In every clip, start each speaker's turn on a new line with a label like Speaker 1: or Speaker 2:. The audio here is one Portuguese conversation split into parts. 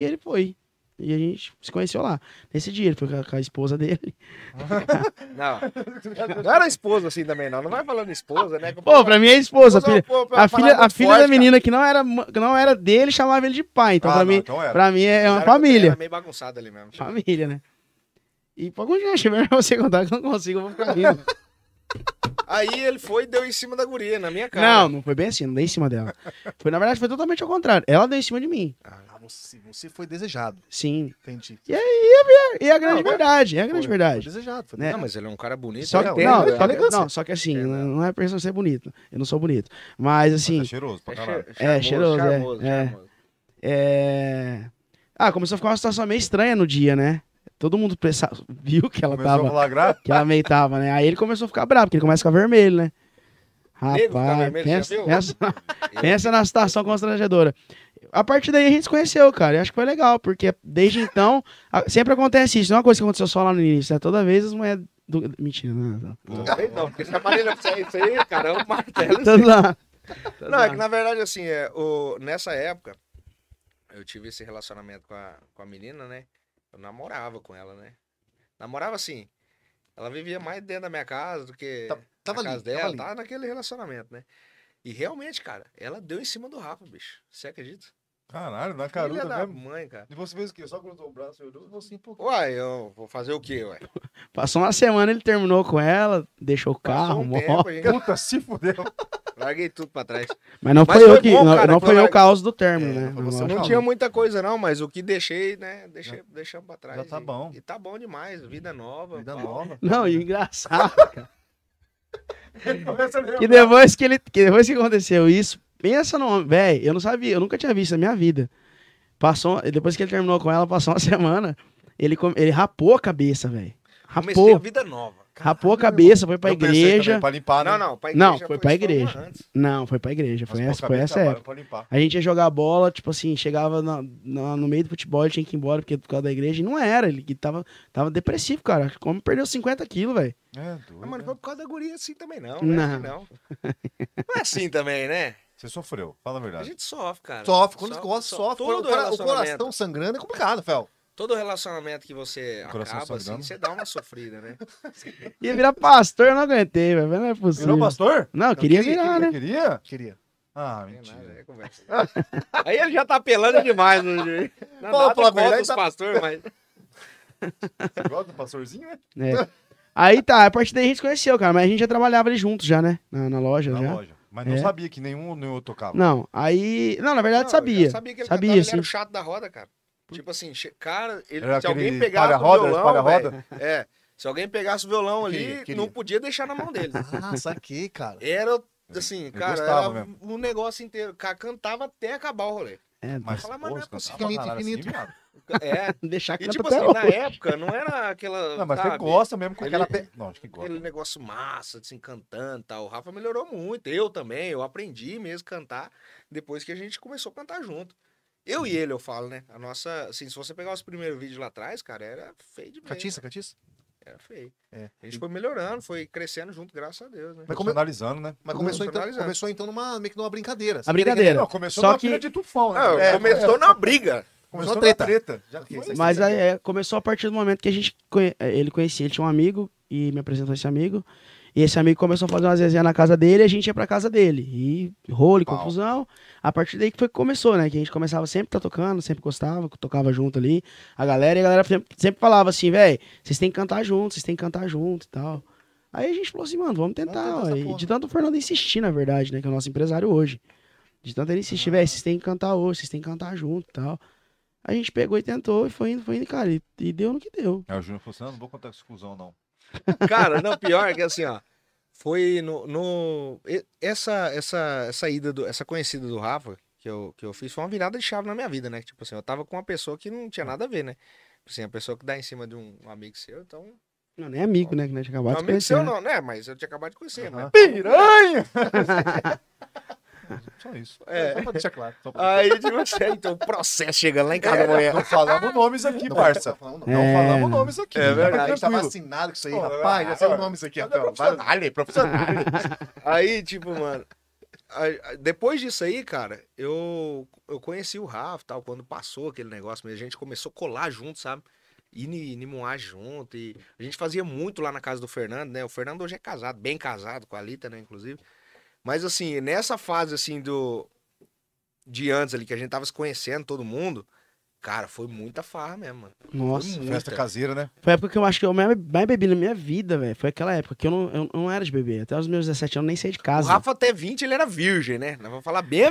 Speaker 1: E ele foi. E a gente se conheceu lá. Nesse dia, ele foi com a, com a esposa dele.
Speaker 2: Não. Não era esposa assim também, não. Não vai falando esposa, né?
Speaker 1: Pô, pra mim é esposa. filha-
Speaker 2: pô, pô, é uma
Speaker 1: A filha, a
Speaker 2: palavra
Speaker 1: filha
Speaker 2: forte,
Speaker 1: da menina que não era, ma- que não era dele chamava ele de pai. Então,
Speaker 3: Ah,
Speaker 1: pra,
Speaker 3: não,
Speaker 1: mim,
Speaker 3: então era.
Speaker 1: pra mim é
Speaker 2: cara.
Speaker 1: uma
Speaker 2: Era
Speaker 1: família.
Speaker 2: meio bagunçado ali mesmo.
Speaker 1: Família, né? E pode continuar, se tiver pra você contar que eu não consigo, eu vou ficar rindo.
Speaker 2: Aí ele foi e deu em cima da guria, na minha cara.
Speaker 1: Não, não foi bem assim, não dei em cima dela. Foi, na verdade, foi totalmente ao contrário. Ela deu em cima de mim.
Speaker 3: Ah, você, você foi desejado.
Speaker 1: Sim.
Speaker 3: Entendi.
Speaker 1: E é a grande verdade, é a grande
Speaker 3: Foi-
Speaker 1: verdade.
Speaker 3: Foi desejado. Foi
Speaker 1: Né?
Speaker 2: Não, mas ele é um cara bonito.
Speaker 1: Só
Speaker 2: ele
Speaker 1: que,
Speaker 3: não,
Speaker 2: tem,
Speaker 1: não,
Speaker 2: né?
Speaker 1: só que-
Speaker 3: elegância.
Speaker 1: não, só que assim,
Speaker 2: É, né?
Speaker 1: não é pressão ser bonito. Eu não sou bonito. Mas assim,
Speaker 3: Tá cheiroso pra caralho.
Speaker 2: che-
Speaker 1: É, cheiroso, é,
Speaker 2: charmoso,
Speaker 1: é.
Speaker 2: charmoso.
Speaker 1: é. Ah, começou a ficar uma situação meio estranha no dia, né? Todo mundo pensa- viu que ela
Speaker 3: Começou a tá,
Speaker 1: tava.
Speaker 3: flagrar.
Speaker 1: Que ela meio tava, né? Aí ele começou a ficar bravo, porque ele começa a ficar vermelho, né?
Speaker 2: Nego ficar
Speaker 1: Rapaz,
Speaker 2: vermelho, já
Speaker 1: pensa,
Speaker 2: viu?
Speaker 1: pensa, pensa na situação constrangedora. A partir daí a gente se conheceu, cara. Eu acho que foi legal, porque desde então, a- sempre acontece isso. Não é uma coisa que aconteceu só lá no início, né? Toda vez as mulheres. Do... Mentira, não. não.
Speaker 2: Não, Não, porque esse aparelho pra você, isso aí, cara, é um martelo.
Speaker 1: Todas lá.
Speaker 2: Não, é que na verdade, assim, é, o, nessa época, eu tive esse relacionamento com a, com a menina, né? Eu namorava com ela, né? Namorava assim. Ela vivia mais dentro da minha casa do que
Speaker 3: Tá- Tava
Speaker 2: na casa
Speaker 3: ali.
Speaker 2: dela,
Speaker 3: Tava ali.
Speaker 2: tava naquele relacionamento, né? E realmente, cara, ela deu em cima do rabo, bicho. Você acredita?
Speaker 3: Caralho, na
Speaker 2: Filha da
Speaker 3: caruda mesmo.
Speaker 2: mãe, cara.
Speaker 3: E você fez o quê? Só cruzou o braço e olhou e falou assim, pô.
Speaker 2: Uai, eu vou fazer o quê, ué?
Speaker 1: Passou uma semana, ele terminou com ela, deixou o
Speaker 2: Passou
Speaker 1: carro,
Speaker 2: um
Speaker 1: mó-
Speaker 2: tempo, hein?
Speaker 3: Puta, se fudeu.
Speaker 2: Larguei tudo pra trás.
Speaker 1: Mas não
Speaker 2: Mas
Speaker 1: foi,
Speaker 2: foi
Speaker 1: eu que.
Speaker 2: bom,
Speaker 1: não
Speaker 2: cara,
Speaker 1: não
Speaker 2: que
Speaker 1: foi eu
Speaker 2: ela-
Speaker 1: o caos do término,
Speaker 3: É,
Speaker 1: né?
Speaker 3: foi você
Speaker 1: Não,
Speaker 3: não
Speaker 2: Não
Speaker 3: Calma.
Speaker 2: tinha muita coisa, não, mas o que deixei, né? Deixei, deixamos pra trás.
Speaker 3: Já tá
Speaker 2: e-
Speaker 3: bom.
Speaker 2: E tá bom demais. Vida nova.
Speaker 3: Vida
Speaker 2: pau.
Speaker 3: nova.
Speaker 1: não, e o engraçado.
Speaker 3: Ele começa Então é a lembrar.
Speaker 1: que depois que ele. Que depois que aconteceu isso, pensa no homem. Véi, eu não sabia, eu nunca tinha visto na minha vida. Passou. Depois que ele terminou com ela, passou uma semana. Ele, com- ele rapou a cabeça, velho.
Speaker 2: Comecei a
Speaker 1: Rapou.
Speaker 2: vida nova.
Speaker 1: Rapou a cabeça, foi pra
Speaker 3: Eu pensei
Speaker 1: igreja.
Speaker 3: também, Pra limpar, né?
Speaker 2: Ah, Não, não, pra
Speaker 1: Não, foi pra
Speaker 2: só uma
Speaker 1: igreja.
Speaker 2: antes.
Speaker 1: Não, foi pra igreja. Foi
Speaker 3: Mas, pô,
Speaker 1: essa, foi
Speaker 3: cabeça
Speaker 1: essa época.
Speaker 3: trabalha Pra limpar.
Speaker 1: A gente ia jogar bola, tipo assim, chegava na- na- no meio do futebol, ele tinha que ir embora porque por causa da igreja. E não era, ele que tava, tava depressivo, cara. Como perdeu 50 quilos, velho.
Speaker 3: É,
Speaker 2: Ah,
Speaker 3: doido.
Speaker 2: mano, foi por causa da guria assim também, não.
Speaker 1: Não.
Speaker 2: Não. Não. não é assim também, né?
Speaker 3: Você sofreu, fala a
Speaker 2: A
Speaker 3: verdade.
Speaker 2: gente sofre, cara.
Speaker 3: Sofre, quando gosta, sofre.
Speaker 2: Todo
Speaker 3: O cora- O
Speaker 2: relacionamento-
Speaker 3: coração sangrando é complicado, Fel.
Speaker 2: Todo relacionamento que você
Speaker 3: O coração
Speaker 2: acaba, assim,
Speaker 3: sangrando.
Speaker 2: você dá uma sofrida, né?
Speaker 1: Ia virar pastor, eu não aguentei, velho. Não é possível.
Speaker 3: Virou pastor?
Speaker 1: Não, eu queria
Speaker 3: queria-
Speaker 1: virar, né?
Speaker 3: Queria?
Speaker 2: Queria.
Speaker 3: Ah,
Speaker 2: Não tem nada,
Speaker 3: mentira.
Speaker 2: é conversa. Aí ele já tá apelando demais no dia. Não, nada
Speaker 3: né, Fala, fala a
Speaker 2: contra
Speaker 3: verdade,
Speaker 2: os
Speaker 3: tá-
Speaker 2: pastores, mas...
Speaker 3: Você gosta do pastorzinho, né?
Speaker 1: É. Aí tá, a partir daí a gente se conheceu, cara. Mas a gente já trabalhava ali junto já, né? Na, na loja,
Speaker 3: Na
Speaker 1: já.
Speaker 3: loja. Mas não
Speaker 1: É.
Speaker 3: sabia que nenhum nem outro tocava.
Speaker 1: Não, aí... Não, na verdade
Speaker 2: Não, eu
Speaker 1: sabia.
Speaker 2: já sabia que ele
Speaker 1: Sabia,
Speaker 2: cantava, ele
Speaker 1: sim.
Speaker 2: era o chato da roda, cara. Tipo assim, che- cara, ele,
Speaker 3: Era
Speaker 2: se alguém
Speaker 3: aquele
Speaker 2: pegasse o
Speaker 3: espalha-roda,
Speaker 2: violão,
Speaker 3: espalha-roda?
Speaker 2: velho, é, se alguém pegasse o violão ali,
Speaker 3: Queria, queria.
Speaker 2: não podia deixar na mão dele.
Speaker 3: Ah, saquei, cara.
Speaker 2: Era assim, cara,
Speaker 3: gostava
Speaker 2: era um negócio inteiro, cara, cantava até acabar o rolê.
Speaker 1: É,
Speaker 3: Mas,
Speaker 2: Fala,
Speaker 3: fala, assim,
Speaker 2: mas não é
Speaker 3: possível.
Speaker 2: possível.
Speaker 3: Infinito, infinito.
Speaker 2: É.
Speaker 1: deixar que
Speaker 2: E
Speaker 1: eu
Speaker 2: tipo
Speaker 1: até
Speaker 2: assim, na
Speaker 1: hoje.
Speaker 2: época não era aquela,
Speaker 3: Não, mas você
Speaker 2: sabe,
Speaker 3: gosta mesmo com
Speaker 2: Ele-
Speaker 3: aquela... pe- Não, acho que gosta.
Speaker 2: aquele negócio massa, assim, cantando, e tal. O Rafa melhorou muito, eu também, eu aprendi mesmo a cantar depois que a gente começou a cantar junto. Eu
Speaker 3: Uhum.
Speaker 2: e ele, eu falo, né? A nossa, assim, se você pegar os primeiros vídeos lá atrás, cara, era feio de ver.
Speaker 3: Catiça, catiça.
Speaker 2: Era feio.
Speaker 3: É.
Speaker 2: A gente foi melhorando, foi crescendo junto, graças a Deus, né?
Speaker 3: Mas come... Analisando, né?
Speaker 4: Mas começou então,
Speaker 2: Personalizado.
Speaker 4: começou então numa meio que numa brincadeira. assim.
Speaker 1: A brincadeira.
Speaker 3: Não, começou
Speaker 1: Só
Speaker 3: numa
Speaker 1: que-
Speaker 3: pilha de tufão, né?
Speaker 2: Ah,
Speaker 3: É,
Speaker 2: começou na briga.
Speaker 3: Começou
Speaker 4: Começou
Speaker 3: na
Speaker 4: treta.
Speaker 3: treta. Já
Speaker 4: Ok,
Speaker 3: foi.
Speaker 1: Mas aí, é, começou a partir do momento que a gente conhe- eh, ele conhecia, ele tinha um amigo e me apresentou esse amigo. E esse amigo começou a fazer umas resenhas na casa dele e a gente ia pra casa dele. E rolo, e
Speaker 3: Pau.
Speaker 1: confusão. A partir daí que foi que começou, né? Que a gente começava sempre tá tocando, sempre gostava, tocava junto ali. A galera, e a galera sempre, sempre falava assim, velho, vocês têm que cantar junto, vocês têm que cantar junto e tal. Aí a gente falou assim, mano, vamos tentar.
Speaker 4: tentar essa
Speaker 1: ó. E
Speaker 4: porra.
Speaker 1: de tanto o Fernando insistir, na verdade, né? Que é o nosso empresário hoje. De tanto ele insistir,
Speaker 2: Ah.
Speaker 1: velho, vocês têm que cantar hoje, vocês têm que cantar junto e tal. A gente pegou e tentou, e foi indo, foi indo, cara. E, e deu no que deu.
Speaker 3: Aí o Júnior falou assim, não, não vou contar com exclusão, não.
Speaker 2: Cara, não, pior é que assim, ó. Foi no. no- e- essa, essa, essa ida, do, essa conhecida do Rafa que eu, que eu fiz foi uma virada de chave na minha vida, né? Tipo assim, eu tava com uma pessoa que não tinha nada a ver, né? Tipo Assim, a pessoa que dá em cima de um, um amigo seu, então.
Speaker 1: Não, nem amigo, né? Que nós tinha acabado
Speaker 2: Um
Speaker 1: de
Speaker 2: amigo
Speaker 1: conhecer.
Speaker 2: seu
Speaker 1: né?
Speaker 2: não, né? Mas eu tinha acabado de conhecer, né?
Speaker 3: Piranha! Só isso.
Speaker 2: É.
Speaker 3: Só pra Então deixar claro. Só pra-
Speaker 2: Aí, tipo assim, então o processo chegando lá em casa amanhã.
Speaker 3: Não falamos nomes aqui,
Speaker 4: Não,
Speaker 3: parça.
Speaker 4: não, não, não.
Speaker 3: Não
Speaker 1: É.
Speaker 3: falamos nomes aqui.
Speaker 2: É verdade,
Speaker 4: A gente tá
Speaker 3: Tranquilo.
Speaker 4: vacinado com isso aí,
Speaker 3: Pô,
Speaker 4: rapaz. Já
Speaker 3: ah,
Speaker 4: saiu
Speaker 3: ah,
Speaker 4: nomes aqui,
Speaker 3: mas é
Speaker 4: Rafael.
Speaker 3: profissional,
Speaker 4: Vai-
Speaker 3: hein, profissional.
Speaker 2: Aí, tipo, mano, a- a- depois disso aí, cara, eu, eu conheci o Rafa e tal, quando passou aquele negócio mesmo, a gente começou a colar junto, sabe? Ir ni- nimuar junto. E a gente fazia muito lá na casa do Fernando, né? O Fernando hoje é casado, bem casado com a Lita, né, inclusive. Mas assim, nessa fase assim do. De antes ali, que a gente tava se conhecendo, todo mundo, cara, foi muita farra mesmo, mano.
Speaker 1: Nossa.
Speaker 2: Foi muita.
Speaker 3: Festa caseira, né?
Speaker 1: Foi a época que eu acho que eu mais mais bebi na minha vida, velho. Foi aquela época que eu não, eu não era de beber. Até os meus 17 anos nem saí de
Speaker 2: O
Speaker 1: casa.
Speaker 2: Rafa até 20 ele era virgem, né? Nós vamos falar bem a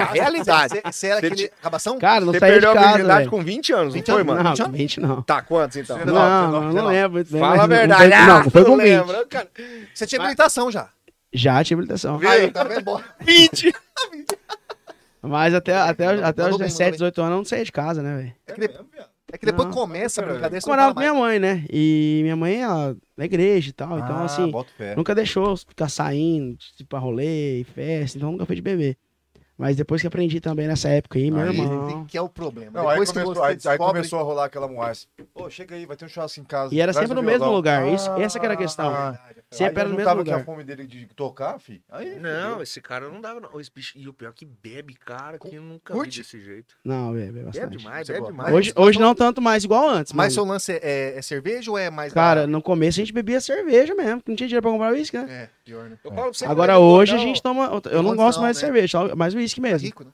Speaker 2: a realidade.
Speaker 4: Você era
Speaker 2: Você
Speaker 4: aquele. Acabação?
Speaker 1: Cara, não
Speaker 2: Você
Speaker 1: saí de
Speaker 2: perdeu a
Speaker 1: casa,
Speaker 2: virgindade
Speaker 1: velho.
Speaker 2: com 20 anos, não
Speaker 4: 20
Speaker 2: foi,
Speaker 4: anos,
Speaker 2: mano?
Speaker 1: Não,
Speaker 4: Já-
Speaker 1: com 20 não.
Speaker 2: Tá, quantos então?
Speaker 1: Não,
Speaker 3: 19,
Speaker 1: não, não
Speaker 3: 19.
Speaker 1: lembro. muito bem,
Speaker 2: Fala
Speaker 1: mas
Speaker 2: a
Speaker 1: não-
Speaker 2: verdade.
Speaker 1: Não,
Speaker 2: Ah,
Speaker 1: não foi com
Speaker 2: não
Speaker 1: 20.
Speaker 2: lembro, cara.
Speaker 4: Você tinha habilitação já.
Speaker 1: Já tinha habilitação.
Speaker 2: Viu?
Speaker 4: Aí, tá vendo? Bora.
Speaker 2: 20!
Speaker 1: Mas até, até,
Speaker 4: Mandou
Speaker 1: até os
Speaker 4: bem, mandou
Speaker 1: 17,
Speaker 4: bem.
Speaker 1: 18 anos eu não saía de casa, né, velho?
Speaker 4: É que, de- é que
Speaker 1: Não.
Speaker 4: depois começa a brincadeira,
Speaker 1: Eu
Speaker 4: você não
Speaker 1: morava
Speaker 4: fala
Speaker 1: com minha
Speaker 4: mais.
Speaker 1: mãe, né? E minha mãe, ela na igreja e tal. Então,
Speaker 3: Ah,
Speaker 1: assim,
Speaker 3: Bota fé.
Speaker 1: nunca deixou eu ficar saindo, tipo, pra rolê, e festa. Então, nunca fui de beber. Mas depois que aprendi também nessa época aí, meu
Speaker 3: Aí,
Speaker 1: irmão.
Speaker 4: Que é o problema.
Speaker 3: Não, aí
Speaker 4: Depois
Speaker 3: começou,
Speaker 4: que
Speaker 3: aí-
Speaker 4: você
Speaker 3: aí
Speaker 4: descobre
Speaker 3: começou a rolar aquela moagem. Ô, chega aí, vai ter um churrasco em casa.
Speaker 1: E era
Speaker 3: traz
Speaker 1: sempre
Speaker 3: o
Speaker 1: no mesmo
Speaker 3: violão. Ah,
Speaker 1: lugar, isso- essa que era a questão. Sempre era
Speaker 3: Aí
Speaker 1: é no
Speaker 3: não
Speaker 1: mesmo
Speaker 3: tava
Speaker 1: lugar.
Speaker 3: com a fome dele de tocar, fi? Aí,
Speaker 2: Não,
Speaker 3: fudeu.
Speaker 2: esse cara não dava, não. Esse bicho, e o pior é que bebe, cara, que eu nunca
Speaker 3: Curte?
Speaker 2: vi desse jeito.
Speaker 1: Não, bebe
Speaker 2: Bebe
Speaker 1: bastante.
Speaker 2: demais,
Speaker 3: Você
Speaker 2: bebe
Speaker 3: gosta?
Speaker 2: demais.
Speaker 1: Hoje, hoje não tanto mais igual antes,
Speaker 4: Mas
Speaker 3: Hum.
Speaker 1: mas.
Speaker 4: seu lance é, é cerveja ou é mais.
Speaker 1: Cara, no começo a gente bebia cerveja mesmo, que não tinha dinheiro pra comprar uísque, né?
Speaker 4: É, pior, né?
Speaker 2: Eu falo pra você que
Speaker 1: Agora
Speaker 2: eu vou
Speaker 1: hoje a
Speaker 2: dar um-
Speaker 1: gente toma. Eu não
Speaker 4: Condição,
Speaker 1: gosto mais de
Speaker 4: né?
Speaker 1: cerveja, só- mais uísque
Speaker 3: é
Speaker 4: Tá
Speaker 1: mesmo.
Speaker 4: rico, né?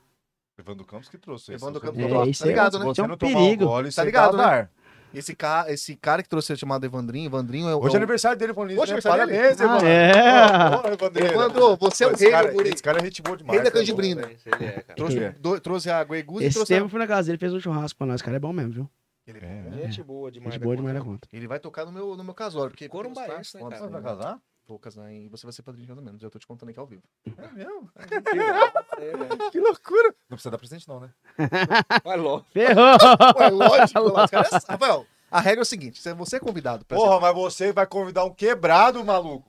Speaker 3: Evandro Campos que trouxe.
Speaker 4: Evandro
Speaker 3: Você
Speaker 4: Campos
Speaker 3: não tomar-
Speaker 4: que trouxe.
Speaker 1: isso
Speaker 4: Tá
Speaker 1: é
Speaker 4: ligado,
Speaker 3: Se
Speaker 4: né?
Speaker 1: um- isso é
Speaker 3: Você
Speaker 1: um
Speaker 3: não tomar um
Speaker 1: perigo.
Speaker 3: gole, isso
Speaker 4: Tá
Speaker 3: aí
Speaker 4: ligado,
Speaker 3: dá
Speaker 4: né?
Speaker 3: azar.
Speaker 4: Esse, ca... Esse cara que trouxe chamado Evandrinho, Evandrinho é o.
Speaker 3: Hoje é
Speaker 4: é o-
Speaker 3: aniversário dele, Paulinho.
Speaker 4: Hoje é
Speaker 3: né?
Speaker 4: aniversário dele?
Speaker 3: Parabéns, Evandro.
Speaker 1: É.
Speaker 3: Ô, ô, Evandrinho.
Speaker 4: Evandro, você é o
Speaker 3: Esse
Speaker 4: rei
Speaker 3: cara-
Speaker 4: do guri.
Speaker 3: Esse cara é gente boa demais.
Speaker 4: Rei da
Speaker 3: cara.
Speaker 4: canjibrina.
Speaker 2: Ele é, cara.
Speaker 4: Trouxe,
Speaker 1: É.
Speaker 4: do- trouxe a Goeguzi e
Speaker 1: Esse
Speaker 4: trouxe a-
Speaker 1: tempo eu fui na casa dele, fez um churrasco pra nós, cara. É bom mesmo, viu?
Speaker 4: Ele,
Speaker 3: É.
Speaker 2: Gente boa demais. é
Speaker 1: Gente
Speaker 2: da
Speaker 1: boa
Speaker 2: conta.
Speaker 1: demais da conta.
Speaker 4: ele vai tocar no meu, no meu casório. Porque
Speaker 2: Corumbaense, né,
Speaker 3: Você
Speaker 2: cara?
Speaker 3: vai casar?
Speaker 4: Poucas, né? E você vai ser padrinho de casamento. Já tô te contando aqui ao vivo.
Speaker 3: É mesmo?
Speaker 2: É, velho.
Speaker 3: Que loucura. Não precisa dar presente não, né?
Speaker 2: Vai logo.
Speaker 1: Ferrou!
Speaker 4: Pô, é lógico. os caras é- Rafael, a regra é o seguinte. se Você é convidado pra...
Speaker 3: Porra, mas você vai convidar um quebrado, maluco.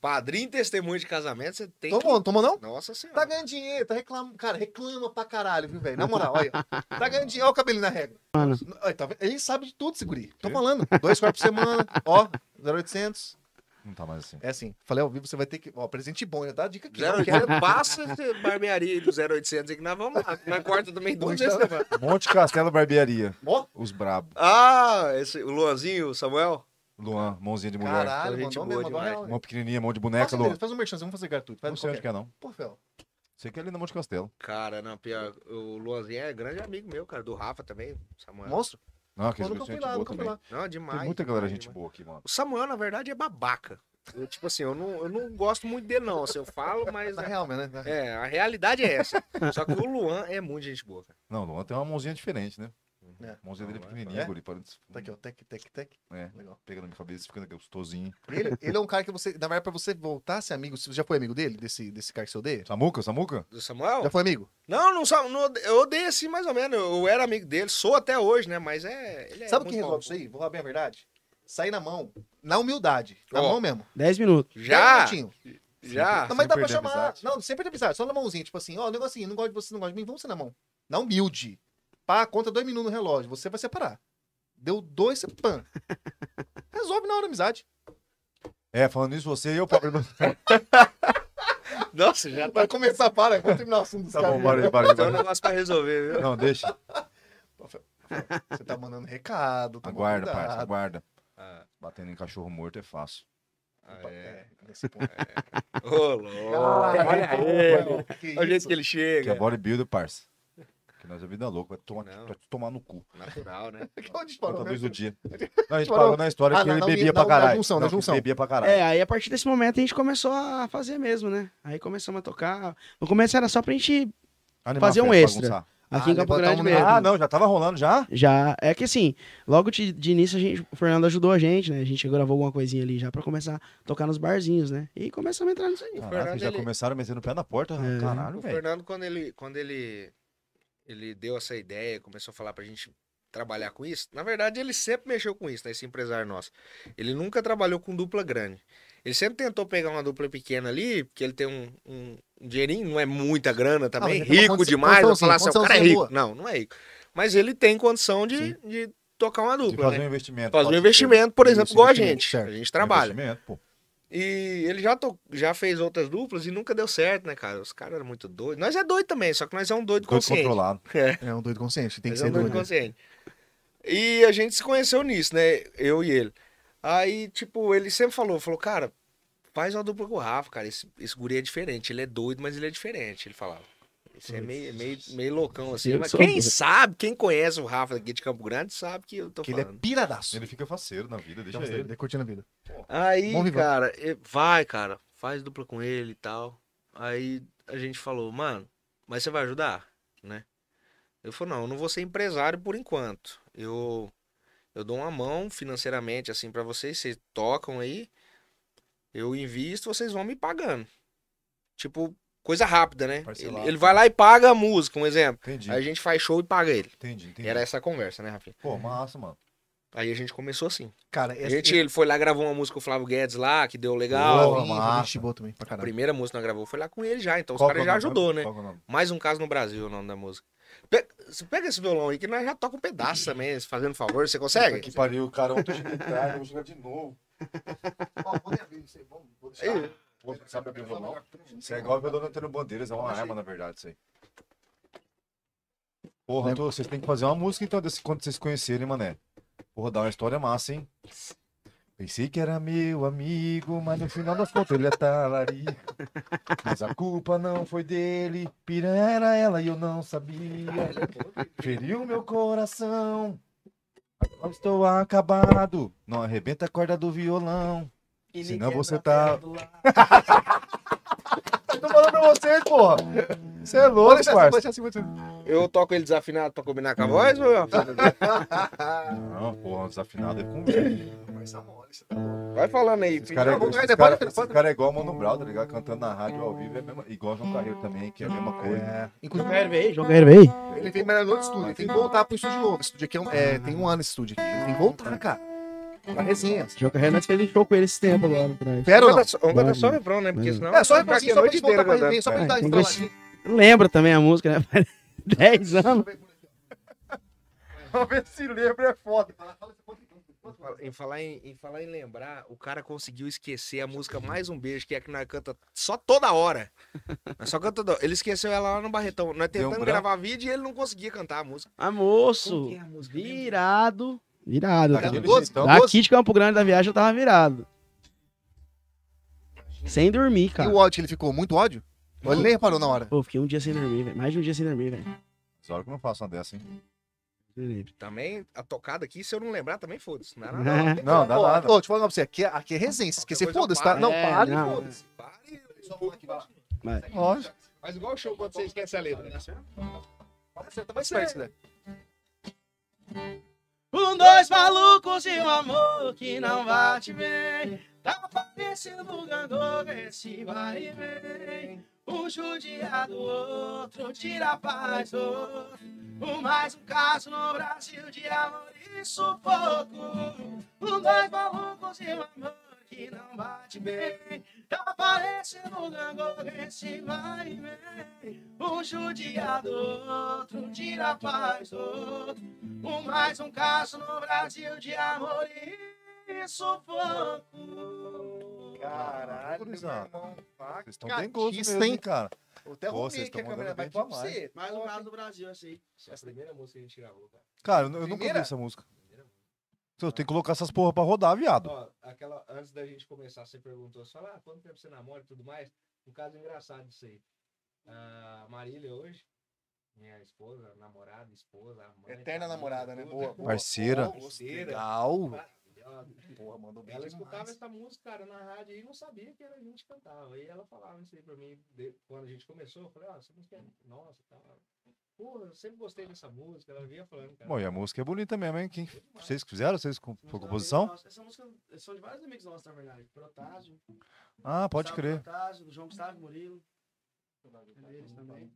Speaker 2: Padrinho e testemunho de casamento, você tem que...
Speaker 4: Tomou, tomou não?
Speaker 2: Nossa senhora.
Speaker 4: Tá ganhando dinheiro, tá reclamando. Cara, reclama pra caralho, viu, velho? Na moral, olha. Tá ganhando dinheiro. Olha o cabelinho na regra.
Speaker 1: Mano.
Speaker 4: Olha, tá vendo? Ele sabe de tudo, seguri. Tô falando. Dois quartos por semana, ó, 0800.
Speaker 3: Não tá mais assim.
Speaker 4: É assim. Falei ao vivo, você vai ter que. Ó, presente bom, já dá a dica aqui. Não é
Speaker 2: 0800,
Speaker 4: quero
Speaker 2: passa essa barbearia do 0800 aí que nós vamos lá. Na quarta também, duas
Speaker 4: muito,
Speaker 2: vezes.
Speaker 4: não.
Speaker 3: Monte Castelo Barbearia.
Speaker 4: Ó,
Speaker 3: Os brabo.
Speaker 2: Ah, esse, o Luanzinho, o Samuel.
Speaker 3: Luan, mãozinha de mulher.
Speaker 4: caralho,
Speaker 2: Gente boa
Speaker 4: mandou mesmo, mandou
Speaker 2: demais.
Speaker 4: real,
Speaker 3: Mão pequenininha, mão de
Speaker 4: velho.
Speaker 3: boneca,
Speaker 4: Faça
Speaker 3: Luan.
Speaker 4: deles, Faz um merchan, vamos fazer gratuito. Faz
Speaker 3: Não
Speaker 4: um
Speaker 3: sei onde
Speaker 4: qualquer.
Speaker 3: que é, não.
Speaker 4: Pô, Fel.
Speaker 3: Sei que é ali no Monte Castelo.
Speaker 2: Cara, não, pior, o Luanzinho é grande amigo meu, cara, do Rafa também, Samuel.
Speaker 4: Monstro?
Speaker 3: Não,
Speaker 4: Pô,
Speaker 3: aqueles
Speaker 4: nunca
Speaker 3: bichos
Speaker 4: fui
Speaker 3: gente
Speaker 4: lá,
Speaker 3: é boa
Speaker 4: nunca fui
Speaker 3: também.
Speaker 4: lá.
Speaker 2: Não, demais.
Speaker 3: Tem muita galera
Speaker 2: demais,
Speaker 3: gente
Speaker 2: demais.
Speaker 3: boa aqui, mano.
Speaker 2: O Samuel, na verdade, é babaca. Eu, tipo assim, eu não, eu não gosto muito dele, não. Assim, eu falo, mas.
Speaker 4: Na
Speaker 2: a-
Speaker 4: real, né? Na real.
Speaker 2: É, a realidade é essa. Só que o Luan é muito gente boa, cara.
Speaker 3: Não, Luan tem uma mãozinha diferente, né?
Speaker 4: É.
Speaker 3: A Mãozinha dele é
Speaker 2: Não,
Speaker 3: pequenininha,
Speaker 4: é?
Speaker 3: guri. Parece...
Speaker 4: Tá aqui, ó. Tec, tec, tec.
Speaker 3: É,
Speaker 4: Legal.
Speaker 3: pega na minha cabeça, fica gostosinho.
Speaker 4: Ele, ele é um cara que você. Na verdade, pra você voltar a ser amigo, você já foi amigo dele? Desse, desse cara que você odeia?
Speaker 3: Samuca, Samuca?
Speaker 2: Do Samuel?
Speaker 4: Já foi amigo?
Speaker 2: Não, não, sa- não, eu odeio assim mais ou menos. Eu, eu era amigo dele, sou até hoje, né? Mas é. Ele é
Speaker 4: Sabe o
Speaker 2: muito
Speaker 4: que resolve
Speaker 2: bom.
Speaker 4: isso aí? Vou falar bem a verdade. Sair na mão. Na humildade. Na
Speaker 2: Ó.
Speaker 4: mão mesmo.
Speaker 1: 10 minutos.
Speaker 2: Já! Ah,
Speaker 4: Dez minutinhos.
Speaker 2: Já!
Speaker 4: Não, mas dá pra
Speaker 3: perder a
Speaker 4: chamar.
Speaker 3: amizade.
Speaker 4: Não, sempre tem amizade. Só na mãozinha. Tipo assim, ó, o negocinho, não gosto de você, não gosto de mim. Vamos ser na mão. Na humilde. Pá, conta dois minutos no relógio. Você vai separar. Deu dois, você pã. Resolve na hora a amizade.
Speaker 3: É, falando isso, você e eu, Tá Pablo.
Speaker 2: Nossa, já tá.
Speaker 4: Vai começar, para. Vamos terminar o assunto dos
Speaker 3: Tá
Speaker 4: caras.
Speaker 3: bom, barulho, barulho,
Speaker 2: Tem um
Speaker 3: barulho.
Speaker 2: negócio pra resolver, viu?
Speaker 3: Não, deixa.
Speaker 4: Você tá mandando recado. tá toma
Speaker 3: Aguarda,
Speaker 4: cuidado.
Speaker 3: parça, aguarda.
Speaker 2: Ah,
Speaker 3: Batendo em cachorro morto é fácil.
Speaker 2: ah, é.
Speaker 4: É, nesse ponto.
Speaker 2: Ô, louco.
Speaker 4: Olha aí.
Speaker 2: Olha o jeito que ele
Speaker 3: Que é
Speaker 2: chega.
Speaker 3: bodybuilder, parça. Que nós é vida louca, vai tomar,
Speaker 2: Não.
Speaker 3: vai te tomar no cu.
Speaker 2: Natural, né?
Speaker 3: Toda vez do
Speaker 4: mesmo.
Speaker 3: dia. Não, a gente
Speaker 4: Parou.
Speaker 3: parou na história
Speaker 4: Ah,
Speaker 3: que
Speaker 4: não,
Speaker 3: ele
Speaker 4: não,
Speaker 3: bebia
Speaker 4: não,
Speaker 3: pra
Speaker 4: na
Speaker 3: caralho.
Speaker 4: junção,
Speaker 3: Não,
Speaker 4: na
Speaker 3: que
Speaker 4: junção.
Speaker 3: Bebia pra caralho.
Speaker 1: É, aí a partir desse momento a gente começou a fazer mesmo, né? Aí começamos a tocar. No começo era só pra gente
Speaker 3: Animar
Speaker 1: fazer
Speaker 3: a
Speaker 1: um
Speaker 3: festa,
Speaker 1: extra.
Speaker 3: bagunçar.
Speaker 1: aqui
Speaker 4: Ah,
Speaker 1: em Campo
Speaker 4: levantar
Speaker 1: Grande
Speaker 4: um
Speaker 1: mesmo.
Speaker 3: Ah, não, já tava rolando já?
Speaker 1: Já. É que assim, logo de, de início a gente, o Fernando ajudou a gente, né? A gente gravou alguma coisinha ali já pra começar a tocar nos barzinhos, né? E começamos a entrar nisso aí.
Speaker 2: O
Speaker 3: Caraca,
Speaker 2: Fernando,
Speaker 3: já
Speaker 2: ele-
Speaker 3: começaram metendo o pé na porta. né?
Speaker 1: É.
Speaker 3: Caralho,
Speaker 2: O
Speaker 3: velho.
Speaker 2: Fernando, quando ele, quando ele, ele deu essa ideia, começou a falar pra gente trabalhar com isso, na verdade ele sempre mexeu com isso, né, esse empresário nosso. Ele nunca trabalhou com dupla grande. Ele sempre tentou pegar uma dupla pequena ali, porque ele tem um, um um dinheirinho, não é muita grana também,
Speaker 4: mas ele tem uma
Speaker 2: rico
Speaker 4: condição-
Speaker 2: demais, vai
Speaker 4: condiçãozinha,
Speaker 2: falar assim, o cara é
Speaker 4: condiçãozinha
Speaker 2: rico. Não, não é rico. Mas ele tem condição de, de tocar uma
Speaker 3: De
Speaker 2: dupla,
Speaker 3: fazer um
Speaker 2: né?
Speaker 3: investimento.
Speaker 2: Fazer um
Speaker 3: pode ser.
Speaker 2: investimento, por exemplo,
Speaker 3: Isso,
Speaker 2: igual a
Speaker 3: investimento,
Speaker 2: gente.
Speaker 3: certo.
Speaker 2: A gente trabalha.
Speaker 3: Investimento, pô.
Speaker 2: E ele já, to- já fez outras duplas e nunca deu certo, né, cara? Os caras eram muito doidos. Nós é doido também, só que nós é um doido
Speaker 3: Coisa
Speaker 2: consciente.
Speaker 3: controlada.
Speaker 4: É um doido consciente, tem
Speaker 2: Mas
Speaker 4: que ser
Speaker 2: é um doido
Speaker 4: doido.
Speaker 2: consciente. E a gente se conheceu nisso, né? Eu e ele. Aí, tipo, ele sempre falou, falou, cara, faz uma dupla com o Rafa, cara. Esse, esse guri é diferente. Ele é doido, mas ele é diferente, ele falava. Esse é meio, meio, meio loucão, assim.
Speaker 1: Eu
Speaker 2: Mas
Speaker 1: sou
Speaker 2: quem
Speaker 1: doido.
Speaker 2: sabe, quem conhece o Rafa aqui de Campo Grande sabe que eu tô
Speaker 4: Que ele é
Speaker 2: falando.
Speaker 4: piradaço.
Speaker 3: Ele fica faceiro na vida, deixa
Speaker 4: Então,
Speaker 3: ele.
Speaker 4: ele é curtindo a vida.
Speaker 2: Aí,
Speaker 4: Bom rival.
Speaker 2: cara, e- vai, cara, faz dupla com ele e tal. Aí a gente falou, mano, mas você vai ajudar, né? Eu falei, não, eu não vou ser empresário por enquanto. Eu eu dou uma mão financeiramente assim pra vocês, vocês tocam aí. Eu invisto, vocês vão me pagando. Tipo, coisa rápida, né?
Speaker 3: Parcelado.
Speaker 2: Ele, ele vai lá e paga a música, um exemplo.
Speaker 3: Entendi,
Speaker 2: Aí a gente faz show e paga ele.
Speaker 3: entendi, entendi.
Speaker 2: Era essa a conversa, né, Rafinha?
Speaker 3: Pô, massa, mano.
Speaker 2: Aí a gente começou assim.
Speaker 4: Cara,
Speaker 2: A
Speaker 4: essa
Speaker 2: gente, ele foi lá, gravou uma música com o Flávio Guedes lá, que deu legal.
Speaker 3: Boa,
Speaker 4: é
Speaker 3: massa.
Speaker 4: gente boa também, pra
Speaker 2: A
Speaker 4: caralho.
Speaker 2: primeira música que nós gravou foi lá com ele já, então os
Speaker 3: Qual
Speaker 2: caras
Speaker 3: que é
Speaker 2: já
Speaker 3: o nome?
Speaker 2: ajudou, né?
Speaker 3: Qual que é o nome?
Speaker 2: Mais um caso no Brasil, o nome da música. Pe- Você pega esse violão aí que nós já toca um pedaço também, se fazendo favor, você
Speaker 3: Puta
Speaker 2: consegue?
Speaker 3: Que pariu, cara. Ontem eu cheguei tarde, eu vou jogar de novo.
Speaker 4: Ó, vou abrir, não sei, vamos- vou
Speaker 2: Ei.
Speaker 3: Pô, sabe abrir o violão? Isso é igual o violão do Antônio Bandeiras, é uma arma, na verdade, isso aí. Porra, Antônio, vocês têm que fazer uma música então desse quando vocês se conhecerem, mané. Porra, dá uma história massa, hein? Pensei que era meu amigo, mas no final das contas ele é talarico. Mas a culpa não foi dele, piranha era ela e eu não sabia. Feriu meu coração, agora estou acabado. Não arrebenta a corda do violão. Senão você tá. Eu Tá, tô falando pra vocês, porra. Você é louco, parça.
Speaker 2: Eu toco ele desafinado pra combinar
Speaker 3: Hum.
Speaker 2: com a voz, ou eu...
Speaker 3: é Não, porra, desafinado é com medo.
Speaker 2: Vai falando aí,
Speaker 3: Esse
Speaker 2: filho.
Speaker 3: cara, é-
Speaker 4: Vamos,
Speaker 3: esse
Speaker 4: vai,
Speaker 3: cara-
Speaker 4: pode,
Speaker 3: esse
Speaker 4: pode.
Speaker 3: cara é igual o Mano Brown, tá ligado? Cantando na rádio ao vivo, é mesmo, igual o João Carreiro também, que é a mesma coisa.
Speaker 4: Inclusive,
Speaker 1: Joga Hervey.
Speaker 4: ele tem melhor no estúdio, ele tem que voltar pro estúdio novo. Esse estúdio aqui é um- é, tem um ano esse estúdio aqui. Ele tem que voltar, cara. Pra resenha.
Speaker 1: Joga Hervey, nós fez show com ele esse tempo agora. atrás.
Speaker 4: Fera ou
Speaker 2: Vamos
Speaker 4: não?
Speaker 2: cantar só- vamos cantar
Speaker 3: Hum.
Speaker 2: só o refrão, né? Porque
Speaker 1: Vai.
Speaker 2: senão...
Speaker 4: É, só
Speaker 2: vai
Speaker 4: pra
Speaker 2: ficar
Speaker 4: assim,
Speaker 2: aqui a
Speaker 4: só pra
Speaker 2: noite
Speaker 4: gente voltar pra
Speaker 2: inteira
Speaker 4: resenha, só pra gente dar
Speaker 1: Vai,
Speaker 4: uma
Speaker 1: inglês.
Speaker 4: instaladinha.
Speaker 1: Lembra também a música, né? 10 anos.
Speaker 3: Talvez se lembre é foda.
Speaker 2: cantando. Em falar em, em falar em lembrar, o cara conseguiu esquecer a música Mais Um Beijo, que é a que nós canta só toda hora. Nós só canta toda hora. Ele esqueceu ela lá no Barretão. Nós
Speaker 3: Deu um
Speaker 2: tentamos
Speaker 3: branco.
Speaker 2: gravar vídeo e ele não conseguia cantar a música.
Speaker 1: Ah,
Speaker 2: Como
Speaker 1: moço.
Speaker 2: que é a música?
Speaker 1: Virado. Virado.
Speaker 3: Tá Aquele
Speaker 4: doze,
Speaker 3: jeitão.
Speaker 4: tá doze.
Speaker 1: Daqui então. de Campo Grande da viagem eu tava virado. Sem dormir,
Speaker 4: E
Speaker 1: cara.
Speaker 4: o ódio que ele ficou? Muito ódio? Ou ele nem reparou na hora?
Speaker 1: Pô, fiquei um dia sem dormir, velho. Mais de um dia sem dormir, velho.
Speaker 3: Só que eu não faço uma dessa, hein?
Speaker 2: Também, a tocada aqui, se eu não lembrar, também foda-se. Não é nada.
Speaker 1: É.
Speaker 3: Não, dá
Speaker 4: Ó,
Speaker 3: nada.
Speaker 4: Ô, deixa eu falar pra você, aqui, é- aqui é resenha, se esquecer,
Speaker 2: Qualquer
Speaker 4: foda-se,
Speaker 2: coisa
Speaker 4: tá?
Speaker 2: eu
Speaker 4: Não,
Speaker 1: paro. É,
Speaker 4: para,
Speaker 1: não.
Speaker 4: foda-se.
Speaker 2: Foda-se, pare.
Speaker 1: Vai.
Speaker 3: Lógico.
Speaker 2: Mas igual o show quando você esquece a letra. né?
Speaker 4: Vai ser isso, né?
Speaker 1: Um, dois malucos e um amor que não bate bem. Tá parecendo um gangorra esse vai e vem. Um judiado outro, tira a paz do outro. Um mais um caso no Brasil de amor e sufoco. Um, dois malucos e um amor que não bate bem. Tá parecendo um gangorra esse vai e vem. Um judiado outro, tira a paz do outro. Um mais um caso no Brasil de amor e sufoco.
Speaker 4: Caralho, meu
Speaker 3: Gurizada.
Speaker 4: irmão. Tá
Speaker 3: Vocês estão bem gosto
Speaker 4: catista,
Speaker 3: mesmo, hein,
Speaker 4: hein?
Speaker 3: cara.
Speaker 4: Eu até
Speaker 3: Pô, vocês
Speaker 4: arrumei que
Speaker 3: estão
Speaker 4: a câmera
Speaker 3: mandando
Speaker 4: vai
Speaker 3: bem
Speaker 4: pra
Speaker 3: demais.
Speaker 4: você.
Speaker 1: Mais um caso do Brasil, achei.
Speaker 2: Essa é a primeira música que a gente gravou, cara.
Speaker 3: Cara, eu, eu nunca ouvi
Speaker 4: Primeira?
Speaker 3: essa música. Você tem que colocar essas porra pra rodar, viado.
Speaker 2: Ó, aquela, antes da gente começar, você perguntou, você fala, ah, quanto tempo você namora e tudo mais? Um caso engraçado disso aí. A Marília hoje, minha esposa, namorada, esposa, mãe.
Speaker 4: Eterna
Speaker 2: amiga,
Speaker 4: namorada, né?
Speaker 2: tudo.
Speaker 4: Boa. boa.
Speaker 3: Parceira.
Speaker 4: Boa,
Speaker 2: Parceira.
Speaker 4: Legal.
Speaker 2: Maravilhosa.
Speaker 4: Porra, mandou bem
Speaker 2: Ela escutava
Speaker 4: demais.
Speaker 2: essa música, cara, na rádio e não sabia que era a gente que cantava. E ela falava isso aí pra mim de- quando a gente começou. Eu falei, ó, essa música é nossa, tá? Porra, eu sempre gostei dessa música. Ela vinha falando, cara.
Speaker 3: Bom, e a música é bonita mesmo, hein? Quem, vocês que fizeram? Vocês com foi composição?
Speaker 1: Essa música são de vários amigos nossos, na verdade. Protásio.
Speaker 3: Ah, pode
Speaker 1: Gustavo
Speaker 3: crer.
Speaker 1: Protásio, João Gustavo Murilo. Eles também.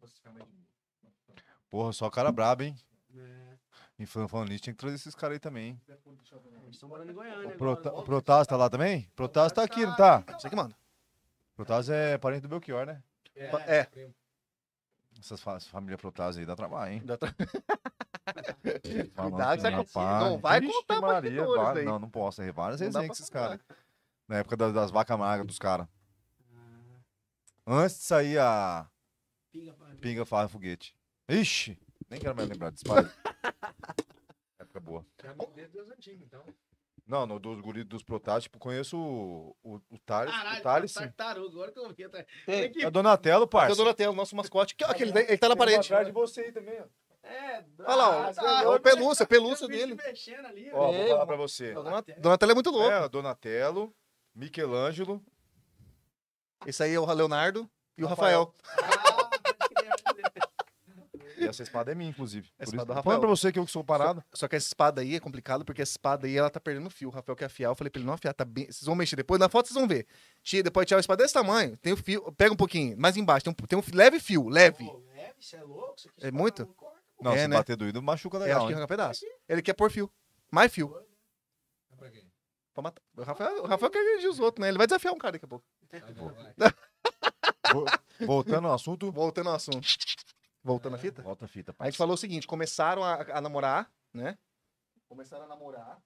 Speaker 3: Porra, só cara brabo, hein?
Speaker 1: É,
Speaker 3: E falando, falando nisso, tinha que trazer esses caras aí também, hein?
Speaker 1: eles estão morando em Goiânia.
Speaker 3: O, Prota
Speaker 1: agora.
Speaker 3: o Protásio tá lá também? Protásio tá aqui, não tá?
Speaker 4: Você que manda.
Speaker 3: Protásio é parente do Belchior, né?
Speaker 4: É.
Speaker 3: Essas fa família Protásio aí dá trabalho, hein?
Speaker 4: Dá tra-
Speaker 3: Falando
Speaker 4: Cuidado,
Speaker 3: com
Speaker 4: sabe?
Speaker 3: rapaz.
Speaker 4: Não vai
Speaker 3: Vixe,
Speaker 4: contar pra
Speaker 3: Maria,
Speaker 4: seguidores
Speaker 3: vai-
Speaker 4: daí.
Speaker 3: Não, não posso. É várias
Speaker 4: Não dá
Speaker 3: resenhas com
Speaker 4: pra
Speaker 3: esses caras. Na época das, das vacas magras dos caras.
Speaker 4: Ah.
Speaker 3: Antes de sair a pinga, farra e foguete. Ixi, nem quero mais lembrar disso. parei. época boa.
Speaker 2: Desde os antigos, então.
Speaker 3: Não, no, dos guris dos protótipos, conheço o, o, o Thales.
Speaker 1: Caralho,
Speaker 3: o Thales, tá sim.
Speaker 1: tartaruga, agora que eu vi tá- atrás.
Speaker 4: Tem.
Speaker 1: Aqui,
Speaker 3: É Donatello,
Speaker 4: Cadê o
Speaker 3: parça.
Speaker 4: Donatello, nosso mascote? Que, ó, que ele, ele tá
Speaker 3: Tem
Speaker 4: na
Speaker 3: um
Speaker 4: parede.
Speaker 3: atrás de você aí também, ó.
Speaker 1: É,
Speaker 4: Olha lá, ó,
Speaker 1: tá,
Speaker 4: é o pelúcia, pelúcia
Speaker 1: tem um bicho
Speaker 4: dele.
Speaker 1: mexendo ali, ó.
Speaker 3: Ó, vou
Speaker 4: É,
Speaker 3: falar
Speaker 4: mano.
Speaker 3: pra você.
Speaker 4: Donatello é muito louco.
Speaker 3: É, Donatello, Michelangelo.
Speaker 4: Esse aí é o Leonardo e o
Speaker 3: Rafael.
Speaker 4: Rafael.
Speaker 1: Ah, pode crer, pode crer.
Speaker 3: E essa espada é minha, inclusive.
Speaker 4: Essa
Speaker 3: Por
Speaker 4: espada
Speaker 3: isso-
Speaker 4: do Rafael.
Speaker 3: Falando pra você que eu que sou parado.
Speaker 4: Só que essa espada aí é complicado, porque essa espada aí ela tá perdendo o fio. O Rafael quer afiar. Eu falei pra ele não afiar, tá bem. Vocês vão mexer depois. Na foto vocês vão ver. Tira, depois tira a espada desse tamanho. Tem o fio. Pega um pouquinho, mais embaixo. Tem um, tem um fio- leve fio, leve.
Speaker 1: Pô, leve, isso é louco? Isso aqui
Speaker 4: É
Speaker 1: só
Speaker 4: muito?
Speaker 1: um corte, pô.
Speaker 3: Não,
Speaker 4: É,
Speaker 3: se
Speaker 4: né?
Speaker 3: bater doído, machuca
Speaker 4: É, acho
Speaker 3: legal,
Speaker 4: que
Speaker 3: hein?
Speaker 4: arranca pedaço. Ele quer pôr fio. Mais fio.
Speaker 2: Pra quem?
Speaker 4: Pra matar. O Rafael, o Rafael quer agredir os outros, né? Ele vai desafiar um cara daqui a pouco.
Speaker 3: Vo- Voltando ao assunto.
Speaker 4: Voltando ao assunto. Voltando à fita?
Speaker 3: Volta a fita.
Speaker 4: A gente falou o seguinte: começaram a, a namorar, né? Começaram a namorar.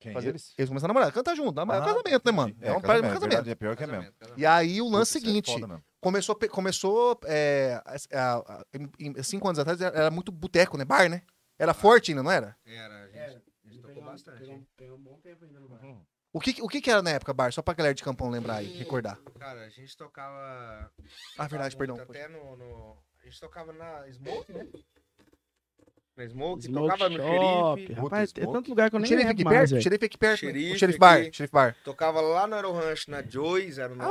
Speaker 3: Quem
Speaker 4: Fazer-
Speaker 3: eles?
Speaker 4: é Eles começaram a namorar, cantar junto, namora- é
Speaker 3: Ah,
Speaker 4: casamento, né, mano? É, um par-
Speaker 3: é
Speaker 4: um casamento.
Speaker 3: verdade, é pior que é mesmo.
Speaker 4: E aí o lance
Speaker 3: Putz, isso é
Speaker 4: seguinte,
Speaker 3: foda mesmo.
Speaker 4: começou, pe- começou é, a- a- a- em- em- cinco anos atrás, era- era muito boteco, né? Bar, né? Era forte ainda, não era?
Speaker 2: Era, a gente,
Speaker 1: Era.
Speaker 2: a gente
Speaker 1: Ele
Speaker 2: tocou
Speaker 1: pegou-
Speaker 2: bastante.
Speaker 1: pegou- pegou um bom tempo ainda no bar.
Speaker 3: Uhum.
Speaker 4: O que, o que que era na época bar? Só pra galera de campão lembrar aí, recordar.
Speaker 2: Cara, a gente tocava.
Speaker 4: Ah, verdade,
Speaker 2: muito,
Speaker 4: perdão.
Speaker 2: Até no, no- A gente tocava na Smoke, né? Na Smoke,
Speaker 1: Smoke
Speaker 2: tocava no
Speaker 1: Shop.
Speaker 2: Xerife,
Speaker 1: Rapaz, é
Speaker 3: Puta, Smoke.
Speaker 1: tanto lugar que eu
Speaker 4: O
Speaker 1: nem
Speaker 4: xerife aqui
Speaker 1: lembro mais,
Speaker 4: perto? O
Speaker 1: velho.
Speaker 4: xerife aqui perto?
Speaker 2: Xerife
Speaker 4: o xerife
Speaker 2: aqui.
Speaker 4: bar, xerife bar.
Speaker 2: tocava lá no Aero Ranch, na Joyce, era no.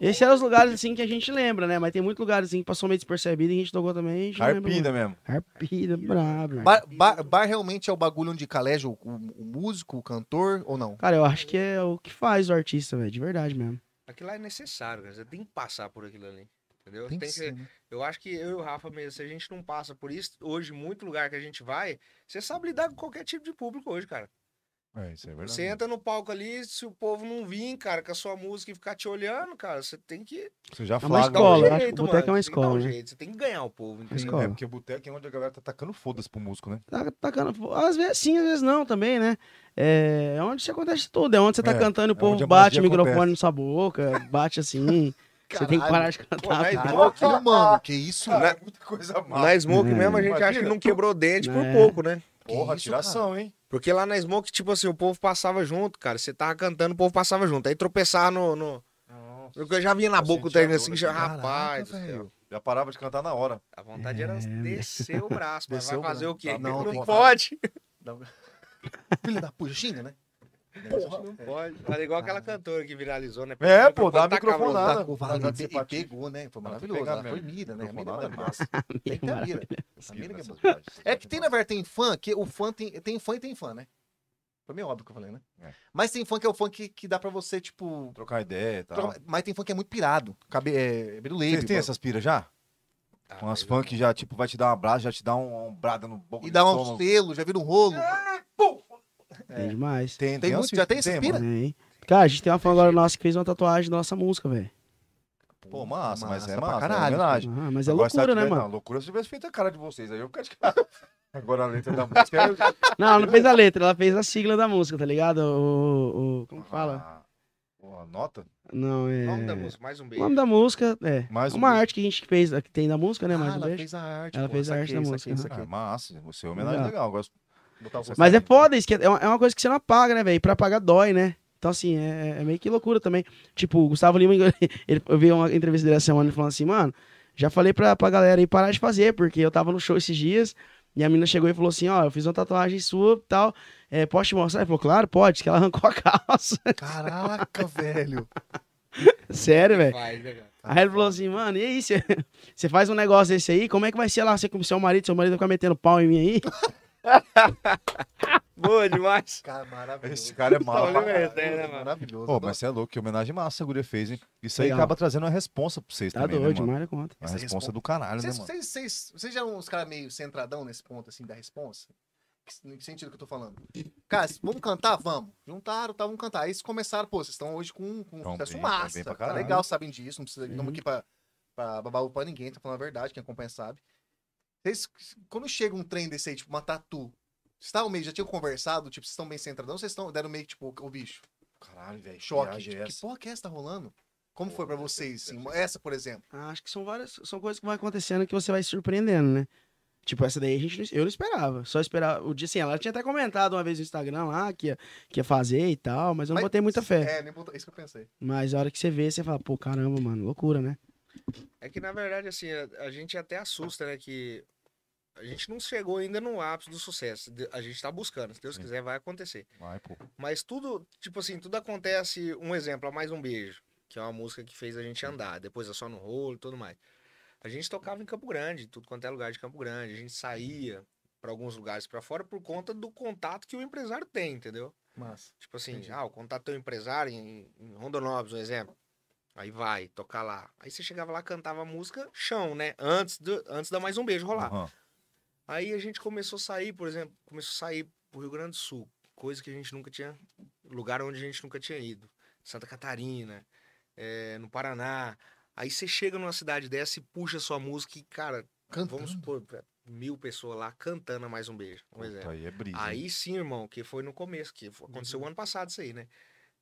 Speaker 1: Esses eram os lugares, assim, que a gente lembra, né? Mas tem muitos lugares, assim, que passou meio despercebido e a gente tocou também. A gente não lembra muito.
Speaker 3: Carpida mesmo.
Speaker 1: Arpida, brabo. velho.
Speaker 4: bar. Bar bar realmente é o bagulho onde caleja o, o- o músico, o cantor, ou não?
Speaker 1: Cara, eu acho que é o que faz o artista, velho, de verdade mesmo.
Speaker 2: Aquilo lá é necessário, cara. Você tem que passar por aquilo ali. Entendeu?
Speaker 4: Tem
Speaker 2: Tem
Speaker 4: que
Speaker 2: que-
Speaker 4: ser, né?
Speaker 2: Eu acho que eu e o Rafa mesmo, se a gente não passa por isso, hoje, muito lugar que a gente vai, você sabe lidar com qualquer tipo de público hoje, cara.
Speaker 3: É, isso é verdade.
Speaker 2: Você entra no palco ali, se o povo não vir, cara, com a sua música e ficar te olhando, cara, você tem que. um
Speaker 3: Você já
Speaker 1: uma
Speaker 3: flagra.
Speaker 1: escola,
Speaker 3: né?
Speaker 1: eu acho que o boteco é uma
Speaker 2: Você tem que dar
Speaker 1: escola,
Speaker 2: um
Speaker 1: né?
Speaker 2: jeito, Você tem que ganhar o povo, entendeu?
Speaker 1: escola.
Speaker 3: É, porque o boteco é onde a galera tá tacando foda-se pro músico, né?
Speaker 1: Tá tacando. Às vezes sim, às vezes não também, né? É é onde isso acontece tudo. É onde você tá
Speaker 3: É,
Speaker 1: cantando e o
Speaker 3: é
Speaker 1: povo
Speaker 3: onde a
Speaker 1: bate
Speaker 3: magia
Speaker 1: o microfone
Speaker 3: acontece.
Speaker 1: na sua boca, bate assim. você tem que
Speaker 4: Caralho.
Speaker 1: parar de
Speaker 2: Pô,
Speaker 1: cantar. tá?
Speaker 2: na
Speaker 1: cara.
Speaker 2: Smoke,
Speaker 4: Que, mano, que isso? né?
Speaker 3: Cara, é muita coisa má.
Speaker 2: na Smoke
Speaker 1: É.
Speaker 2: mesmo, a gente
Speaker 3: Imagina.
Speaker 2: acha que não quebrou dente por
Speaker 1: É.
Speaker 2: pouco, né?
Speaker 3: Porra,
Speaker 4: isso,
Speaker 3: tiração, hein?
Speaker 2: Porque lá na Smoke, tipo assim, o povo passava junto, cara. Você tava cantando, o povo passava junto. Aí tropeçar no. no... Porque eu já vinha na
Speaker 3: Eu
Speaker 2: boca o
Speaker 3: sentia
Speaker 2: treino
Speaker 3: dor
Speaker 2: assim, já,
Speaker 3: aqui.
Speaker 2: rapaz. do
Speaker 4: Caraca,
Speaker 2: céu.
Speaker 4: velho.
Speaker 3: Já parava de cantar na hora.
Speaker 2: A vontade era
Speaker 1: É,
Speaker 2: descer o braço, mas
Speaker 4: Descer o
Speaker 2: vai fazer
Speaker 4: braço.
Speaker 2: o quê?
Speaker 3: Tá bom,
Speaker 2: Não,
Speaker 3: tem que-
Speaker 2: pode.
Speaker 4: Filho da puta, xinga, né?
Speaker 2: Não pode. Mas igual aquela cantora que viralizou, né?
Speaker 3: É, pô, dá
Speaker 2: Tá
Speaker 3: microfonada.
Speaker 4: Tá, o
Speaker 3: Dá
Speaker 4: Wagner
Speaker 3: de
Speaker 4: pe-
Speaker 3: simpatia.
Speaker 4: pegou, né? Foi
Speaker 3: Dá de
Speaker 4: maravilhoso.
Speaker 3: pegar
Speaker 4: Ela foi
Speaker 3: mesmo.
Speaker 4: mira, né? A mina
Speaker 3: Microfonada
Speaker 4: é
Speaker 3: é
Speaker 4: massa. Tem que ter a mira. A mina que é boa. É que tem, na
Speaker 3: na
Speaker 4: verdade, tem fã, que o fã tem, tem fã e tem fã, né? Foi meio óbvio que eu falei, né?
Speaker 3: É.
Speaker 4: Mas tem fã que é o fã que, que dá pra você, tipo.
Speaker 3: Trocar ideia e tal.
Speaker 4: trocar- Mas tem fã que é muito pirado. Cabe, é,
Speaker 3: Vocês
Speaker 4: beruleiro.
Speaker 3: têm essas piras já?
Speaker 2: Ah,
Speaker 3: Umas
Speaker 2: mas
Speaker 3: fã que já, tipo, vai te dar um abraço, já te dá um, um brada no boca.
Speaker 4: E
Speaker 3: do
Speaker 4: dá um
Speaker 3: estômago.
Speaker 4: selo, já vira um rolo.
Speaker 1: Ah, Tem demais.
Speaker 3: Tem,
Speaker 4: Tem
Speaker 3: umas
Speaker 4: muito, já
Speaker 3: fitas
Speaker 4: tem
Speaker 3: que
Speaker 4: essas
Speaker 3: mano.
Speaker 4: pira?
Speaker 1: Tem. Cara, a gente tem uma fã agora nossa que fez uma tatuagem da nossa música, velho.
Speaker 3: Pô, massa, mas é
Speaker 4: pra
Speaker 3: massa.
Speaker 4: caralho.
Speaker 3: é homenagem.
Speaker 1: Ah, mas é
Speaker 3: Agora, se
Speaker 1: loucura,
Speaker 3: ela
Speaker 1: né,
Speaker 3: tivesse-
Speaker 1: mano?
Speaker 3: Não, loucura se tivesse feito a cara de vocês. Aí eu ficar de cara. Agora a letra da música é.
Speaker 1: Não, ela não fez a letra, ela fez a sigla da música, tá ligado? O. o- como que fala?
Speaker 3: Ah, Pô, nota?
Speaker 1: Não, é.
Speaker 2: O nome da música, mais um
Speaker 1: O
Speaker 2: beijo.
Speaker 1: nome da música é.
Speaker 3: Mais um
Speaker 1: uma
Speaker 3: beijo.
Speaker 1: arte que a gente fez, que tem da música, né? Mais
Speaker 4: Ah,
Speaker 1: um
Speaker 4: ela
Speaker 1: beijo.
Speaker 4: fez a arte.
Speaker 1: Ela
Speaker 4: pô,
Speaker 1: fez a arte
Speaker 4: saquei,
Speaker 1: da
Speaker 4: saquei,
Speaker 1: música,
Speaker 4: saquei.
Speaker 3: Ah, massa. Você é homenagem
Speaker 1: Legal.
Speaker 3: legal. eu Gosto.
Speaker 4: Botar o rosto
Speaker 1: Mas é
Speaker 3: tá
Speaker 4: aqui.
Speaker 1: foda isso, que é uma é uma coisa que você não apaga, né, velho? Pra apagar dói, né? Então, assim, é, é meio que loucura também. Tipo, o Gustavo Lima, ele- eu vi uma entrevista dele essa semana, ele falando assim, mano, já falei pra, pra galera aí parar de fazer, porque eu tava no show esses dias, e a menina chegou e falou assim, ó, eu fiz uma tatuagem sua e tal, é, posso te mostrar? Ele falou, claro, pode, que ela arrancou a calça.
Speaker 4: Caraca, velho.
Speaker 1: Sério, velho.
Speaker 2: Faz, né, cara?
Speaker 1: Aí ele falou assim, mano, e aí, você- você faz um negócio desse aí, como é que vai ser lá você com seu marido, seu marido ficar metendo pau em mim aí?
Speaker 2: Boa demais.
Speaker 4: Cara, maravilhoso.
Speaker 3: Esse cara é mal.
Speaker 2: Olha,
Speaker 3: pra
Speaker 2: velho.
Speaker 3: caralho.
Speaker 2: ideia, né, mano?
Speaker 4: Maravilhoso.
Speaker 3: Pô, mas você é louco, que homenagem massa a guria fez, hein? Isso aí
Speaker 1: Legal.
Speaker 3: acaba trazendo uma responsa pra vocês
Speaker 1: Tá
Speaker 3: também,
Speaker 1: doido,
Speaker 3: né,
Speaker 1: demais da
Speaker 3: mano?
Speaker 1: conta.
Speaker 3: Uma
Speaker 4: Essa
Speaker 3: responsa
Speaker 4: responsa.
Speaker 3: do caralho, né,
Speaker 4: Vocês,
Speaker 3: mano?
Speaker 4: vocês, vocês, vocês já eram uns caras meio centradão nesse ponto, assim, da responsa? Que- No que sentido que eu tô falando? Cara, se- vamos cantar? Vamos. Juntaram, tá, vamos cantar. Aí vocês começaram, pô, vocês estão hoje com, com um
Speaker 3: Tão
Speaker 4: sucesso
Speaker 3: bem, tão
Speaker 4: massa.
Speaker 3: bem pra
Speaker 4: tá
Speaker 3: caralho.
Speaker 4: legal, sabem disso. Não precisa,
Speaker 1: Sim.
Speaker 4: estamos aqui pra, pra babar o pra ninguém, tá falando a verdade, quem acompanha sabe. Vocês, quando chega um trem desse aí, tipo, uma tatu, vocês estavam meio, já tinham conversado, tipo, vocês estão bem centradão, ou vocês estão, deram meio, que, tipo, o bicho?
Speaker 3: Caralho, velho.
Speaker 4: Choque.
Speaker 3: viagem
Speaker 4: Tipo,
Speaker 3: é
Speaker 4: que
Speaker 3: essa? é
Speaker 4: porra que é essa tá rolando? Como foi
Speaker 2: Porra,
Speaker 4: pra
Speaker 2: meu
Speaker 4: vocês?
Speaker 2: Deus do
Speaker 4: assim, essa, por exemplo.
Speaker 1: Ah, Acho que são várias. São coisas que vão acontecendo que você vai se surpreendendo, né? Tipo, essa daí a gente, não- eu não esperava. Só esperava. O dia assim, ela tinha até comentado uma vez no Instagram lá que ia, que ia fazer e tal, mas eu não
Speaker 4: Mas-
Speaker 1: botei muita fé.
Speaker 4: É, nem botou- isso que eu pensei.
Speaker 1: Mas a hora que você vê, você fala, pô, caramba, mano, loucura, né?
Speaker 2: É que, na verdade, assim, a, a gente até assusta, né? Que a gente não chegou ainda no ápice do sucesso. De- A gente tá buscando. Se Deus
Speaker 3: Sim.
Speaker 2: quiser, vai acontecer.
Speaker 3: Vai, pô.
Speaker 2: Mas tudo, tipo assim, tudo acontece. Um exemplo, a Mais Um Beijo, que é uma música que fez a gente andar. Depois é só no rolo e tudo mais. A gente tocava em Campo Grande, tudo quanto é lugar de Campo Grande. A gente saía pra alguns lugares pra fora por conta do contato que o empresário tem, entendeu?
Speaker 4: Mas.
Speaker 2: Tipo assim,
Speaker 4: Entendi.
Speaker 2: ah, o contato teu empresário em, em Rondonópolis, um exemplo. Aí vai, tocar lá. Aí você chegava lá, cantava a música chão, né? Antes, do, antes da mais um beijo rolar.
Speaker 3: Aham.
Speaker 2: Aí a gente começou a sair, por exemplo, começou a sair pro Rio Grande do Sul, coisa que a gente nunca tinha, lugar onde a gente nunca tinha ido. Santa Catarina, eh, no Paraná. Aí você chega numa cidade dessa e puxa sua música e, cara,
Speaker 4: Cantando.
Speaker 2: vamos supor, mil pessoas lá cantando a mais um beijo. Um exemplo.
Speaker 3: Puta, aí é brisa. hein?
Speaker 2: Aí sim, irmão, que foi no começo, que foi- aconteceu o ano passado isso aí, né?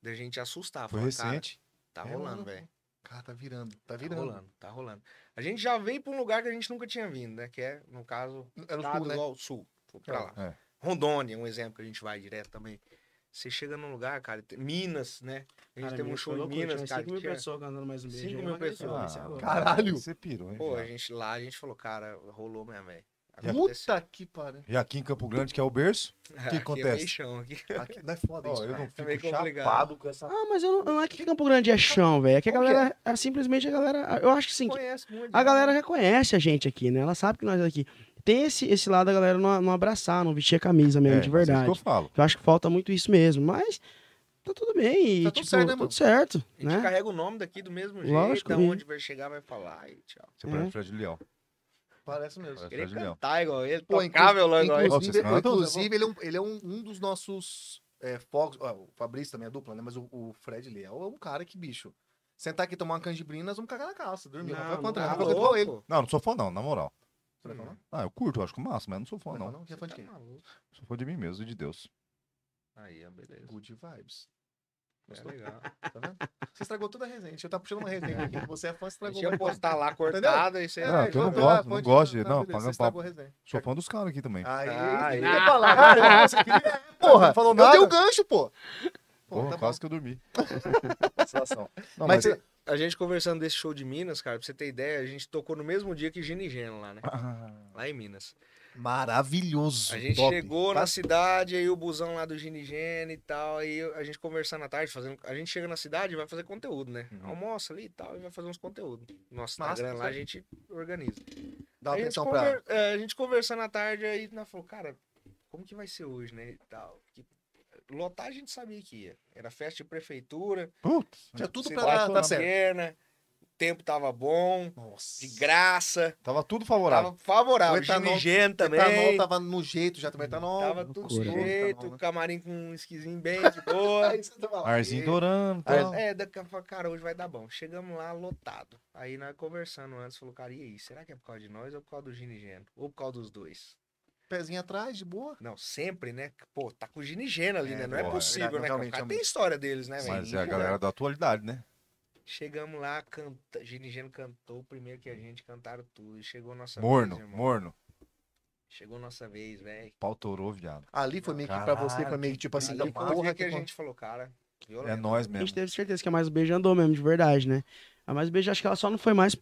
Speaker 2: Da gente assustar.
Speaker 3: Foi
Speaker 2: falar, cara,
Speaker 3: recente.
Speaker 2: tá
Speaker 4: É,
Speaker 2: rolando,
Speaker 4: mano,
Speaker 2: velho.
Speaker 4: Cara, tá virando. Tá
Speaker 2: Tá
Speaker 4: virando.
Speaker 2: rolando, tá rolando. A gente já veio pra um lugar que a gente nunca tinha vindo, né? Que é, no caso,
Speaker 4: Era o
Speaker 3: Tá
Speaker 2: estado
Speaker 4: sul, né?
Speaker 2: lá ao sul. Foi pra lá.
Speaker 3: É.
Speaker 2: Rondônia é um exemplo que a gente vai direto também. Você chega num lugar, cara, tem- Minas, né? A gente
Speaker 1: Cara,
Speaker 2: teve um
Speaker 1: Minas
Speaker 2: show
Speaker 1: foi
Speaker 2: em
Speaker 1: loucura, tinha
Speaker 2: Minas, cara.
Speaker 1: cinco mil
Speaker 2: que tinha-
Speaker 1: pessoas cantando mais um beijo.
Speaker 2: Cinco
Speaker 1: aí,
Speaker 2: mil
Speaker 1: mas aí,
Speaker 2: pessoas.
Speaker 1: ó,
Speaker 3: Ah,
Speaker 1: isso é louco.
Speaker 4: caralho.
Speaker 3: Você pirou, hein?
Speaker 2: Pô, a
Speaker 3: viado?
Speaker 2: gente lá, a gente falou, cara, rolou mesmo, velho.
Speaker 4: Puta que pariu.
Speaker 3: E aqui em Campo Grande, que é o berço,
Speaker 2: Aqui É
Speaker 3: acontece?
Speaker 2: meio chão aqui.
Speaker 4: Aqui não é foda isso.
Speaker 3: ó, eu
Speaker 4: cara.
Speaker 3: não
Speaker 2: É meio
Speaker 3: fico
Speaker 2: complicado.
Speaker 3: chapado com
Speaker 4: Assim
Speaker 3: essa...
Speaker 1: Ah, mas eu não, não é que Campo Grande é chão, velho. É que a
Speaker 4: Como que
Speaker 1: galera. é simplesmente a galera. Eu acho que sim. que
Speaker 2: Conhece muito.
Speaker 1: A
Speaker 2: né?
Speaker 1: galera já conhece a gente aqui, né? Ela sabe que nós aqui. Tem esse, esse lado da galera não, não abraçar, não vestir a camisa mesmo,
Speaker 3: É,
Speaker 1: de
Speaker 3: mas É isso
Speaker 1: verdade.
Speaker 3: que eu falo.
Speaker 1: Eu acho que falta muito isso mesmo, mas tá tudo bem. E,
Speaker 4: Tá tudo
Speaker 1: tipo,
Speaker 4: certo, né, mano?
Speaker 1: tudo certo,
Speaker 2: A gente
Speaker 1: né?
Speaker 2: carrega o nome daqui do mesmo jeito,
Speaker 1: Lógico,
Speaker 2: da
Speaker 1: e-
Speaker 2: onde vai chegar, vai falar e tchau.
Speaker 3: Você parece
Speaker 1: É.
Speaker 3: o Fred Leal.
Speaker 4: Parece Tá mesmo.
Speaker 3: Parece.
Speaker 2: Queria
Speaker 3: Brasileiro.
Speaker 2: cantar igual ele,
Speaker 4: Pô,
Speaker 2: tocar violão igual ele.
Speaker 3: Nossa,
Speaker 4: Inclusive,
Speaker 3: vocês cantam?
Speaker 4: inclusive, ele é, um, ele é um, um dos nossos é, focos. ó, o Fabrício também é dupla, né? Mas o, o Fred Leal é um cara que, bicho. Sentar aqui tomar uma canjibrina, nós vamos cagar na calça, dormir.
Speaker 1: Não,
Speaker 4: Rafael
Speaker 1: não
Speaker 4: contra
Speaker 1: dá,
Speaker 4: Rafael
Speaker 1: louco.
Speaker 4: contra igual ele.
Speaker 3: Não, não sou fã não, na moral.
Speaker 4: Você vai falar?
Speaker 3: Ah, eu curto, eu acho que o máximo, mas não sou fã
Speaker 4: Vai falar
Speaker 3: não.
Speaker 4: não? Você é fã de quem?
Speaker 3: Sou fã de mim mesmo e de Deus.
Speaker 2: Aí, ó, beleza.
Speaker 4: Good vibes.
Speaker 2: É
Speaker 4: Gostou?
Speaker 2: legal.
Speaker 4: Tá vendo? Você estragou toda a resenha. A gente tá puxando uma resenha aqui. Você é fã,
Speaker 2: A
Speaker 4: estragou.
Speaker 2: gente ia postar lá cortada e você.
Speaker 4: Ah,
Speaker 3: Não,
Speaker 2: É,
Speaker 3: que eu não
Speaker 2: jogou.
Speaker 3: gosto, não gosto de- não,
Speaker 4: pagando
Speaker 3: pagando
Speaker 4: estragou a resenha.
Speaker 3: Sou fã dos caras aqui também.
Speaker 4: Aí,
Speaker 2: Aí.
Speaker 4: aí. Ia falar, cara, você queria- é, porra,
Speaker 3: não falou
Speaker 4: eu
Speaker 3: nada.
Speaker 4: dei o gancho, pô. Pô,
Speaker 3: Porra,
Speaker 4: tá bom.
Speaker 3: quase que eu dormi. Satisfação. Não,
Speaker 4: Mas
Speaker 3: mas...
Speaker 4: você-
Speaker 2: A gente conversando desse show de Minas, cara, pra você ter ideia, a gente tocou no mesmo dia que Gina e Geno lá, né?
Speaker 3: Ah,
Speaker 2: Lá em Minas.
Speaker 4: Maravilhoso.
Speaker 2: A gente
Speaker 4: é top. Tá?
Speaker 2: chegou né? na
Speaker 4: Quase-
Speaker 2: cidade, aí o busão lá do Gina e Geno e tal, aí a gente conversando à tarde, fazendo. A gente chega na cidade e vai fazer conteúdo, né?
Speaker 3: Uhum.
Speaker 2: Almoça ali e tal, e vai fazer uns conteúdos. Nosso
Speaker 4: Massa,
Speaker 2: Instagram lá a
Speaker 4: sabe?
Speaker 2: gente organiza.
Speaker 4: Dá uma
Speaker 2: Aí a gente
Speaker 4: atenção pra.
Speaker 2: conver- é, a gente conversando à tarde, aí nós falou, cara, como que vai ser hoje, né? E tal. Que- Lotar a gente sabia que ia. Era festa de prefeitura,
Speaker 3: Putz.
Speaker 4: Tinha tudo
Speaker 2: você
Speaker 4: pra
Speaker 2: bate
Speaker 4: dar,
Speaker 2: na
Speaker 4: tá certo.
Speaker 2: perna, o tempo tava bom,
Speaker 4: Nossa.
Speaker 2: de graça,
Speaker 3: Tava tudo favorável.
Speaker 2: tava favorável.
Speaker 4: O etanol-
Speaker 2: Gin e geno também.
Speaker 4: Etanol tava tá no jeito, já também etanol.
Speaker 2: Tava tudo
Speaker 1: Loucura.
Speaker 2: direito,
Speaker 4: Etanol, né?
Speaker 2: camarim com um esquisinho bem de boa.
Speaker 4: Aí você tava lá.
Speaker 3: Arzinho dourando.
Speaker 4: Aí-
Speaker 3: tal.
Speaker 2: É, daqui a pouco, cara, hoje vai dar bom. Chegamos lá lotado. Aí nós conversando antes, falou, cara, e aí, será que é por causa de nós ou por causa do Gino e Geno? Ou por causa dos dois?
Speaker 4: Pezinho atrás, de boa.
Speaker 2: Não, sempre, né? Pô, tá com Gina e Gena ali,
Speaker 4: É,
Speaker 2: né? Não é
Speaker 3: porra,
Speaker 2: possível,
Speaker 4: é verdade,
Speaker 2: né? cara? O
Speaker 4: realmente
Speaker 2: cara
Speaker 4: é
Speaker 2: tem
Speaker 4: muito-
Speaker 2: história deles, né, velho?
Speaker 3: Mas
Speaker 4: Sim,
Speaker 3: é a
Speaker 2: Pô,
Speaker 3: galera da atualidade, né?
Speaker 2: Chegamos lá, canta... Gina e Gena cantou primeiro que a gente, cantaram tudo. E chegou nossa
Speaker 3: Morno,
Speaker 2: vez, irmão.
Speaker 3: morno.
Speaker 2: Chegou nossa vez, velho.
Speaker 3: Pau torou, viado.
Speaker 4: Ali foi meio que pra
Speaker 3: Caralho,
Speaker 4: você, foi meio que tipo assim,
Speaker 2: Ali
Speaker 4: da
Speaker 2: foi o
Speaker 4: porra
Speaker 2: dia que
Speaker 4: que
Speaker 2: a gente falou, cara,
Speaker 3: É
Speaker 2: violento.
Speaker 3: nós
Speaker 1: A gente
Speaker 3: mesmo.
Speaker 1: teve certeza que a Mais um Beijo andou mesmo, de verdade, né? A Mais um Beijo, acho que ela só não foi mais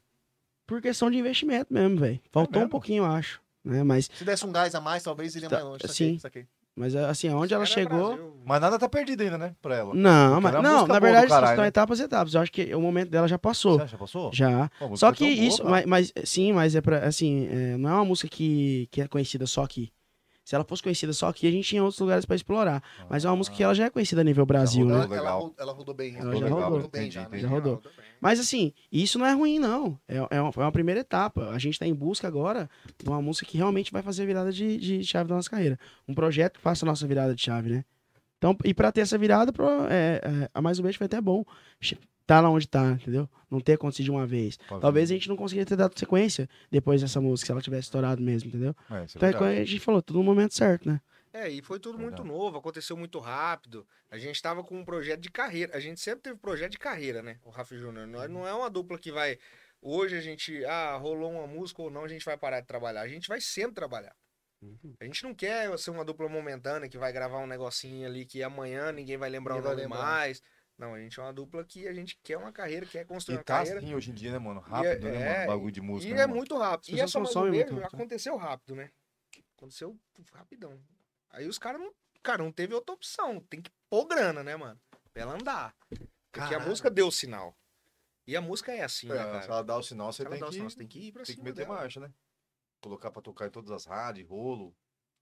Speaker 1: por questão de investimento mesmo, velho. Faltou um
Speaker 3: mesmo?
Speaker 1: pouquinho, eu acho. Né? Mas,
Speaker 4: Se desse um gás a mais, talvez ele ia
Speaker 1: Tá,
Speaker 4: mais longe. Saquei,
Speaker 1: sim.
Speaker 4: saquei.
Speaker 1: mas assim, onde ela
Speaker 2: Era
Speaker 1: chegou.
Speaker 2: é Brasil.
Speaker 3: Mas nada tá perdido ainda, né? Pra
Speaker 1: Não,
Speaker 3: ela. Porque
Speaker 1: mas,
Speaker 3: era uma
Speaker 1: não
Speaker 3: música
Speaker 1: na
Speaker 3: é boa do
Speaker 1: verdade,
Speaker 3: caralho,
Speaker 1: estão
Speaker 3: né?
Speaker 1: etapas e etapas. Eu acho que o momento dela já
Speaker 3: Você
Speaker 1: passou.
Speaker 3: acha, passou?
Speaker 1: Já.
Speaker 3: Pô, a música
Speaker 1: Só
Speaker 3: é
Speaker 1: que
Speaker 3: tão boa,
Speaker 1: isso,
Speaker 3: cara.
Speaker 1: mas, mas, sim, mas é pra, assim, é, não é uma música que, que é conhecida só aqui. Se ela fosse conhecida só aqui, a gente tinha outros lugares pra explorar. Mas é uma música que
Speaker 3: Ah,
Speaker 1: ela já é conhecida a nível Brasil,
Speaker 3: rodou,
Speaker 1: né?
Speaker 4: Ela,
Speaker 3: Legal.
Speaker 4: ela ro- ela rodou bem.
Speaker 1: Ela já rodou.
Speaker 4: bem
Speaker 3: Entendi,
Speaker 4: já, né?
Speaker 3: entendi.
Speaker 1: Já rodou.
Speaker 2: tudo bem.
Speaker 1: Mas assim, isso não é ruim, não. É, é, uma, é uma primeira etapa. A gente tá em busca agora de uma música que realmente vai fazer a virada de, de chave da nossa carreira. Um projeto que faça a nossa virada de chave, né? Então, e pra ter essa virada, pro- é, é, a mais um beijo foi até bom. Che- Tá lá onde tá, entendeu? Não ter acontecido de uma vez.
Speaker 3: Pô,
Speaker 1: Talvez a gente não conseguiria ter dado sequência depois dessa música, se ela tivesse estourado mesmo, entendeu?
Speaker 3: É, isso
Speaker 1: Então
Speaker 3: é
Speaker 1: é
Speaker 3: verdade.
Speaker 1: quando a gente falou, tudo no momento certo, né?
Speaker 2: É, e foi tudo muito
Speaker 3: Verdade.
Speaker 2: novo, aconteceu muito rápido. A gente tava com um projeto de carreira. A gente sempre teve projeto de carreira, né? O Rafa e o Júnior. Nós
Speaker 4: Uhum.
Speaker 2: Não é uma dupla que vai. Hoje a gente. Ah, rolou uma música ou não, a gente vai parar de trabalhar. A gente vai sempre trabalhar. A gente não quer ser uma dupla momentânea que vai gravar um negocinho ali que amanhã ninguém vai lembrar
Speaker 4: Ninguém
Speaker 2: o
Speaker 4: vai
Speaker 2: nome
Speaker 4: lembrar. né?
Speaker 2: mais. Não, a gente é uma dupla que a gente quer uma carreira, quer construir
Speaker 3: E
Speaker 2: uma
Speaker 3: tá
Speaker 2: carreira.
Speaker 3: assim hoje em dia, né, mano? Rápido, né,
Speaker 2: é,
Speaker 3: mano? Bagulho de música.
Speaker 2: E
Speaker 3: né,
Speaker 2: é
Speaker 3: mano?
Speaker 2: muito rápido. E
Speaker 1: pessoas
Speaker 2: essa
Speaker 1: consomem
Speaker 2: Madureira
Speaker 1: muito, então.
Speaker 2: aconteceu rápido, né? Aconteceu rapidão. Aí os caras não. Cara, não teve outra opção. Tem que pôr grana, né, mano? Pra ela andar. Porque a
Speaker 4: Caralho.
Speaker 2: música deu o sinal. E a música é assim, né,
Speaker 3: É,
Speaker 2: cara?
Speaker 3: se ela dá o sinal,
Speaker 2: Se
Speaker 3: você
Speaker 2: ela
Speaker 3: tem
Speaker 2: dá o
Speaker 3: que,
Speaker 2: sinal, você tem que ir pra
Speaker 3: tem que
Speaker 2: cima
Speaker 3: meter
Speaker 2: dela.
Speaker 3: marcha, né? Colocar pra tocar em todas as rádios, rolo.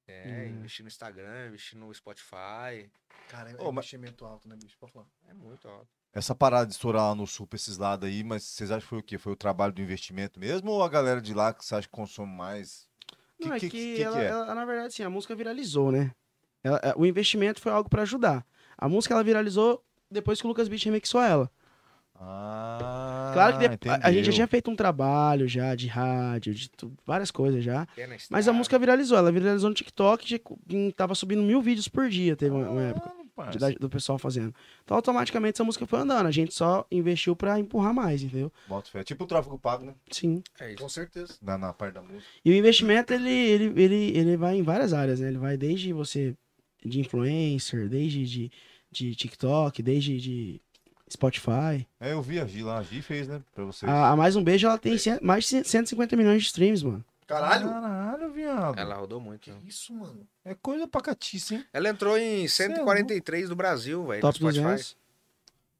Speaker 2: É,
Speaker 1: Hum.
Speaker 2: investir no Instagram, investir no Spotify.
Speaker 4: Cara, é
Speaker 3: Ô, mas-
Speaker 4: investimento alto, né, bicho? Pode falar.
Speaker 2: É muito alto.
Speaker 3: Essa parada de estourar lá no sul pra esses lados aí, mas vocês acham que foi o quê? Foi o trabalho do investimento mesmo ou a galera de lá que você acha que consome mais? Que-
Speaker 1: Não, é
Speaker 3: que-
Speaker 1: que,
Speaker 3: que- que
Speaker 1: ela,
Speaker 3: é?
Speaker 1: ela- na verdade, assim, a música viralizou, né? Ela- é, o investimento foi algo pra ajudar. A música, ela viralizou depois que o Lucas Beach remixou ela.
Speaker 3: Ah,
Speaker 1: Claro que de- a- a, gente já
Speaker 3: entendeu.
Speaker 1: tinha feito um trabalho já de rádio, de tu- várias coisas já.
Speaker 2: É na
Speaker 1: Mas a
Speaker 2: estrada.
Speaker 1: música viralizou. Ela viralizou no TikTok, já cu- hum, tava subindo mil vídeos por dia, teve uma, uma época.
Speaker 3: Caralho, Ah, parça.
Speaker 1: de- da- do pessoal fazendo. Então, automaticamente, essa música foi andando. A gente só investiu pra empurrar mais, entendeu?
Speaker 3: Bota fé. Tipo o tráfego pago, né?
Speaker 1: Sim.
Speaker 2: É isso.
Speaker 4: Com certeza.
Speaker 3: Na, na parte da música.
Speaker 1: E o investimento, ele, ele, ele, ele vai em várias áreas, né? Ele vai desde você de influencer, desde de, de TikTok, desde de Spotify.
Speaker 3: É, eu vi a Gi lá, a Gi fez, né? Pra vocês.
Speaker 1: A, a Mais Um Beijo, ela
Speaker 2: É.
Speaker 1: tem cem- mais de cem- 150 milhões de streams, mano.
Speaker 4: Caralho!
Speaker 3: Caralho, viado.
Speaker 2: Ela rodou muito.
Speaker 4: Ah, Que
Speaker 2: né?
Speaker 4: isso, mano?
Speaker 3: É coisa pra catice, hein?
Speaker 2: Ela entrou em
Speaker 3: Cê é louco.
Speaker 2: 143 do Brasil, velho. É, no
Speaker 1: Top
Speaker 2: Spotify.
Speaker 1: 200.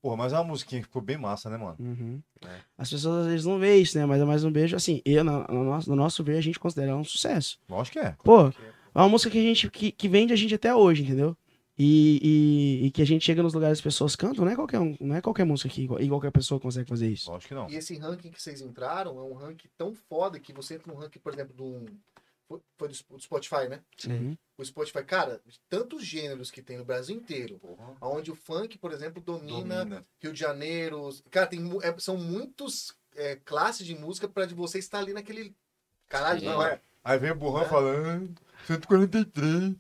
Speaker 3: Porra, mas é uma musiquinha que ficou bem massa, né, mano?
Speaker 1: Uhum.
Speaker 2: É.
Speaker 1: As pessoas às vezes não veem isso, né? Mas a Mais Um Beijo, assim, eu, no, no nosso, no nosso ver, a gente considera um sucesso.
Speaker 3: Lógico que é.
Speaker 1: Pô, é uma música que a gente que, que vende a gente até hoje, entendeu? E, e, e que a gente chega nos lugares as pessoas cantam, não é qualquer, um- não é qualquer música que igual- e qualquer pessoa consegue fazer isso.
Speaker 3: Lógico que não.
Speaker 4: E esse ranking que vocês entraram é um ranking tão foda que você entra num ranking, por exemplo, do. Foi, foi do Sp- do Spotify, né?
Speaker 1: Uhum.
Speaker 4: O Spotify, cara, tantos gêneros que tem no Brasil inteiro. Onde o funk, por exemplo, domina,
Speaker 3: Domina.
Speaker 4: Rio de Janeiro. Cara, tem, mu- é- são muitos é, classes de música pra de você estar ali naquele. Caralho,
Speaker 2: Sim.
Speaker 4: não é.
Speaker 3: Aí vem o burrão falando. 143.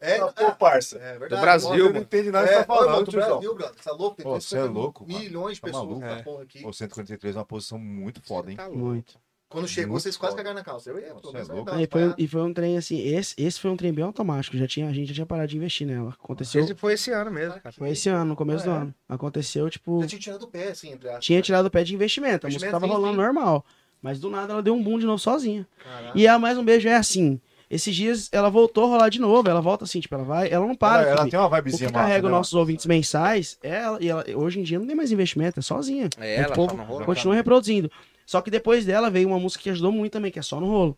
Speaker 4: É,
Speaker 3: Ah, pô, parça.
Speaker 4: é verdade.
Speaker 2: Do Brasil,
Speaker 3: Você não
Speaker 2: mano.
Speaker 3: entende
Speaker 4: É,
Speaker 3: nada que tá
Speaker 4: ô, irmão,
Speaker 3: falando,
Speaker 4: do
Speaker 3: tiozão.
Speaker 4: Brasil, brother. Você é louco? Tem
Speaker 3: Ô, você é
Speaker 4: 350
Speaker 3: louco, cara.
Speaker 4: Milhões de
Speaker 3: Tá
Speaker 4: pessoas
Speaker 3: maluco?
Speaker 4: nessa
Speaker 2: É.
Speaker 4: porra aqui.
Speaker 3: Ô, 143 é uma posição muito foda, hein?
Speaker 2: Tá louco.
Speaker 1: Muito.
Speaker 4: Quando chegou,
Speaker 3: Muito
Speaker 4: vocês quase
Speaker 3: foda.
Speaker 4: cagaram na calça. Eu ia,
Speaker 3: Você
Speaker 4: pelo
Speaker 3: é
Speaker 4: menos,
Speaker 3: louco.
Speaker 4: eu ia
Speaker 1: Aí foi um-
Speaker 4: dar uma
Speaker 1: e foi um trem assim, esse, esse foi um trem bem automático, já tinha, a gente já tinha parado de investir nela. Aconteceu,
Speaker 2: Esse é foi esse ano mesmo, cara.
Speaker 1: foi esse ano, no começo do
Speaker 3: Ah, é?
Speaker 1: ano. Aconteceu,
Speaker 4: parada.
Speaker 1: tipo,
Speaker 4: Já tinha tirado do pé, assim, entre aspas.
Speaker 1: tinha tirado o pé de investimento, a música
Speaker 4: Investimento,
Speaker 1: tava
Speaker 4: sim,
Speaker 1: rolando
Speaker 4: sim. Ah.
Speaker 1: normal. Mas do nada ela deu um boom de novo sozinha.
Speaker 4: Caralho.
Speaker 1: E a Mais Um Beijo é assim, esses dias ela voltou a rolar de novo, ela volta assim, tipo, ela vai, ela não para.
Speaker 3: ela, ela
Speaker 1: subir.
Speaker 3: tem uma
Speaker 1: O
Speaker 3: vibezinha
Speaker 1: que
Speaker 3: massa,
Speaker 1: carrega
Speaker 3: né,
Speaker 1: os nossos ouvintes mensais, é ela, e ela- hoje em dia não tem mais investimento, é sozinha.
Speaker 2: É, ela
Speaker 1: o
Speaker 2: tá
Speaker 1: povo
Speaker 2: no rolo.
Speaker 1: continua reproduzindo. Só que depois dela veio uma música que ajudou muito também, que é só no rolo.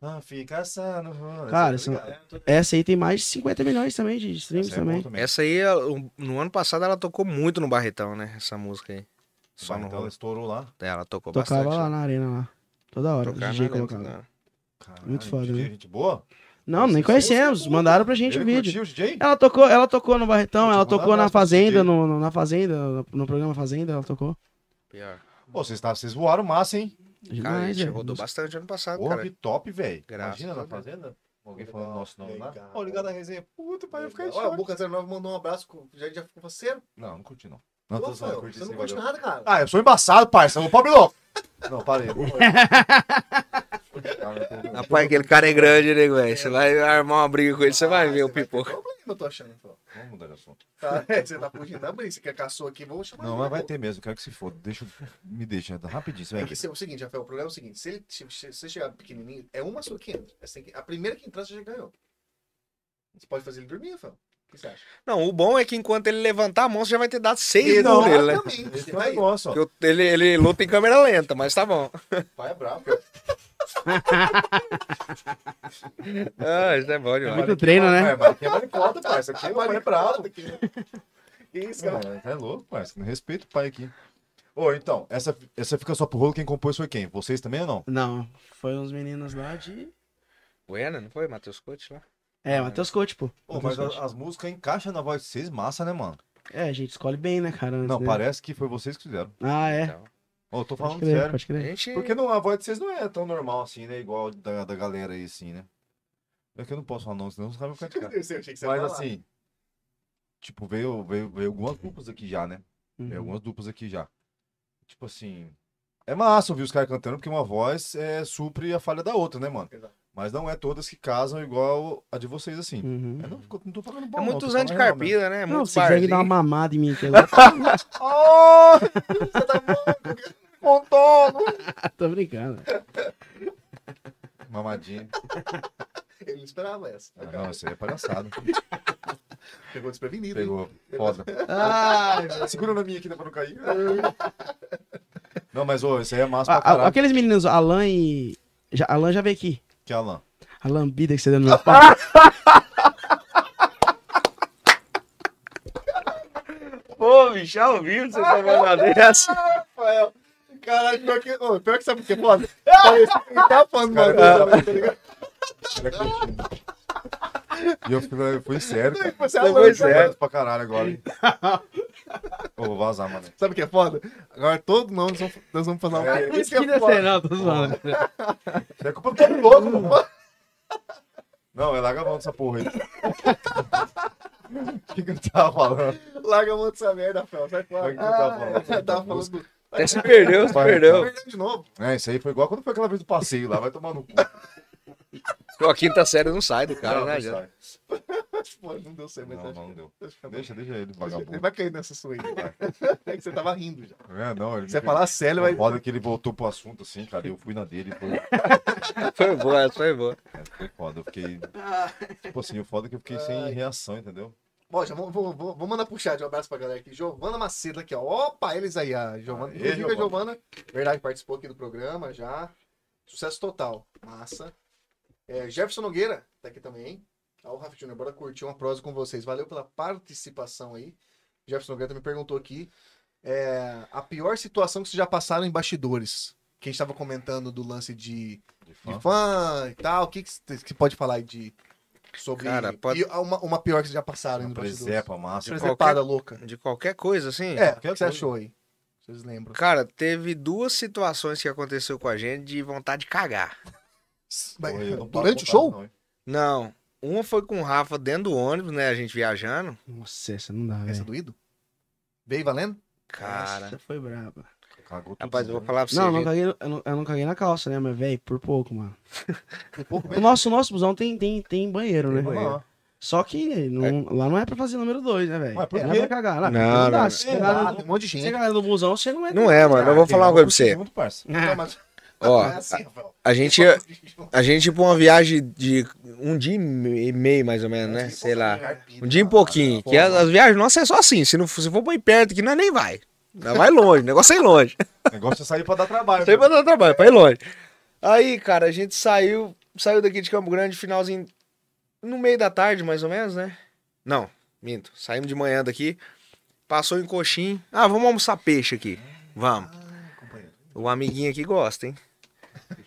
Speaker 3: mano? Ah, fica sano. mano.
Speaker 1: Cara,
Speaker 3: Essa-
Speaker 1: essa- Essa aí tem mais de 50 milhões também de streams
Speaker 3: essa é boa
Speaker 1: também.
Speaker 2: Essa aí, um- no ano passado, ela tocou muito no Barretão, né? Essa música aí. Só no
Speaker 3: Barretão, ela
Speaker 2: rolo.
Speaker 3: estourou lá.
Speaker 2: É, Ela tocou
Speaker 1: Tocava
Speaker 2: bastante.
Speaker 1: lá na arena lá. Toda hora,
Speaker 2: Tocar
Speaker 1: o DJ
Speaker 2: na lenta,
Speaker 1: colocava.
Speaker 2: né?
Speaker 3: Caralho,
Speaker 1: Muito foda,
Speaker 3: DJ,
Speaker 1: né?
Speaker 3: Gente boa.
Speaker 1: Não, nem
Speaker 2: é
Speaker 3: Vocês
Speaker 1: conhecemos.
Speaker 3: são-
Speaker 1: Mandaram pra gente o
Speaker 3: Ele
Speaker 1: vídeo.
Speaker 3: curtiu o DJ?
Speaker 1: Ela tocou, ela tocou no Barretão,
Speaker 3: Gente,
Speaker 1: ela
Speaker 3: manda
Speaker 1: tocou na
Speaker 3: abraço pro
Speaker 1: Fazenda,
Speaker 3: DJ.
Speaker 1: no, no- na Fazenda, no, no programa Fazenda, ela tocou.
Speaker 2: Pior.
Speaker 3: Pô, vocês, tá, vocês voaram massa, hein?
Speaker 2: Cara, a
Speaker 1: Demais,
Speaker 2: gente
Speaker 1: velho.
Speaker 2: rodou bastante ano passado,
Speaker 3: Porra,
Speaker 2: cara.
Speaker 3: que top, velho.
Speaker 2: Graças
Speaker 3: Imagina
Speaker 4: a
Speaker 3: na
Speaker 4: Deus.
Speaker 3: fazenda. Alguém
Speaker 4: Legal,
Speaker 3: falando nosso nome lá.
Speaker 4: legal.
Speaker 3: Ó, ligado a resenha. Puta, pai, eu fiquei em
Speaker 4: Olha, o
Speaker 3: choque.
Speaker 4: Boca 09 mandou um abraço, com- já, já ficou parceiro.
Speaker 3: Não, não curti não.
Speaker 4: Ô,
Speaker 3: Não, tô zoando,
Speaker 4: Rafael,
Speaker 3: curti
Speaker 4: Você não
Speaker 3: sim,
Speaker 4: curte
Speaker 3: valeu.
Speaker 4: nada, cara.
Speaker 3: Ah, eu sou embaçado, parça. Ô, pobre louco. Não, parei. Cara, eu tô-
Speaker 2: Rapaz, aquele cara é grande, né, velho? Você vai armar uma briga com ele, você vai
Speaker 4: Ah,
Speaker 2: ver o
Speaker 4: ter
Speaker 2: pipoca.
Speaker 4: problema, eu tô achando. pô.
Speaker 3: Vamos mudar de assunto.
Speaker 4: Tá, é, você tá fugindo da briga. Você quer caçou aqui, vou chamar
Speaker 3: Não,
Speaker 4: ele,
Speaker 3: mas vai
Speaker 4: pô.
Speaker 3: ter mesmo. Quero que se foda. Deixa, eu- me deixa né? rapidinho. Você vai
Speaker 4: É
Speaker 3: aqui.
Speaker 4: que se- é o seguinte, Rafael, o problema é o seguinte: se ele se você chegar pequenininho, é uma sua que entra. Essa tem que- a primeira que entrar, você já ganhou. Você pode fazer ele dormir, Rafael. O que você acha?
Speaker 2: Não, o bom é que enquanto ele levantar a mão, você já vai ter dado seis
Speaker 3: Não,
Speaker 2: não, nele, né?
Speaker 4: Exatamente,
Speaker 3: Esse
Speaker 4: você
Speaker 3: é um
Speaker 4: vai,
Speaker 3: negócio, ó.
Speaker 2: Porque eu- Ele, ele luta em câmera lenta, mas tá bom.
Speaker 4: vai é bravo.
Speaker 2: Ah, isso é bom demais.
Speaker 1: Muito treino, né?
Speaker 3: É, mas aqui é maricota, parça. Aqui
Speaker 4: Você
Speaker 3: é
Speaker 4: vai
Speaker 3: é bravo.
Speaker 4: aqui. Que isso, cara.
Speaker 3: Mano, é louco, parça. Não respeito o pai aqui. Ô, então, essa, essa fica só pro rolo. Quem compôs foi quem? Vocês também ou não?
Speaker 1: Não, foi uns meninos lá de.
Speaker 2: Bueno, não foi? Matheus Couto lá?
Speaker 1: É, Matheus Couto, pô.
Speaker 3: Ô,
Speaker 1: Matheus
Speaker 3: mas a-
Speaker 1: Couto.
Speaker 3: as músicas encaixam na voz de vocês, massa, né, mano?
Speaker 1: É, a gente escolhe bem, né, cara? antes,
Speaker 3: Não,
Speaker 1: né?
Speaker 3: parece que foi vocês que fizeram.
Speaker 1: Ah, é.
Speaker 2: Então,
Speaker 3: Ô, eu tô
Speaker 1: Pode
Speaker 3: falando
Speaker 1: crer,
Speaker 3: sério.
Speaker 1: pode
Speaker 2: a
Speaker 1: crer.
Speaker 2: gente...
Speaker 3: é Porque não, a voz de vocês não é tão normal assim, né? Igual da, da galera aí, assim, né? É que eu não posso falar não, senão os caras vão criticar.
Speaker 4: Eu sei, eu achei que você ia
Speaker 3: Mas
Speaker 4: falar.
Speaker 3: assim, tipo, veio, veio, veio algumas duplas aqui já, né? Veio
Speaker 1: Uhum.
Speaker 3: algumas duplas aqui já. Tipo assim, é massa ouvir os caras cantando, porque uma voz é, supre a falha da outra, né, mano?
Speaker 4: Exato.
Speaker 3: Mas não é todas que casam igual a de vocês, assim.
Speaker 1: Uhum.
Speaker 3: Eu não, fico- não tô falando bom,
Speaker 2: É
Speaker 3: não,
Speaker 2: muitos
Speaker 3: tô
Speaker 2: anos de
Speaker 3: falando real mesmo.
Speaker 2: carpida, né?
Speaker 1: Não,
Speaker 2: Muitos
Speaker 1: se quiser me
Speaker 2: barzinhos.
Speaker 1: dar uma mamada em mim aqui agora.
Speaker 3: Oh! Você tá maluco? Contorno!
Speaker 1: Tô brincando.
Speaker 3: Mamadinha.
Speaker 4: Ele não esperava essa. tá
Speaker 3: Ah, não, isso aí é palhaçada.
Speaker 4: Pegou desprevenido. hein?
Speaker 3: Pegou. Foda.
Speaker 1: Ai,
Speaker 3: Segura na minha aqui, dá pra não cair. Não, mas, ô, isso aí é massa pra
Speaker 1: A- a-
Speaker 3: caralho.
Speaker 1: Aqueles meninos, Alan e. Já, Alan já veio aqui.
Speaker 3: Que é Alan.
Speaker 1: A lambida que você deu no meu pau.
Speaker 2: Pô, bicho, ao vivo você tá falando dessa.
Speaker 4: Rafael. Caralho, pior que. Ô, pior que sabe o que é foda? Ele tá falando,
Speaker 3: Cara, eu-
Speaker 4: mano. tá ligado?
Speaker 3: Ele é cretino. E eu fui, eu fui sério, cara.
Speaker 4: Você é
Speaker 2: Não,
Speaker 4: louco,
Speaker 2: pois
Speaker 4: cara.
Speaker 2: é.
Speaker 3: pra caralho agora. hein? Ô, vou vazar, mano.
Speaker 4: Sabe o que é foda? Agora todo mundo nós vamos, nós vamos fazer uma
Speaker 3: É,
Speaker 4: Isso que é
Speaker 1: Não
Speaker 4: foda.
Speaker 1: sei não, tô zoando.
Speaker 3: Isso é culpa do povo louco, mano. Não, é larga a mão dessa porra aí. O que, que eu tava falando?
Speaker 4: Larga a mão dessa merda, Rafael. Sai
Speaker 3: Foi
Speaker 4: fora.
Speaker 3: o que eu tava falando.
Speaker 4: Ah, tava falando do.
Speaker 2: Até se perdeu, se
Speaker 3: Vai,
Speaker 2: perdeu.
Speaker 4: Perdeu de novo.
Speaker 3: É, isso aí foi igual quando foi aquela vez do passeio lá, vai tomar no cu.
Speaker 2: Pô, a quinta série não sai do
Speaker 4: Ah,
Speaker 2: cara,
Speaker 3: Não,
Speaker 2: né,
Speaker 3: não
Speaker 2: gente?
Speaker 3: sai.
Speaker 4: Pô, não deu certo, mas
Speaker 3: Não,
Speaker 4: acho
Speaker 3: não
Speaker 4: que-
Speaker 3: deu.
Speaker 4: acho que tá bom.
Speaker 3: Deixa, deixa ele,
Speaker 4: Ele
Speaker 3: vagabundo.
Speaker 4: vai cair nessa sua aí. É que você tava rindo já.
Speaker 3: É, não, ele
Speaker 4: Você vai falar sério, vai.
Speaker 3: Foda que ele voltou pro assunto assim, cara. Eu fui na dele. Foi,
Speaker 2: Foi boa, essa foi boa.
Speaker 3: é, foi foda. Eu fiquei. Tipo assim, o foda é que eu fiquei sem reação, entendeu?
Speaker 4: Bom, já vou, vou, vou, vou mandar puxar de um abraço pra galera aqui. Giovana Macedo aqui, ó. Opa, eles aí, a Giovana.
Speaker 3: Aê,
Speaker 4: Inclusive, a
Speaker 3: Giovana.
Speaker 4: Giovana, verdade, participou aqui do programa já. Sucesso total. Massa. É, Jefferson Nogueira tá aqui também. Ó, o Rafa Júnior, bora curtir uma prosa com vocês. Valeu pela participação aí. Jefferson Nogueira também perguntou aqui. é, a pior situação que vocês já passaram em bastidores. Que a gente tava comentando do lance de
Speaker 3: De fã.
Speaker 4: de fã e tal. O que que você pode falar aí de sobre
Speaker 2: Cara, pode-
Speaker 4: e uma, uma pior que vocês já passaram no é,
Speaker 3: Uma
Speaker 4: bastidores?
Speaker 3: presepa massa.
Speaker 2: Prese-
Speaker 4: Presepada louca.
Speaker 2: De qualquer coisa, assim.
Speaker 4: É, o que
Speaker 3: qualquer
Speaker 4: você
Speaker 3: coisa.
Speaker 4: achou aí? Vocês lembram?
Speaker 2: Cara, teve duas situações que aconteceu com a gente de vontade de cagar.
Speaker 4: Mas,
Speaker 3: Porra, eu não paro
Speaker 4: durante o
Speaker 3: vontade,
Speaker 4: show?
Speaker 3: não, hein?
Speaker 2: Não. Uma foi com o Rafa dentro do ônibus, né? A gente viajando.
Speaker 1: Nossa, essa não dá,
Speaker 4: Essa
Speaker 2: É.
Speaker 1: velho.
Speaker 4: do Ido? Veio valendo?
Speaker 2: Cara.
Speaker 1: Essa foi braba.
Speaker 3: Cagou tudo.
Speaker 2: Rapaz, eu vou falar pra você.
Speaker 1: Não, não
Speaker 2: gente.
Speaker 1: caguei, eu, não, eu não caguei na calça, né, mas, velho, por pouco, mano.
Speaker 4: Um pouco
Speaker 1: O
Speaker 4: mesmo.
Speaker 1: nosso, o nosso busão tem, tem, tem banheiro, né?
Speaker 3: Vamos lá.
Speaker 1: Só que não- lá não é pra fazer número 2, né, velho?
Speaker 3: Ué, por
Speaker 1: Lá
Speaker 3: quê?
Speaker 1: é pra cagar. Lá,
Speaker 2: Não,
Speaker 1: não,
Speaker 2: não,
Speaker 1: dá.
Speaker 2: não.
Speaker 1: Se
Speaker 3: É,
Speaker 1: a
Speaker 4: Ah,
Speaker 1: galera
Speaker 4: tem um monte de
Speaker 1: se a
Speaker 4: gente.
Speaker 1: galera do Ah, busão, você não é.
Speaker 2: Não é, mano. Eu vou falar uma coisa pra você.
Speaker 3: Muito, parça.
Speaker 4: Então, mas-
Speaker 2: Ó,
Speaker 4: é assim, Rafael.
Speaker 2: A gente, ia- a gente ia pra uma viagem de um dia e me- e meio, mais ou menos, né? Sei lá. Um dia e pouquinho. Que as, as viagens nossas é só assim. Se, não, for- se for bem perto aqui, nós nem vai. Nós vai longe. O negócio é ir longe.
Speaker 3: O negócio é sair pra dar trabalho.
Speaker 2: Isso aí
Speaker 3: né?
Speaker 2: pra dar trabalho, pra ir longe. Aí, cara, a gente saiu, saiu daqui de Campo Grande, finalzinho, no meio da tarde, mais ou menos, né? Não, minto. Saímos de manhã daqui, passou em coxim. Ah, vamos almoçar peixe aqui. Vamos.
Speaker 4: Ah,
Speaker 2: O amiguinho aqui gosta, hein?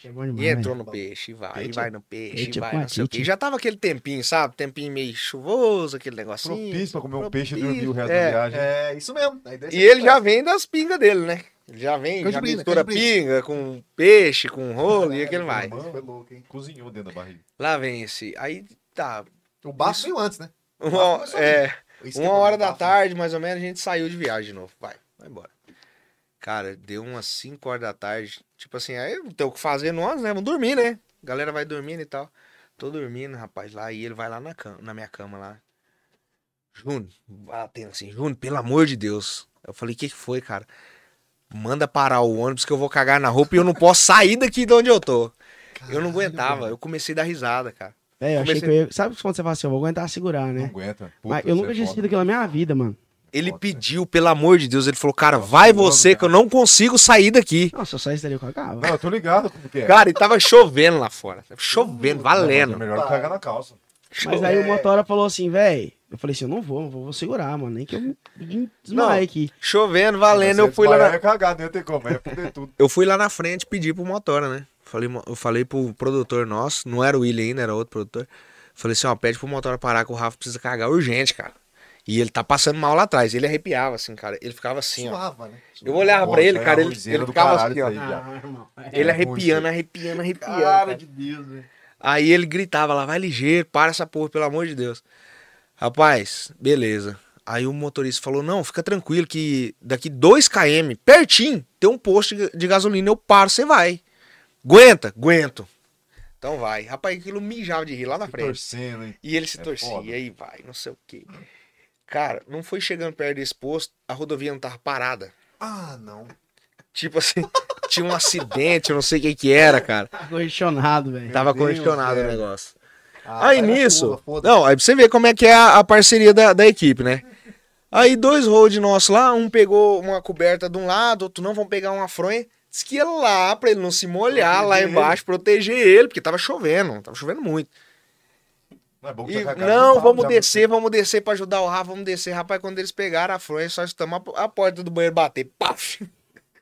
Speaker 1: É bom demais,
Speaker 2: E entrou
Speaker 1: velho.
Speaker 2: no peixe, e vai, e
Speaker 3: Peixe?
Speaker 2: vai no peixe,
Speaker 1: Peixe
Speaker 2: e vai,
Speaker 1: com
Speaker 2: não sei o quê.
Speaker 1: apetite.
Speaker 2: Já tava aquele tempinho, sabe? Tempinho meio chuvoso, aquele negocinho.
Speaker 3: Propício pra comer um
Speaker 2: propício,
Speaker 3: peixe e dormir o resto
Speaker 2: é.
Speaker 3: da viagem.
Speaker 4: É, isso mesmo. A ideia é
Speaker 2: E
Speaker 4: ser
Speaker 2: ele já vem das pingas dele, né? Ele já vem, já
Speaker 4: Canjibrina,
Speaker 2: mistura
Speaker 4: canjibrina.
Speaker 2: pinga com peixe, com rolo,
Speaker 4: Ah,
Speaker 2: e aquele vai.
Speaker 4: Caralho, isso Foi louco, hein?
Speaker 3: Cozinhou dentro da barriga.
Speaker 2: Lá vem esse. Aí tá.
Speaker 4: O baço veio antes, né?
Speaker 2: Uma,
Speaker 4: começou
Speaker 2: é,
Speaker 4: Isso que
Speaker 2: uma
Speaker 4: é bom,
Speaker 2: hora
Speaker 4: o
Speaker 2: da
Speaker 4: bafo.
Speaker 2: tarde, mais ou menos, a gente saiu de viagem de novo. Vai, vai embora. Cara, deu umas 5 horas da tarde. Tipo assim, aí não tem o que fazer nós, né? Vamos dormir, né? Galera vai dormindo e tal. Tô dormindo, rapaz, lá. E ele vai lá na, cama, na minha cama lá. Júnior, batendo assim, Júnior, pelo amor de Deus. Eu falei, o que, que foi, cara? Manda parar o ônibus que eu vou cagar na roupa e eu não posso sair daqui de onde eu tô. eu não aguentava. Eu comecei a dar risada, cara.
Speaker 1: Velho, eu achei que
Speaker 2: Comecei-
Speaker 1: eu ia... Sabe quando você fala assim, eu vou aguentar segurar,
Speaker 3: Não
Speaker 1: né?
Speaker 3: aguenta. Puta,
Speaker 1: Mas eu
Speaker 3: isso
Speaker 1: nunca
Speaker 3: é
Speaker 1: tinha
Speaker 3: foda.
Speaker 1: sido aquilo na minha vida, mano.
Speaker 2: Ele
Speaker 3: Nossa.
Speaker 2: pediu, pelo amor de Deus, ele falou, cara, vai você que eu não consigo sair daqui.
Speaker 1: Não, se eu saísse dali, eu cagava.
Speaker 3: Não, eu tô ligado como que é.
Speaker 2: Cara, e tava chovendo lá fora. Tava Chovendo,
Speaker 3: É
Speaker 2: valendo.
Speaker 3: melhor cagar na calça.
Speaker 1: Mas aí o motora falou assim, velho. Eu falei assim, eu não vou, eu vou, vou segurar, mano. Nem que eu desmaie aqui.
Speaker 2: Chovendo, valendo.
Speaker 3: Você
Speaker 2: Eu fui, lá
Speaker 3: desmaiar
Speaker 2: na...
Speaker 3: é cagar, não tem como. É foder tudo.
Speaker 2: eu fui lá na frente pedir pro motora, né? Falei, mo- eu falei pro produtor nosso, não era o William ainda, era outro produtor. Falei assim, ó, pede pro motora parar que o Rafa precisa cagar urgente, cara. E ele tá passando mal lá atrás. Ele arrepiava, assim, cara. Ele ficava assim, ó.
Speaker 4: Suava, né?
Speaker 2: Eu olhava
Speaker 3: Pô,
Speaker 2: pra
Speaker 3: isso
Speaker 2: ele,
Speaker 3: aí é
Speaker 2: cara,
Speaker 3: uma
Speaker 2: ele,
Speaker 3: ruizeira
Speaker 2: ele
Speaker 3: do
Speaker 2: ficava
Speaker 3: caralho
Speaker 2: assim, ó.
Speaker 3: isso aí, viado.
Speaker 1: irmão.
Speaker 2: Ele
Speaker 3: É ruim isso
Speaker 2: arrepiando, arrepiando, arrepiando. cara.
Speaker 4: né?
Speaker 1: de Deus, velho.
Speaker 2: Aí ele gritava lá, vai ligeiro, para essa porra, pelo amor de Deus. Rapaz, beleza. Aí o motorista falou, não, fica tranquilo que daqui 2 km, pertinho, tem um posto de- de gasolina, eu paro, você vai. Aguenta? Aguento. Então vai. Rapaz, aquilo mijava de rir lá na
Speaker 3: Se
Speaker 2: frente.
Speaker 3: torcendo, hein?
Speaker 2: E ele se
Speaker 3: É
Speaker 2: torcia,
Speaker 3: foda.
Speaker 2: e aí vai, não sei o quê. Cara, não foi chegando perto desse posto, a rodovia não tava parada.
Speaker 4: Ah, não.
Speaker 2: Tipo assim, tinha um acidente, eu não sei o que que era, cara.
Speaker 1: Congestionado, velho.
Speaker 2: tava
Speaker 3: Deus,
Speaker 2: congestionado o
Speaker 3: velho.
Speaker 2: negócio.
Speaker 4: Ah,
Speaker 2: aí
Speaker 4: vai na
Speaker 2: nisso,
Speaker 4: curva, foda-se.
Speaker 2: não, aí pra você ver como é que é a, a parceria da, da equipe, né? Aí dois road nossos lá, um pegou uma coberta de um lado, outro não, vão pegar uma fronha. Diz que ia lá pra ele não se molhar lá
Speaker 4: Proteger
Speaker 2: embaixo, proteger ele, porque tava chovendo, tava chovendo muito.
Speaker 3: Não, é bom que
Speaker 2: E,
Speaker 3: já cagaram,
Speaker 2: não,
Speaker 3: já-
Speaker 2: vamos
Speaker 3: já-
Speaker 2: descer, vamos descer pra ajudar o Rafa, vamos descer. Rapaz, quando eles pegaram a fronha, só estamos a, a porta do banheiro bater. Paf!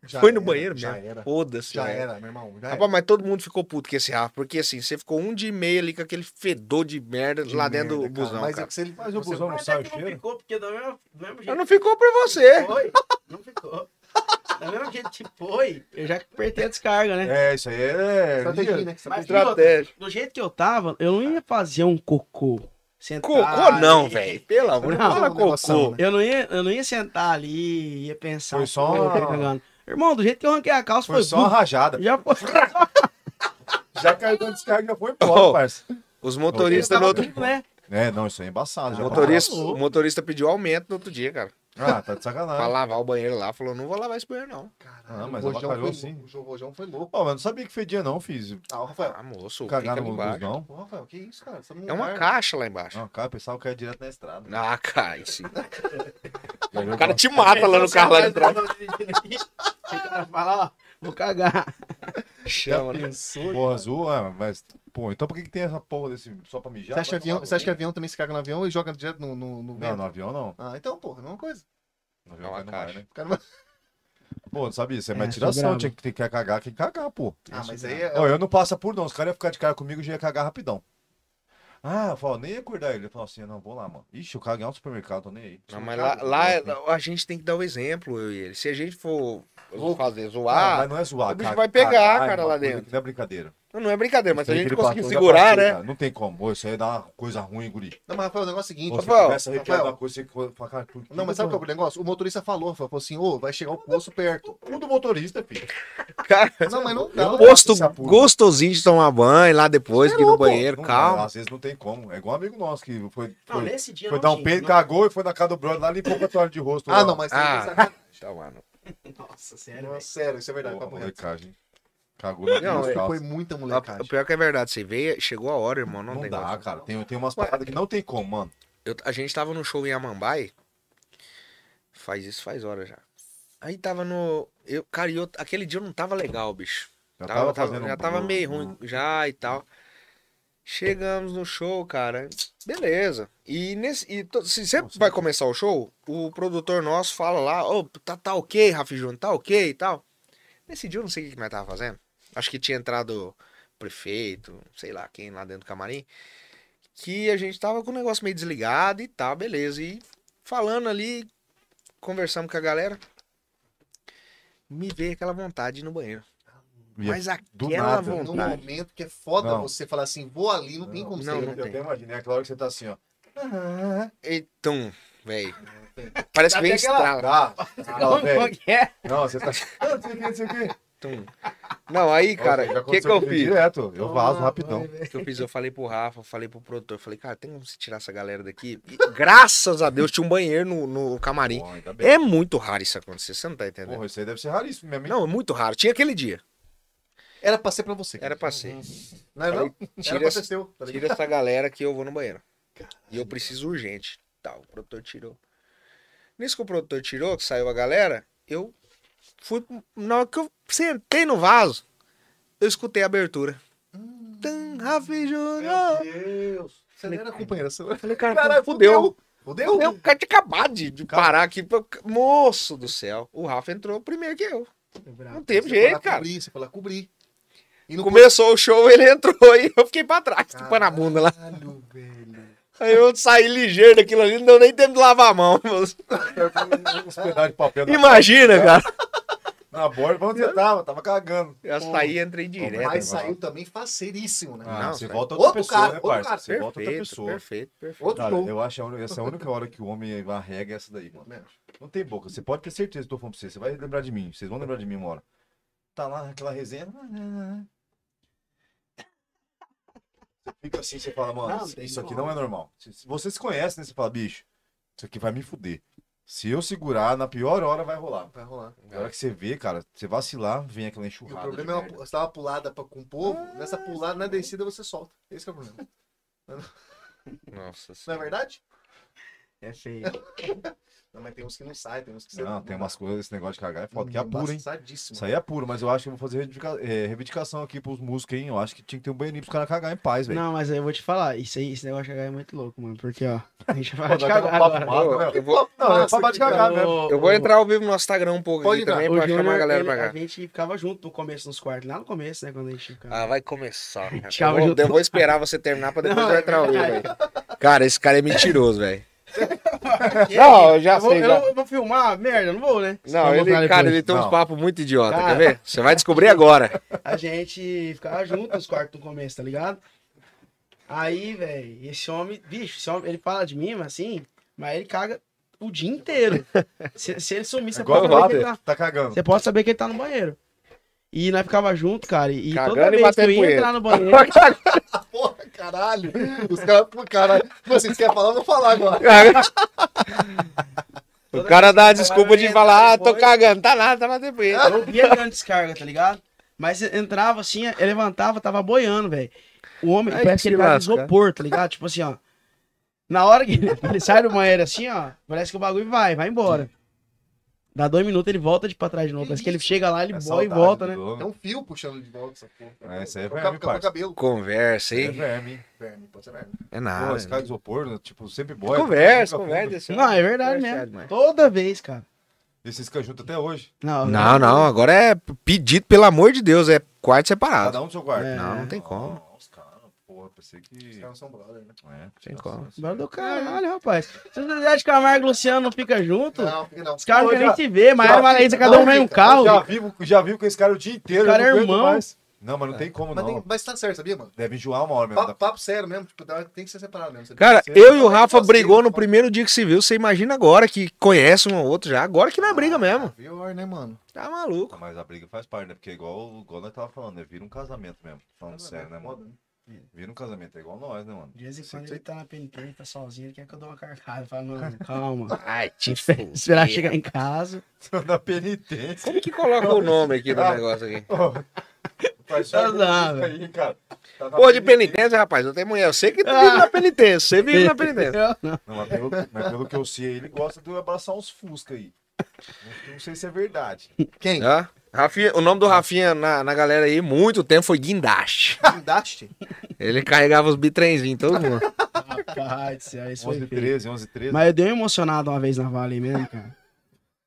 Speaker 4: Já
Speaker 2: Foi no
Speaker 4: era,
Speaker 2: banheiro
Speaker 4: já
Speaker 2: mesmo.
Speaker 4: Era,
Speaker 2: Foda-se.
Speaker 4: já
Speaker 2: velho.
Speaker 4: era, meu irmão. Já
Speaker 2: Rapaz, mas todo mundo ficou puto com esse Rafa, porque assim, você ficou um dia e meio ali com aquele fedor de merda
Speaker 3: De
Speaker 2: lá
Speaker 3: merda,
Speaker 2: dentro do
Speaker 3: cara,
Speaker 4: era.
Speaker 2: busão,
Speaker 4: Mas é
Speaker 2: cara.
Speaker 4: que se ele
Speaker 3: Mas o
Speaker 4: você-
Speaker 3: busão não
Speaker 1: Mas
Speaker 3: sai
Speaker 1: é
Speaker 3: o
Speaker 1: que não
Speaker 3: cheiro?
Speaker 1: ficou, porque do mesmo, do mesmo
Speaker 2: Mas
Speaker 1: jeito
Speaker 2: não ficou pra você.
Speaker 1: foi, não ficou. Do mesmo jeito que foi, eu já apertei a descarga, né?
Speaker 3: É, isso aí é...
Speaker 4: Estratégia, né?
Speaker 1: Mas
Speaker 4: Estratégia.
Speaker 2: Estratégia.
Speaker 1: Do jeito que eu tava, eu não ia fazer um cocô. Sentar
Speaker 2: Cocô Ah, não,
Speaker 1: ali.
Speaker 2: velho. Pelo amor de Deus.
Speaker 1: Não,
Speaker 2: Fala
Speaker 4: não, negócio
Speaker 2: cocô.
Speaker 4: não, né?
Speaker 1: Eu não, ia, eu não ia sentar ali, ia pensar.
Speaker 3: Foi só
Speaker 1: "Pô,
Speaker 3: uma-
Speaker 1: tô cagando." Irmão, do jeito que eu ranquei a calça, foi,
Speaker 3: Foi só uma
Speaker 1: bum,
Speaker 3: rajada.
Speaker 1: Já foi.
Speaker 3: Já caiu da descarga, já foi embora,
Speaker 2: Oh.
Speaker 3: parceiro.
Speaker 2: Os
Speaker 1: Eu
Speaker 2: motoristas
Speaker 1: tava
Speaker 2: no outro.
Speaker 1: tudo, né?
Speaker 3: É, não, isso aí é embaçado.
Speaker 2: os
Speaker 3: já
Speaker 2: motorista-
Speaker 1: louco.
Speaker 2: o motorista pediu aumento no outro dia, cara.
Speaker 3: passou. Ah, tá de
Speaker 2: Pra
Speaker 3: sacanagem.
Speaker 2: lavar o banheiro lá. Falou, não vou lavar esse banheiro, não.
Speaker 4: Caralho,
Speaker 3: Ah, mas
Speaker 4: o Rojão
Speaker 3: abacalhou
Speaker 4: foi
Speaker 3: sim.
Speaker 4: louco, O Rojão foi louco.
Speaker 3: Pô, mas não sabia que fedia não, fiz.
Speaker 4: Ah, o Rafael.
Speaker 2: Ah, moço, fica
Speaker 3: Cagar
Speaker 2: ali
Speaker 3: no bus,
Speaker 2: embaixo.
Speaker 3: não.
Speaker 4: Ô, Rafael, que isso, cara? Você não
Speaker 2: É uma
Speaker 4: larga.
Speaker 2: caixa lá embaixo.
Speaker 3: Não, cara, pensava que era direto na estrada.
Speaker 4: né?
Speaker 2: Ah, cara, sim.
Speaker 3: Não,
Speaker 2: O cara te mata lá no carro
Speaker 1: é
Speaker 2: lá de trás.
Speaker 1: O cara fala, ó, vou cagar.
Speaker 2: Chama, né?
Speaker 3: Porra azul, ah, mas. Pô, então por que, que tem essa porra desse. Só pra mijar?
Speaker 4: Você
Speaker 3: Vai
Speaker 4: acha, avião,
Speaker 3: tomar
Speaker 4: você acha que
Speaker 3: banho.
Speaker 4: avião também se caga no avião e joga direto no, no, no
Speaker 3: Não,
Speaker 4: vento?
Speaker 3: no avião não.
Speaker 4: Ah, então, porra, é a mesma coisa.
Speaker 3: No avião
Speaker 2: É uma
Speaker 3: vai no mar,
Speaker 2: caixa.
Speaker 3: né?
Speaker 4: O cara não-
Speaker 3: Pô, não sabia, isso é,
Speaker 1: É,
Speaker 3: mais
Speaker 1: sou
Speaker 3: tiração.
Speaker 1: bravo.
Speaker 3: Tinha que, quer cagar, quem cagar, pô.
Speaker 4: Ah,
Speaker 3: Isso
Speaker 4: mas
Speaker 3: não.
Speaker 4: aí é-
Speaker 3: Ó, eu não passa por não. Os caras iam ficar de cara comigo e já ia cagar rapidão. Ah, eu falo, nem ia acordar ele. Eu falo assim, não, vou lá, mano. Ixi, eu caguei no supermercado, né? tô nem aí.
Speaker 2: Não, mas lá, é lá a gente tem que dar o exemplo, eu e ele. Se a gente for fazer
Speaker 3: Ah,
Speaker 2: zoar,
Speaker 3: mas não é zoar,
Speaker 2: o bicho
Speaker 3: cara.
Speaker 2: vai pegar,
Speaker 3: Cagar é
Speaker 2: cara,
Speaker 3: uma
Speaker 2: lá
Speaker 3: coisa
Speaker 2: dentro.
Speaker 3: que Não é brincadeira.
Speaker 2: não é brincadeira, mas se a
Speaker 3: Isso aí
Speaker 2: gente
Speaker 3: que ele
Speaker 2: conseguir
Speaker 3: passou, já
Speaker 2: segurar,
Speaker 3: passei,
Speaker 2: né?
Speaker 3: cara. Não tem como. Ô, Isso aí dá uma coisa ruim, guri.
Speaker 4: Não, mas Rafael, o negócio é o seguinte.
Speaker 3: Você
Speaker 2: Rafael,
Speaker 3: começa a arrepiar
Speaker 4: Rafael.
Speaker 3: uma coisa e você fala, cara, por que
Speaker 4: Não, mas sabe
Speaker 3: que eu-
Speaker 4: qual é o negócio? O motorista falou, Rafael, falou assim, ô, vai chegar o poço perto. Ah,
Speaker 3: O do motorista, filho.
Speaker 2: Cara,
Speaker 4: Não, mas não dá.
Speaker 3: Eu
Speaker 2: posto
Speaker 3: essa porra.
Speaker 2: gostosinho de tomar banho lá depois, aqui no banheiro,
Speaker 3: Não,
Speaker 2: calma.
Speaker 3: né? Às vezes não tem como. É igual um amigo nosso que foi,
Speaker 1: Não,
Speaker 3: foi,
Speaker 1: nesse dia
Speaker 3: foi
Speaker 1: não
Speaker 3: dar um
Speaker 1: tinha,
Speaker 3: peido,
Speaker 1: não.
Speaker 3: cagou e foi na casa do brother lá, limpou com a toalha de rosto.
Speaker 4: Ah,
Speaker 3: lá.
Speaker 4: não, mas...
Speaker 2: Ah.
Speaker 4: tem que-
Speaker 2: Tá, mano.
Speaker 1: Nossa, sério,
Speaker 4: Não,
Speaker 1: velho.
Speaker 4: sério, isso é verdade,
Speaker 3: Porra,
Speaker 4: papo reto.
Speaker 3: molecagem. Cagou
Speaker 2: Não,
Speaker 3: na não,
Speaker 2: é-
Speaker 3: calças.
Speaker 4: Foi muita
Speaker 2: O
Speaker 4: molecagem.
Speaker 2: pior que é verdade, você veio, chegou a hora, irmão, não,
Speaker 3: Não
Speaker 2: tem
Speaker 3: dá,
Speaker 2: como.
Speaker 3: cara. Tem, tem umas
Speaker 2: Ué.
Speaker 3: paradas que não tem como, mano.
Speaker 2: Eu- a gente tava no show em Amambai. Faz isso, faz hora já. Aí tava no. Eu, cara, e eu- aquele dia eu não tava legal, bicho.
Speaker 3: Já
Speaker 2: Tava-
Speaker 3: tava,
Speaker 2: tava-
Speaker 3: fazendo... um
Speaker 2: já tava meio ruim já e tal. Chegamos no show, cara. Beleza. E, nesse, e to- se você
Speaker 3: Nossa,
Speaker 2: vai começar o show, o produtor nosso fala lá, ô, tá, tá ok, Rafi Júnior, tá ok e tal. Nesse dia eu não sei o que que nós tava fazendo. Acho que tinha entrado prefeito, sei lá quem lá dentro do camarim. Que a gente tava com o negócio meio desligado e tal, beleza. E falando ali, conversamos com a galera. Me veio aquela vontade de ir no banheiro.
Speaker 3: Ia-
Speaker 2: Mas
Speaker 3: do
Speaker 2: aquela
Speaker 3: nada.
Speaker 4: Num
Speaker 2: vontade.
Speaker 4: momento que é foda
Speaker 3: Não.
Speaker 4: você falar assim, vou ali, não tem como
Speaker 2: Não,
Speaker 4: ser.
Speaker 2: não
Speaker 3: Eu
Speaker 2: tem.
Speaker 3: até imaginei, é claro que você tá assim, ó. Ah,
Speaker 2: Então, velho. Parece que
Speaker 1: Até
Speaker 2: vem
Speaker 1: aquela-
Speaker 2: estrala.
Speaker 3: tá.
Speaker 1: Como
Speaker 3: Não, velho.
Speaker 1: que é?
Speaker 3: Não, você tá. Não, não sei o que, não sei o que.
Speaker 2: Tum. Não, aí, cara,
Speaker 3: Nossa, já
Speaker 2: o que, que
Speaker 3: aconteceu
Speaker 2: eu
Speaker 3: comigo
Speaker 2: fiz?
Speaker 3: Direto, eu vazo rapidão.
Speaker 2: O que eu fiz? Eu falei pro Rafa, falei pro produtor, falei, cara, tem como se tirar essa galera daqui? E, graças a Deus tinha um banheiro no, no camarim.
Speaker 3: Porra, ainda bem. né?
Speaker 2: É muito raro isso acontecer, você não tá entendendo?
Speaker 3: Porra, isso aí deve ser raríssimo mesmo, hein?
Speaker 2: Não, é muito raro. Tinha aquele dia.
Speaker 4: Era pra ser pra você.
Speaker 2: Era pra ser.
Speaker 4: Não, era, não. Uhum. era
Speaker 2: Tira,
Speaker 4: pra
Speaker 2: essa-
Speaker 4: ser seu. tá ligado?
Speaker 2: tira essa galera que eu vou no banheiro. E eu preciso urgente. Tá, o produtor tirou. Nisso que o produtor tirou, que saiu a galera, eu fui. Na hora que eu sentei no vaso, eu escutei a abertura.
Speaker 4: Hum.
Speaker 2: Tum, Rafi Júnior!
Speaker 4: Deus. Você não era companheiro, você não era...
Speaker 2: Falei, cara,
Speaker 4: Caralho,
Speaker 2: fudeu.
Speaker 4: Fudeu?
Speaker 2: Fudeu, o cara tinha acabado de, de parar aqui. pra- Moço do céu, o Rafa entrou primeiro que eu. Não teve
Speaker 4: É Você foi lá
Speaker 2: jeito, cara.
Speaker 4: Cobrir, você foi lá cobrir. E no
Speaker 2: Começou o show, ele entrou e eu fiquei pra trás, tipo na bunda lá.
Speaker 4: Caralho, velho.
Speaker 2: Aí eu saí ligeiro daquilo ali, não deu nem tempo de lavar a mão. moço.
Speaker 3: Uns pedaços de papel na
Speaker 2: Imagina, cara.
Speaker 3: Na borda, onde você tava? Tava cagando.
Speaker 2: Essa aí entrei direto.
Speaker 3: Vai
Speaker 4: Mas
Speaker 3: legal.
Speaker 4: saiu também faceiríssimo, né?
Speaker 3: é Ah,
Speaker 2: Não,
Speaker 3: você
Speaker 2: velho.
Speaker 3: volta outra
Speaker 4: Outro
Speaker 3: pessoa,
Speaker 4: cara,
Speaker 3: né,
Speaker 4: outro
Speaker 3: parça?
Speaker 4: cara.
Speaker 3: Você volta outra
Speaker 2: Perfeito,
Speaker 3: pessoa.
Speaker 2: perfeito, perfeito.
Speaker 4: Outro
Speaker 3: Cara,
Speaker 4: show.
Speaker 3: eu acho a única- essa é a única hora que o homem arrega é essa daí, mano. Não tem boca. Você pode ter certeza que eu tô falando pra você. Você vai lembrar de mim. Vocês vão lembrar de mim uma hora. Tá lá aquela resenha.
Speaker 4: né?
Speaker 3: Você fica assim, você fala, mano,
Speaker 1: Não,
Speaker 3: isso,
Speaker 1: tem
Speaker 3: aqui
Speaker 1: como.
Speaker 3: não é normal. Se- se Você se conhece, né? Você fala, bicho, isso aqui vai me fuder. Se eu segurar, na pior hora vai rolar.
Speaker 4: Vai rolar.
Speaker 3: Na hora que você vê, cara, você vacilar, vem aquela
Speaker 4: E
Speaker 3: enxurrada.
Speaker 4: o
Speaker 3: de
Speaker 4: problema é uma,
Speaker 3: merda. Ah.
Speaker 4: você dá uma pulada pra, com o povo, nessa pulada, na descida você solta. Esse que é o problema.
Speaker 2: Nossa
Speaker 4: Não é
Speaker 2: senhora.
Speaker 4: verdade?
Speaker 1: É feio.
Speaker 4: Não, mas tem uns que não saem, tem uns que
Speaker 3: Não, tem umas coisas, esse negócio de cagar é foda, que é apuro, hein?
Speaker 4: Embaçadíssimo.
Speaker 3: Isso aí é puro, mas eu acho que eu vou fazer reivindica- eh, reivindicação aqui pros músicos, hein? Eu acho que tinha que ter um banheiro pros caras cagar em paz, velho.
Speaker 1: Não, mas eu vou te falar, isso aí, esse negócio de cagar é muito louco, mano. Porque, ó, a gente vai falar
Speaker 3: Pô, dá
Speaker 1: de
Speaker 3: até um
Speaker 1: cagar
Speaker 3: papo
Speaker 1: agora.
Speaker 3: mato, né?
Speaker 2: Eu vou,
Speaker 3: Não, é pra bater cagar, né?
Speaker 1: O-
Speaker 2: eu vou entrar ao vivo no nosso Instagram um pouco
Speaker 4: Pode
Speaker 2: aqui
Speaker 4: entrar.
Speaker 2: também
Speaker 1: o
Speaker 2: pra chamar
Speaker 1: Júnior,
Speaker 2: a galera
Speaker 1: ele- é
Speaker 2: pra cá.
Speaker 1: A gente ficava junto no começo, nos quartos, lá no começo, né? Quando a gente ficava.
Speaker 2: Ah, vai começar. cara.
Speaker 1: Tchau,
Speaker 2: eu, vou,
Speaker 1: Jutão.
Speaker 2: eu vou esperar você terminar pra depois
Speaker 1: Não,
Speaker 2: eu
Speaker 1: é
Speaker 2: entrar ao vivo,
Speaker 1: verdade.
Speaker 2: velho. Cara, esse cara é mentiroso, velho.
Speaker 1: é assim,
Speaker 2: Não, eu já
Speaker 1: vou, eu
Speaker 2: sei. já.
Speaker 1: não- eu vou filmar, merda, não vou, né?
Speaker 2: Não, ele,
Speaker 1: Vou
Speaker 2: cara,
Speaker 1: botar depois.
Speaker 2: ele tem uns
Speaker 3: Não.
Speaker 2: papos muito idiota,
Speaker 1: Cara.
Speaker 2: quer ver? Você vai descobrir agora.
Speaker 1: A gente ficava junto nos quartos no começo, tá ligado? Aí, velho, esse homem, bicho, esse homem, ele fala de mim, mas assim, mas ele caga o dia inteiro. Se, se ele sumir, você
Speaker 3: Igual
Speaker 1: pode,
Speaker 3: o
Speaker 1: saber que ele
Speaker 3: Walter,
Speaker 1: tá,
Speaker 3: tá cagando.
Speaker 1: você pode saber que ele tá no banheiro. E nós ficava junto, cara, e toda
Speaker 2: Cagando e
Speaker 1: vez que eu
Speaker 2: batendo
Speaker 1: ia
Speaker 2: punheta.
Speaker 1: entrar no banheiro,
Speaker 4: Porra, caralho. Os caras, pô, caralho. Tipo Vocês querem falar, eu vou falar agora.
Speaker 2: o cara dá a desculpa de
Speaker 1: Toda vez que
Speaker 2: falar, ah, tô
Speaker 1: depois- Ah.
Speaker 2: cagando, tá nada, tá batendo punheta.
Speaker 1: Eu via dando descarga, tá ligado? Mas entrava assim, eu levantava, tava boiando, velho. O homem
Speaker 2: Ai,
Speaker 1: parece que
Speaker 2: que
Speaker 1: ele tá de
Speaker 2: lasca.
Speaker 1: isopor, tá ligado? Tipo assim, ó. Na hora que ele, ele sai do banheiro assim, ó, parece que o bagulho vai, vai embora. Dá dois minutos, ele volta de pra trás de novo.
Speaker 4: Que
Speaker 1: Parece que ele
Speaker 4: isso?
Speaker 1: chega lá, ele
Speaker 3: É
Speaker 1: boia e
Speaker 3: saudade
Speaker 1: volta,
Speaker 3: do
Speaker 1: né?
Speaker 4: É
Speaker 3: dono.
Speaker 4: um fio puxando de volta essa porra.
Speaker 3: É, isso aí é
Speaker 4: Acabou-
Speaker 3: verme,
Speaker 4: acabou o
Speaker 3: parça.
Speaker 4: cabelo.
Speaker 2: Conversa,
Speaker 3: É
Speaker 2: hein?
Speaker 3: verme. hein?
Speaker 4: Verme, pode ser verme.
Speaker 2: É
Speaker 3: Pô, esse
Speaker 2: nada.
Speaker 3: cara
Speaker 2: né?
Speaker 3: de isopor, né? tipo, sempre boy.
Speaker 2: Conversa, conversa.
Speaker 1: Não, é verdade
Speaker 2: Conversa
Speaker 1: mesmo.
Speaker 2: demais.
Speaker 1: Toda vez, cara.
Speaker 3: Esses caras juntos até hoje.
Speaker 1: Não,
Speaker 2: Não, não, agora é pedido, pelo amor de Deus, é quarto separado.
Speaker 3: Cada um no seu quarto.
Speaker 1: É. Não,
Speaker 2: não tem como.
Speaker 3: Não, os caras, porra, pensei
Speaker 4: Os
Speaker 3: que...
Speaker 4: caras são brother, né?
Speaker 3: É,
Speaker 2: Tem como.
Speaker 1: Bora do caralho, rapaz. Se o Zé de Camargo e o Luciano não fica junto,
Speaker 4: Não, fica não.
Speaker 1: os caras não
Speaker 3: Pô,
Speaker 1: querem
Speaker 3: já-
Speaker 1: nem se ver. Mas
Speaker 3: já-
Speaker 1: Maraísa, cada um
Speaker 4: não,
Speaker 1: vem um
Speaker 4: já-
Speaker 1: carro.
Speaker 3: Já vivo, já vivo com esse cara o dia inteiro.
Speaker 1: O cara
Speaker 3: eu não
Speaker 1: é
Speaker 3: aguento
Speaker 1: irmão.
Speaker 3: mais. Não, mas não tem como,
Speaker 4: Mas,
Speaker 3: não.
Speaker 4: tem, mas tá certo, sabia, mano?
Speaker 3: Deve enjoar uma hora mesmo.
Speaker 4: Papo, papo sério mesmo. Tipo, dá- tem que ser um separado mesmo. sabia?
Speaker 2: Cara,
Speaker 4: Você-
Speaker 2: eu e o Rafa
Speaker 4: Você-
Speaker 2: brigou no primeiro dia que se viu. Você imagina agora que conhece um ao outro já. Agora que não é briga mesmo.
Speaker 4: Pior, né, mano?
Speaker 2: Tá maluco.
Speaker 3: Mas a briga faz parte, né? Porque é igual, igual nós tava falando, né? Vira um casamento mesmo. Falando sério,
Speaker 4: é
Speaker 3: né, mano? Vira um casamento, é igual nós, né, mano?
Speaker 1: De vez em
Speaker 3: Você
Speaker 1: quando
Speaker 3: tem-
Speaker 1: ele tá na penitência, tá sozinho, ele quer que eu dou uma carcada. Fala, mano, calma. Tipo, é.
Speaker 2: Ai, te
Speaker 1: Esperar chegar em casa.
Speaker 3: Na penitência.
Speaker 2: Como que coloca o nome aqui do negócio aqui?
Speaker 3: Faz
Speaker 1: Tá
Speaker 3: parte
Speaker 1: nada.
Speaker 3: disso aí, cara. Tá na
Speaker 2: Pô, de penitência, rapaz, eu tenho mulher. Eu sei que tu vive
Speaker 1: Ah.
Speaker 2: na penitência. Você vive na penitência.
Speaker 1: Eu não.
Speaker 3: Não, mas pelo, mas pelo que eu sei, ele gosta de abraçar uns Fusca aí. Não, não sei se é verdade.
Speaker 4: Quem?
Speaker 2: Ó, Rafinha, o nome do Rafinha na, na galera aí, muito tempo, foi Guindaste.
Speaker 4: Guindaste?
Speaker 2: Ele carregava os bitrenzinhos, todo mundo.
Speaker 1: Rapaz do céu, isso foi
Speaker 3: 11 e
Speaker 1: feio.
Speaker 3: 13, 11 e 13.
Speaker 1: Mas eu dei uma emocionada uma vez na Vale mesmo, cara.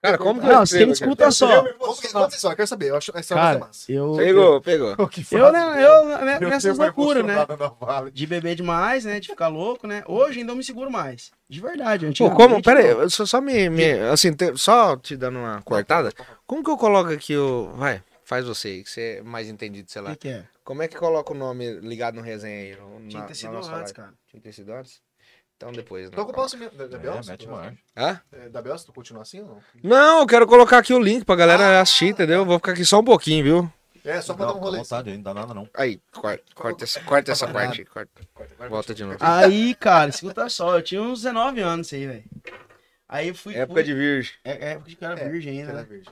Speaker 2: Cara, como que eu
Speaker 1: Não, se
Speaker 2: escrevo
Speaker 1: ele
Speaker 2: aqui?
Speaker 1: escuta só.
Speaker 4: Como que aconteceu? só? Eu quero saber. Eu acho essa é
Speaker 1: Cara,
Speaker 4: massa.
Speaker 1: eu. né,
Speaker 2: Pegou, pegou.
Speaker 3: O que faz,
Speaker 1: Eu, né,
Speaker 3: cara?
Speaker 1: eu, né,
Speaker 3: Meu
Speaker 1: nessas
Speaker 3: tempo é
Speaker 1: loucuras, né?
Speaker 3: emocionado na Vale.
Speaker 1: De beber demais, né? De ficar louco, né? Hoje ainda eu me seguro mais. De verdade,
Speaker 2: Pô,
Speaker 1: antigamente.
Speaker 2: como? Pera aí,
Speaker 1: não.
Speaker 2: eu só, só me, me- Assim, te- só te dando uma cortada. Como que eu coloco aqui o. Vai, faz você aí, que você é mais entendido, sei
Speaker 1: O que,
Speaker 2: lá.
Speaker 1: que é?
Speaker 2: Como é que coloca o nome ligado no resenha aí? no- na-
Speaker 1: Tinha que
Speaker 2: na
Speaker 1: ter sido
Speaker 2: nossa
Speaker 1: antes,
Speaker 2: live?
Speaker 1: cara.
Speaker 2: Tinha que ter sido antes? Então depois. né?
Speaker 4: Então eu posso mesmo. Da, da
Speaker 3: É,
Speaker 4: Belsa?
Speaker 3: mete marcha.
Speaker 2: Hã?
Speaker 4: É, da Belsa, tu continua assim ou não?
Speaker 2: Não, eu quero colocar aqui o link pra
Speaker 1: Ah!
Speaker 2: galera assistir, entendeu? Vou ficar aqui só um pouquinho, viu?
Speaker 4: É, só
Speaker 3: Não, tá-
Speaker 4: pra dar um
Speaker 3: fica à
Speaker 4: rolê.
Speaker 3: vontade aí, não dá nada não.
Speaker 2: Aí, corta, corta essa, corta essa parte. aí, Corta, volta de
Speaker 1: Ah,
Speaker 2: novo.
Speaker 1: Aí, cara, escuta só, eu tinha uns 19 anos isso aí, velho. Aí eu fui.
Speaker 2: Época de virgem.
Speaker 1: fui- É, época de cara
Speaker 4: É,
Speaker 1: virgem
Speaker 4: Era
Speaker 1: ainda, né?
Speaker 4: verde.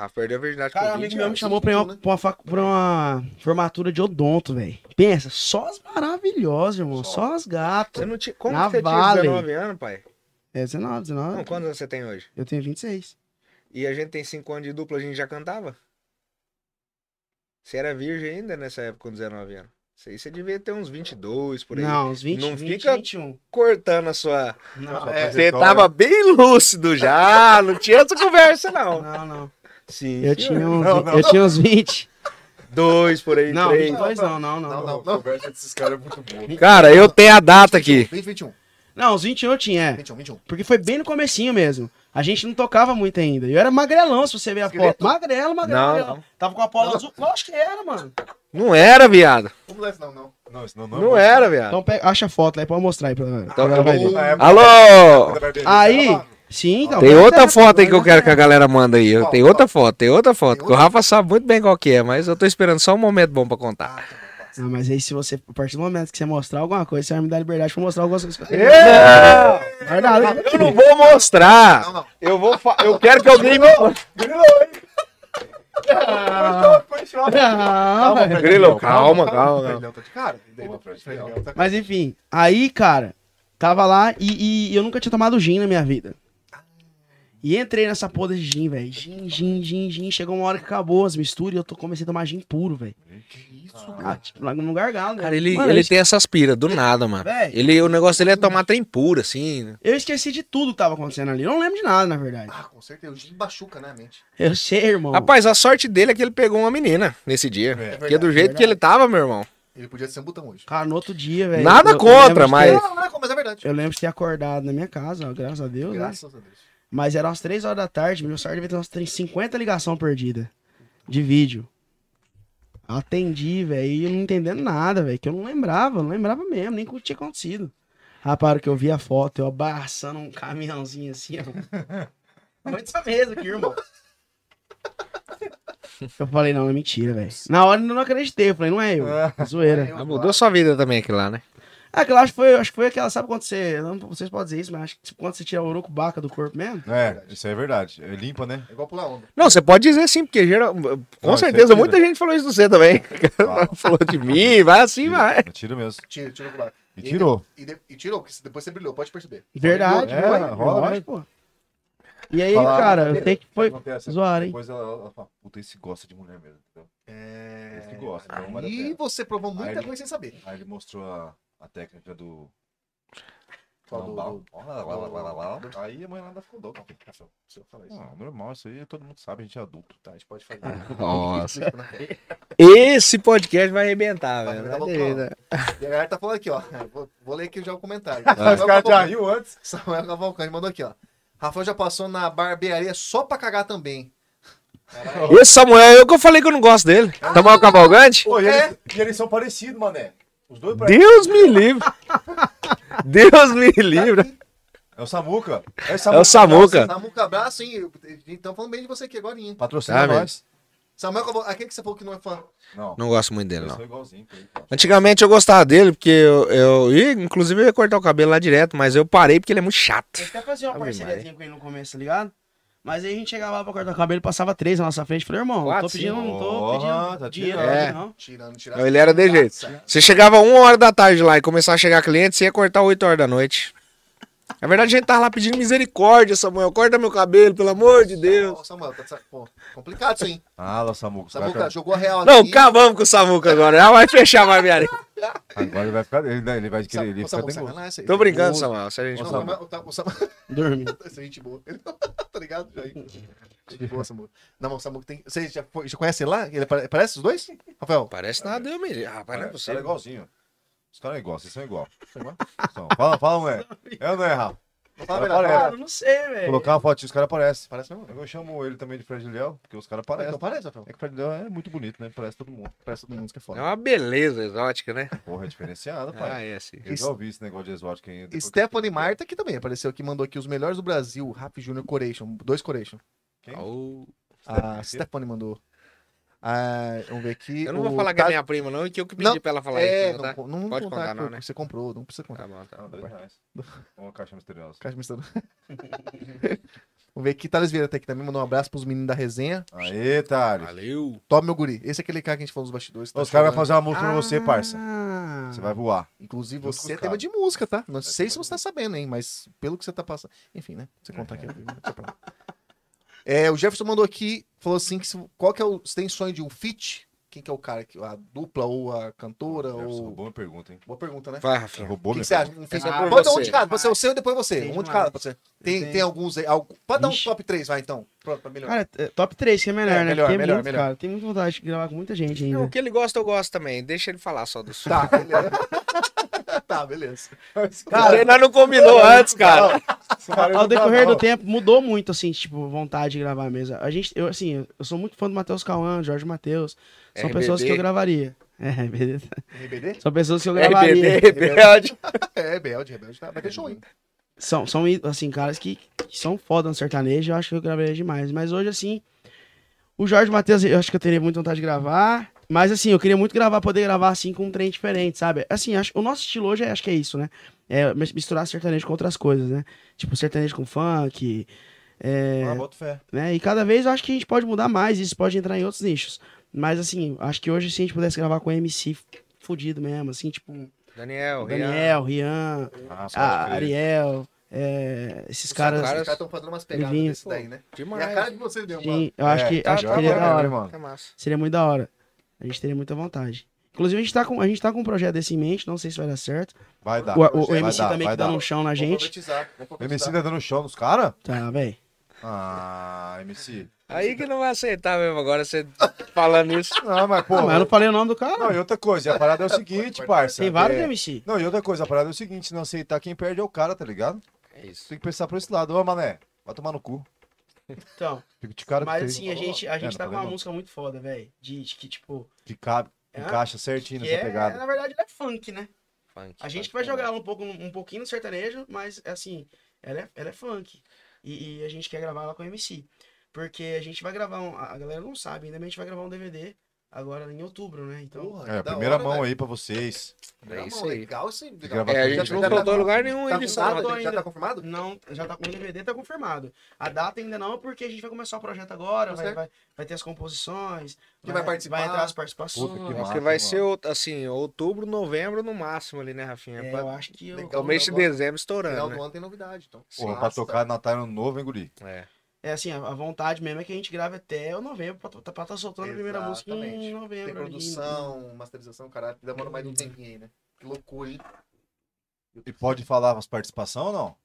Speaker 2: Ah, perdeu a virgindade
Speaker 1: Cara, um
Speaker 2: com
Speaker 1: amigo
Speaker 2: 20
Speaker 1: meu me
Speaker 2: anos.
Speaker 1: chamou pra, ir uma, pra, uma facu- pra uma formatura de odonto, velho. Pensa, só as maravilhosas, irmão.
Speaker 3: Só.
Speaker 1: Só as gatas.
Speaker 2: Você não tinha, como
Speaker 1: Na
Speaker 2: que você
Speaker 1: Vale.
Speaker 2: tinha 19 anos, pai?
Speaker 1: É 19, 19.
Speaker 2: Não, quantos anos você tem hoje?
Speaker 1: Eu tenho 26.
Speaker 2: E a gente tem 5 anos de dupla, a gente já cantava? Você era virgem ainda nessa época com 19 anos? Isso aí você devia ter uns 22 por aí.
Speaker 1: Não, uns 20,
Speaker 2: Não
Speaker 1: 20,
Speaker 2: fica-
Speaker 1: 21.
Speaker 2: Cortando a sua.
Speaker 1: Não,
Speaker 4: É,
Speaker 2: Você tava bem lúcido já, não tinha essa conversa não.
Speaker 1: não, não.
Speaker 2: Sim.
Speaker 1: Eu tinha uns,
Speaker 3: Não, não.
Speaker 1: eu tinha uns 20.
Speaker 2: Dois por aí,
Speaker 1: Não,
Speaker 2: três.
Speaker 1: 22 não, não, não.
Speaker 4: Não,
Speaker 1: não.
Speaker 4: não,
Speaker 3: A
Speaker 4: não.
Speaker 3: conversa desses caras é muito boa.
Speaker 2: Cara, eu tenho a data aqui.
Speaker 4: 2021.
Speaker 1: Não, os 21 eu tinha, é.
Speaker 4: 21, 21.
Speaker 1: Porque foi bem no comecinho mesmo. A gente não tocava muito ainda. Eu era magrelão, se você ver a
Speaker 4: Esqueleto?
Speaker 1: foto. Magrelo, magrelo,
Speaker 2: Não,
Speaker 1: magrelo.
Speaker 2: não.
Speaker 1: Tava com a polo
Speaker 4: Não.
Speaker 1: azul. Lógico que era, mano.
Speaker 2: Não era, viado.
Speaker 4: Vamos lá, não, não.
Speaker 3: Não, isso não, não, é
Speaker 2: Não
Speaker 3: bom.
Speaker 2: era, viado.
Speaker 1: Então pega- acha a foto lá aí pra eu mostrar aí pra galera.
Speaker 2: Então,
Speaker 1: Pra galera vai ver.
Speaker 3: Na época-
Speaker 2: Alô!
Speaker 3: da barbearia,
Speaker 1: Aí,
Speaker 3: era lá.
Speaker 1: sim, então.
Speaker 2: Tem
Speaker 1: mas é.
Speaker 2: outra
Speaker 1: era-
Speaker 2: foto aí que eu quero que a galera manda aí.
Speaker 4: Qual?
Speaker 2: Tem outra foto, tem outra foto. Que o
Speaker 4: outra?
Speaker 2: Rafa sabe muito bem qual que é, mas eu tô esperando só um momento bom pra contar.
Speaker 4: Ah, tá bom, passa.
Speaker 1: Não, mas aí se você, a partir do momento que você mostrar alguma coisa, você vai me dar liberdade pra mostrar alguma coisa. que eu-
Speaker 2: Não,
Speaker 1: Guardado.
Speaker 2: eu não vou mostrar.
Speaker 4: Não, não.
Speaker 2: Eu vou, fa- eu quero que alguém me
Speaker 3: Grilou, hein? Ah, foi choque.
Speaker 1: Ah,
Speaker 4: Calma,
Speaker 1: velho.
Speaker 4: Fred
Speaker 2: Grilo,
Speaker 4: Leão,
Speaker 2: calma, calma,
Speaker 4: Fred
Speaker 2: calma.
Speaker 4: Leão tá de cara. Daí
Speaker 3: Pô,
Speaker 4: do
Speaker 3: Fred
Speaker 4: Fred
Speaker 3: Leão.
Speaker 4: Leão tá-
Speaker 1: Mas enfim, aí, cara, tava lá e, e eu nunca tinha tomado gin na minha vida. E entrei nessa porra de gin, velho. Gin, gin, gin, gin. Chegou uma hora que acabou as misturas e eu tô, comecei a tomar gim puro, velho.
Speaker 4: Que isso,
Speaker 1: Ah, tipo, lá no gargalo, né?
Speaker 2: Cara, ele,
Speaker 1: Mano,
Speaker 2: ele
Speaker 1: eu, esque-
Speaker 2: tem essas piras, do nada, mano.
Speaker 1: Véi.
Speaker 2: Ele, o negócio dele é tomar trem puro, assim. né?
Speaker 1: eu esqueci de tudo que tava acontecendo ali. Eu não lembro de nada, na verdade.
Speaker 4: Ah, com certeza. O Jim machuca, né, a mente?
Speaker 1: Eu sei, irmão.
Speaker 2: Rapaz, a sorte dele é que ele pegou uma menina nesse dia.
Speaker 3: É.
Speaker 2: Porque do jeito
Speaker 4: verdade,
Speaker 2: que
Speaker 1: verdade.
Speaker 2: ele tava, meu irmão.
Speaker 4: Ele podia ser um botão hoje.
Speaker 1: Cara, no outro dia, velho.
Speaker 2: Nada
Speaker 1: eu- eu
Speaker 2: contra,
Speaker 1: lembro de
Speaker 2: mas-
Speaker 1: ter-
Speaker 4: Não, não, não, mas é verdade.
Speaker 1: Eu lembro de ter acordado na minha casa, ó, graças a Deus, né?
Speaker 4: Graças a Deus.
Speaker 1: Mas era umas 3 horas da tarde, meu celular devia ter umas 3, 50 ligações perdidas de vídeo. Atendi, velho, e eu não entendendo nada, velho, que eu não lembrava, não lembrava mesmo, nem o que tinha acontecido. Rapaz, que eu vi a foto, eu abraçando um caminhãozinho assim, ó. Tamanho dessa mesa aqui, irmão. Eu falei, não, é mentira, velho. Na hora eu não acreditei, eu falei, não é eu, é zoeira.
Speaker 4: Eu-
Speaker 2: Ah, Mudou sua vida também aqui lá, né?
Speaker 1: Ah, aquela acho que foi, acho que foi aquela, sabe quando você, eu não, vocês podem dizer isso, mas acho que quando você tira o urucubaca do corpo mesmo?
Speaker 3: É, isso é verdade. É limpa, né?
Speaker 4: É igual pular onda.
Speaker 2: Não, você pode dizer sim, porque geral... com
Speaker 3: Não, isso é
Speaker 2: certeza
Speaker 3: pira.
Speaker 2: muita gente falou isso de você também.
Speaker 3: Fala.
Speaker 2: falou de mim, vai assim, vai.
Speaker 3: Tira, tira mesmo.
Speaker 4: Tira, tira o buraco.
Speaker 3: E tirou.
Speaker 4: E, de- e tirou, porque depois você brilhou, pode perceber.
Speaker 1: Verdade, né?
Speaker 3: É,
Speaker 1: foi,
Speaker 3: rola,
Speaker 1: lógico, pô. E aí,
Speaker 3: Falaram-
Speaker 1: cara, eu sei que foi
Speaker 3: Acontece.
Speaker 1: zoar, hein?
Speaker 3: Depois ela, ela fala, puta, esse gosta de mulher mesmo. entendeu?
Speaker 4: É.
Speaker 3: Esse gosta, então vale a
Speaker 4: E
Speaker 3: pena.
Speaker 4: você provou
Speaker 3: Aí
Speaker 4: muita
Speaker 3: ele-
Speaker 4: coisa sem saber.
Speaker 3: Aí ele mostrou a, a técnica do um
Speaker 4: Qual do-
Speaker 3: lambal.
Speaker 4: do-
Speaker 3: Lá, lá, lá, lá, lá, lá. Aí a mãe nada ficou louca. cachorro. Se eu falar isso. Ah, normal, isso aí todo mundo sabe, a gente é adulto, tá? A gente pode fazer.
Speaker 2: Nossa.
Speaker 4: Tipo, né?
Speaker 2: Esse podcast vai arrebentar,
Speaker 4: Vai
Speaker 2: velho.
Speaker 4: arrebentar
Speaker 2: Vai
Speaker 4: o
Speaker 2: ter-
Speaker 4: pau. E a galera tá falando aqui, ó. Vou, vou ler aqui já o comentário.
Speaker 3: Os caras já riu antes.
Speaker 4: Samuel Cavalcante mandou aqui, ó. Rafael já passou na barbearia só pra cagar também.
Speaker 2: Esse Samuel, é eu que eu falei que eu não gosto dele. Tomar o cavalgante?
Speaker 3: Pô, e,
Speaker 4: É.
Speaker 3: eles, e eles são parecidos, mané. Os dois parecem.
Speaker 2: Deus me livre. Deus me
Speaker 4: Tá
Speaker 2: livre.
Speaker 3: É o Samuca. É o
Speaker 2: É o Samuca.
Speaker 4: Samuca, abraço, hein? Então falando bem de você aqui agora, hein?
Speaker 2: Tá,
Speaker 3: Patrocina nós.
Speaker 4: Samuel Cavalcante, aquele que você falou que não é fã.
Speaker 3: Não,
Speaker 2: Não gosto muito dele,
Speaker 3: eles
Speaker 2: não.
Speaker 3: são igualzinhos. tá aí, tá?
Speaker 2: Antigamente eu gostava dele, porque eu. eu ih, inclusive eu ia cortar o cabelo lá direto, mas eu parei porque ele é muito chato.
Speaker 1: Eu até fazia uma
Speaker 2: Ave Maria.
Speaker 1: parceriazinha com ele no começo, tá ligado? Mas aí a gente chegava lá pra cortar o cabelo, passava três na nossa frente. Falei, irmão, não
Speaker 2: Quatro,
Speaker 1: tô pedindo,
Speaker 3: cinco.
Speaker 1: não tô pedindo
Speaker 3: Ó, tá
Speaker 1: dinheiro,
Speaker 3: tirando.
Speaker 1: aqui,
Speaker 2: É.
Speaker 1: não.
Speaker 4: Tirando, tirando.
Speaker 2: Não, ele era de jeito. Você chegava uma hora da tarde lá e começava a chegar cliente, você ia cortar 8 horas da noite. Na verdade, a gente tava lá pedindo misericórdia, Samuel. Corta meu cabelo, pelo amor de Deus.
Speaker 4: Ó, Samuel, tá de saco- pô, complicado isso, hein?
Speaker 3: Ah, lá o Samuca. os caras
Speaker 4: Samuca jogou a real
Speaker 2: Não,
Speaker 4: aqui.
Speaker 2: acabamos com o Samuca agora. Já vai fechar a barbearia.
Speaker 3: Agora ele vai ficar. Ele, ele vai querer. Ele fica
Speaker 4: Samuel, Samuel,
Speaker 3: dengoso.
Speaker 4: sacanagem, isso aí.
Speaker 2: Tô brincando,
Speaker 4: Ô,
Speaker 2: Samuel. Se a gente
Speaker 4: Ô,
Speaker 2: não-
Speaker 3: Samuel.
Speaker 4: Samuel, o Sa- o Samuel-
Speaker 1: Dormindo.
Speaker 4: Essa gente boa. tá ligado? Já aí. Gente boa, Samuca. Não, mas o Samuca tem. Vocês já, foi- já conhecem ele lá? Ele apare- parece os dois? Rafael?
Speaker 2: Parece nada, eu me. Rapaz, não é
Speaker 3: Os caras é
Speaker 2: possível.
Speaker 3: igualzinho. Os caras é igual, vocês são igual.
Speaker 4: São igual?
Speaker 3: São. Fala, fala, mulher. É ou não é, Rafa? Cara,
Speaker 4: Não fala a
Speaker 3: parece.
Speaker 4: verdade. fala-
Speaker 1: Cara, eu não sei, velho.
Speaker 3: Colocar uma fotinha, os caras aparecem.
Speaker 4: Parece mesmo?
Speaker 3: Eu chamo ele também de Fred Léo, porque os caras
Speaker 4: Então
Speaker 3: parecem.
Speaker 4: parece, Rafael.
Speaker 3: É que o Fred Léo é muito bonito, né? Parece todo mundo.
Speaker 4: Parece todo mundo isso que é
Speaker 2: É
Speaker 4: foda.
Speaker 2: uma beleza exótica, né?
Speaker 3: Porra, é diferenciado,
Speaker 2: Ah,
Speaker 3: pai.
Speaker 2: é assim.
Speaker 3: Eu já ouvi esse negócio de exótico ainda.
Speaker 4: Stephanie Marta aqui também apareceu aqui, mandou aqui os melhores do Brasil, Rap Junior Coration, dois Coration.
Speaker 2: Au.
Speaker 4: A Stephanie mandou. Ah, vamos ver aqui.
Speaker 2: Eu não
Speaker 4: o
Speaker 2: vou falar que é
Speaker 4: Ta-
Speaker 2: minha prima, não, que eu que
Speaker 4: Não,
Speaker 2: pedi pra ela falar
Speaker 4: É,
Speaker 2: isso, não, tá?
Speaker 4: não, não,
Speaker 2: Pode
Speaker 4: contar,
Speaker 2: contar, não,
Speaker 4: que
Speaker 2: né?
Speaker 4: você comprou, não precisa contar.
Speaker 2: Tá bom, tá.
Speaker 3: Ah, dois reais. Uma caixa misteriosa.
Speaker 4: Caixa mistura. Vamos ver aqui, Thales Vieira tá aqui também, mandou um abraço pros meninos da resenha.
Speaker 3: Aê, Thales.
Speaker 2: Valeu.
Speaker 4: Toma meu guri. Esse é aquele cara que a gente falou nos bastidores. tá
Speaker 3: Os caras vão
Speaker 4: chorando.
Speaker 3: fazer uma música pra você, parça.
Speaker 1: Ah.
Speaker 3: Você vai voar.
Speaker 4: Inclusive,
Speaker 3: Junto com
Speaker 4: você é
Speaker 3: os
Speaker 4: tema
Speaker 3: caras.
Speaker 4: de música, tá? Não sei
Speaker 3: tema
Speaker 4: se
Speaker 3: de
Speaker 4: você tá sabendo, hein? Mas pelo que você tá passando. Enfim, né? Você contar aqui. deixa pra lá. É, o Jefferson mandou aqui, falou assim: que se- qual que é o. Você tem sonho de um feat? Quem que é o cara? que- A dupla ou a cantora?
Speaker 3: Jefferson,
Speaker 4: ou...
Speaker 3: roubou minha pergunta, hein?
Speaker 4: Boa pergunta, né?
Speaker 2: Vai,
Speaker 3: Você
Speaker 2: Rafinha.
Speaker 4: O
Speaker 3: Roubou
Speaker 4: que,
Speaker 3: minha
Speaker 4: que você acha?
Speaker 3: pergunta.
Speaker 4: Um feat?
Speaker 1: Ah,
Speaker 4: pode dar um
Speaker 2: você.
Speaker 4: de cada, você, o seu e depois você.
Speaker 1: Tem
Speaker 4: um de
Speaker 1: demais.
Speaker 4: cada pra você. Tem,
Speaker 1: tenho.
Speaker 4: tem alguns aí. algu- Pode dar um
Speaker 1: Ixi.
Speaker 4: top 3, vai então. Pronto, pra melhorar.
Speaker 1: Cara, é top 3 que é melhor,
Speaker 4: É,
Speaker 1: né?
Speaker 4: melhor,
Speaker 1: Tem
Speaker 4: melhor,
Speaker 1: muito,
Speaker 4: melhor.
Speaker 1: Cara, tem muita vontade de gravar com muita gente ainda.
Speaker 2: Não, o que ele gosta, eu gosto também. Deixa ele falar só do sul.
Speaker 4: Tá, beleza. tá, beleza.
Speaker 2: Cara, nós não combinou antes, cara.
Speaker 1: Ao decorrer do tempo, mudou muito, assim, tipo, vontade de gravar mesmo. A gente, eu, assim, eu sou muito fã do Matheus Cauã, Jorge Matheus. São
Speaker 2: RBD.
Speaker 1: pessoas que eu gravaria. É, beleza.
Speaker 4: RBD?
Speaker 1: São pessoas que eu gravaria.
Speaker 2: RBD, rebelde.
Speaker 4: É, Rebelde, Rebelde tá. Vai ter show, hein?
Speaker 1: São, são, assim, caras que, que são foda no sertanejo, eu acho que eu gravaria demais. Mas hoje, assim, o Jorge Matheus, eu acho que eu teria muita vontade de gravar. Mas, assim, eu queria muito gravar, poder gravar, assim, com um trem diferente, sabe? Assim, acho, o nosso estilo hoje, é, acho que é isso, né? É mis- misturar sertanejo com outras coisas, né? Tipo, sertanejo com funk, é,
Speaker 3: Ah, boto fé.
Speaker 1: né? E cada vez eu acho que a gente pode mudar mais, isso pode entrar em outros nichos. Mas, assim, acho que hoje, se a gente pudesse gravar com MC fudido mesmo, assim, tipo,
Speaker 2: Daniel, Rian.
Speaker 1: Daniel, Rian
Speaker 3: Ah, só
Speaker 1: a
Speaker 3: pode crer.
Speaker 1: Ariel, é, esses
Speaker 4: Os
Speaker 1: caras.
Speaker 2: caras-
Speaker 4: Os caras estão fazendo umas pegadas
Speaker 1: Livinho,
Speaker 4: desse daí, né? E a cara
Speaker 2: Demais. Ah,
Speaker 4: de vocês deu, mano.
Speaker 1: Sim, eu acho
Speaker 3: É,
Speaker 1: que,
Speaker 3: tá
Speaker 1: acho que
Speaker 3: pra
Speaker 1: seria
Speaker 3: caralho,
Speaker 1: da hora.
Speaker 3: mano.
Speaker 2: Tá massa.
Speaker 1: Seria muito da hora. A gente teria muita vontade. Inclusive, a gente, tá com, a gente tá com um projeto desse em mente, não sei se vai dar certo.
Speaker 3: Tá, Vai dar.
Speaker 1: o o- o
Speaker 4: vai
Speaker 1: MC
Speaker 3: dar,
Speaker 1: também
Speaker 3: vai
Speaker 1: que tá
Speaker 3: dar.
Speaker 1: no chão na
Speaker 4: Vamos
Speaker 1: gente.
Speaker 4: Profetizar, vamos
Speaker 3: O MC
Speaker 4: profetizar.
Speaker 3: tá dando show nos caras?
Speaker 1: Tá, velho.
Speaker 3: Ah, MC.
Speaker 2: Aí que não vai aceitar mesmo agora você falando isso.
Speaker 3: Não, mas pô.
Speaker 1: Ah, mas eu não falei o nome do
Speaker 3: Não,
Speaker 1: cara.
Speaker 3: e outra coisa, e a parada é o seguinte, parça.
Speaker 1: Tem vários
Speaker 3: é-
Speaker 1: MC.
Speaker 3: Não, e outra coisa, a parada é o seguinte, se não aceitar, quem perde é o cara, tá ligado?
Speaker 2: É isso.
Speaker 3: Tem que pensar por esse lado. Ô, mané, vai tomar no cu.
Speaker 1: Então,
Speaker 3: Fico de cara
Speaker 1: mas
Speaker 3: com
Speaker 1: assim, a gente, a
Speaker 3: É,
Speaker 1: gente
Speaker 3: não
Speaker 1: tá
Speaker 3: tá
Speaker 1: com uma
Speaker 3: vendo?
Speaker 1: música muito foda, velho. De, de que, tipo.
Speaker 3: Que cabe,
Speaker 1: é,
Speaker 3: encaixa certinho
Speaker 1: que
Speaker 3: nessa
Speaker 1: é-
Speaker 3: pegada.
Speaker 1: na verdade, ela é funk, né?
Speaker 2: Funk,
Speaker 4: Tipo,
Speaker 1: A gente
Speaker 2: funk,
Speaker 1: vai
Speaker 4: é
Speaker 2: funk.
Speaker 1: jogar um, pouco, um pouquinho no sertanejo, mas assim, ela é, ela é funk. E, e a gente quer gravar ela com MC. Porque a gente vai gravar um. A a galera não sabe ainda, mas a gente vai gravar um DVD agora em outubro, né? Então.
Speaker 4: Porra,
Speaker 3: É,
Speaker 4: da
Speaker 3: primeira
Speaker 4: hora,
Speaker 3: mão
Speaker 4: velho.
Speaker 3: aí pra vocês.
Speaker 2: É
Speaker 4: Primeira mão,
Speaker 2: isso aí.
Speaker 4: Legal isso aí. legal.
Speaker 3: gravação.
Speaker 2: É, a
Speaker 4: Já-
Speaker 2: gente não
Speaker 4: já tá-
Speaker 2: soltou em lugar nenhum
Speaker 4: Tá
Speaker 2: ainda.
Speaker 1: confirmado?
Speaker 4: confirmado? Já tá confirmado?
Speaker 1: Não, já tá com o DVD, tá confirmado. A data ainda não, porque a gente vai começar o projeto agora,
Speaker 4: Tá
Speaker 1: vai,
Speaker 4: certo.
Speaker 1: vai, vai ter as composições,
Speaker 4: Quem vai participar?
Speaker 1: vai entrar as
Speaker 3: Puta que
Speaker 1: participações.
Speaker 3: massa,
Speaker 2: Porque vai
Speaker 3: mano.
Speaker 2: ser, o- assim, outubro, novembro no máximo ali, né, Rafinha?
Speaker 1: É,
Speaker 2: Pra-
Speaker 1: eu acho que eu-
Speaker 4: Legal.
Speaker 2: É o mês de
Speaker 4: Final do ano.
Speaker 2: dezembro
Speaker 4: Final
Speaker 2: estourando,
Speaker 4: do ano tem novidade, então.
Speaker 3: Porra, pra
Speaker 4: Massa.
Speaker 3: tocar Natal Ano Novo, hein, guri?
Speaker 2: né? É.
Speaker 1: É assim, a a vontade mesmo é que a gente grave até o novembro, pra tá, pra tá soltando a primeira música em
Speaker 4: Exatamente.
Speaker 1: novembro.
Speaker 4: Tem
Speaker 2: um
Speaker 1: ali,
Speaker 4: produção, masterização, caralho. Demora mais um tempinho aí, né? Que loucura, hein?
Speaker 3: E pode falar as participações ou não?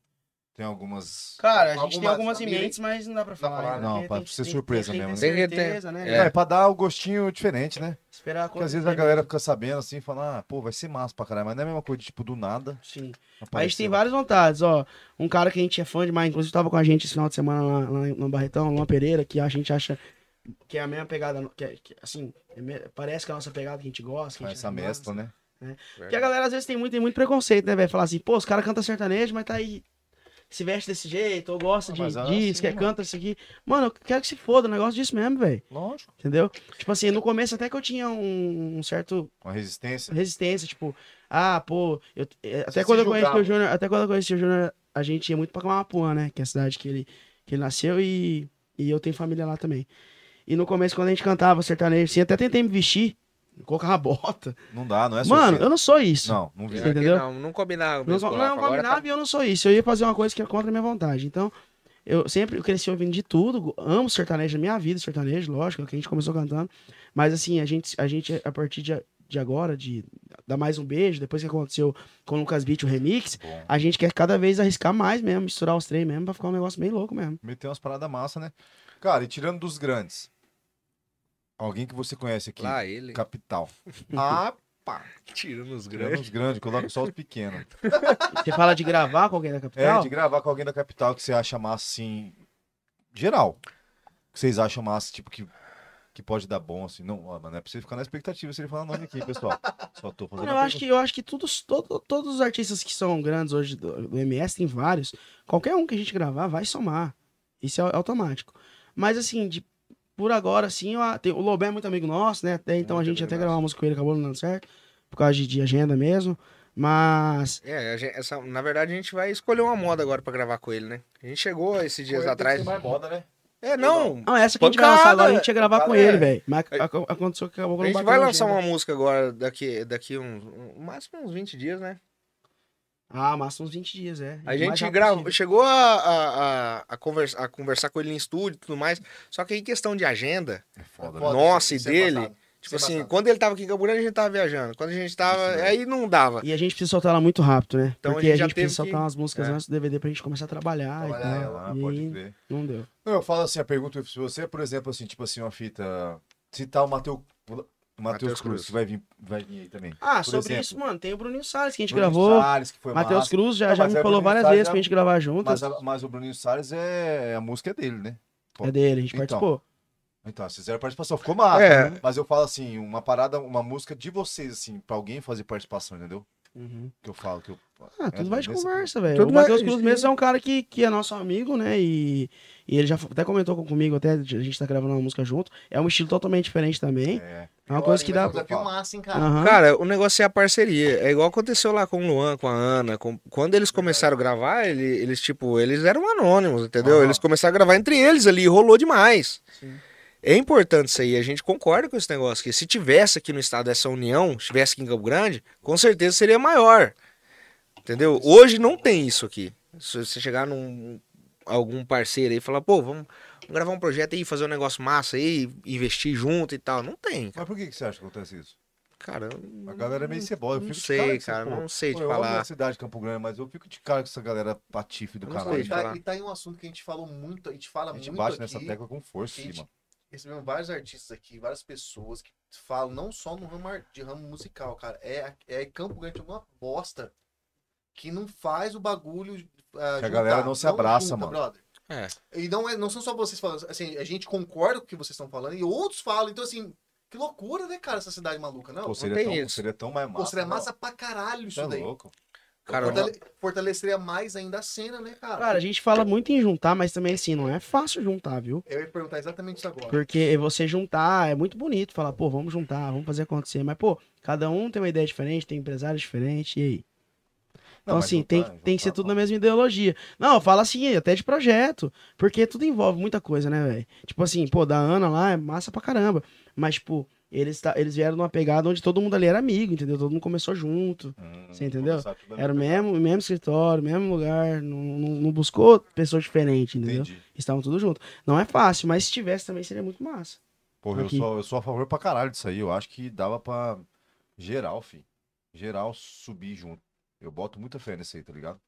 Speaker 3: Tem algumas.
Speaker 1: Cara, a gente tem
Speaker 4: Algumas
Speaker 1: algumas em
Speaker 4: famílias-
Speaker 1: mentes, mas não dá pra
Speaker 4: Dá pra
Speaker 1: falar.
Speaker 4: falar,
Speaker 1: ainda,
Speaker 3: não,
Speaker 1: porque
Speaker 3: pra
Speaker 1: tem-
Speaker 3: ser
Speaker 1: tem-
Speaker 3: surpresa
Speaker 1: tem que ter
Speaker 3: mesmo,
Speaker 2: né? Tem que ter-
Speaker 1: certeza, né?
Speaker 3: É,
Speaker 1: velho?
Speaker 3: é pra dar o gostinho diferente, né?
Speaker 1: Esperar
Speaker 3: Porque às vezes a galera fica sabendo assim, fala, ah, pô, vai ser massa pra caralho, mas não é a mesma coisa, tipo, do nada.
Speaker 1: Sim. A gente
Speaker 3: aparecer.
Speaker 1: tem várias vontades, ó. Um cara que a gente é fã demais, inclusive tava com a gente esse final de semana lá, lá em- no Barretão, Luan Pereira, que a gente acha que é a mesma pegada, que, é- que, assim, é me- parece que é a nossa pegada que a gente gosta. Que a
Speaker 3: Faz
Speaker 1: gente é
Speaker 3: essa
Speaker 1: acha massa.
Speaker 3: mescla, né?
Speaker 1: Porque a galera às vezes tem muito, tem muito preconceito, né, velho? Falar assim, pô, os caras cantam sertanejo, mas tá aí. Se veste desse jeito, ou gosta
Speaker 3: Ah,
Speaker 1: de
Speaker 3: mas é
Speaker 1: disso,
Speaker 3: assim,
Speaker 1: quer
Speaker 3: mano.
Speaker 1: canta isso aqui. Mano, eu quero que se foda, o negócio disso mesmo, velho.
Speaker 3: Lógico.
Speaker 1: Entendeu? Tipo assim, no começo até que eu tinha um, um certo
Speaker 3: Uma resistência.
Speaker 1: resistência, tipo, ah, pô, eu, é, até,
Speaker 4: se
Speaker 1: quando eu
Speaker 4: julgava.
Speaker 1: conheci o Júnior, até quando eu conheci o Júnior, a gente ia muito pra Camapuã, né? Que é a cidade que ele, que ele nasceu e, e eu tenho família lá também. E no começo, quando a gente cantava sertanejo, assim, até tentei me vestir, colocava bota.
Speaker 3: Não dá, não é
Speaker 1: Mano,
Speaker 3: surpresa.
Speaker 1: eu não sou isso.
Speaker 3: Não, não vi.
Speaker 1: É. entendeu?
Speaker 2: Não, não combinava.
Speaker 1: Não,
Speaker 2: mesmo
Speaker 1: não,
Speaker 2: com o Rafa, agora tá
Speaker 1: combinava e eu não sou isso. Eu ia fazer uma coisa que é contra a minha vontade. Então, eu sempre cresci ouvindo de tudo. go- Amo sertanejo, na minha vida sertanejo, lógico, é que a gente começou cantando. Mas assim, a gente, a, gente, a partir de, de agora, de dar mais um beijo, depois que aconteceu com o Lucas Beat o remix,
Speaker 3: Bom.
Speaker 1: a gente quer cada vez arriscar mais mesmo, misturar os três mesmo, pra ficar um negócio bem louco mesmo.
Speaker 3: Meteu umas paradas massa, né? Cara, e tirando dos grandes. Alguém que você conhece aqui,
Speaker 2: Lá ele,
Speaker 3: capital.
Speaker 4: Ah,
Speaker 2: tirando os
Speaker 3: Tirando
Speaker 2: grandes.
Speaker 3: os grandes, coloca só os pequenos.
Speaker 1: Você fala de gravar com alguém da
Speaker 3: É,
Speaker 1: capital?
Speaker 3: de gravar com alguém da capital que você acha massa, assim, geral. Que vocês acham massa, tipo, que, que pode dar bom, assim. Não, ó, mano, é pra você ficar na expectativa se ele falar nome aqui, pessoal. Só tô fazendo
Speaker 1: Mano, eu
Speaker 3: uma
Speaker 1: acho que, eu acho que todos, todo- todos os artistas que são grandes hoje do, do MS, tem vários. Qualquer um que a gente gravar vai somar. Isso é au- automático. Mas assim, de- por agora, assim, eu a- tem- o Lobé é muito amigo nosso, né? Até então
Speaker 2: É Muito
Speaker 1: a gente
Speaker 2: amigo
Speaker 1: até
Speaker 2: nosso.
Speaker 1: gravou uma música com ele, acabou não dando certo. Por causa de, de agenda mesmo. Mas.
Speaker 2: É, a gente- essa, na verdade a gente vai escolher uma moda agora pra gravar com ele, né? A gente chegou esses dias atrás.
Speaker 4: mais moda, né?
Speaker 2: É, não.
Speaker 1: Não, essa que a gente vai
Speaker 2: Pancada,
Speaker 1: lançar agora, a gente ia gravar com
Speaker 2: pancada,
Speaker 1: ele,
Speaker 2: é.
Speaker 1: velho. Mas ac- ac- aconteceu que acabou que não
Speaker 2: A gente
Speaker 1: bateu
Speaker 2: vai
Speaker 1: na
Speaker 2: lançar um
Speaker 1: agenda.
Speaker 2: uma música agora daqui, daqui uns, um, máximo uns 20 dias, né?
Speaker 1: Ah, máximo uns 20 dias, é.
Speaker 2: A
Speaker 1: O mais
Speaker 2: gente
Speaker 1: rápido
Speaker 2: gravou,
Speaker 1: possível.
Speaker 2: chegou a, a, a, a conversa- a conversar com ele em estúdio e tudo mais. Só que em questão de agenda,
Speaker 3: É foda, né?
Speaker 2: Foda. Nossa, e
Speaker 4: Isso é
Speaker 2: dele?
Speaker 4: passado.
Speaker 2: tipo
Speaker 4: Isso é
Speaker 2: assim,
Speaker 4: passado.
Speaker 2: quando ele tava aqui em Camburão, a gente tava viajando. Quando a gente tava.
Speaker 1: né?
Speaker 3: Isso mesmo.
Speaker 2: aí não dava.
Speaker 1: E a gente precisa soltar ela muito rápido, né?
Speaker 2: Então a
Speaker 1: Porque
Speaker 2: gente
Speaker 1: a
Speaker 2: já
Speaker 1: gente precisa
Speaker 2: teve que-
Speaker 1: soltar umas músicas
Speaker 2: É.
Speaker 1: antes do DVD pra gente começar a trabalhar,
Speaker 4: Trabalhar
Speaker 1: e
Speaker 3: É
Speaker 1: tal.
Speaker 3: lá,
Speaker 1: e
Speaker 3: pode
Speaker 1: aí
Speaker 3: crer.
Speaker 1: não deu.
Speaker 3: Não, eu falo assim, a pergunta, se você, por exemplo, assim, tipo assim, uma fita. Se tá o Mateu. Matheus
Speaker 2: Matheus
Speaker 3: Cruz,
Speaker 2: Cruz.
Speaker 3: que vai vir, vai vir aí também.
Speaker 1: Ah,
Speaker 3: Por
Speaker 1: sobre
Speaker 3: exemplo,
Speaker 1: isso, mano, tem o Bruninho Salles que a gente
Speaker 3: Bruno
Speaker 1: gravou.
Speaker 3: Salles, que foi
Speaker 1: Matheus
Speaker 3: massa.
Speaker 1: Cruz já,
Speaker 3: Não,
Speaker 1: já
Speaker 3: mas
Speaker 1: me
Speaker 3: é o
Speaker 1: falou
Speaker 3: Bruninho
Speaker 1: várias
Speaker 3: Salles
Speaker 1: vezes
Speaker 3: já-
Speaker 1: pra gente gravar junto.
Speaker 3: Mas, a- mas o Bruninho Salles é. A música é dele, né?
Speaker 1: É dele, a gente
Speaker 3: Então.
Speaker 1: participou.
Speaker 3: Então, vocês fizeram participação. Ficou massa.
Speaker 2: É.
Speaker 3: né? Mas eu falo assim, uma parada, uma música de vocês, assim, pra alguém fazer participação, entendeu?
Speaker 1: Uhum.
Speaker 3: Que eu falo, que eu.
Speaker 1: Ah, tudo vai de
Speaker 3: nesse-
Speaker 1: conversa, velho.
Speaker 2: Tudo
Speaker 1: O Matheus
Speaker 2: vai-
Speaker 1: Cruz mesmo é um cara que, que é nosso amigo, né? E, e ele já f- até comentou com- comigo, até a gente tá gravando uma música junto. É um estilo totalmente diferente também.
Speaker 3: É.
Speaker 1: É uma coisa que
Speaker 4: Vai
Speaker 1: dá.
Speaker 4: ser Um desafio massa, hein,
Speaker 2: Ah,
Speaker 4: cara?
Speaker 1: Aham.
Speaker 2: Cara, o negócio é a parceria. É igual aconteceu lá com o Luan, com a Ana. com- Quando eles começaram a gravar, ele- eles, tipo, eles eram anônimos, entendeu?
Speaker 3: Aham.
Speaker 2: Eles começaram a gravar entre eles ali, rolou demais.
Speaker 1: Sim.
Speaker 2: É importante isso aí, a gente concorda com esse negócio. Que se tivesse aqui no estado essa união, se tivesse aqui em Campo Grande, com certeza seria maior. Entendeu? Hoje não tem isso aqui. Se você chegar num algum parceiro aí e falar, pô, vamos, vamos gravar um projeto aí, fazer um negócio massa aí, investir junto e tal. Não tem,
Speaker 3: Mas por que, que você acha que acontece isso?
Speaker 2: cara.
Speaker 3: A galera é meio cebola. Eu
Speaker 2: Hum, Não
Speaker 3: fico de
Speaker 2: sei,
Speaker 3: com
Speaker 2: cara,
Speaker 3: essa porra.
Speaker 2: não sei te
Speaker 3: Pô, eu amo
Speaker 2: falar.
Speaker 3: a cidade de Campo Grande, mas eu fico de cara com essa galera patife do
Speaker 2: Eu não
Speaker 3: caralho.
Speaker 2: sei,
Speaker 4: E
Speaker 3: velho.
Speaker 2: cara.
Speaker 4: tá, e tá em um assunto que a gente falou muito, a gente fala
Speaker 3: A gente
Speaker 4: muito
Speaker 3: bate
Speaker 4: aqui.
Speaker 3: nessa tecla com força,
Speaker 4: Gente,
Speaker 3: mano.
Speaker 4: recebemos vários artistas aqui, várias pessoas que falam, não só no ramo ar- de ramo musical, cara. É, é Campo Grande é uma bosta que não faz o bagulho. ah,
Speaker 3: Que a galera não se abraça, mano.
Speaker 4: brother.
Speaker 2: É.
Speaker 4: E não, é, não são só vocês falando, assim, a gente concorda com o que vocês estão falando e outros falam. Então, assim, que loucura, né, cara, essa cidade maluca, não?
Speaker 3: Pô,
Speaker 4: Pô,
Speaker 3: seria,
Speaker 2: tem
Speaker 3: tão,
Speaker 2: isso.
Speaker 3: seria tão mais massa.
Speaker 4: seria
Speaker 3: mano.
Speaker 4: massa pra caralho
Speaker 3: Tá
Speaker 4: isso daí.
Speaker 3: louco.
Speaker 2: Cara,
Speaker 4: Fortale- Fortaleceria mais ainda a cena, né, cara?
Speaker 1: Cara, a gente fala muito em juntar, mas também assim, não é fácil juntar, viu?
Speaker 4: Eu ia perguntar exatamente isso agora.
Speaker 1: Porque você juntar é muito bonito, falar, pô, vamos juntar, vamos fazer acontecer. Mas, pô, cada um tem uma ideia diferente, tem empresário diferente, e aí? Então,
Speaker 3: Não, mas
Speaker 1: assim,
Speaker 3: juntar-
Speaker 1: tem,
Speaker 3: juntar
Speaker 1: tem que ser tudo
Speaker 3: não. tá
Speaker 1: na mesma ideologia. Não, fala assim, até de projeto. Porque tudo envolve muita coisa, né, velho? Tipo assim, pô, da Ana lá é massa pra caramba. Mas, tipo, eles, tá, eles vieram numa pegada onde todo mundo ali era amigo, entendeu? Todo mundo começou junto.
Speaker 3: Hum,
Speaker 1: Você entendeu?
Speaker 3: começar tudo na
Speaker 1: Era o
Speaker 3: mesma
Speaker 1: mesmo, o mesmo escritório, o mesmo lugar. Não, não, não buscou pessoas diferentes,
Speaker 3: pegada.
Speaker 1: um, entendeu?
Speaker 3: Entendi.
Speaker 1: Estavam tudo junto. Não é fácil, mas se tivesse também seria muito massa.
Speaker 3: Porra, eu
Speaker 1: Aqui.
Speaker 3: sou, eu sou a favor pra caralho disso aí. Eu acho que dava pra geral, fi. Geral subir junto. Eu boto muita fé nesse aí, tá ligado?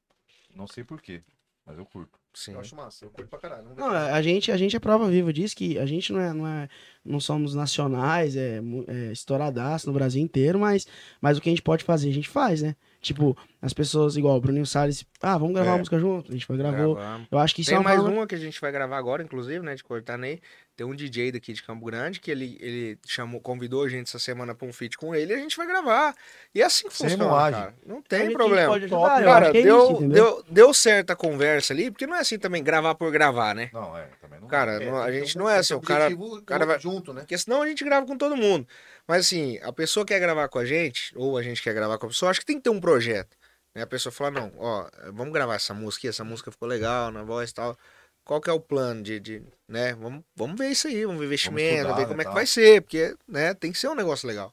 Speaker 3: Não sei porquê, mas eu curto.
Speaker 2: sim.
Speaker 4: Eu acho massa, eu curto pra caralho. Vamos ver.
Speaker 1: Não, a a gente, a gente é prova viva disso, que a gente não é, não é, não somos nacionais, é, mu- é estouradaço no Brasil inteiro, mas, mas o que a gente pode fazer, a gente faz, né? Tipo, as pessoas, igual o Bruninho Salles, ah, vamos gravar
Speaker 3: É.
Speaker 1: uma música junto, a gente foi gravou.
Speaker 2: Gravamos.
Speaker 1: Eu acho que isso é
Speaker 2: Tem
Speaker 1: uma
Speaker 2: mais um?
Speaker 1: forma-
Speaker 2: uma que a gente vai gravar agora, inclusive, né? De Cortanei. Tem um DJ daqui de Campo Grande que ele, ele chamou, convidou a gente essa semana pra um feat com ele e a gente vai gravar. E é assim que
Speaker 3: Sem
Speaker 2: funciona,
Speaker 3: moagem.
Speaker 2: cara. Não
Speaker 1: a
Speaker 2: tem
Speaker 1: gente
Speaker 2: problema.
Speaker 1: pode ajudar, eu
Speaker 2: Cara,
Speaker 1: acho que é
Speaker 2: deu,
Speaker 1: isso, entendeu?
Speaker 2: deu, deu certa conversa ali, porque não é assim também gravar por gravar, né?
Speaker 3: Não, é, também não.
Speaker 2: Cara,
Speaker 4: É,
Speaker 2: não- a
Speaker 4: tem que
Speaker 2: gente
Speaker 4: ter
Speaker 2: não é
Speaker 4: esse
Speaker 2: assim, o cara
Speaker 4: objetivo
Speaker 2: cara vai-
Speaker 4: junto, né?
Speaker 2: Porque senão a gente grava com todo mundo. Mas assim, a pessoa quer gravar com a gente, ou a gente quer gravar com a pessoa, acho que tem que ter um projeto. Né? A pessoa fala, não, ó, vamos gravar essa música, aqui, essa música ficou legal, na voz e tal. Qual que é o plano de, de- né? Vamos, vamos ver isso aí, vamos ver investimento,
Speaker 3: estudar,
Speaker 2: ver
Speaker 3: né,
Speaker 2: como é que
Speaker 3: tal.
Speaker 2: vai ser, porque, né, tem que ser um negócio legal.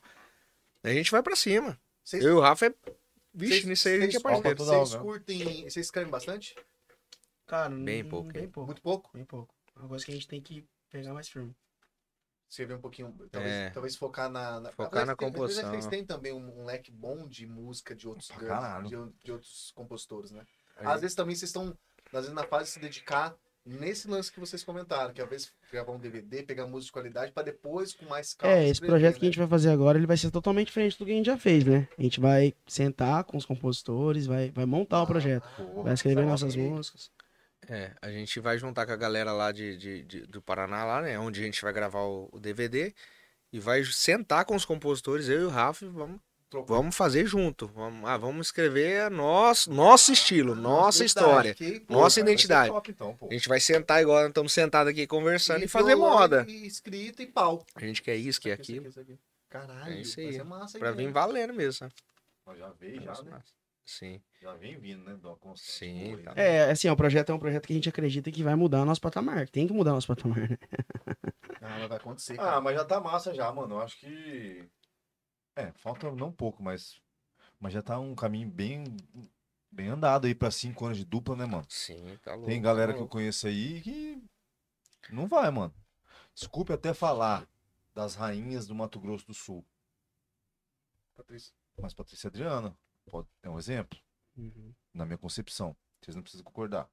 Speaker 2: A gente vai pra cima.
Speaker 4: Vocês-
Speaker 2: Eu e o Rafa é. Vixe,
Speaker 4: vocês-
Speaker 2: nisso aí a gente é
Speaker 4: vocês-
Speaker 2: parceiro.
Speaker 3: toda hora,
Speaker 4: Vocês
Speaker 3: né?
Speaker 4: curtem, vocês escrevem bastante?
Speaker 1: Cara,
Speaker 2: Bem
Speaker 1: hum,
Speaker 2: pouco,
Speaker 1: Bem
Speaker 2: hein?
Speaker 1: pouco.
Speaker 4: Muito pouco?
Speaker 1: Bem pouco. É Uma coisa que a gente tem que pegar mais firme.
Speaker 4: Escrever um pouquinho, talvez,
Speaker 2: É.
Speaker 4: talvez focar na... na...
Speaker 2: Focar
Speaker 4: Apesar
Speaker 2: na
Speaker 4: que tem- apesar que
Speaker 2: composição.
Speaker 4: Vocês têm também um, um leque bom de música de outros,
Speaker 3: Pra
Speaker 4: grandes-
Speaker 3: caralho.
Speaker 2: é
Speaker 4: de, de outros compositores, né?
Speaker 2: A
Speaker 4: Às
Speaker 2: gente-
Speaker 4: vezes também vocês estão, às vezes, na fase de se dedicar nesse lance que vocês comentaram, que às vezes gravar um DVD, pegar música de qualidade, pra depois, com mais calma,
Speaker 1: É, esse
Speaker 4: escrever,
Speaker 1: projeto que a
Speaker 4: né?
Speaker 1: gente vai fazer agora, ele vai ser totalmente diferente do que a gente já fez, né? A gente vai sentar com os compositores, vai, vai montar
Speaker 2: Ah,
Speaker 1: o projeto,
Speaker 3: Porra,
Speaker 1: vai escrever
Speaker 4: sabe?
Speaker 1: nossas músicas.
Speaker 2: É, a gente vai juntar com a galera lá de, de- de- do Paraná, lá, né? Onde a gente vai gravar o, o DVD. E vai sentar com os compositores, eu e o Rafa, e vamos,
Speaker 4: Trocar.
Speaker 2: vamos fazer junto. Vamos, ah, vamos escrever a nosso, nosso estilo, nossa
Speaker 4: Ah, Verdade,
Speaker 2: história.
Speaker 4: que- é pô,
Speaker 2: Nossa
Speaker 3: cara, vai ser
Speaker 2: identidade.
Speaker 3: é top, então, pô.
Speaker 2: A gente vai sentar igual estamos sentados aqui conversando e, é fazer
Speaker 4: violão,
Speaker 2: moda.
Speaker 4: E escrita e pau.
Speaker 2: A gente quer isso, quer
Speaker 4: Tá
Speaker 2: aquilo,
Speaker 4: Isso aqui, isso aqui. Caralho,
Speaker 2: É isso aí.
Speaker 4: vai ser massa.
Speaker 2: pra
Speaker 4: hein,
Speaker 2: vir
Speaker 4: velho?
Speaker 2: valendo mesmo. né?
Speaker 3: Mas Já veio, já, né?
Speaker 2: Sim,
Speaker 3: Já vem vindo, né? Dó constante. né?
Speaker 2: Sim,
Speaker 3: Porra,
Speaker 2: tá.
Speaker 1: É, assim, ó, o projeto é um projeto que a gente acredita que vai mudar o nosso patamar. Tem que mudar o nosso patamar, né?
Speaker 4: Ah, mas vai acontecer, cara.
Speaker 3: Ah, mas já tá massa já, mano. Eu acho que. É, falta não pouco, mas. Mas já tá um caminho bem. Bem andado aí pra cinco anos de dupla, né, mano?
Speaker 2: sim, tá louco.
Speaker 3: Tem
Speaker 2: tá
Speaker 3: galera que eu
Speaker 2: louco.
Speaker 3: conheço aí que. Não vai, mano. Desculpe até falar das rainhas do Mato Grosso do Sul.
Speaker 4: Patrícia.
Speaker 3: Mas Patrícia Adriana pode é um exemplo, na minha concepção. Vocês não precisam concordar.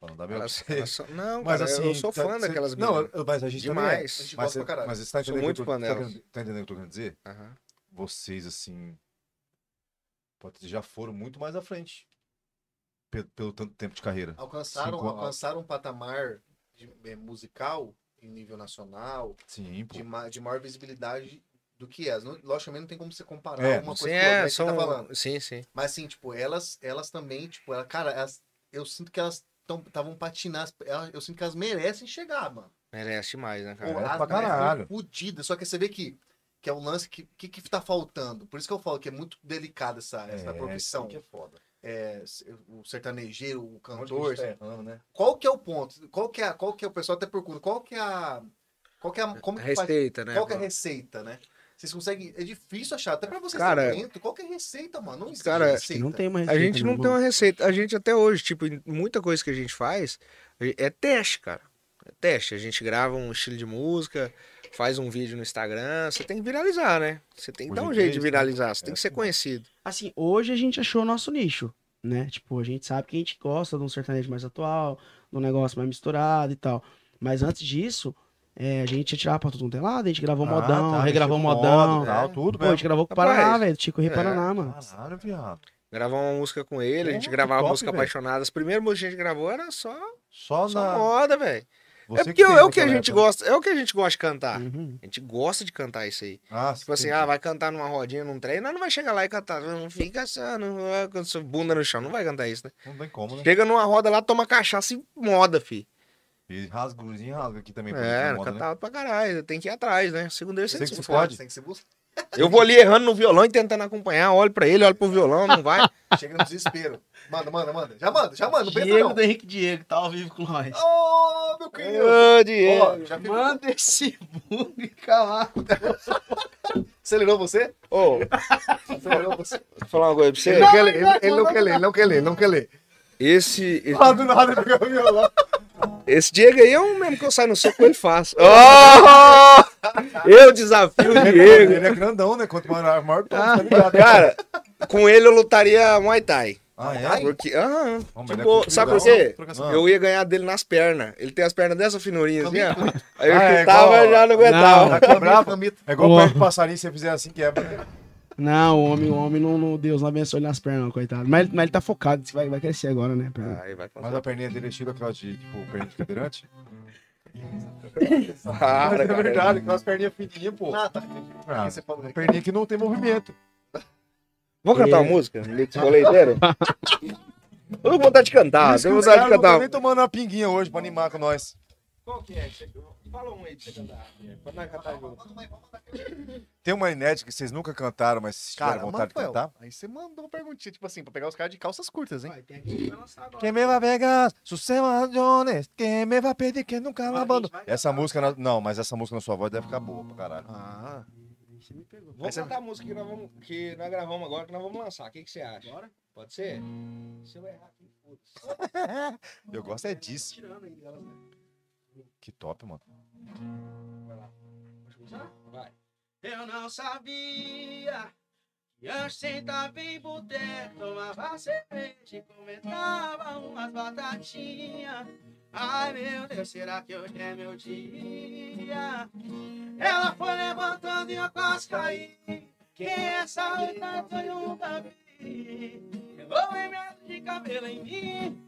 Speaker 3: Pra não dar meu.
Speaker 2: Elas- elas são- Não,
Speaker 3: Mas
Speaker 2: cara,
Speaker 3: assim.
Speaker 2: eu sou
Speaker 3: tá-
Speaker 2: fã
Speaker 3: cê-
Speaker 2: daquelas
Speaker 3: Não,
Speaker 2: meninas.
Speaker 3: eu- mas a gente também. é.
Speaker 4: A
Speaker 2: Demais.
Speaker 4: gente
Speaker 3: Mas
Speaker 4: gosta
Speaker 3: você,
Speaker 4: pra caralho.
Speaker 3: mas você tá
Speaker 2: Sou
Speaker 3: entendendo
Speaker 2: muito
Speaker 3: o que eu tô-
Speaker 2: fã
Speaker 3: tá
Speaker 2: delas.
Speaker 3: querendo- tá entendendo o que eu tô querendo dizer?
Speaker 2: Aham.
Speaker 3: Vocês, assim. Pode, já foram muito mais à frente. Pelo, pelo tanto tempo de carreira.
Speaker 4: Alcançaram,
Speaker 3: Cinco-
Speaker 4: alcançaram um patamar de- eh, musical em nível nacional,
Speaker 3: Sim, pô.
Speaker 4: de, ma- de maior visibilidade do que elas. Não- Logicamente não tem como você
Speaker 3: É,
Speaker 4: comparar uma coisa com
Speaker 2: Sim,
Speaker 4: a outra,
Speaker 2: é,
Speaker 4: né, que você tá falando.
Speaker 2: são... sim, sim.
Speaker 4: Mas assim, tipo, elas, elas também, tipo, ela, cara, elas- eu sinto que elas estavam patinadas. Ela- Eu sinto que elas merecem chegar, mano.
Speaker 2: Merece demais, né,
Speaker 4: Pô,
Speaker 2: cara?
Speaker 4: as
Speaker 3: É, pra
Speaker 4: mulheres
Speaker 3: caralho.
Speaker 4: são fodidas. Só que você vê que, que é o lance que, que, que tá faltando. Por isso que eu falo que é muito delicada essa, essa profissão.
Speaker 3: isso aqui é foda.
Speaker 4: É, o sertanejeiro, o
Speaker 3: Onde que
Speaker 4: cantor.
Speaker 3: a gente tá errando, né?
Speaker 4: Qual que é o ponto? Qual que é, a- qual que é o pessoal até procura? Qual que é a. Qual que é a. Como que faz-
Speaker 2: Respeita, né?
Speaker 4: qual que é a
Speaker 2: mano?
Speaker 4: receita, né? Vocês conseguem. É difícil achar, até pra vocês
Speaker 2: Cara,
Speaker 4: estarem dentro, qual que é a receita, mano? Não existe
Speaker 2: cara,
Speaker 1: Que
Speaker 4: receita.
Speaker 1: não tem uma
Speaker 2: A
Speaker 1: receita,
Speaker 2: gente não
Speaker 1: né,
Speaker 2: tem
Speaker 1: mano?
Speaker 2: uma receita. A gente até hoje, tipo, em muita coisa que a gente faz é teste, cara. É teste. A gente grava um estilo de música, faz um vídeo no Instagram. Você tem que viralizar, né? Você tem que
Speaker 3: Hoje
Speaker 2: dar um
Speaker 3: em
Speaker 2: jeito
Speaker 3: dia
Speaker 2: de
Speaker 3: isso, né?
Speaker 2: viralizar. Você tem
Speaker 3: É
Speaker 2: que ser
Speaker 3: assim.
Speaker 2: conhecido.
Speaker 1: Assim, hoje a gente achou o nosso nicho, né? Tipo, a gente sabe que a gente gosta de um sertanejo mais atual, de um negócio mais misturado e tal. Mas antes disso, é, a gente ia tirar pra todo mundo tem lado, a gente
Speaker 3: Ah,
Speaker 1: gravou
Speaker 3: tá,
Speaker 1: modão, regravou
Speaker 3: mexeu com
Speaker 1: modão.
Speaker 3: moda, né? tal, Tá, tudo
Speaker 1: Pô, a gente
Speaker 3: mesmo.
Speaker 1: gravou com o
Speaker 2: Rapaz,
Speaker 1: Paraná, velho. Tico e
Speaker 2: é.
Speaker 1: Paraná, mano.
Speaker 3: Caralho, viado.
Speaker 2: Gravar uma música com ele, a gente
Speaker 3: Pô,
Speaker 2: gravava
Speaker 3: que top,
Speaker 2: música
Speaker 3: velho.
Speaker 2: apaixonada. As primeiras músicas que a gente gravou era só,
Speaker 3: Só é
Speaker 2: só
Speaker 3: na.
Speaker 2: moda, velho.
Speaker 3: você
Speaker 2: É porque
Speaker 3: teve
Speaker 2: é o que a
Speaker 3: naquela
Speaker 2: gente
Speaker 3: época, né?
Speaker 2: gosta, é o que a gente gosta de cantar.
Speaker 1: Uhum.
Speaker 2: A gente gosta de cantar isso aí.
Speaker 3: Ah,
Speaker 2: Tipo assim, ah, vai cantar numa rodinha, num trem, nós não vai chegar lá e cantar, não fica só, não, com sua bunda no chão, não vai cantar isso, né?
Speaker 3: Não tem como, né?
Speaker 2: Chega numa roda lá, toma cachaça e moda, fi.
Speaker 3: E rasga, e rasga aqui também. porque
Speaker 2: É,
Speaker 3: tem moda, né?
Speaker 2: cantava pra caralho, tem que ir atrás, né? Segunda vez
Speaker 3: Sei
Speaker 2: você se
Speaker 3: que você
Speaker 2: fode.
Speaker 3: pode.
Speaker 4: Tem que ser buscado.
Speaker 2: Eu vou ali errando no violão e tentando acompanhar, olho pra ele, olho pro violão, não vai.
Speaker 4: Chega no desespero. Manda, manda, manda. Já manda, já manda. Não pensa
Speaker 1: Diego
Speaker 4: não.
Speaker 1: do Henrique Diego, tá ao vivo com nós.
Speaker 4: Ô, meu querido.
Speaker 2: Ô, Diego.
Speaker 4: Ó, já fica-
Speaker 1: Manda esse bug calar.
Speaker 4: Acelerou você?
Speaker 2: Ô,
Speaker 4: Acelerou você?
Speaker 2: vou falar uma coisa pra você.
Speaker 4: Ele não quer ler, ele- ele não quer ler, ele não quer ler, ele não quer ler.
Speaker 2: Esse,
Speaker 4: Ah, do nada pegou o violão.
Speaker 2: esse Diego aí é um mesmo que eu saio no soco, ele faz. Oh! Eu desafio o Diego.
Speaker 3: Ele é grandão, né? Quanto maior, maior tom, tá ligado?
Speaker 2: Cara, com ele eu lutaria Muay Thai.
Speaker 3: Ah, é?
Speaker 4: Ai,
Speaker 2: Porque, ah,
Speaker 3: Vamos, ele
Speaker 2: tipo,
Speaker 3: é culto,
Speaker 2: sabe por
Speaker 3: legal.
Speaker 2: quê?
Speaker 3: Trocação.
Speaker 2: Eu ia ganhar dele nas pernas. Ele tem as pernas dessa finurinha assim, ó. Aí eu
Speaker 3: Ah, é
Speaker 2: chutava
Speaker 3: igual-
Speaker 2: já não
Speaker 1: Não.
Speaker 2: aguentava.
Speaker 3: Tá quebrado.
Speaker 4: Camita.
Speaker 3: É igual
Speaker 1: Ó.
Speaker 3: perto de passarinho, se você fizer assim, quebra.
Speaker 1: Não, o homem, o homem não, não- Deus não abençoe nas pernas, não, coitado. Mas, ele- mas ele tá focado, disse que vai, vai crescer agora, né? perna?
Speaker 2: Aí vai
Speaker 3: Mas a perninha dele é estilo aquela de, tipo, perna de cadeirante.
Speaker 2: Ah,
Speaker 3: Mas é
Speaker 2: cara.
Speaker 3: verdade, aquelas perninhas fininhas, pô.
Speaker 4: Ah, tá.
Speaker 3: Ah,
Speaker 4: Você falou
Speaker 3: uma
Speaker 4: aí.
Speaker 3: perninha que não tem movimento.
Speaker 2: Vamos cantar uma música? Leite Boleiteiro? Eu tô com vontade de
Speaker 3: Por
Speaker 2: cantar.
Speaker 3: isso
Speaker 2: Tenho
Speaker 3: que os
Speaker 2: Ah, vontade de
Speaker 3: caras não tão
Speaker 2: cantar.
Speaker 3: nem tomando uma pinguinha hoje pra animar com nós.
Speaker 2: Qual que é? Fala um aí pra você cantar. Pra nós cantar junto.
Speaker 3: Tem uma inédita que vocês nunca cantaram, mas se tiveram
Speaker 4: Cara,
Speaker 3: vontade de
Speaker 4: Manuel,
Speaker 3: cantar.
Speaker 4: aí você mandou uma perguntinha, tipo assim, pra pegar os caras de calças curtas, hein?
Speaker 3: Quem me vai pegar? Susema Jones. Quem me vai perder? Quem nunca lavando. Essa música, na- não, mas essa música na sua voz deve ficar boa pra caralho.
Speaker 4: Ah,
Speaker 2: Vamos cantar a música que nós, vamos, que nós gravamos agora, que nós vamos lançar. O que, que você acha? Bora? Pode ser?
Speaker 3: Hum.
Speaker 2: Se eu errar aqui, foda-se.
Speaker 3: Eu gosto é disso. Que top, mano.
Speaker 2: Vai.
Speaker 1: Eu não sabia que antes sentava em boteco, tomava cerveja e comentava umas batatinhas. Ai meu Deus, será que hoje é meu dia? Ela foi levantando e eu quase caí. Que essa outra eu nunca vi. Levou em medo um de cabelo em mim.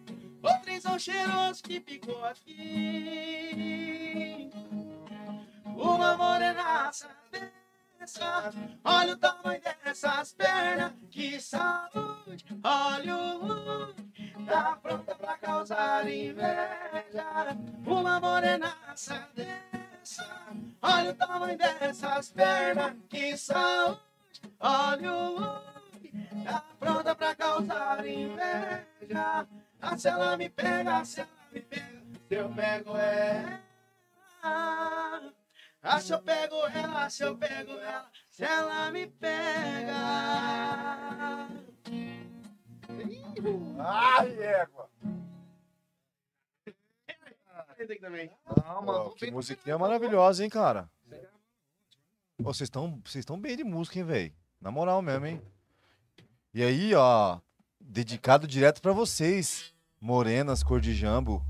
Speaker 1: O trisão cheiroso que ficou aqui. Uma morenaça dessa, olha o tamanho dessas pernas, que saúde, olha o tá pronta pra causar inveja. Uma morenaça dessa, olha o tamanho dessas pernas, que saúde, olha o tá pronta pra causar inveja. Ah, se ela me pega, se ela me pega, se eu pego ela. Ah, se eu pego ela, se eu pego ela, se ela me pega.
Speaker 3: Ai, égua.
Speaker 4: não,
Speaker 3: Pô,
Speaker 4: mandou
Speaker 3: que
Speaker 4: bem.
Speaker 3: musiquinha maravilhosa, hein, cara. Ô, Vocês estão vocês tão bem de música, hein, velho? Na moral mesmo, hein? E aí, ó, dedicado direto pra vocês. Morenas, cor de jambo.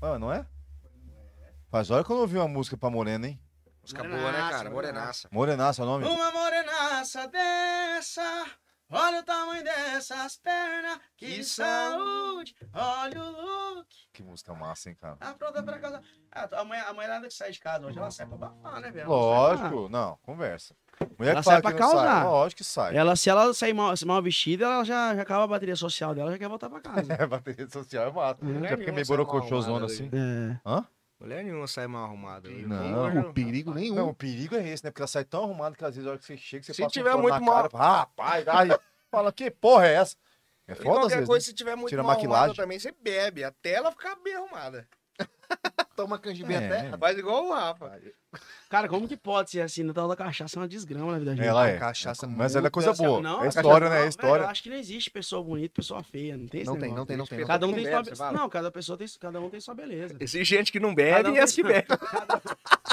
Speaker 3: Ah, não é? Faz hora que eu não ouvi uma música pra Morena, hein?
Speaker 2: Música boa, né, cara?
Speaker 1: Morenaça,
Speaker 2: Morenaça.
Speaker 3: Morenaça é o nome?
Speaker 1: Uma morenaça dessa, olha o tamanho dessas pernas,
Speaker 2: que saúde,
Speaker 1: olha o look,
Speaker 3: Que música massa, hein, cara?
Speaker 1: tá pronta pra casa. Ah, a, mãe, a mulherada que sai de casa hoje, ela sai pra bafar, né, velho?
Speaker 3: Lógico, não, conversa. Mulher
Speaker 1: Ela
Speaker 3: que
Speaker 1: sai
Speaker 3: fala
Speaker 1: pra
Speaker 3: que não sai,
Speaker 1: causar. É.
Speaker 3: lógico que sai.
Speaker 1: Ela, se ela sair mal, mal vestida, ela já, já acaba a bateria social dela, já quer voltar pra casa.
Speaker 3: É, bateria social é mata.
Speaker 2: Mulher
Speaker 3: Já fiquei
Speaker 2: nenhuma
Speaker 3: meio
Speaker 2: sai mal
Speaker 3: borocochôzona
Speaker 2: arrumada,
Speaker 3: assim.
Speaker 1: É.
Speaker 2: Mulher nenhuma sai mal arrumada. né? Eu
Speaker 3: Não,
Speaker 2: concordo.
Speaker 4: o perigo nenhum.
Speaker 3: Não, o perigo é esse, né? Porque ela sai tão arrumada que às vezes a hora que você chega, você
Speaker 2: Se
Speaker 3: passa
Speaker 2: tiver
Speaker 3: um pano
Speaker 2: muito
Speaker 3: na cara, fala, rapaz, aí fala, que porra é essa? É
Speaker 2: E
Speaker 3: foda às
Speaker 2: qualquer
Speaker 3: vezes.
Speaker 2: coisa, se tiver muito
Speaker 3: Tira a
Speaker 2: mal arrumada
Speaker 3: maquilagem.
Speaker 2: também, você bebe, até ela ficar bem arrumada.
Speaker 4: Toma canjibinha
Speaker 3: É.
Speaker 4: até.
Speaker 2: Faz igual o Rafa.
Speaker 1: Cara, como que pode ser assim? No tal da cachaça é uma desgrama na vida da
Speaker 3: né?
Speaker 1: gente.
Speaker 3: Ela é.
Speaker 4: cachaça
Speaker 3: Mas
Speaker 4: muda
Speaker 3: ela é coisa
Speaker 4: essa-
Speaker 3: boa.
Speaker 1: assim, Não,
Speaker 3: é
Speaker 1: a
Speaker 3: história,
Speaker 1: cachaça-
Speaker 3: né? É
Speaker 1: não, velho, eu
Speaker 3: história.
Speaker 1: acho que não existe pessoa bonita, pessoa feia. Não tem esse
Speaker 4: Não tem,
Speaker 1: negócio.
Speaker 4: não tem, não tem. não tem.
Speaker 1: Cada um tem sua
Speaker 2: Conversa,
Speaker 1: beleza.
Speaker 2: fala.
Speaker 1: Não, cada pessoa tem, cada um tem sua beleza.
Speaker 2: Existe gente que Ah, não
Speaker 1: Cada
Speaker 2: bebe
Speaker 1: um
Speaker 2: e as que
Speaker 1: tem-
Speaker 2: bebe.
Speaker 1: Cada,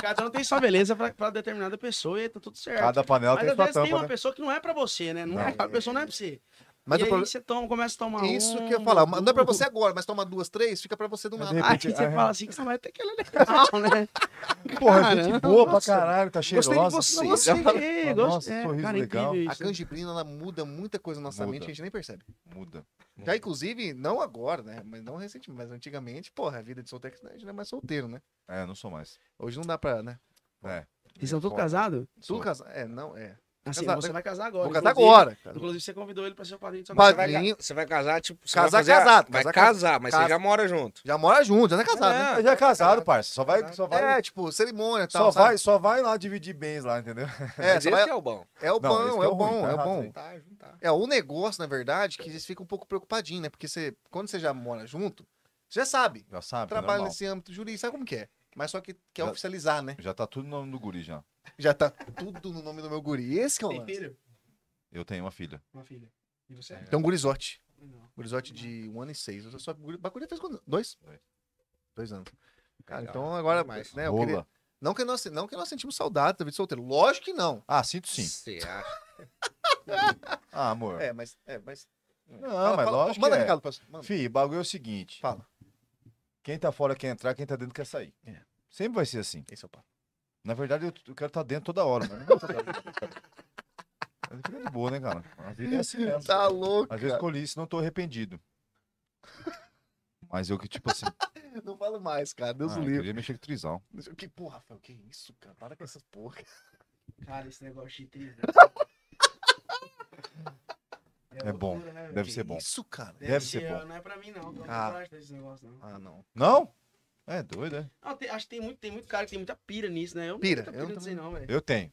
Speaker 1: cada um tem sua beleza pra, pra determinada pessoa e tá tudo certo.
Speaker 3: Cada panela
Speaker 1: Mas
Speaker 3: tem
Speaker 1: às
Speaker 3: sua
Speaker 1: vezes tem
Speaker 3: tampa,
Speaker 1: uma
Speaker 3: né?
Speaker 1: pessoa que não é pra você, né? Não é,
Speaker 3: Não.
Speaker 1: aquela pessoa não é pra você.
Speaker 4: Mas
Speaker 1: e
Speaker 4: o
Speaker 1: aí
Speaker 4: problema.
Speaker 1: você toma, começa a tomar
Speaker 4: Isso
Speaker 1: um,
Speaker 4: que eu ia falar.
Speaker 1: um,
Speaker 4: Não é pra você agora, mas toma duas, três, fica pra você do
Speaker 3: Mas
Speaker 4: nada.
Speaker 3: de
Speaker 1: Aí
Speaker 3: repente-
Speaker 1: você
Speaker 3: ah, é.
Speaker 1: fala assim, que essa mulher até que ela é legal, né?
Speaker 3: Porra, gente
Speaker 1: Caramba,
Speaker 3: boa pra
Speaker 1: nossa.
Speaker 3: caralho, tá
Speaker 2: Gostei de
Speaker 3: cheirosa.
Speaker 2: você.
Speaker 1: Não,
Speaker 2: Sim, já
Speaker 1: Gostei,
Speaker 3: falei. Nossa,
Speaker 1: gostei. É,
Speaker 3: sorriso
Speaker 1: cara,
Speaker 3: legal.
Speaker 1: incrível
Speaker 4: A
Speaker 1: isso.
Speaker 4: canjibrina, ela muda muita coisa na nossa
Speaker 3: Muda.
Speaker 4: mente, a gente nem percebe.
Speaker 3: Muda.
Speaker 4: Já, inclusive, não agora, né? Mas não recentemente, mas antigamente, porra, a vida de solteiro, que a gente não é mais solteiro, né?
Speaker 3: É, eu não sou mais.
Speaker 4: Hoje não dá pra, né?
Speaker 3: É.
Speaker 1: Eles são todos
Speaker 3: Foda.
Speaker 1: casados?
Speaker 3: Sou.
Speaker 4: Tudo casar. É, não, é.
Speaker 1: Assim,
Speaker 4: Casado.
Speaker 1: você vai casar agora.
Speaker 4: Vou casar
Speaker 1: inclusive.
Speaker 4: agora. cara.
Speaker 1: Inclusive, você convidou ele pra ser o padrinho de sua
Speaker 4: Padrinho.
Speaker 1: noiva.
Speaker 2: Você vai, você vai casar, tipo. você
Speaker 4: Casar,
Speaker 2: vai fazer a-
Speaker 4: casado,
Speaker 2: Vai
Speaker 4: casar,
Speaker 2: casar, mas
Speaker 4: casado.
Speaker 2: você já mora junto.
Speaker 4: Já mora junto, já não é casado, né?
Speaker 2: É,
Speaker 3: já é casado, parça. Só vai, só vai,
Speaker 4: É, tipo, cerimônia e
Speaker 3: só
Speaker 4: tal.
Speaker 3: vai, só vai lá dividir bens lá, entendeu?
Speaker 4: sabe? É,
Speaker 2: mas esse
Speaker 4: só vai-
Speaker 2: é o bom.
Speaker 4: é o
Speaker 3: Não, esse que
Speaker 4: bom,
Speaker 3: é
Speaker 4: é
Speaker 3: o
Speaker 4: o
Speaker 3: ruim,
Speaker 4: bom,
Speaker 3: tá
Speaker 4: é o
Speaker 3: errado
Speaker 4: bom.
Speaker 3: aí.
Speaker 2: Juntar, juntar.
Speaker 4: É, o negócio, na verdade, que vocês ficam um pouco preocupadinhos, né? Porque você, quando você já mora junto, você já sabe.
Speaker 3: Já sabe, que é
Speaker 4: Trabalha
Speaker 3: normal.
Speaker 4: nesse âmbito jurídico, sabe como que é? Mas só que quer
Speaker 3: Já-
Speaker 4: oficializar, né?
Speaker 3: Já tá tudo no nome do guri, já.
Speaker 4: Já tá tudo no nome do meu guri. Esse que é o
Speaker 1: Tem
Speaker 4: lance.
Speaker 1: filho?
Speaker 3: Eu tenho uma filha.
Speaker 1: Uma filha. E
Speaker 3: É.
Speaker 1: você?
Speaker 4: Então, gurizote.
Speaker 1: Não.
Speaker 4: Gurizote de um ano e seis. Eu só, guri- bagulho fez quando? Dois?
Speaker 3: Dois.
Speaker 4: Dois anos. Cara,
Speaker 2: Legal.
Speaker 4: então agora,
Speaker 2: Demais.
Speaker 4: né, eu
Speaker 3: Rola.
Speaker 4: queria... Não que, nós, não que nós sentimos saudade da vida de solteiro. Lógico que não.
Speaker 3: Ah, sinto sim.
Speaker 2: Você acha?
Speaker 3: Ah, amor.
Speaker 4: É, mas... É, mas...
Speaker 3: Não, mas lógico
Speaker 4: Manda
Speaker 3: que é.
Speaker 4: recado pra... Manda.
Speaker 3: Fih, o bagulho é o seguinte.
Speaker 4: Fala.
Speaker 3: Quem tá fora quer entrar, quem tá dentro quer sair.
Speaker 4: É.
Speaker 3: Sempre vai ser assim.
Speaker 4: Esse é o papo.
Speaker 3: Na verdade, eu, eu quero estar dentro toda hora, mas não vou tá dentro. Mas fica de boa, né, cara? A vida é assim mesmo.
Speaker 4: Tá louco,
Speaker 3: Às vezes
Speaker 4: cara.
Speaker 3: escolhi isso, não tô arrependido. Mas eu que, tipo assim.
Speaker 4: Não falo mais, cara. Deus
Speaker 3: ah,
Speaker 4: o
Speaker 3: eu
Speaker 4: livre.
Speaker 3: queria mexer com trisal.
Speaker 4: Que porra, Rafael, que isso, cara? Para com essas porra.
Speaker 1: Cara, esse negócio de ter.
Speaker 3: É bom.
Speaker 1: loucura, né, velho?
Speaker 3: Deve ser bom.
Speaker 4: Isso, cara.
Speaker 3: Deve ser bom.
Speaker 1: Não é pra mim, não. Não
Speaker 4: Ah.
Speaker 1: coragem desse negócio, não.
Speaker 4: Ah, não.
Speaker 3: Não? É doido, é?
Speaker 1: Não, tem- acho que tem muito, tem muito cara que tem muita pira nisso, né? Eu não
Speaker 4: Pira,
Speaker 1: tenho
Speaker 4: eu
Speaker 1: muita pira disso aí, não, velho.
Speaker 3: Eu tenho.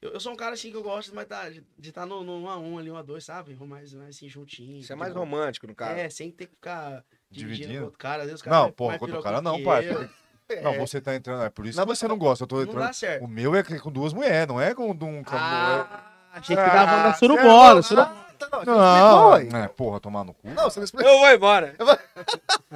Speaker 1: Eu, eu sou um cara assim que eu gosto mas tá, de estar no, no 1 a 1 ali, 1 a 2 sabe? Mais, mais assim, juntinho.
Speaker 2: Você é mais
Speaker 1: Tipo,
Speaker 2: romântico, no caso.
Speaker 1: É, sem ter que ficar dividindo com
Speaker 3: Dividindo.
Speaker 1: outro cara. Às vezes o cara
Speaker 3: Não,
Speaker 1: é
Speaker 3: porra,
Speaker 1: mais
Speaker 3: com outro
Speaker 1: piroca
Speaker 3: cara
Speaker 1: do
Speaker 3: não,
Speaker 1: que
Speaker 3: parça.
Speaker 1: eu.
Speaker 3: Não, você tá entrando. É por isso
Speaker 4: Não,
Speaker 3: que você não gosta. Eu tô
Speaker 1: Não
Speaker 3: entrando.
Speaker 1: dá certo.
Speaker 3: O meu é com duas mulheres, não é com um. Com
Speaker 1: Ah, achei que
Speaker 3: Ah,
Speaker 1: você tava falando da
Speaker 4: Ah,
Speaker 1: surubola. Suru...
Speaker 4: tá, não, você
Speaker 3: Não,
Speaker 4: explicou,
Speaker 3: é, porra, tomar no cu.
Speaker 4: aí. Não, você não explicou.
Speaker 2: Eu vou embora.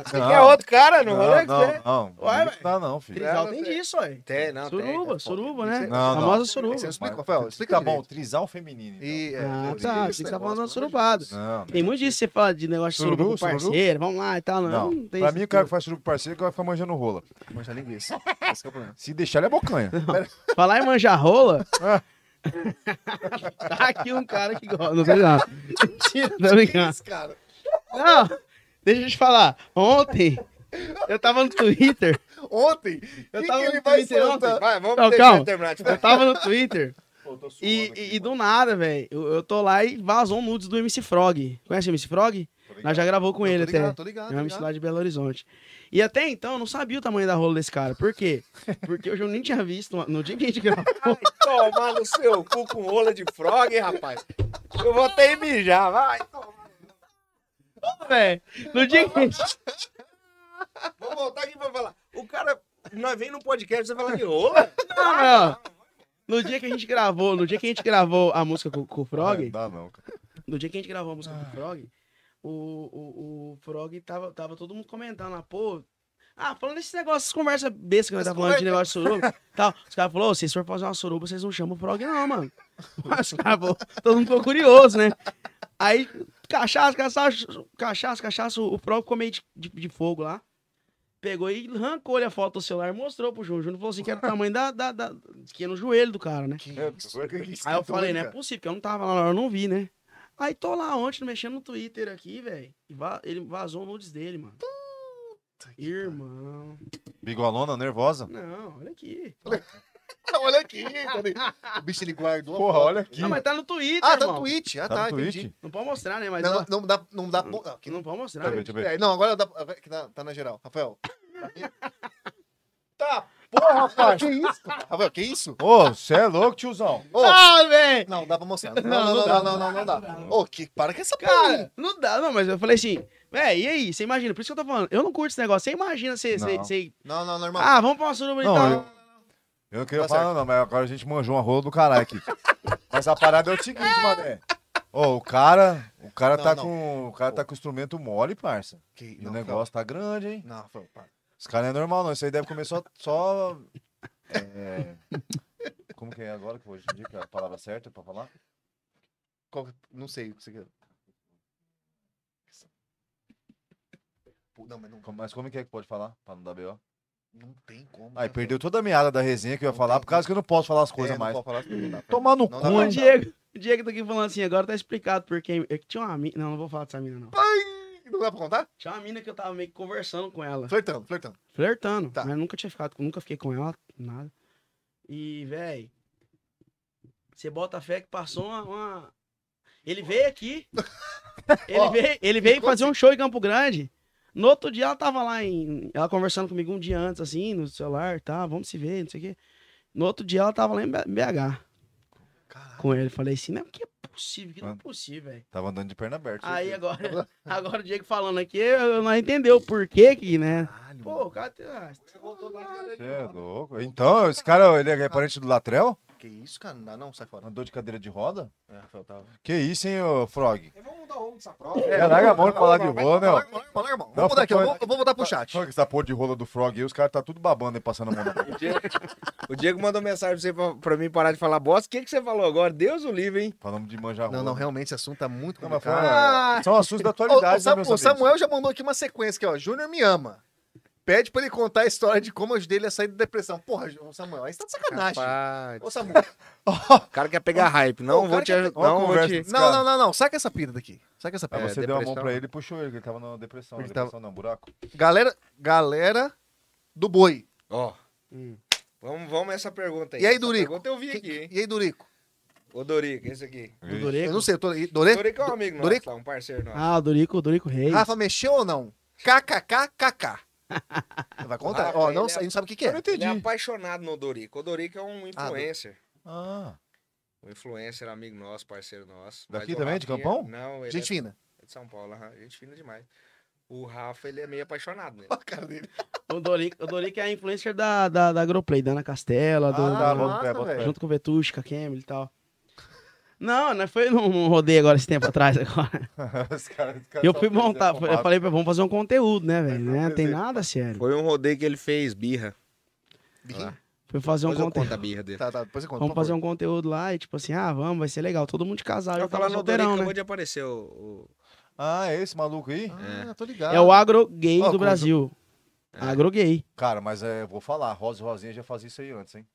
Speaker 2: Você
Speaker 3: Não.
Speaker 2: quer outro cara no né?
Speaker 3: Não,
Speaker 2: rolê? que você-
Speaker 3: não, não.
Speaker 1: Ué,
Speaker 3: Não
Speaker 1: velho.
Speaker 3: tá, não, filho.
Speaker 1: Trisal
Speaker 2: Não,
Speaker 1: tem
Speaker 2: tem.
Speaker 1: disso, ué.
Speaker 2: Tem, não, tem,
Speaker 1: Suruba,
Speaker 2: tem.
Speaker 1: suruba,
Speaker 4: Isso
Speaker 1: né?
Speaker 4: é-
Speaker 3: Não, não.
Speaker 1: famosa
Speaker 4: Você não
Speaker 1: suruba.
Speaker 4: explica, Rafael? Explica
Speaker 3: Tá bom,
Speaker 4: direito.
Speaker 3: trisal feminino. então.
Speaker 4: E, é,
Speaker 1: Ah,
Speaker 4: eu-
Speaker 1: tá.
Speaker 4: esse
Speaker 1: Você que tá falando
Speaker 4: negócio,
Speaker 1: das surubadas.
Speaker 3: Não,
Speaker 1: Tem muito disso, você fala de negócio de suruba
Speaker 3: Sururu,
Speaker 1: com
Speaker 3: sururu?
Speaker 1: parceiro, vamos lá e tal. Não, não
Speaker 3: não.
Speaker 1: tem
Speaker 3: pra
Speaker 1: isso
Speaker 3: mim, o
Speaker 1: tudo.
Speaker 3: cara que faz churupo parceiro é o cara que fica manjando rola.
Speaker 4: Manjar linguiça. Esse que é o problema.
Speaker 3: Se deixar, ele é bocanha.
Speaker 1: tipo. Falar em manjar rola.
Speaker 3: Ah.
Speaker 1: tá aqui um cara que gosta. Não sei não. Mentira, tô brincando.
Speaker 4: Esse cara.
Speaker 1: Não, deixa eu te falar. Ontem eu tava no Twitter.
Speaker 4: Ontem,
Speaker 1: Eu
Speaker 4: que
Speaker 1: tava
Speaker 4: que ele
Speaker 1: no
Speaker 4: vai
Speaker 1: Twitter
Speaker 4: soltar?
Speaker 1: ontem.
Speaker 2: Vai, vamos
Speaker 1: Não,
Speaker 2: deixar
Speaker 1: calma.
Speaker 2: ele terminar de
Speaker 1: Eu
Speaker 2: falar.
Speaker 1: tava no Twitter
Speaker 3: Pô, tô suando
Speaker 1: e,
Speaker 3: aqui,
Speaker 1: e- e do nada, velho, eu, eu tô lá e vazou um nudes do MC Frog. Conhece o MC Frog?
Speaker 3: tô ligado.
Speaker 1: Nós já gravou com
Speaker 4: Eu
Speaker 1: ele
Speaker 4: tô ligado,
Speaker 1: até.
Speaker 4: Tô ligado,
Speaker 1: É
Speaker 4: tô
Speaker 1: um
Speaker 4: tá ligado.
Speaker 1: MC lá de Belo Horizonte. E até então eu não sabia o tamanho da rola desse cara. Por quê? Porque eu já nem tinha visto no dia que a gente gravou.
Speaker 2: Tomar no seu cu com rola de frog, hein, rapaz. Eu vou até ir mijar, vai.
Speaker 1: velho. No dia que a gente.
Speaker 2: Vou voltar aqui pra falar. O cara, nós vem no podcast, você fala de rola?
Speaker 1: Não, não. No dia que a gente gravou, no dia que a gente gravou a música com, com o
Speaker 3: Não
Speaker 1: Frog,
Speaker 3: dá, não, cara.
Speaker 1: no dia que a gente gravou a música com o Frog, o, o, o Frog tava, tava todo mundo comentando lá, pô. Ah, falando desse negócio, essas conversas bestas que nós tá
Speaker 4: Essa
Speaker 1: falando de
Speaker 4: conversa-
Speaker 1: negócio de suruba e tal. Os caras falaram, "Ô, vocês forem fazer uma suruba, vocês não chamam o Frog, não, mano. Os caras, falaram, todo mundo ficou curioso, né? Aí Cachaça, cachaça, cachaça, cachaça, o próprio comete de, de fogo lá. Pegou e arrancou a foto do celular e mostrou pro Júnior. O Júnior falou assim: que era o tamanho da, da, da. que é no joelho do cara, né?
Speaker 3: É, que- que- que-
Speaker 1: Aí eu falei, não é
Speaker 3: né, cara?
Speaker 1: possível, porque eu não tava lá na hora, eu não vi, né? Aí tô lá ontem, mexendo no Twitter aqui, velho. e va- Ele vazou o nudes dele, mano. Irmão.
Speaker 3: Bigolona, nervosa.
Speaker 1: Não, olha aqui.
Speaker 4: Olha aqui, cadê? O bicho ele guardou. a
Speaker 3: Porra,
Speaker 4: foto.
Speaker 3: olha aqui.
Speaker 1: Não, mas tá no Twitter,
Speaker 4: Ah, tá
Speaker 1: irmão.
Speaker 4: no Twitch. Ah,
Speaker 3: Tá
Speaker 4: tá,
Speaker 3: no
Speaker 4: entendi.
Speaker 3: Twitch?
Speaker 1: Não pode mostrar, né? Mas
Speaker 4: Não,
Speaker 1: ó,
Speaker 4: não dá, não dá. ah, Não,
Speaker 1: que
Speaker 4: aqui
Speaker 1: não pode mostrar.
Speaker 3: Deixa eu ver,
Speaker 1: né?
Speaker 3: deixa eu ver.
Speaker 4: É, não, agora dá. aqui Tá, tá na geral. Rafael.
Speaker 3: Tá, porra, rapaz.
Speaker 4: que isso? Rafael, que isso?
Speaker 3: Ô, você é louco, tiozão.
Speaker 4: Ô,
Speaker 1: Ah, velho!
Speaker 4: Não, dá pra mostrar. Não, não, não, não, não, não, não dá. Ô, que, para com essa
Speaker 1: Cara, não dá, não, mas eu falei assim, velho, e aí? Você imagina, por isso que eu tô falando, eu não curto esse negócio. Você imagina, você. você-
Speaker 3: Não.
Speaker 1: você-
Speaker 4: Não, não, normal.
Speaker 1: Ah, vamos pra uma suruba e
Speaker 3: Não,
Speaker 1: tal.
Speaker 3: eu- Eu não queria
Speaker 4: Tá
Speaker 3: falar,
Speaker 4: certo.
Speaker 3: não, mas agora a gente manjou uma rola do caralho aqui. mas a parada é o seguinte, mané. Ô, o cara, o cara
Speaker 4: Não,
Speaker 3: tá
Speaker 4: não.
Speaker 3: com. O cara tá com o instrumento mole, parça. E
Speaker 4: Que- não,
Speaker 3: o negócio tá grande, hein?
Speaker 4: Não, Rafael, para.
Speaker 3: Esse cara não é normal, não. Isso aí deve comer só. só é, Como que é agora que eu vou dizer que é a palavra certa pra falar?
Speaker 4: Qual que- Não sei o que você quer. Pô, Não, mas não,
Speaker 3: Como- Mas como que é que pode falar? Pra não dar B.O.
Speaker 4: não tem como.
Speaker 3: Aí
Speaker 4: Rafael.
Speaker 3: perdeu toda a meada da resenha que eu ia
Speaker 4: Não
Speaker 3: falar,
Speaker 4: tem
Speaker 3: por causa que eu não posso falar as
Speaker 4: É,
Speaker 3: coisas
Speaker 4: não
Speaker 3: mais.
Speaker 4: pode falar, não dá pra-
Speaker 3: Tomar no
Speaker 4: Não
Speaker 3: cu,
Speaker 4: dá
Speaker 1: O
Speaker 4: pra-
Speaker 3: hein?
Speaker 1: Diego, o Diego tá aqui falando assim, agora tá explicado porque é que tinha uma mina. Não, não vou falar dessa mina, não.
Speaker 4: Não dá pra contar?
Speaker 1: Tinha uma mina que eu tava meio que conversando com ela.
Speaker 4: Flertando, flertando.
Speaker 1: Flertando.
Speaker 4: Tá.
Speaker 1: Mas nunca tinha ficado, com- nunca fiquei com ela, nada. E, velho. Você bota fé que passou uma. uma- Ele veio aqui. ele
Speaker 4: Ó,
Speaker 1: veio, ele veio fazer um show em Campo Grande. No outro dia ela tava lá em. Ela conversando comigo um dia antes, assim, no celular, tá? Vamos se ver, não sei o quê. No outro dia ela tava lá em BH
Speaker 4: Caralho.
Speaker 1: com ele. Falei assim, não, que é possível, que não é
Speaker 3: Ah.
Speaker 1: possível, velho.
Speaker 3: Tava andando de perna
Speaker 4: é
Speaker 3: aberta.
Speaker 1: Aí agora, agora o Diego falando aqui, eu não entendeu o porquê que, né?
Speaker 4: Caralho,
Speaker 1: Pô, o cara. tem- ah,
Speaker 3: Você é louco. Então, esse cara, ele é parente do Latrel?
Speaker 4: Que isso, cara? Não dá não, sai fora.
Speaker 3: Andou de cadeira de roda?
Speaker 4: É, Rafael, tá.
Speaker 3: Que isso, hein, ô Frog?
Speaker 5: É, Vamos mudar o dessa prova.
Speaker 3: É, larga a mão de falar de
Speaker 4: Vai,
Speaker 3: rolo, né? ó.
Speaker 4: vai, vai, vai, irmão.
Speaker 3: Não,
Speaker 4: Vamos mudar aqui, eu
Speaker 3: foi-
Speaker 4: vou, eu vou voltar pro chat.
Speaker 3: Só que essa porra de rola do Frog aí, os caras tá tudo babando aí, passando a mão na boca.
Speaker 2: O Diego, o Diego mandou mensagem pra, você, pra, pra mim parar de falar bosta. O que, que você falou agora? Deus o livre, hein?
Speaker 3: Falamos de manjar rola.
Speaker 4: Não, não, realmente esse assunto tá muito
Speaker 3: Não, mas foi-
Speaker 4: complicado.
Speaker 3: São assuntos da
Speaker 4: Ô, ô,
Speaker 3: atualidade,
Speaker 4: Sam-
Speaker 3: né, meus
Speaker 4: o
Speaker 3: amigos?
Speaker 4: Samuel já mandou aqui uma sequência aqui, ó. Júnior me ama. Pede pra ele contar a história de como eu ajudei ele a sair da depressão. Porra, Ju- Samuel, aí você tá de sacanagem.
Speaker 2: Rapaz,
Speaker 4: Ô, Samuel.
Speaker 2: o cara quer pegar hype. Não
Speaker 4: o
Speaker 2: vou
Speaker 4: cara
Speaker 2: te
Speaker 4: quer
Speaker 2: ajudar.
Speaker 3: Olha a
Speaker 2: Não vou
Speaker 3: conversa
Speaker 2: te...
Speaker 3: desse
Speaker 4: Não,
Speaker 3: cara.
Speaker 4: não, não, não. Saca essa pira daqui. Saca essa
Speaker 3: Aí
Speaker 4: pira.
Speaker 3: você deu a mão
Speaker 2: depressão.
Speaker 3: pra ele e puxou ele, que ele tava na depressão.
Speaker 4: É, Ele
Speaker 3: Ele
Speaker 4: tava-
Speaker 3: tava... não, buraco.
Speaker 4: Galera, galera do boi.
Speaker 2: Ó,
Speaker 1: hum.
Speaker 2: vamos, vamos essa pergunta aí.
Speaker 4: E aí,
Speaker 2: Essa
Speaker 4: Durico?
Speaker 2: pergunta eu vi aqui, hein?
Speaker 4: E aí, Dorico?
Speaker 2: Ô, Dorico, esse aqui.
Speaker 1: O
Speaker 4: Eu
Speaker 1: Dorico.
Speaker 4: não sei, eu tô... e- Dore?
Speaker 2: Dorico é um amigo nosso,
Speaker 4: Dorico?
Speaker 2: lá, um parceiro nosso.
Speaker 1: Ah, o Dorico, o Dorico Reis.
Speaker 4: Rafa mexeu ou não? KKKKK. Vai contar.
Speaker 2: Rafa,
Speaker 4: Ó,
Speaker 2: ele
Speaker 4: não,
Speaker 2: é-
Speaker 4: sa- a gente sabe o que que
Speaker 3: Eu não
Speaker 4: é.
Speaker 2: Ele é
Speaker 3: entendi.
Speaker 2: apaixonado no Dorico. O Dorico é um
Speaker 4: Ah, Dor-
Speaker 2: influencer.
Speaker 3: Ah,
Speaker 2: um influencer, amigo nosso, parceiro nosso.
Speaker 3: Daqui
Speaker 2: Mas o
Speaker 3: também, de
Speaker 2: Rafinha-
Speaker 3: Campão?
Speaker 2: Não, ele
Speaker 4: Gente
Speaker 2: é
Speaker 4: fina.
Speaker 2: de São Paulo. aham, Gente fina demais. O Rafa, ele é meio apaixonado nele.
Speaker 4: Ó a cara dele.
Speaker 1: O Dorico, o Dorico é a influencer da, da, da Agroplay, da Ana Castela, do,
Speaker 4: Ah,
Speaker 1: do-
Speaker 4: mano,
Speaker 3: bota o tá, pé, bota o pé.
Speaker 1: junto com o Vetush, com a Camille e tal. Não, nós foi num num rodeio agora esse tempo atrás agora.
Speaker 3: Os caras- os caras
Speaker 1: Eu
Speaker 3: são
Speaker 1: fui montar,
Speaker 3: presidente
Speaker 1: eu falei, pra- vamos fazer um conteúdo, né, velho?
Speaker 3: Mas não
Speaker 1: Né? Não tem
Speaker 3: desenho.
Speaker 1: nada sério.
Speaker 2: Foi um rodeio que ele fez, birra.
Speaker 4: Biquinho.
Speaker 1: Fui fazer um
Speaker 2: Depois eu
Speaker 1: conteúdo.
Speaker 2: conto a birra dele.
Speaker 4: Tá, tá, depois você conta.
Speaker 1: Vamos fazer um conteúdo lá e tipo assim, ah, vamos, vai ser legal. Todo mundo de casal, eu
Speaker 2: Eu
Speaker 1: tava
Speaker 2: falar no Dorico,
Speaker 1: solteirão, né?
Speaker 2: acabou de aparecer o... o-
Speaker 3: Ah, é esse maluco aí?
Speaker 4: Ah, tô ligado.
Speaker 1: É o agro gay
Speaker 4: Ó,
Speaker 1: do
Speaker 4: como
Speaker 1: Brasil. Agro gay.
Speaker 3: Cara, mas é, eu vou falar, Rosa e Rosinha já fazia isso aí antes, hein?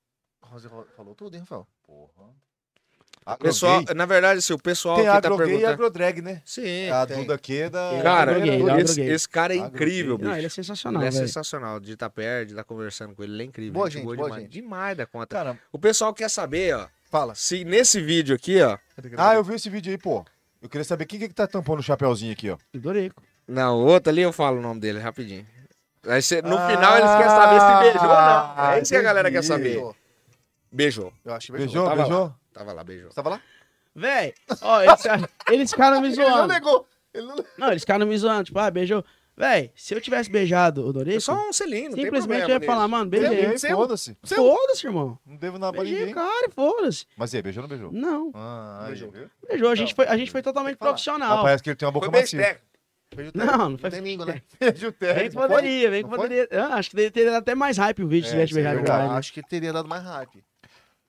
Speaker 4: Rosa falou tudo, hein, Rafael?
Speaker 3: Porra. Agrogay.
Speaker 2: Pessoal, na verdade, assim, o pessoal
Speaker 3: tem
Speaker 2: que tá
Speaker 3: agrogay e
Speaker 2: perguntando...
Speaker 3: agrodrag, né?
Speaker 2: Sim.
Speaker 3: a
Speaker 4: tem.
Speaker 3: Duda aqui é da...
Speaker 1: Tem
Speaker 2: Cara,
Speaker 1: agrogay, ele é
Speaker 2: esse,
Speaker 1: agrogay.
Speaker 2: esse cara é
Speaker 3: Agrogay.
Speaker 2: incrível, bicho.
Speaker 1: Não, ele é sensacional,
Speaker 2: Ele é
Speaker 1: velho.
Speaker 2: sensacional. De estar perto, de estar conversando com ele, ele é incrível.
Speaker 4: Boa gente, boa
Speaker 2: demais.
Speaker 4: gente.
Speaker 2: Demais da conta.
Speaker 3: Cara,
Speaker 2: O pessoal quer saber, ó,
Speaker 4: Fala.
Speaker 2: se nesse vídeo aqui, ó.
Speaker 3: ah, eu vi esse vídeo aí, pô. Eu queria saber quem que, é que tá tampando o chapeuzinho aqui, ó.
Speaker 1: Dorico.
Speaker 2: Não, o outro ali eu falo o nome dele rapidinho. Aí cê- no final eles querem saber se beijou ou não.
Speaker 3: Ah,
Speaker 2: É isso que a galera quer
Speaker 3: entendi.
Speaker 2: saber.
Speaker 4: Beijou.
Speaker 2: Beijou.
Speaker 4: Eu acho que beijou.
Speaker 3: Beijou,
Speaker 2: tava
Speaker 3: beijou?
Speaker 2: Tava lá, beijou.
Speaker 4: Você tava lá?
Speaker 1: Véi, ó, eles, eles ficaram me
Speaker 4: Ele não
Speaker 1: zoando.
Speaker 4: negou. Ele não negou.
Speaker 1: Não, eles ficaram me zoando, tipo, ah, beijou. Véi, se eu tivesse beijado o
Speaker 2: É
Speaker 1: Dorico,
Speaker 2: só um selinho, não
Speaker 1: simplesmente
Speaker 2: tem
Speaker 1: eu
Speaker 2: problema
Speaker 1: ia falar, mano, beijei. é
Speaker 3: Beijei, foda-se.
Speaker 1: Foda-se, irmão.
Speaker 3: é Não devo nada pra
Speaker 1: Beijei,
Speaker 3: ninguém.
Speaker 1: cara, e foda-se.
Speaker 3: Mas e aí, beijou ou não beijou?
Speaker 1: Não,
Speaker 3: Ah, aí,
Speaker 4: Beijou.
Speaker 3: viu?
Speaker 1: beijou. A gente foi, a gente foi
Speaker 4: Tem
Speaker 1: totalmente
Speaker 4: que falar.
Speaker 3: Ah,
Speaker 1: profissional.
Speaker 3: parece que ele tem uma
Speaker 2: nisso.
Speaker 3: boca
Speaker 2: Foi beijo
Speaker 3: macia.
Speaker 2: técnico.
Speaker 4: Beijo
Speaker 1: Não,
Speaker 4: técnico.
Speaker 1: não foi-
Speaker 4: tem língua, né?
Speaker 3: Beijo
Speaker 1: Bem que
Speaker 3: técnico.
Speaker 1: poderia, bem que
Speaker 4: Não
Speaker 1: poderia. Ah, acho que teria teria dado até mais hype o vídeo se
Speaker 3: É,
Speaker 1: tivesse
Speaker 3: isso é
Speaker 1: beijado. o
Speaker 4: Cara,
Speaker 1: Dorico.
Speaker 4: acho que teria dado mais hype.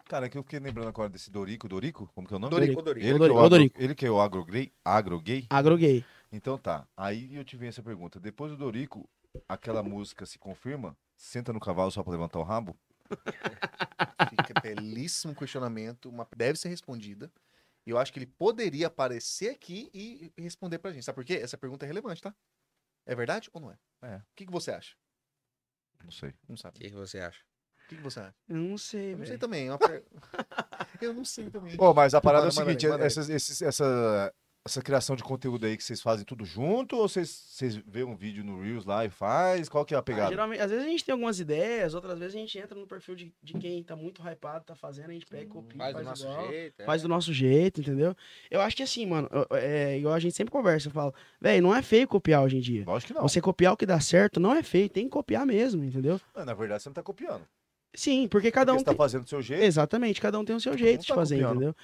Speaker 3: Cara, que eu fiquei lembrando agora desse Dorico, Dorico? Como que é o nome?
Speaker 1: Dorico.
Speaker 2: Ô, Dorico.
Speaker 3: Ele, que é
Speaker 1: Dorico.
Speaker 3: o agro,
Speaker 1: Dorico.
Speaker 3: ele que é o agro gay, agro gay?
Speaker 1: Agroguei.
Speaker 3: Então tá. Aí eu tive essa pergunta. Depois do Dorico, aquela música se confirma? Senta no cavalo só pra levantar o rabo?
Speaker 4: Fica é belíssimo questionamento, uma deve ser respondida. E eu acho que ele poderia aparecer aqui e responder pra gente. Sabe por quê? Essa pergunta é relevante, tá? É verdade ou não é?
Speaker 3: É.
Speaker 4: O que, que você acha?
Speaker 3: Não sei.
Speaker 4: Não
Speaker 2: O
Speaker 4: sabe.
Speaker 2: que, que você acha?
Speaker 4: O que, que você acha?
Speaker 1: Eu não sei,
Speaker 4: Eu não
Speaker 1: velho.
Speaker 4: sei
Speaker 1: Ah,
Speaker 4: também. é uma per- eu não sei também.
Speaker 3: Pô, mas a parada é
Speaker 4: Manda,
Speaker 3: o
Speaker 4: manda
Speaker 3: seguinte,
Speaker 4: aí, manda aí.
Speaker 3: essas- esses- essa, essa criação de conteúdo aí que vocês fazem tudo junto ou vocês, vocês vê um vídeo no Reels lá e faz? Qual que é a
Speaker 1: Ah,
Speaker 3: pegada?
Speaker 1: geralmente, às vezes a gente tem algumas ideias, outras vezes a gente entra no perfil de, de quem tá muito hypado, tá fazendo, a gente pega, copia,
Speaker 2: Faz
Speaker 1: faz,
Speaker 2: do nosso
Speaker 1: igual.
Speaker 2: jeito. é.
Speaker 1: Faz do nosso jeito, entendeu? Eu acho que assim, mano, eu- é igual a gente sempre conversa, eu falo, velho, não é feio copiar hoje em dia.
Speaker 3: Lógico que não.
Speaker 1: Você copiar o que dá certo não é feio, tem que copiar mesmo, entendeu?
Speaker 3: Ah, Na verdade, você não tá copiando.
Speaker 1: Sim, porque cada
Speaker 3: Porque
Speaker 1: um
Speaker 3: você tá fazendo do seu jeito.
Speaker 1: Exatamente, cada um tem o seu jeito de
Speaker 3: tá
Speaker 1: fazer,
Speaker 3: copiando.
Speaker 1: entendeu?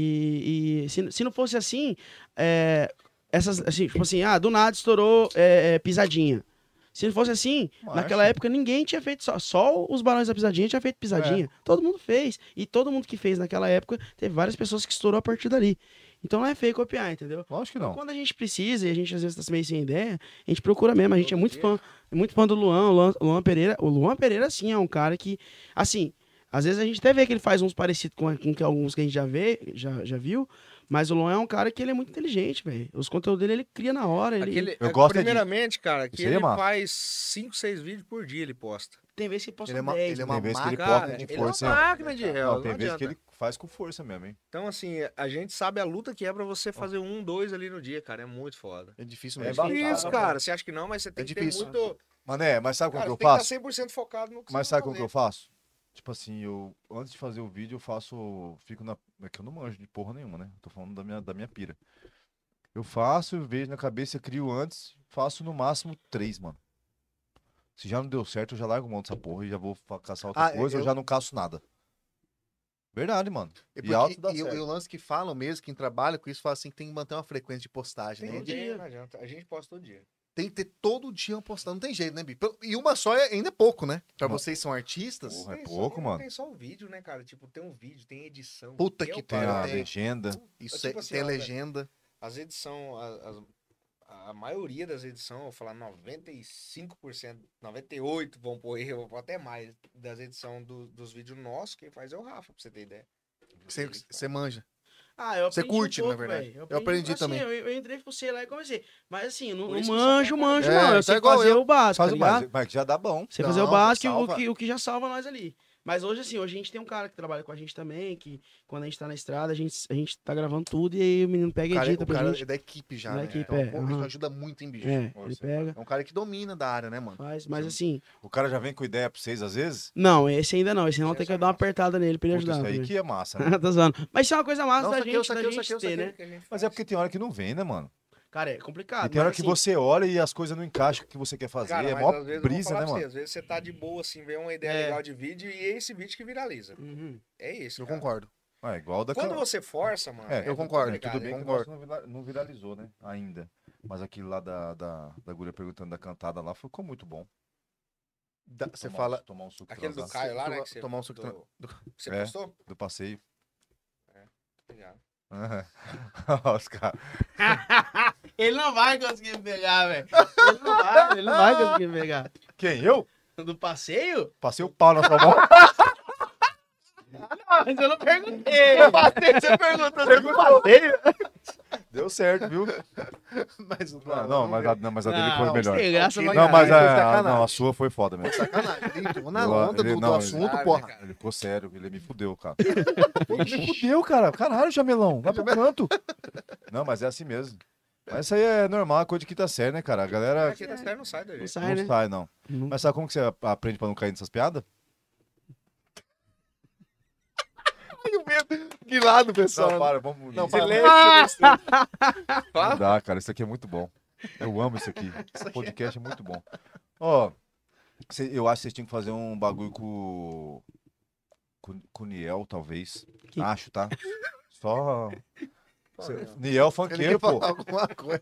Speaker 1: E, e se, se não fosse assim, é, essas, assim, tipo assim, ah, do nada estourou é, é, pisadinha. Se não fosse assim,
Speaker 3: Marcha.
Speaker 1: naquela época ninguém tinha feito, só, só os Barões da Pisadinha tinha feito pisadinha. Todo mundo fez. E todo mundo que fez naquela época, teve várias pessoas que estourou a partir dali. Então não é feio copiar, entendeu?
Speaker 3: Lógico que
Speaker 1: Então,
Speaker 3: não.
Speaker 1: Quando a gente precisa e a gente às vezes tá meio sem ideia, a gente procura mesmo. A gente é
Speaker 2: Todo
Speaker 1: muito
Speaker 2: dia.
Speaker 1: fã, muito fã do Luan, o Luan, o Luan Pereira. O Luan Pereira, sim, é um cara que, assim, às vezes a gente até vê que ele faz uns parecidos com, com que alguns que a gente já vê, já, já viu, mas o Luan é um cara que ele é muito inteligente, velho. Os conteúdos dele ele cria na hora. Ele...
Speaker 2: Aquele,
Speaker 3: Eu gosto é de-
Speaker 2: primeiramente, cara, que
Speaker 3: Seria
Speaker 2: ele
Speaker 3: massa.
Speaker 2: faz 5, 6 vídeos por dia, ele posta.
Speaker 1: Tem vezes que posta
Speaker 4: Ele é uma-
Speaker 1: 10.
Speaker 4: ele é
Speaker 1: mano.
Speaker 4: uma
Speaker 3: Tem vezes que ele
Speaker 2: Cara,
Speaker 3: posta
Speaker 2: ele
Speaker 3: com
Speaker 2: é uma
Speaker 3: força. né?
Speaker 2: máquina de réu.
Speaker 3: Não,
Speaker 2: Não,
Speaker 3: tem vezes
Speaker 2: adianta.
Speaker 3: que ele faz com força mesmo, hein?
Speaker 2: Então, assim, a gente sabe a luta que é pra você fazer um, dois ali no dia, cara. É muito foda.
Speaker 4: É difícil
Speaker 3: É
Speaker 4: mesmo.
Speaker 3: bacana,
Speaker 2: difícil,
Speaker 3: né?
Speaker 2: cara. Você acha que não, mas você tem
Speaker 4: É
Speaker 2: que
Speaker 4: difícil.
Speaker 2: ter muito.
Speaker 3: Mané, mas sabe como
Speaker 2: Cara,
Speaker 3: que
Speaker 2: você
Speaker 3: eu
Speaker 2: tem que
Speaker 3: faço?
Speaker 2: estar 100% focado no que
Speaker 3: Mas
Speaker 2: você
Speaker 3: sabe
Speaker 2: vai
Speaker 3: como que eu
Speaker 2: fazer.
Speaker 3: faço? Tipo assim, eu antes de fazer o vídeo, eu faço. Fico na. É que eu não manjo de porra nenhuma, né? Tô falando da minha, da minha pira. Eu faço, eu vejo na cabeça, crio antes, faço no máximo três, mano. Se já não deu certo, eu já largo mão dessa porra e já vou fa- caçar outra
Speaker 4: Ah, é,
Speaker 3: coisa, eu...
Speaker 4: eu-
Speaker 3: já não caço nada. Verdade, mano.
Speaker 4: É
Speaker 3: E alto dá
Speaker 4: porque- e, o-
Speaker 3: certo.
Speaker 4: e o lance que falam mesmo, quem trabalha com isso, fala assim que tem que manter uma frequência de postagem, né?
Speaker 2: Tem
Speaker 1: Todo
Speaker 4: De-
Speaker 2: dia,
Speaker 1: dia.
Speaker 2: não adianta. A gente posta todo dia.
Speaker 4: Tem que ter todo dia uma postagem. Não tem jeito, né, Bi? Pelo- E uma só é, ainda é pouco, né? Pra
Speaker 3: Mano.
Speaker 4: vocês que são artistas.
Speaker 3: Porra, é
Speaker 2: Tem só-
Speaker 3: pouco,
Speaker 2: não
Speaker 3: mano.
Speaker 2: Tem só o vídeo, né, cara? Tipo, tem um vídeo, tem edição.
Speaker 4: Puta
Speaker 2: tem
Speaker 4: que
Speaker 2: o
Speaker 3: Tem
Speaker 4: pariu,
Speaker 3: a
Speaker 2: parada.
Speaker 4: tem.
Speaker 3: legenda.
Speaker 4: Isso
Speaker 2: tipo
Speaker 4: é-
Speaker 2: assim,
Speaker 4: tem
Speaker 2: ó, velho.
Speaker 4: legenda.
Speaker 2: As edições, as, as- a maioria das edições, eu vou falar 95%, 98% vão pôr erro, vou até mais, das edições do- dos vídeos nossos, quem faz é o Rafa, pra você ter ideia.
Speaker 4: Você, você manja.
Speaker 1: Ah, eu
Speaker 4: Você
Speaker 1: aprendi
Speaker 4: curte, na
Speaker 1: pouco,
Speaker 4: verdade.
Speaker 1: velho.
Speaker 4: Eu aprendi
Speaker 1: assim,
Speaker 4: também.
Speaker 1: Eu, eu entrei, fucei lá e comecei. Mas assim, eu não,
Speaker 2: Por
Speaker 1: não
Speaker 2: isso que eu só
Speaker 1: manjo,
Speaker 2: quero-
Speaker 1: manjo,
Speaker 4: É,
Speaker 1: não. Eu
Speaker 4: então
Speaker 1: sei
Speaker 4: é igual
Speaker 1: fazer
Speaker 4: eu.
Speaker 1: o básico,
Speaker 3: Faz
Speaker 1: tá
Speaker 3: o
Speaker 1: ligado?
Speaker 3: básico, mas já dá bom.
Speaker 1: Você
Speaker 4: Não,
Speaker 1: fazer o
Speaker 4: já
Speaker 1: básico, o
Speaker 4: salva.
Speaker 1: que, o que já salva nós ali. Mas hoje, assim, hoje a gente tem um cara que trabalha com a gente também, que quando a gente tá na estrada, a gente, a gente tá gravando tudo e aí o menino pega
Speaker 4: O
Speaker 1: e
Speaker 4: cara,
Speaker 1: edita
Speaker 4: o
Speaker 1: pra
Speaker 4: cara
Speaker 1: gente.
Speaker 4: é da equipe já,
Speaker 1: Da
Speaker 4: né?
Speaker 1: equipe,
Speaker 4: então,
Speaker 1: é,
Speaker 4: pô,
Speaker 1: aham.
Speaker 4: isso ajuda muito, hein, bicho?
Speaker 1: É, ele
Speaker 3: Nossa.
Speaker 1: pega,
Speaker 4: É um cara que domina da área, né, mano?
Speaker 1: faz, mas assim...
Speaker 3: O cara já vem com ideia pra vocês às vezes.
Speaker 1: Não, esse ainda não, esse não
Speaker 2: Esse
Speaker 1: tem que
Speaker 2: é
Speaker 1: eu dar uma
Speaker 2: massa.
Speaker 1: apertada nele pra ele
Speaker 3: Puta,
Speaker 1: ajudar.
Speaker 3: isso aí
Speaker 1: também.
Speaker 3: que é massa, né?
Speaker 1: Tá zoando. Mas isso é uma coisa massa
Speaker 4: Não,
Speaker 1: da
Speaker 4: saquei,
Speaker 1: gente,
Speaker 4: saquei,
Speaker 1: da gente
Speaker 4: saquei,
Speaker 1: ter,
Speaker 4: saquei.
Speaker 1: né?
Speaker 2: Que a gente
Speaker 3: Mas é
Speaker 2: faz.
Speaker 3: porque tem hora que não vem, né, mano?
Speaker 1: Cara, é complicado.
Speaker 3: e tem hora
Speaker 1: mas,
Speaker 3: que
Speaker 1: assim,
Speaker 3: você olha e as coisas não encaixam com o que você quer fazer.
Speaker 2: Cara,
Speaker 3: é
Speaker 2: mas
Speaker 3: mó
Speaker 2: às vezes eu vou
Speaker 3: brisa,
Speaker 2: falar
Speaker 3: né,
Speaker 2: pra você,
Speaker 3: mano?
Speaker 2: Às vezes você tá de boa, assim, vê uma ideia
Speaker 1: É.
Speaker 2: legal de vídeo e é esse vídeo que viraliza.
Speaker 1: Uhum.
Speaker 2: É isso.
Speaker 4: Eu
Speaker 2: cara.
Speaker 4: concordo.
Speaker 3: Ah, É igual da
Speaker 2: Quando
Speaker 3: cana-
Speaker 2: você força, mano.
Speaker 3: É, eu
Speaker 2: muito
Speaker 4: concordo,
Speaker 3: É,
Speaker 2: complicado,
Speaker 3: tudo
Speaker 2: né?
Speaker 3: bem que o
Speaker 4: concordo.
Speaker 3: nosso não, vira- não viralizou, né? Ainda. Mas aquilo lá da, da, da guria perguntando da cantada lá ficou muito bom.
Speaker 4: Da- você
Speaker 3: Tomar um-
Speaker 4: fala.
Speaker 3: tomar um suco
Speaker 2: Aquele do
Speaker 3: transar
Speaker 2: Caio lá, né?
Speaker 4: Toma-
Speaker 2: que você-
Speaker 4: tomar um suco
Speaker 2: do- Você
Speaker 3: É.
Speaker 2: postou? Tá
Speaker 3: do passeio.
Speaker 2: Obrigado.
Speaker 3: Aham. Os caras.
Speaker 1: ele não vai conseguir pegar, velho. Ele não vai, ele não vai conseguir pegar.
Speaker 3: Quem? Eu?
Speaker 1: Do passeio?
Speaker 3: Passei o pau na sua mão.
Speaker 1: Mas Ah. eu não perguntei.
Speaker 4: Você perguntou, você
Speaker 3: Deu certo, viu?
Speaker 4: Mas o
Speaker 3: Não, Ah, não, mas, é a, não, mas a dele foi
Speaker 1: Não,
Speaker 3: melhor.
Speaker 1: sem graça pra
Speaker 3: Não,
Speaker 1: caralho.
Speaker 3: mas
Speaker 4: Foi
Speaker 3: a, a-
Speaker 4: sacanagem.
Speaker 3: não, a sua foi foda mesmo.
Speaker 4: Sacanagem. Ele entrou na
Speaker 3: Eu-
Speaker 4: onda
Speaker 3: ele-
Speaker 4: do, do
Speaker 3: não, ele-
Speaker 4: assunto,
Speaker 2: Ah,
Speaker 4: porra.
Speaker 2: né, cara?
Speaker 3: Ele ficou sério, ele me fudeu, cara. Ele me fudeu, cara. Caralho, Jamelão, vai pro canto. Não, mas é assim mesmo. Mas isso aí é normal, é coisa de quinta série, né, cara? A galera
Speaker 2: Aqui da série É não sai daí.
Speaker 1: Não
Speaker 3: não
Speaker 1: sai, né?
Speaker 3: sai, não.
Speaker 1: Não.
Speaker 3: Mas sabe como que você a- aprende pra não cair nessas piadas?
Speaker 4: Ai, o medo. Que lado, pessoal.
Speaker 3: para, vamos. Não,
Speaker 4: para.
Speaker 1: Ah!
Speaker 3: Não dá, cara. Isso aqui é muito bom. Eu amo isso aqui. Esse podcast é muito bom. Ó, cê- eu acho que vocês tinham que fazer um bagulho com. Com, com o Niel, talvez.
Speaker 1: Que-
Speaker 3: Acho, tá? Só.
Speaker 4: Olha,
Speaker 3: Niel
Speaker 4: Ele quer
Speaker 3: Funkeiro, pô.
Speaker 4: falar alguma coisa.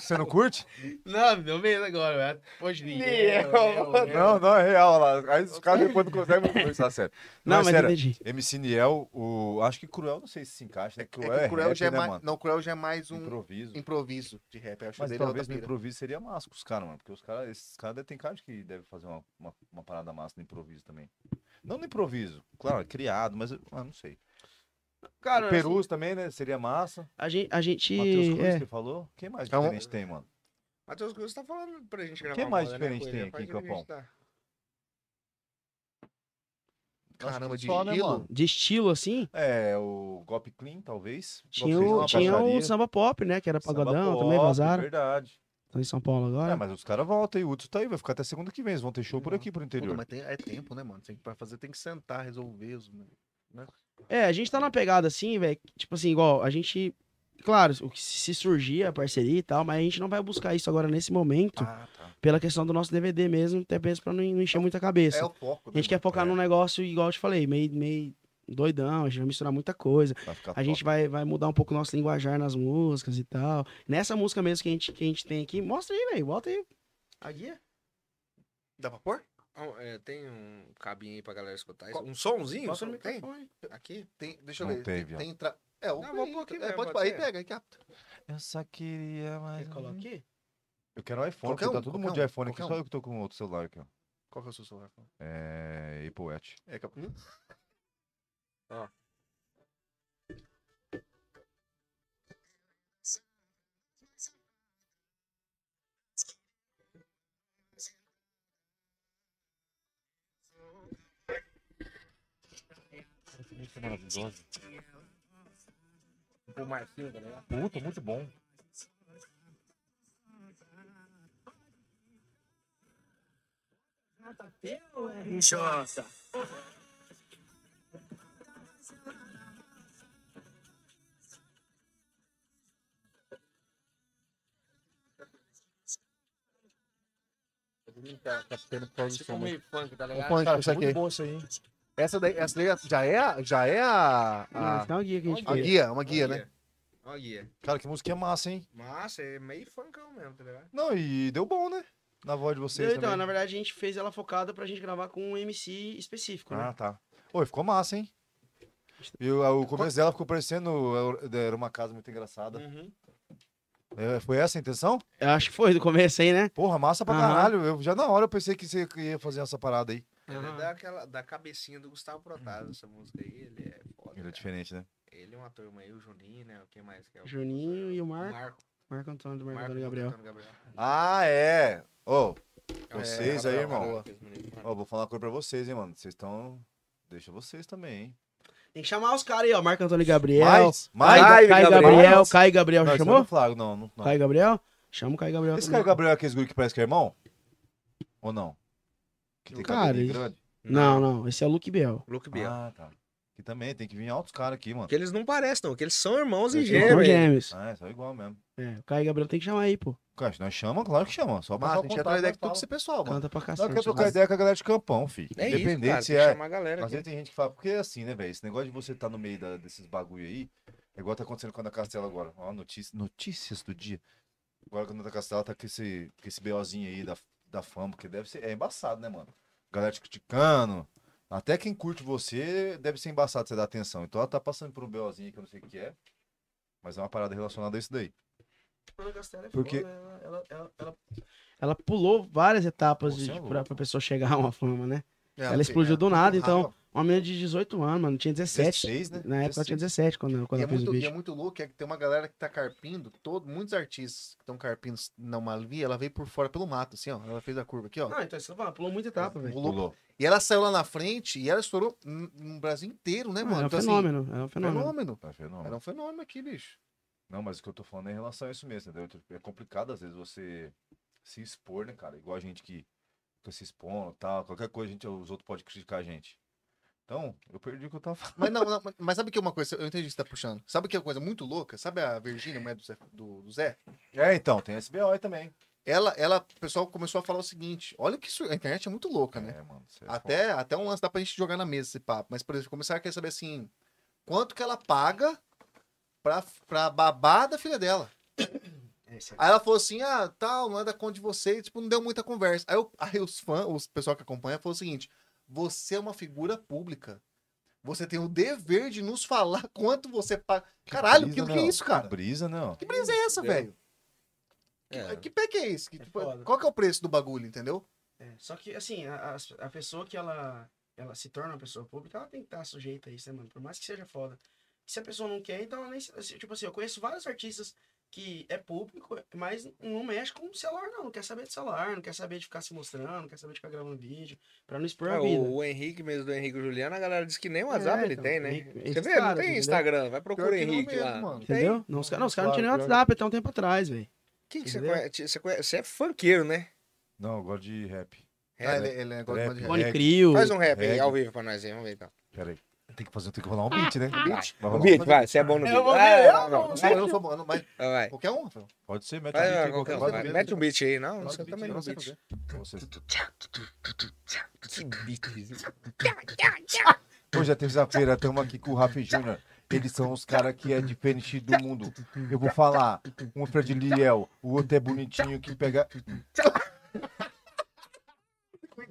Speaker 3: Você não curte?
Speaker 5: Não, meu mesmo agora, velho. Poxa,
Speaker 2: Niel,
Speaker 5: Niel, Niel, Niel.
Speaker 3: Não, não, é real lá. Aí os caras depois não conseguem conversar sério.
Speaker 1: Não,
Speaker 3: Não, é
Speaker 1: mas
Speaker 3: sério.
Speaker 1: entendi.
Speaker 3: MC Niel, o... acho que Cruel, não sei se se encaixa. Né? Cruel
Speaker 4: É que
Speaker 3: é,
Speaker 4: o Cruel
Speaker 3: rap,
Speaker 4: já é
Speaker 3: né,
Speaker 4: mais.
Speaker 3: mano?
Speaker 4: Não, o Cruel já é mais um
Speaker 3: Improviso.
Speaker 4: improviso de rap. Eu acho
Speaker 3: Mas
Speaker 4: dele é outra
Speaker 3: talvez no
Speaker 4: pira.
Speaker 3: improviso seria massa com os caras, mano. Porque os caras, esses caras devem- tem cara de que deve fazer uma, uma, uma parada massa no improviso também. Não no improviso, claro, é criado, mas eu ah, não sei.
Speaker 1: Cara, assim,
Speaker 3: o Perus também, né? Seria massa.
Speaker 1: a gente. A gente
Speaker 3: Matheus Cruz,
Speaker 1: é,
Speaker 3: que falou. Quem mais
Speaker 4: Então-
Speaker 3: diferente tem, mano?
Speaker 2: Matheus Cruz tá falando pra gente gravar.
Speaker 3: Quem
Speaker 2: uma
Speaker 3: mais
Speaker 2: moda,
Speaker 3: diferente
Speaker 2: com
Speaker 3: tem
Speaker 2: ele,
Speaker 3: aqui em
Speaker 2: rapaz, que a gente tá-
Speaker 3: Acho
Speaker 4: Caramba,
Speaker 3: que
Speaker 4: de
Speaker 3: só, né,
Speaker 4: estilo?
Speaker 3: mano?
Speaker 1: de estilo, assim,
Speaker 3: É, o Golpe Clean, talvez.
Speaker 1: tinha,
Speaker 3: Golpe Clean é
Speaker 1: o,
Speaker 3: uma
Speaker 1: tinha o
Speaker 3: baixaria.
Speaker 1: samba pop, né? Que era
Speaker 3: Samba
Speaker 1: pagodão,
Speaker 3: Pop,
Speaker 1: também vazaram.
Speaker 3: Verdade.
Speaker 1: Estão em São Paulo agora.
Speaker 3: É, mas os caras voltam e o Hudson tá aí, vai ficar até segunda que vem. Eles vão ter show por
Speaker 4: Uhum.
Speaker 3: aqui, pro
Speaker 4: Puta,
Speaker 3: interior.
Speaker 4: mas tem- é tempo, né, mano? Tem que, pra fazer tem que sentar, resolver os. né?
Speaker 1: É, a gente tá numa pegada assim, velho. que, Tipo assim, igual, a gente. Claro, o que se surgir a parceria e tal, mas a gente não vai buscar isso agora nesse momento,
Speaker 3: Ah, tá.
Speaker 1: pela questão do nosso DVD mesmo, até mesmo pra não não encher muita cabeça.
Speaker 4: É o foco.
Speaker 1: A gente quer focar
Speaker 3: É.
Speaker 1: num negócio, igual eu te falei, meio, meio doidão, a gente vai misturar muita coisa.
Speaker 3: Vai ficar
Speaker 1: A gente vai, vai mudar um pouco o nosso linguajar nas músicas e tal. Nessa música mesmo que a gente, que a gente tem aqui, mostra aí, velho. Bota aí.
Speaker 4: A guia? Dá pra pôr?
Speaker 2: Ah, é, tem um cabinho aí pra galera escutar.
Speaker 4: Qual-
Speaker 2: Um somzinho? Um
Speaker 1: Bota
Speaker 2: som-
Speaker 1: no
Speaker 2: tem?
Speaker 1: microfone.
Speaker 2: Aqui?
Speaker 4: Tem, deixa eu
Speaker 3: Não
Speaker 4: ver.
Speaker 3: tem,
Speaker 4: Tem,
Speaker 3: viado.
Speaker 4: tem tra... É, o
Speaker 2: Não, vou pôr aqui
Speaker 4: é,
Speaker 2: mesmo,
Speaker 4: pode
Speaker 2: pode
Speaker 4: aí
Speaker 2: ser.
Speaker 4: pega, aí capta.
Speaker 3: Eu só queria mais. um.
Speaker 1: Ele coloca aqui.
Speaker 3: Eu quero iPhone, porque
Speaker 4: Qualquer
Speaker 3: tá
Speaker 4: um,
Speaker 3: todo
Speaker 4: qualquer
Speaker 3: mundo de
Speaker 4: um,
Speaker 3: iPhone aqui,
Speaker 4: qualquer
Speaker 3: só
Speaker 4: um.
Speaker 3: eu que tô com outro celular aqui, ó.
Speaker 4: Qual que é o seu celular?
Speaker 3: É. Apple Watch.
Speaker 4: É, capta.
Speaker 3: Maravilhoso.
Speaker 2: O Marcinho, tá ligado?
Speaker 3: Puta, muito bom.
Speaker 6: Inchosa.
Speaker 2: Tipo meio funk, tá
Speaker 4: Um
Speaker 2: ligado?
Speaker 4: ponte,
Speaker 3: Cara,
Speaker 4: essa
Speaker 3: ficou
Speaker 4: aqui.
Speaker 3: muito bom isso aí. hein?
Speaker 4: Essa daí, essa daí já é, a- já é a,
Speaker 1: Ah,
Speaker 3: Hum.
Speaker 4: a,
Speaker 1: tem uma guia que a gente
Speaker 4: a
Speaker 1: fez.
Speaker 4: guia, é uma guia, né?
Speaker 2: Ó, guia.
Speaker 3: Cara, que música massa, hein?
Speaker 2: Massa, é meio funkão mesmo, tá ligado?
Speaker 3: Não, e deu bom, né? Na voz de vocês
Speaker 1: então,
Speaker 3: também.
Speaker 1: na verdade, a gente fez ela focada pra gente gravar com um MC específico, né?
Speaker 3: Ah, tá. Oi, ficou massa, hein? E o, o começo dela ficou parecendo. é, Era uma casa muito engraçada. É, foi essa a intenção?
Speaker 1: Eu acho que foi do começo aí, né?
Speaker 3: Porra, massa pra
Speaker 1: Aham.
Speaker 3: caralho. Eu, já na hora eu pensei que você ia fazer essa parada aí.
Speaker 2: Ele é daquela, da cabecinha do Gustavo Protásio, essa música aí, ele é foda.
Speaker 3: Uhum. Ele é
Speaker 2: cara.
Speaker 3: diferente, né?
Speaker 2: Ele é uma turma aí, o Juninho, né? Quem mais
Speaker 3: Então.
Speaker 2: que é? O
Speaker 1: Juninho e o
Speaker 2: o
Speaker 1: Marco.
Speaker 2: Marco.
Speaker 1: Marco Antônio do Marco
Speaker 2: Marco
Speaker 1: Antônio Gabriel.
Speaker 2: Antônio Gabriel.
Speaker 3: Ah, é! Ô,
Speaker 2: É,
Speaker 3: Vocês aí,
Speaker 2: Gabriel,
Speaker 3: irmão.
Speaker 2: Gabriel, fez bonito, mano.
Speaker 3: ó, vou falar uma coisa pra vocês, hein, mano. Vocês estão. Deixa vocês também, hein?
Speaker 1: Tem que chamar os caras aí, ó. Marco Antônio Gabriel.
Speaker 3: Mais? Mais?
Speaker 1: Caio, Caio
Speaker 2: Gabriel.
Speaker 1: Gabriel. Caio Gabriel,
Speaker 3: Não,
Speaker 1: já
Speaker 3: esse
Speaker 1: chamou?
Speaker 3: não é o Flago, não. não, não.
Speaker 1: Caio Gabriel? Chama o Caio Gabriel.
Speaker 3: Esse
Speaker 1: também.
Speaker 3: cara Gabriel é aquele guri que parece que é irmão? Ou não? Que
Speaker 1: Cara,
Speaker 3: cabelinho
Speaker 1: ele-
Speaker 3: grande?
Speaker 1: Não, não. Esse é o Luke Biel.
Speaker 2: Luke Biel.
Speaker 3: Ah, tá. Que também tem que vir altos caras aqui, mano.
Speaker 2: Porque eles não parecem, não. Que eles são irmãos e
Speaker 3: Eles
Speaker 1: Eles são
Speaker 2: gêmeos. velho.
Speaker 1: gêmeos.
Speaker 3: Ah, é só igual mesmo.
Speaker 1: É, o Caio Gabriel tem que chamar aí, pô.
Speaker 3: Cara, se nós chama, claro que chama. Só
Speaker 4: Mas
Speaker 3: passar
Speaker 4: a
Speaker 3: o
Speaker 4: gente quer
Speaker 3: contato,
Speaker 4: trocar ideia
Speaker 3: nós
Speaker 4: com todo
Speaker 3: fala.
Speaker 4: esse pessoal, mano.
Speaker 1: Canta pra
Speaker 3: Nós
Speaker 1: cacete.
Speaker 3: quer trocar ideia com a galera de campão, filho.
Speaker 2: É isso,
Speaker 3: Independente
Speaker 2: cara,
Speaker 3: se
Speaker 2: tem que
Speaker 3: é
Speaker 2: chamar a galera
Speaker 3: Às
Speaker 2: aqui.
Speaker 3: vezes tem gente que fala, porque é assim, né, velho? Esse negócio de você tá no meio da- desses bagulho aí, é igual tá acontecendo com a Ana Castela agora. Ó, notícia, notícias do dia. Agora quando a Ana Castela tá com esse, com esse BOzinho aí da, da fama, porque deve ser. É embaçado, né, mano? Galera te criticando. Até quem curte você deve ser embaçado você dar atenção. Então ela tá passando por um BOzinho que eu não sei o que é. Mas é uma parada relacionada a isso daí. Porque-
Speaker 1: Ela, ela, ela, ela... ela pulou várias etapas
Speaker 3: Pô,
Speaker 1: de, tipo,
Speaker 3: você é louco.
Speaker 1: pra, pra pessoa chegar a uma fama, né?
Speaker 4: É,
Speaker 1: Ela
Speaker 4: assim,
Speaker 1: explodiu do nada, então.
Speaker 4: rápido.
Speaker 1: Uma menina de 18 anos, mano. Tinha 17.
Speaker 3: 16, né?
Speaker 1: Na época ela tinha 17 quando, quando
Speaker 4: E é,
Speaker 1: ela fez o
Speaker 4: muito, e é
Speaker 1: vídeo.
Speaker 4: muito louco, é que tem uma galera que tá carpindo, todo, muitos artistas que estão carpindo numa via, ela veio por fora pelo mato, assim, ó. Ela fez a curva aqui, ó.
Speaker 1: Não, então você tá falando, pulou muita
Speaker 3: É
Speaker 1: etapa, velho.
Speaker 4: Pulou.
Speaker 3: Pulou.
Speaker 4: E ela saiu lá na frente e ela estourou no no Brasil inteiro, né, mano?
Speaker 1: É um
Speaker 4: Então, assim,
Speaker 1: fenômeno, é um fenômeno.
Speaker 4: fenômeno.
Speaker 3: Tá fenômeno.
Speaker 4: Era um fenômeno aqui, bicho.
Speaker 3: Não, mas o que eu tô falando é em relação a isso mesmo, entendeu? Tipo, É complicado, às vezes, você se expor, né, cara? Igual a gente que fica se expondo e tal, qualquer coisa, a gente, os outros podem criticar a gente. Então, eu perdi o que eu tava falando.
Speaker 4: Mas não, não, mas sabe que é uma coisa, eu entendi o que você tá puxando. Sabe que é uma coisa muito louca? Sabe a Virgínia, mulher do Zé? do- do Zé?
Speaker 3: É, então, tem SBO aí também.
Speaker 4: Ela, ela, o pessoal começou a falar o seguinte: olha que sur... a internet é muito louca, né?
Speaker 3: É, mano. isso é
Speaker 4: Até, até um lance dá pra gente jogar na mesa esse papo. Mas, por exemplo, começaram a querer saber assim: quanto que ela paga pra, pra babar da filha dela.
Speaker 5: É isso aí.
Speaker 4: Aí ela falou assim: ah, tal, não é da conta de você. E, tipo, não deu muita conversa. Aí, eu- aí os fãs, os pessoal que acompanha, falou o seguinte: você é uma figura pública. Você tem o dever de nos falar quanto você paga. Caralho, que,
Speaker 3: brisa,
Speaker 4: que é
Speaker 3: não.
Speaker 4: isso, cara?
Speaker 3: Brisa, né, não.
Speaker 4: Que brisa é essa,
Speaker 5: Entendeu?
Speaker 4: velho?
Speaker 2: É.
Speaker 4: Que pé que é esse? Que,
Speaker 5: É
Speaker 4: tipo,
Speaker 5: foda.
Speaker 4: qual que é o preço do bagulho, entendeu?
Speaker 1: É, só que, assim, a, a- a pessoa que ela, ela se torna uma pessoa pública, ela tem que estar sujeita a isso, né, mano? Por mais que seja foda. Se a pessoa não quer, então ela nem. se- se- Tipo assim, eu conheço vários artistas que é público, mas não mexe com o celular, não. Não quer saber de celular, não quer saber de ficar se mostrando, não quer saber de ficar gravando vídeo, pra não expor
Speaker 2: É,
Speaker 1: a vida.
Speaker 2: o, o Henrique mesmo do Henrique Juliano, a galera disse que nem o WhatsApp ele
Speaker 1: então,
Speaker 2: tem, né?
Speaker 1: Henrique-
Speaker 2: Você
Speaker 1: esses
Speaker 2: vê, não
Speaker 1: caras,
Speaker 2: tem
Speaker 1: entendeu?
Speaker 2: Instagram, vai
Speaker 4: Pior
Speaker 2: procura
Speaker 4: que não
Speaker 2: Henrique
Speaker 4: mesmo,
Speaker 2: lá.
Speaker 4: mano.
Speaker 2: Entendeu?
Speaker 1: Entendeu? Não, os, caras- não, os caras não tinham
Speaker 3: Claro,
Speaker 1: nem
Speaker 3: pior-
Speaker 1: WhatsApp até um tempo atrás, velho.
Speaker 2: Quem que você
Speaker 1: Entendeu?
Speaker 2: conhece? Você conhece? Você é funkeiro, né?
Speaker 3: Não, eu gosto de rap.
Speaker 2: É,
Speaker 4: ah,
Speaker 2: né?
Speaker 4: ele, ele é negócio
Speaker 3: Rap.
Speaker 4: mais de
Speaker 3: Olha-
Speaker 1: Rony
Speaker 3: É,
Speaker 1: Crio.
Speaker 2: Faz um rap aí,
Speaker 3: Reggae.
Speaker 2: ao vivo pra nós aí, vamos ver então.
Speaker 3: Pera aí. Tem que fazer, tem que rolar um beat, né?
Speaker 2: Beat?
Speaker 3: Vai
Speaker 2: Um
Speaker 3: rolar.
Speaker 2: beat, vai, você é bom no
Speaker 5: Eu
Speaker 2: beat.
Speaker 5: vou ver,
Speaker 2: Vai,
Speaker 5: eu
Speaker 2: vai,
Speaker 5: não
Speaker 2: vai,
Speaker 4: Não, eu não sou bom, não, mas
Speaker 2: vai.
Speaker 4: qualquer um, Rafael.
Speaker 3: Pode ser, mete um
Speaker 2: Vai,
Speaker 3: beat
Speaker 2: vai,
Speaker 3: aí,
Speaker 2: qualquer
Speaker 3: qualquer
Speaker 2: um,
Speaker 4: coisa,
Speaker 2: vai.
Speaker 4: vai.
Speaker 2: Mete um beat aí, não?
Speaker 4: Roda
Speaker 2: Você
Speaker 4: o beat,
Speaker 2: também
Speaker 4: eu
Speaker 2: não
Speaker 4: não
Speaker 2: beat.
Speaker 4: sei
Speaker 3: um. Você...
Speaker 2: Que beatzinho.
Speaker 3: Hoje é terça-feira, estamos aqui com o Rafa Júnior. Eles são os caras que é diferente do mundo. Eu vou falar, um é Fred Liel, o outro é bonitinho que pega.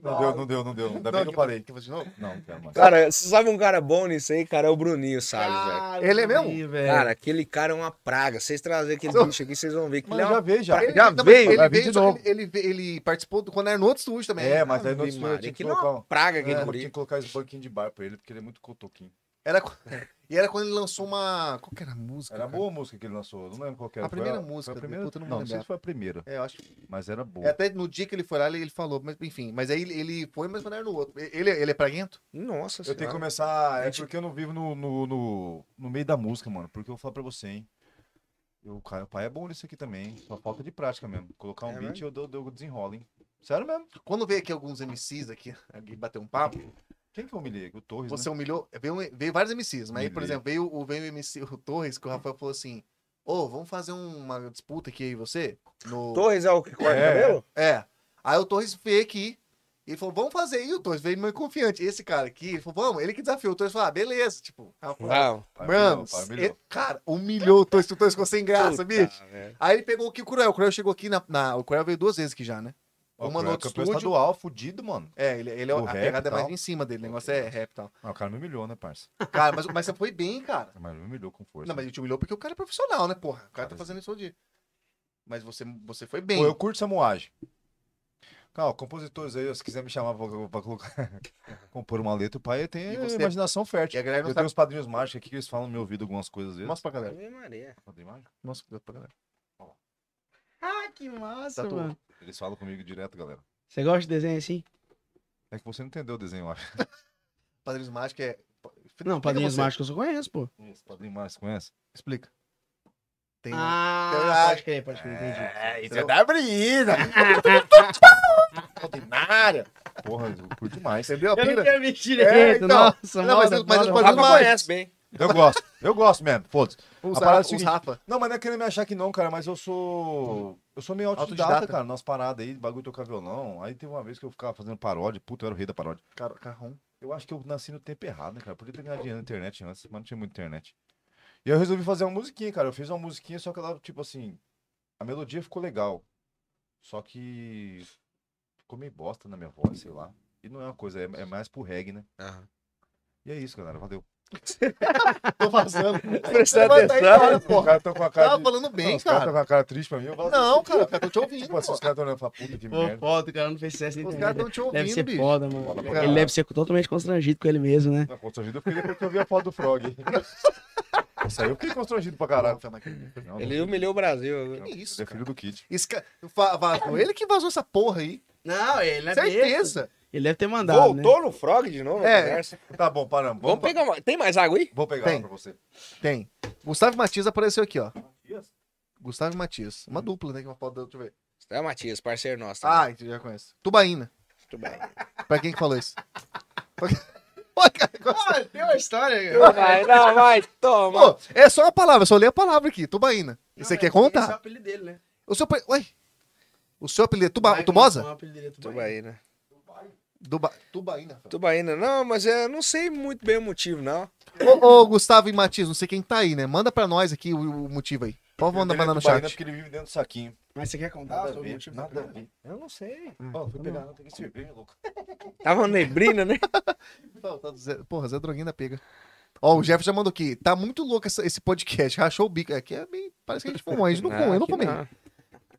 Speaker 3: Não deu, não deu, não deu. Ainda bem que eu parei.
Speaker 4: Quer fazer de novo?
Speaker 3: Não, não quero mais.
Speaker 2: Cara, você sabe um cara bom nisso aí, cara? É o Bruninho Salles, velho.
Speaker 4: Ele é mesmo?
Speaker 2: Cara, aquele cara é uma praga. Vocês trazerem aquele bicho aqui, vocês vão ver que
Speaker 3: Mas
Speaker 2: ele é
Speaker 3: eu já
Speaker 2: uma...
Speaker 3: veio, já.
Speaker 2: Já
Speaker 4: não, mas
Speaker 2: veio,
Speaker 4: ele
Speaker 3: vai vir de
Speaker 4: só
Speaker 3: novo.
Speaker 4: que Ele, ele, ele participou do, quando era no outro estúdio também. Ah,
Speaker 3: É, mas aí não
Speaker 2: Ave
Speaker 3: tinha
Speaker 2: Maria,
Speaker 3: que
Speaker 2: aquilo é
Speaker 3: colocar um.
Speaker 2: uma praga
Speaker 3: É,
Speaker 2: aquele
Speaker 3: eu
Speaker 2: guri.
Speaker 3: tinha que colocar esse banquinho de bar pra ele, porque ele é muito cotoquinho.
Speaker 4: Era, qu- e era quando ele lançou uma. Qual que era a música?
Speaker 3: Era
Speaker 4: cara?
Speaker 3: boa a música que ele lançou, não lembro qual que era.
Speaker 4: A primeira
Speaker 3: foi
Speaker 4: música,
Speaker 3: Foi a primeira,
Speaker 4: puta, eu não
Speaker 3: não,
Speaker 4: vou
Speaker 3: não sei
Speaker 4: lembrar.
Speaker 3: se foi a primeira,
Speaker 4: É, eu acho que.
Speaker 3: mas era boa.
Speaker 4: é, até no dia que ele foi lá, ele, ele falou, mas enfim. Mas aí ele, ele foi, mas não era no outro. Ele, ele é praguento?
Speaker 2: Nossa
Speaker 3: Eu tenho que
Speaker 2: senhora.
Speaker 3: começar. É porque eu não vivo no, no, no, no meio da música, mano. Porque eu vou falar pra você, hein? Eu, cara, o pai é bom nisso aqui também. hein? Só falta de prática mesmo. Colocar um
Speaker 2: É
Speaker 3: beat eu dou, dou desenrolo, hein? Sério mesmo?
Speaker 4: Quando veio aqui alguns MCs aqui, aqui bater um papo,
Speaker 3: Quem que eu humilhei aqui? O Torres.
Speaker 4: você
Speaker 3: né?
Speaker 4: humilhou. Veio, um- veio vários MCs, mas aí, por
Speaker 3: Humilhei.
Speaker 4: exemplo, veio, o- veio o MC o Torres, que o Rafael falou assim: Ô, vamos fazer uma disputa aqui aí, você? No...
Speaker 2: Torres é o que corta o
Speaker 3: É.
Speaker 2: cabelo?
Speaker 4: É. Aí o Torres veio aqui e falou, vamos fazer. E o Torres veio meio confiante. Esse cara aqui, ele falou, vamos. Ele que desafiou. O Torres falou, ah, beleza. Tipo,
Speaker 3: Ah,
Speaker 4: Rafael,
Speaker 2: Não.
Speaker 3: Pai
Speaker 4: mano,
Speaker 3: humilhou, pai humilhou.
Speaker 4: ele- cara, humilhou o Torres. que O Torres ficou sem graça,
Speaker 2: Puta,
Speaker 4: bicho.
Speaker 2: velho.
Speaker 4: Aí ele pegou aqui o Cruel. O Cruel chegou aqui na, na- O Cruel veio duas vezes aqui já, né?
Speaker 3: Ó,
Speaker 4: Uma
Speaker 3: o
Speaker 4: no
Speaker 3: Cruel
Speaker 4: outro
Speaker 3: é campeão
Speaker 4: estúdio.
Speaker 3: estadual, fudido, mano.
Speaker 4: É, ele, ele é,
Speaker 3: O
Speaker 4: a
Speaker 3: rap
Speaker 4: pegada
Speaker 3: e
Speaker 4: é mais
Speaker 3: tal.
Speaker 4: em cima dele. O negócio é rap e tal.
Speaker 3: Ah, o cara me humilhou, né, parça?
Speaker 4: Cara, mas, mas você foi bem, cara.
Speaker 3: Mas me humilhou com força.
Speaker 4: Não, mas ele te humilhou porque o cara é profissional, né, porra? O cara tá
Speaker 3: Cara,
Speaker 4: fazendo isso todo dia. Mas você, você foi bem.
Speaker 3: Pô, eu curto essa moagem. Calma, compositores aí, se quiser me chamar pra, pra colocar, compor uma letra, o pai tem
Speaker 4: E você-
Speaker 3: imaginação fértil.
Speaker 4: E a galera não
Speaker 3: eu
Speaker 4: sabe-
Speaker 3: tenho uns padrinhos mágicos aqui que eles falam no meu ouvido algumas coisas às vezes.
Speaker 4: Mostra pra galera.
Speaker 2: Ave Maria.
Speaker 3: Padrinho mágico?
Speaker 4: Mostra pra galera.
Speaker 1: Ah, que massa,
Speaker 4: Tatu.
Speaker 1: mano.
Speaker 3: Eles falam comigo direto, galera.
Speaker 1: Você gosta de desenho assim?
Speaker 3: É que você não entendeu o desenho, eu acho.
Speaker 4: Padrinhos Mágicos é...
Speaker 1: Não, Padrinhos
Speaker 4: você.
Speaker 1: Mágicos eu conheço, pô.
Speaker 3: Isso, padrinho mágico, conhece?
Speaker 4: Explica. Tem
Speaker 1: Ah,
Speaker 4: Ah,
Speaker 1: pode crer, pode crer, entendi.
Speaker 3: É,
Speaker 4: isso é
Speaker 3: da brisa! Ordinária! Porra, eu curto demais.
Speaker 4: Entendeu a
Speaker 1: Eu não
Speaker 4: pira?
Speaker 1: tinha visto direito,
Speaker 4: então.
Speaker 1: nossa,
Speaker 4: Não, mas eu-
Speaker 1: mano.
Speaker 4: mas eu-
Speaker 1: Mas
Speaker 2: O
Speaker 4: mas eu-
Speaker 2: Rafa
Speaker 4: mais.
Speaker 2: conhece bem.
Speaker 3: Eu gosto, eu gosto mesmo, foda-se.
Speaker 4: Os
Speaker 3: A parada é o
Speaker 4: Rafa, assim, os
Speaker 3: seguinte,
Speaker 4: Rafa.
Speaker 3: Não, mas não é querendo me achar que não, cara, mas eu sou. Eu sou meio autodidata,
Speaker 4: Autodidata.
Speaker 3: cara, nas paradas aí, bagulho de tocar violão. Aí teve uma vez que eu ficava fazendo paródia, puta, eu era o rei da paródia.
Speaker 4: Car Carrom.
Speaker 3: Eu acho que eu nasci no tempo errado, né, cara? Eu podia ter ganhado dinheiro na internet antes, mas não tinha muita internet. E aí eu resolvi fazer uma musiquinha, cara. Eu fiz uma musiquinha, só que ela, tipo assim, a melodia ficou legal. Só que ficou meio bosta na minha voz, sei lá. E não é uma coisa, é, é mais pro reggae, né? E é isso, galera. Valeu.
Speaker 4: Tô vazando.
Speaker 2: Presta
Speaker 4: Mas tá aí,
Speaker 2: atenção.
Speaker 4: cara,
Speaker 3: Os
Speaker 4: porra.
Speaker 3: caras tão com a cara
Speaker 4: Tava
Speaker 3: de...
Speaker 4: falando
Speaker 3: Não,
Speaker 4: bem,
Speaker 3: os caras tão
Speaker 4: cara.
Speaker 3: com a cara triste pra mim. Eu falo, assim,
Speaker 4: Não, cara, eu tô te ouvindo,
Speaker 3: Tipo assim,
Speaker 4: pô.
Speaker 3: os caras tão olhando pra puta que
Speaker 1: Pô,
Speaker 3: merda.
Speaker 1: foda, o cara não fez sucesso na
Speaker 4: Os caras
Speaker 1: internet.
Speaker 4: tão te
Speaker 1: Deve
Speaker 4: ouvindo,
Speaker 1: ser
Speaker 4: bicho.
Speaker 1: foda, mano.
Speaker 3: Fala pra
Speaker 1: Ele
Speaker 4: Cara,
Speaker 1: deve ser totalmente constrangido com ele mesmo, né?
Speaker 3: Não, Tá constrangido eu fiquei depois que eu vi a foto do Frog. Isso aí eu fiquei constrangido pra caralho.
Speaker 4: Rafa, mas que-
Speaker 3: Não,
Speaker 2: Ele
Speaker 3: não,
Speaker 2: humilhou o Brasil.
Speaker 4: Que isso,
Speaker 3: Ele é filho do Kid.
Speaker 4: Esse cara... va- Vazou. Ele que vazou essa porra aí.
Speaker 1: Não, ele é
Speaker 4: Certeza.
Speaker 1: Ele deve ter mandado, né?
Speaker 2: Voltou no Frog de novo?
Speaker 4: É.
Speaker 2: a conversa.
Speaker 3: Tá bom, paramos.
Speaker 2: Vamos pegar uma... Tem mais água aí?
Speaker 3: Vou pegar
Speaker 4: Tem.
Speaker 3: lá pra você.
Speaker 4: Tem. Gustavo Matias apareceu aqui, ó. Gustavo Matias. Uma dupla, né? Que uma foto da deixa eu ver.
Speaker 2: É o Matias, parceiro nosso. tá?
Speaker 4: Ah, você já conhece. Tubaína.
Speaker 2: Muito bem.
Speaker 4: Pra quem que falou isso? Pra quem- Pô, cara, agora-
Speaker 5: Ah, tem uma história, cara.
Speaker 2: Vai, não, vai, toma.
Speaker 4: Pô, é só uma palavra, eu só li a palavra aqui, tubaína. E você quer
Speaker 1: Esse é o
Speaker 4: contar?
Speaker 1: apelido dele, né?
Speaker 4: O seu. apelido- Ué? O seu apelido é tuba... tubosa?
Speaker 1: O apelido dele é
Speaker 2: Tuba aí, né?
Speaker 3: Dubai.
Speaker 4: Tubaína. Rafael.
Speaker 2: Tubaína. Não, mas eu não sei muito bem o motivo, não.
Speaker 4: Ô, ô, Gustavo e Matias, não sei quem tá aí, né? Manda pra nós aqui o, o motivo aí. Pode mandar, mandar no
Speaker 3: Tubaína
Speaker 4: chat.
Speaker 3: Porque ele vive dentro do saquinho.
Speaker 1: Mas você quer contar
Speaker 3: Nada a
Speaker 1: sobre o
Speaker 3: ver.
Speaker 1: motivo?
Speaker 3: Nada a ver. Hum.
Speaker 2: Eu não sei.
Speaker 3: Ó, fui pegar, não tem que servir, louco.
Speaker 2: Tava neblina, né?
Speaker 4: Não, tá do Zé- Porra, Zé Droguinha da pega. Ó, o Jeff já mandou aqui. Tá muito louco essa- esse podcast. Rachou o bico. Aqui é bem. Parece que a gente fumou. A gente não fumou, eu não
Speaker 2: aqui
Speaker 4: fumei.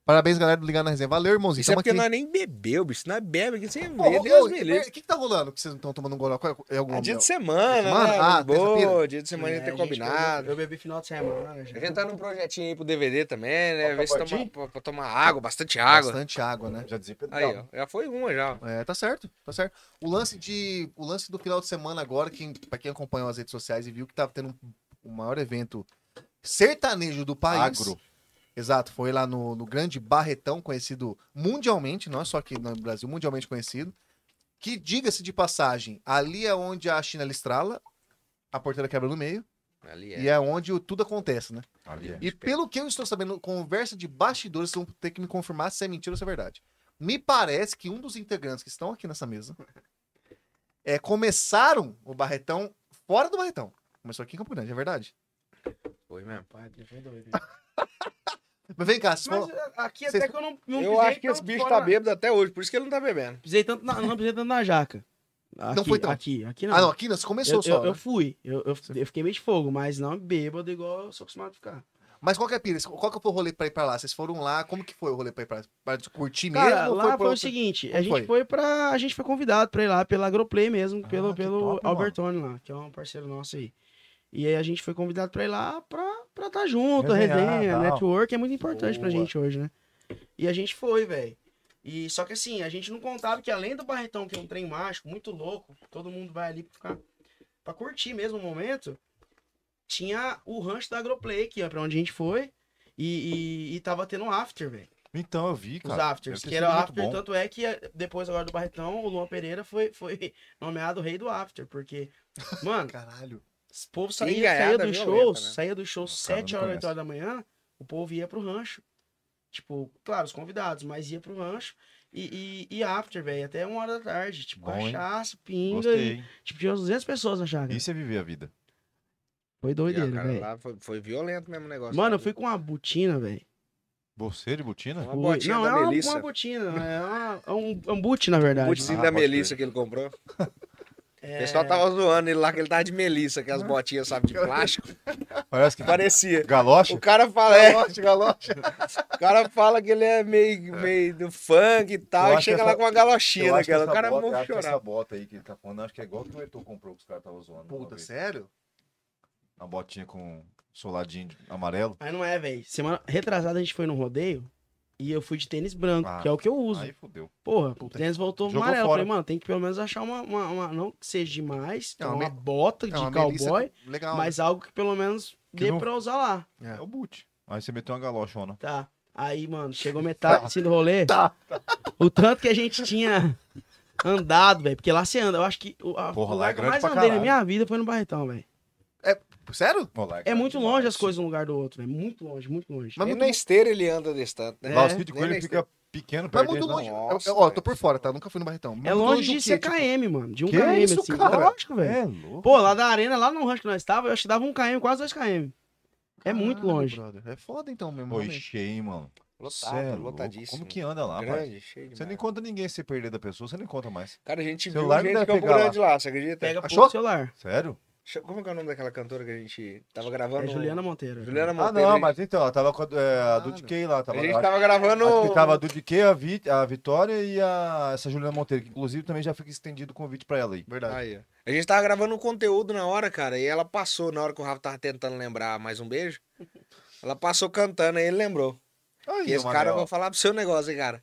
Speaker 4: Parabéns, galera, do Ligar na Resenha. Valeu, irmãozinho.
Speaker 2: Isso é
Speaker 4: Tamo
Speaker 2: porque
Speaker 4: aqui.
Speaker 2: nós nem bebeu, bicho. Nós é bebe aqui sem
Speaker 4: Ô, ô,
Speaker 2: ver. Deus
Speaker 4: ô,
Speaker 2: me
Speaker 4: O
Speaker 2: livre.
Speaker 4: que, que tá rolando? Que vocês não estão tomando um gole? Qual é- É algum
Speaker 2: Ah, dia
Speaker 4: mel?
Speaker 2: de semana,
Speaker 4: Semana?
Speaker 2: né?
Speaker 4: Ah, terça-feira.
Speaker 2: Boa, dia de semana ia
Speaker 1: É,
Speaker 2: ter
Speaker 1: gente,
Speaker 2: combinado.
Speaker 1: Eu bebi, eu bebi final de semana. né,
Speaker 2: A
Speaker 1: gente?
Speaker 2: gente tá num projetinho aí pro DVD também, né?
Speaker 3: Pra
Speaker 2: Ver se
Speaker 3: compartilhar?
Speaker 2: toma, pra, pra tomar água, bastante então. água.
Speaker 4: Bastante água, né?
Speaker 3: Já dizia Pedro.
Speaker 2: Aí, ó. Já foi uma já.
Speaker 4: É, tá certo, tá certo. O lance de, o lance do final de semana agora, quem, pra quem acompanhou as redes sociais e viu que tava tendo um- o maior evento sertanejo do país.
Speaker 3: Agro.
Speaker 4: Exato, foi lá no, no grande Barretão, conhecido mundialmente, não é só aqui no Brasil, mundialmente conhecido. Que, diga-se de passagem, ali é onde a China ela estrala, a porteira quebra no meio,
Speaker 2: Ali
Speaker 4: e
Speaker 2: é.
Speaker 4: é onde o- tudo acontece, né?
Speaker 3: Ali é.
Speaker 4: E pelo que eu estou sabendo, conversa de bastidores, vocês vão ter que me confirmar se é mentira ou se é verdade. Me parece que um dos integrantes que estão aqui nessa mesa é, começaram o Barretão fora do Barretão. Começou aqui em Campo Grande, é verdade.
Speaker 2: Foi mesmo.
Speaker 1: Pai, foi doido.
Speaker 4: Mas vem cá, vocês
Speaker 1: Mas
Speaker 4: falam-
Speaker 1: aqui até
Speaker 4: Vocês-
Speaker 1: que eu não, não
Speaker 2: Eu
Speaker 1: pisei
Speaker 2: acho que esse
Speaker 1: tanto
Speaker 2: bicho
Speaker 1: fora
Speaker 2: tá
Speaker 1: na-
Speaker 2: bêbado até hoje, por isso que ele não tá bebendo.
Speaker 1: Pisei tanto na, não pisei tanto na jaca. Aqui,
Speaker 4: foi tanto.
Speaker 1: Aqui, aqui não.
Speaker 4: Ah, não, aqui nós
Speaker 1: Eu,
Speaker 4: começou só.
Speaker 1: eu, eu
Speaker 4: né?
Speaker 1: fui, eu, eu, eu fiquei meio de fogo, mas não bêbado igual eu sou acostumado a ficar.
Speaker 4: Mas qual que é a pira? Qual que foi o rolê pra ir pra lá? Vocês foram lá, como que foi o rolê pra ir pra lá? Pra curtir
Speaker 1: Cara,
Speaker 4: mesmo? ou
Speaker 1: lá
Speaker 4: pra
Speaker 1: foi, o
Speaker 4: outro-
Speaker 1: seguinte, a
Speaker 4: Como
Speaker 1: gente
Speaker 4: foi?
Speaker 1: foi? pra. A gente foi convidado pra ir lá pela Agroplay mesmo,
Speaker 3: Ah,
Speaker 1: pelo,
Speaker 3: que
Speaker 1: pelo
Speaker 3: top, mano.
Speaker 1: Albertone lá, que é um parceiro nosso aí. E aí a gente foi convidado pra ir lá pra estar tá junto,
Speaker 3: Resenhar,
Speaker 1: resenha,
Speaker 3: tal.
Speaker 1: network é muito importante pra
Speaker 3: Boa.
Speaker 1: gente hoje, né? E a gente foi, velho. E só que assim, a gente não contava que além do Barretão, que é um trem mágico, muito louco, todo mundo vai ali pra ficar pra curtir mesmo o momento, tinha o rancho da Agroplay, que é pra onde a gente foi. E, e, e tava tendo um after, velho.
Speaker 3: Então eu vi,
Speaker 1: Os
Speaker 3: cara.
Speaker 1: afters,
Speaker 3: deve ter
Speaker 1: que era
Speaker 3: sido muito
Speaker 1: after,
Speaker 3: bom.
Speaker 1: tanto é que eh, depois agora do Barretão, o Luan Pereira foi, foi nomeado rei do after, porque, mano,
Speaker 4: Caralho.
Speaker 1: o povo saía, saía
Speaker 2: Engaiada
Speaker 1: do
Speaker 2: violenta,
Speaker 1: show,
Speaker 2: né?
Speaker 1: saía do show
Speaker 3: cara,
Speaker 1: 7
Speaker 3: não
Speaker 1: horas, 8
Speaker 3: conheço.
Speaker 1: horas da manhã, o povo ia pro rancho. Tipo, claro, os convidados, mas ia pro rancho e, e, e after, velho, até uma hora da tarde, tipo,
Speaker 3: Bom, hein?
Speaker 1: cachaça, pinga,
Speaker 3: Gostei.
Speaker 1: e,
Speaker 3: hein?
Speaker 1: tipo, tinha umas 200 pessoas na chácara.
Speaker 3: Isso é viver a vida.
Speaker 1: Foi
Speaker 2: E, ó,
Speaker 1: doideira,
Speaker 2: cara,
Speaker 1: velho.
Speaker 2: lá foi, foi violento mesmo o negócio.
Speaker 1: Mano, eu fui com uma botina, velho.
Speaker 3: Você de botina?
Speaker 2: Uma
Speaker 1: Fui-
Speaker 2: botinha
Speaker 1: Não,
Speaker 2: da
Speaker 1: é uma,
Speaker 2: Melissa.
Speaker 1: uma botina, é, uma- é um, é um boot, na verdade.
Speaker 2: O botezinho
Speaker 3: Ah,
Speaker 2: da
Speaker 3: pode
Speaker 2: Melissa que ele comprou. O
Speaker 1: É...
Speaker 2: pessoal tava zoando ele lá, que ele tava de Melissa, que as botinhas, sabe, de plástico.
Speaker 3: Parece que.
Speaker 2: Parecia.
Speaker 3: Galocha?
Speaker 2: O cara
Speaker 1: Ah,
Speaker 2: fala, é,
Speaker 4: Galocha, galocha.
Speaker 2: o cara fala que ele é meio, meio do funk e
Speaker 3: Eu
Speaker 2: tal, e
Speaker 3: acho
Speaker 2: chega
Speaker 3: que
Speaker 2: lá
Speaker 3: essa-
Speaker 2: com uma galochinha daquela. O cara
Speaker 3: bota, eu
Speaker 2: morre
Speaker 3: acho que
Speaker 2: chorar.
Speaker 3: essa bota aí que ele tá falando, eu acho que é igual que o Heitor comprou que os caras estavam zoando.
Speaker 4: Puta,
Speaker 3: uma vez.
Speaker 4: sério?
Speaker 3: Uma botinha com soladinho de- amarelo.
Speaker 1: Mas não é, velho. Semana retrasada a gente foi no rodeio e eu fui de tênis branco,
Speaker 3: Ah,
Speaker 1: que é o que eu uso.
Speaker 3: Aí fudeu.
Speaker 1: Porra, o
Speaker 4: puta
Speaker 1: tênis voltou
Speaker 3: Jogou
Speaker 1: amarelo. Eu
Speaker 3: fora.
Speaker 1: Falei, mano, tem que pelo menos achar uma. uma- uma- não que seja demais,
Speaker 4: É
Speaker 1: uma,
Speaker 4: uma me-
Speaker 1: bota de
Speaker 4: É uma Melissa
Speaker 1: cowboy,
Speaker 4: Legal. né?
Speaker 1: mas algo que pelo menos dê
Speaker 3: né? não-
Speaker 1: pra usar lá.
Speaker 3: É o boot. Aí você meteu uma galochona.
Speaker 1: Tá. Aí, mano, chegou metade assim do rolê.
Speaker 3: Tá.
Speaker 1: O tanto que a gente tinha andado, velho. Porque lá você anda. Eu acho que o a,
Speaker 3: Porra,
Speaker 1: o
Speaker 3: lá é
Speaker 1: lugar que eu
Speaker 3: grande
Speaker 1: mais
Speaker 3: pra
Speaker 1: andei na
Speaker 3: caralho.
Speaker 1: minha vida foi no Barretão, velho.
Speaker 4: Sério?
Speaker 3: Moleque, tá
Speaker 1: É muito longe as coisas um lugar do outro, velho. Muito longe, muito longe.
Speaker 4: Mas
Speaker 2: Nem
Speaker 4: muito-
Speaker 2: na esteira ele anda desse tanto, né?
Speaker 3: Lá os vídeos
Speaker 2: Nem
Speaker 3: com ele
Speaker 2: na
Speaker 3: fica pequeno,
Speaker 4: Mas
Speaker 3: perto
Speaker 4: muito
Speaker 3: dele, não.
Speaker 4: longe. Eu,
Speaker 2: Nossa,
Speaker 4: eu, ó, tô
Speaker 2: velho.
Speaker 4: por fora, tá? Nunca fui no Barretão.
Speaker 1: É
Speaker 4: Muito
Speaker 1: longe
Speaker 4: do
Speaker 1: de
Speaker 4: quê? Tipo,
Speaker 1: CKM, mano. De um
Speaker 3: Que
Speaker 1: KM,
Speaker 3: isso,
Speaker 1: assim.
Speaker 3: cara?
Speaker 1: Lógico, velho.
Speaker 3: É louco.
Speaker 1: Pô, lá da arena, lá no rancho que nós estávamos, eu acho que dava um KM, quase dois KM. É muito
Speaker 4: Caralho,
Speaker 1: longe.
Speaker 4: brother. É foda então mesmo.
Speaker 3: Pô, e
Speaker 4: realmente.
Speaker 3: cheio, hein, mano. Cê
Speaker 2: Lotado,
Speaker 3: é Ah, louco.
Speaker 2: Tá lotadíssimo.
Speaker 3: Como que anda lá, rapaz?
Speaker 2: Grande, cheio de
Speaker 3: Você não encontra ninguém se perder da pessoa, você não encontra mais.
Speaker 2: Cara, a gente viu
Speaker 3: Celular não
Speaker 2: gente de
Speaker 3: deve
Speaker 2: Campo
Speaker 3: pegar lá.
Speaker 2: Grande lá, você acredita?
Speaker 1: Pega
Speaker 4: Achou?
Speaker 1: pouco celular.
Speaker 3: Sério?
Speaker 2: Deixa- Como que é o nome daquela cantora que a gente tava gravando? um
Speaker 1: É Juliana Monteiro.
Speaker 2: Juliana
Speaker 3: Ah,
Speaker 2: Monteiro.
Speaker 3: não,
Speaker 2: a gente-
Speaker 3: mas então, ela tava com a, é, a
Speaker 4: Caralho.
Speaker 3: Dude Kay lá. Tava,
Speaker 2: A gente
Speaker 3: acho-
Speaker 2: tava
Speaker 3: acho que
Speaker 2: gravando... um-
Speaker 3: tava a Dude Kay, a, Vi- a Vitória e a, essa Juliana Monteiro, que inclusive também já fica estendido o convite pra ela aí.
Speaker 4: Verdade.
Speaker 2: Aí, ó. A gente tava gravando um conteúdo na hora, cara, e ela passou, na hora que o Rafa tava tentando lembrar mais um beijo, ela passou cantando, aí ele lembrou.
Speaker 3: Aí,
Speaker 2: E esse
Speaker 3: ô,
Speaker 2: cara, eu
Speaker 3: Manel.
Speaker 2: vou falar pro seu negócio, hein, cara.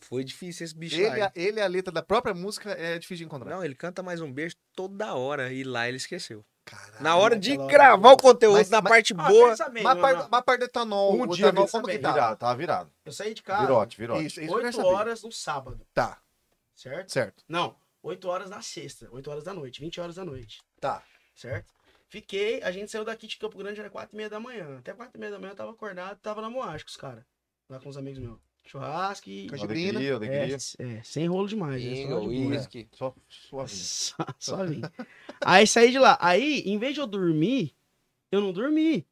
Speaker 2: Foi difícil esse bicho lá.
Speaker 4: Ele,
Speaker 2: hein?
Speaker 4: ele, é a letra da própria música é difícil de encontrar.
Speaker 2: Não, ele canta mais um beijo toda hora, e lá ele esqueceu.
Speaker 4: Caralho.
Speaker 2: Na hora de
Speaker 1: naquela hora.
Speaker 2: gravar o conteúdo,
Speaker 4: Mas-
Speaker 2: na
Speaker 4: mas-
Speaker 2: parte
Speaker 1: Ah,
Speaker 2: boa...
Speaker 1: quer saber,
Speaker 4: Mas a
Speaker 1: mano?
Speaker 4: parte- mas a parte do etanol,
Speaker 3: Um
Speaker 4: o
Speaker 3: dia
Speaker 4: etanol,
Speaker 3: virado,
Speaker 4: como que tá?
Speaker 3: virado, tava virado.
Speaker 1: Eu saí de casa
Speaker 3: virote, virote.
Speaker 4: Isso, isso eu quero
Speaker 1: 8
Speaker 4: saber.
Speaker 1: horas no sábado,
Speaker 4: Tá,
Speaker 1: certo?
Speaker 4: certo.
Speaker 1: Não, 8 horas na sexta, 8 horas da noite, 20 horas da noite,
Speaker 4: Tá.
Speaker 1: certo? Fiquei, a gente saiu daqui de Campo Grande, era 4 e meia da manhã. Até 4 e meia da manhã eu tava acordado, tava na Moagem com os caras, lá com os amigos meus. Churrasco e.
Speaker 4: Canjibrina.
Speaker 3: Alegria, alegria.
Speaker 1: É, é, sem rolo demais. né? Só de boa.
Speaker 2: uísque.
Speaker 3: Só suavinho.
Speaker 1: Só, só vim. Aí saí de lá. Aí, em vez de eu dormir, eu não dormi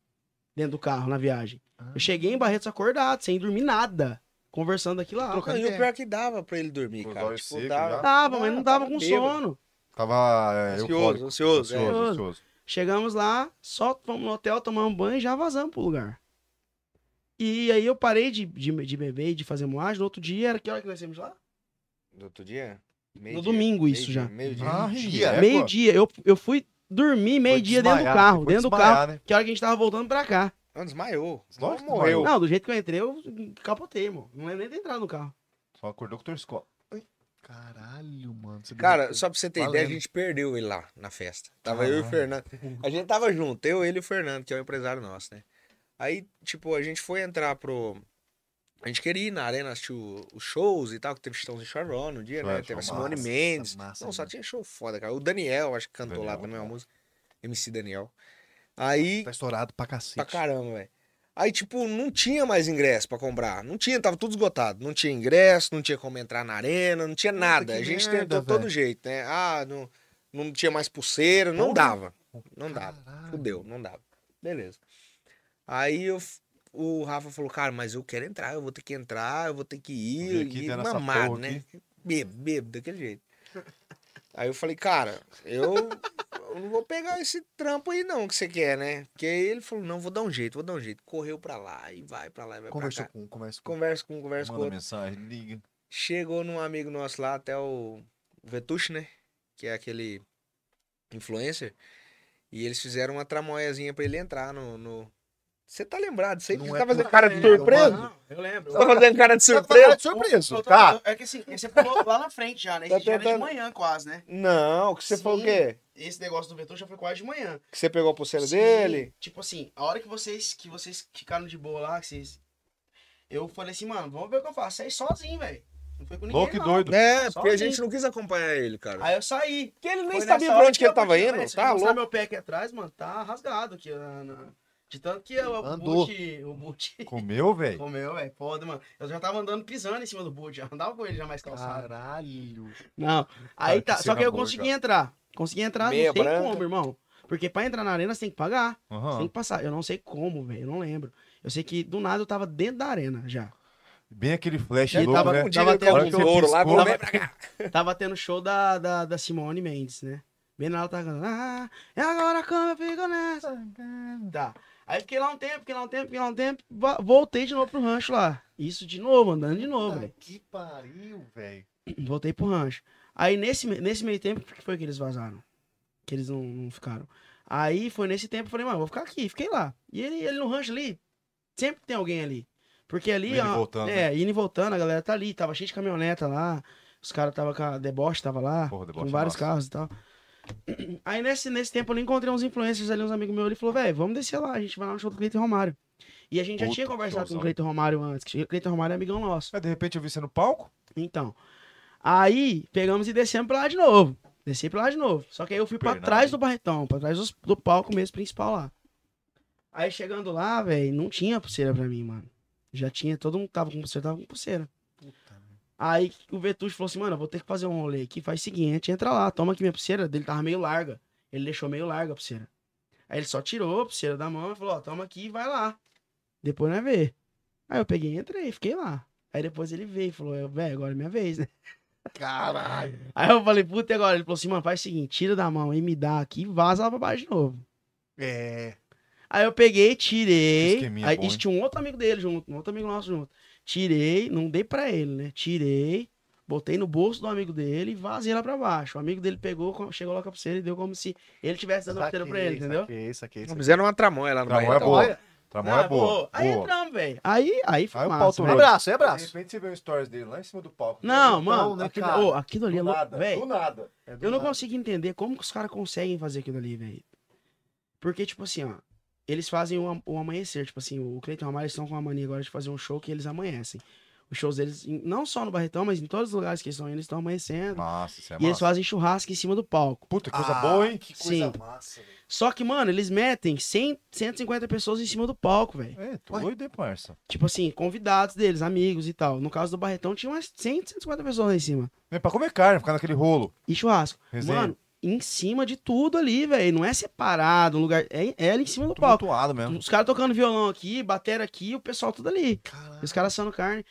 Speaker 1: dentro do carro na viagem.
Speaker 3: Ah.
Speaker 1: Eu cheguei em Barretos acordado, sem dormir nada. Conversando aqui lá.
Speaker 2: Não, E o pior é que dava pra ele dormir,
Speaker 3: Os
Speaker 2: cara.
Speaker 3: olhos
Speaker 2: Tipo,
Speaker 3: secos
Speaker 2: dava.
Speaker 1: Dava, mas
Speaker 3: É,
Speaker 1: não dava
Speaker 2: tava
Speaker 1: com
Speaker 2: bêbado.
Speaker 1: sono.
Speaker 3: Tava é,
Speaker 2: Ansioso,
Speaker 3: eufórico.
Speaker 2: ansioso. é.
Speaker 3: Ansioso, ansioso.
Speaker 1: Chegamos lá, só fomos no hotel, tomamos um banho e já vazamos pro lugar. E aí eu parei de, de, de beber e de fazer moagem. No outro dia, era que hora que nós saímos de lá?
Speaker 2: Do outro dia? Meio
Speaker 1: No
Speaker 2: dia.
Speaker 1: domingo
Speaker 2: Meio
Speaker 1: isso
Speaker 2: dia,
Speaker 1: já.
Speaker 2: Meio dia.
Speaker 3: Ah,
Speaker 4: Meio-dia.
Speaker 3: é, pô.
Speaker 1: meio dia. Eu, eu fui dormir meio
Speaker 3: Foi
Speaker 1: dia dentro do
Speaker 3: desmaiar,
Speaker 1: carro.
Speaker 3: foi
Speaker 1: Dentro do
Speaker 3: desmaiar,
Speaker 1: carro.
Speaker 3: né?
Speaker 1: Que hora que a gente tava voltando pra cá.
Speaker 2: Não, desmaiou.
Speaker 3: Lógico que
Speaker 2: Não, morreu.
Speaker 1: Não, do jeito que eu entrei, eu capotei, mano. Não lembro nem de entrar no carro.
Speaker 3: Só acordou com o torcicolo.
Speaker 4: Caralho, mano. você
Speaker 2: Cara,
Speaker 4: deu-
Speaker 2: só pra você ter ideia, a
Speaker 4: Valendo.
Speaker 2: gente perdeu ele lá na festa. Tava eu e o Fernando. A gente tava junto, eu, ele e o Fernando, que é o empresário nosso, né? Aí, tipo, a gente foi entrar pro. A gente queria ir na arena assistir o- os shows e tal, que teve Chitãozinho e Choró no dia,
Speaker 3: É,
Speaker 2: né?
Speaker 3: show
Speaker 2: Teve a
Speaker 3: massa,
Speaker 2: Simone
Speaker 4: massa,
Speaker 2: Mendes.
Speaker 4: massa, né?
Speaker 2: Não, só
Speaker 4: mano.
Speaker 2: tinha show foda, cara. O Daniel, acho que cantou
Speaker 3: Daniel,
Speaker 2: lá também uma
Speaker 3: cara.
Speaker 2: música. MC Daniel. Aí.
Speaker 4: Tá estourado pra cacete.
Speaker 2: Pra caramba, velho. Aí, tipo, não tinha mais ingresso pra comprar. Não tinha, tava tudo esgotado. Não tinha ingresso, não tinha como entrar na arena, não tinha nada.
Speaker 4: que
Speaker 2: A gente
Speaker 4: merda,
Speaker 2: tentou
Speaker 4: velho.
Speaker 2: todo jeito, né? Ah, não, não tinha mais pulseira, não
Speaker 3: Porra.
Speaker 2: dava. Não dava.
Speaker 4: Caralho.
Speaker 2: Fudeu, não dava. Beleza. Aí eu f- o Rafa falou, cara, mas eu quero entrar, eu vou ter que entrar, eu vou ter que
Speaker 3: Vou
Speaker 2: ir,
Speaker 3: vir aqui
Speaker 2: e
Speaker 3: dentro dessa
Speaker 2: mamado,
Speaker 3: porra
Speaker 2: né? Bebo, bebo, daquele jeito. Aí eu falei, cara, eu, eu não vou pegar esse trampo aí não que você quer, né? Porque aí ele falou, não, vou dar um jeito, vou dar um jeito. Correu pra lá e vai pra lá e vai
Speaker 4: Conversou
Speaker 2: pra cá.
Speaker 4: com um, conversa com um.
Speaker 2: Conversa com um, conversa com
Speaker 3: Manda
Speaker 2: outro.
Speaker 3: mensagem, liga.
Speaker 2: Chegou num amigo nosso lá, até o Vetush, né? Que é aquele influencer. E eles fizeram uma tramóiazinha pra ele entrar no. no- Você tá lembrado? Você
Speaker 4: Não
Speaker 2: você
Speaker 4: é
Speaker 2: tá fazendo
Speaker 4: por-
Speaker 2: cara de
Speaker 4: é, eu
Speaker 2: surpreso?
Speaker 4: mando.
Speaker 1: Não, eu lembro.
Speaker 2: Você tá fazendo cara de
Speaker 4: Tá falando
Speaker 2: surpresa?
Speaker 4: de surpreso,
Speaker 1: Eu
Speaker 4: tá?
Speaker 1: tava- É que assim, você falou lá na frente já, né?
Speaker 2: Tá
Speaker 1: Esse já era de
Speaker 2: tentando-
Speaker 1: manhã quase, né?
Speaker 2: Não, que você
Speaker 1: Sim.
Speaker 2: foi o quê?
Speaker 1: Esse negócio do vetor já foi quase de manhã.
Speaker 2: Que você pegou a pulseira
Speaker 1: Sim,
Speaker 2: dele?
Speaker 1: Tipo assim, a hora que vocês, que vocês ficaram de boa lá, que vocês... Eu falei assim, mano, vamos ver o que eu faço. Saí sozinho, velho. Não foi com ninguém,
Speaker 3: Louco e
Speaker 1: não.
Speaker 3: doido.
Speaker 2: É,
Speaker 1: Só
Speaker 2: porque a
Speaker 1: assim.
Speaker 2: gente não quis acompanhar ele, cara.
Speaker 1: Aí eu saí.
Speaker 2: Porque ele nem
Speaker 1: Foi
Speaker 2: sabia
Speaker 1: nessa
Speaker 2: pra
Speaker 1: hora
Speaker 2: onde que ele
Speaker 1: eu
Speaker 2: tava
Speaker 1: bati,
Speaker 2: indo,
Speaker 1: velho, se
Speaker 2: tá
Speaker 1: eu mostrar
Speaker 2: louco?
Speaker 1: meu pé aqui atrás, mano, tá rasgado aqui. Na, na- De tanto que eu, o
Speaker 4: Andou.
Speaker 1: boot, o boot
Speaker 3: Comeu, velho?
Speaker 1: comeu, velho, foda, mano. Eu já tava andando pisando em cima do boot, já andava com ele já mais calçado.
Speaker 4: Caralho.
Speaker 1: Não, aí
Speaker 3: Cara,
Speaker 1: tá,
Speaker 3: que
Speaker 1: só que eu
Speaker 3: cena boa,
Speaker 1: consegui entrar. Consegui entrar,
Speaker 2: Meia
Speaker 1: não tem
Speaker 2: branca.
Speaker 1: como, irmão. Porque pra entrar na arena você tem que pagar, você
Speaker 3: Aham.
Speaker 1: tem que passar. Eu não sei como, velho, eu não lembro. Eu sei que do nada eu tava dentro da arena já.
Speaker 3: Bem aquele flash
Speaker 1: Ele
Speaker 3: louco,
Speaker 1: tava
Speaker 3: né?
Speaker 1: com
Speaker 2: Tava
Speaker 1: até
Speaker 2: até
Speaker 3: um
Speaker 2: um ouro lá,
Speaker 3: piscou,
Speaker 2: falou,
Speaker 3: né?
Speaker 2: "Vem pra cá."
Speaker 1: Tava tendo show da, da, da Simone Mendes, né? Bem na hora ela tava cantando. Ah, e agora como eu fico nessa? Tá. Aí fiquei lá um tempo, fiquei lá um tempo, fiquei lá um tempo. va- Voltei de novo pro rancho lá. Isso de novo, andando de novo, velho.
Speaker 4: Puta que pariu, velho.
Speaker 1: Voltei pro rancho. Aí nesse, me- nesse meio tempo, que foi que eles vazaram? Que eles não, não ficaram. Aí foi nesse tempo, eu falei, mano, vou ficar aqui. Fiquei lá. E ele, ele no rancho ali, sempre tem alguém ali. Porque ali,
Speaker 3: Indo e
Speaker 1: ó,
Speaker 3: voltando, né?
Speaker 1: é, indo e voltando, a galera tá ali. Tava cheio de caminhoneta lá. Os caras tava com a deboche, tava lá.
Speaker 3: Porra, Deboche
Speaker 1: com
Speaker 3: é
Speaker 1: vários
Speaker 3: massa.
Speaker 1: carros e tal. Aí nesse, nesse tempo eu encontrei uns influencers ali, uns amigos meus. Ele falou, velho, vamos descer lá. A gente vai lá no show do Cleiton Romário. E a gente já
Speaker 3: Puta,
Speaker 1: tinha conversado com
Speaker 3: showzão.
Speaker 1: o Cleiton Romário antes. que o Cleiton Romário é amigão nosso.
Speaker 3: Aí, de repente eu vi você no palco.
Speaker 1: Então. Aí pegamos e descemos pra lá de novo. Desci pra lá de novo. Só que aí eu fui pra
Speaker 3: Pernambuco.
Speaker 1: trás do barretão, pra trás dos- do palco mesmo principal lá. Aí chegando lá, velho, não tinha pulseira pra mim, mano. Já tinha, todo mundo que tava com pulseira, tava com pulseira. Aí o Vetus falou assim, mano, eu vou ter que fazer um rolê aqui, faz o seguinte, entra lá, toma aqui minha pulseira. Dele tava meio larga. Ele deixou meio larga a pulseira. Aí ele só tirou a pulseira da mão e falou, ó, toma aqui e vai lá. Depois nós vê. Aí eu peguei e entrei, fiquei lá. Aí depois ele veio e falou, velho, agora é minha vez, né?
Speaker 4: Caralho.
Speaker 1: Aí eu falei, puta, e agora? Ele falou assim, mano, faz o seguinte, tira da mão e me dá aqui e vaza lá pra baixo de novo.
Speaker 4: É.
Speaker 1: Aí eu peguei,
Speaker 3: Que
Speaker 1: tirei.
Speaker 3: esqueminha é
Speaker 1: Aí
Speaker 3: bom,
Speaker 1: isso
Speaker 3: hein?
Speaker 1: tinha um outro amigo dele junto, um outro amigo nosso junto. Tirei, não dei pra ele, né? Tirei, botei no bolso do amigo dele e vazei lá pra baixo. O amigo dele pegou, co- chegou lá com a pulseira e deu como se ele tivesse
Speaker 2: tá
Speaker 1: dando a pulseira pra ele, entendeu?
Speaker 4: Saquei, saquei, saquei.
Speaker 2: Fizeram uma tramóia lá no
Speaker 3: né? Tramóia
Speaker 2: Bahia.
Speaker 3: boa.
Speaker 4: Olha,
Speaker 3: Tramóia
Speaker 1: Não,
Speaker 3: é boa.
Speaker 1: Ah, Aí
Speaker 3: boa.
Speaker 1: entramos, velho. Aí, aí foi
Speaker 3: Aí o
Speaker 1: massa,
Speaker 3: pau
Speaker 1: né?
Speaker 4: É braço, é
Speaker 3: De
Speaker 4: braço.
Speaker 3: repente você vê um stories dele lá em cima do palco.
Speaker 1: Não,
Speaker 4: Então,
Speaker 1: mano,
Speaker 4: né,
Speaker 1: aquilo,
Speaker 4: cara?
Speaker 1: ô, aquilo ali é
Speaker 3: Do
Speaker 1: louco,
Speaker 3: nada.
Speaker 1: velho.
Speaker 3: Do nada.
Speaker 4: É do
Speaker 1: Eu não
Speaker 4: nada.
Speaker 1: consigo entender como que os caras conseguem fazer aquilo ali, velho. Porque, tipo assim, ó. Eles fazem o, am- o amanhecer. Tipo assim, o Cleiton e o Amaro eles estão com uma mania agora de fazer um show que eles amanhecem. Os shows deles, em- não só no Barretão, mas em todos os lugares que eles estão indo, eles estão amanhecendo.
Speaker 3: Massa, isso
Speaker 1: e
Speaker 3: é
Speaker 1: eles
Speaker 3: massa.
Speaker 1: fazem churrasco em cima do palco.
Speaker 3: Puta, que coisa
Speaker 4: Ah,
Speaker 3: boa, hein?
Speaker 4: Que
Speaker 1: Sim.
Speaker 4: coisa massa, velho.
Speaker 1: Só que, mano, eles metem 100, 150 pessoas em cima do palco, velho.
Speaker 3: É, tu doido, hein, parça?
Speaker 1: Tipo assim, convidados deles, amigos e tal. No caso do Barretão, tinha umas 100, 150 pessoas lá em cima.
Speaker 3: Vem É pra comer carne, ficar naquele rolo.
Speaker 1: E churrasco.
Speaker 3: Resenha.
Speaker 1: Mano, em cima de tudo ali, velho. Não é separado, um lugar. É, é ali em cima do palco.
Speaker 3: Tumultuado mesmo.
Speaker 1: Os caras tocando violão aqui, batera aqui, o pessoal tudo ali.
Speaker 4: Caralho.
Speaker 1: Os caras assando carne.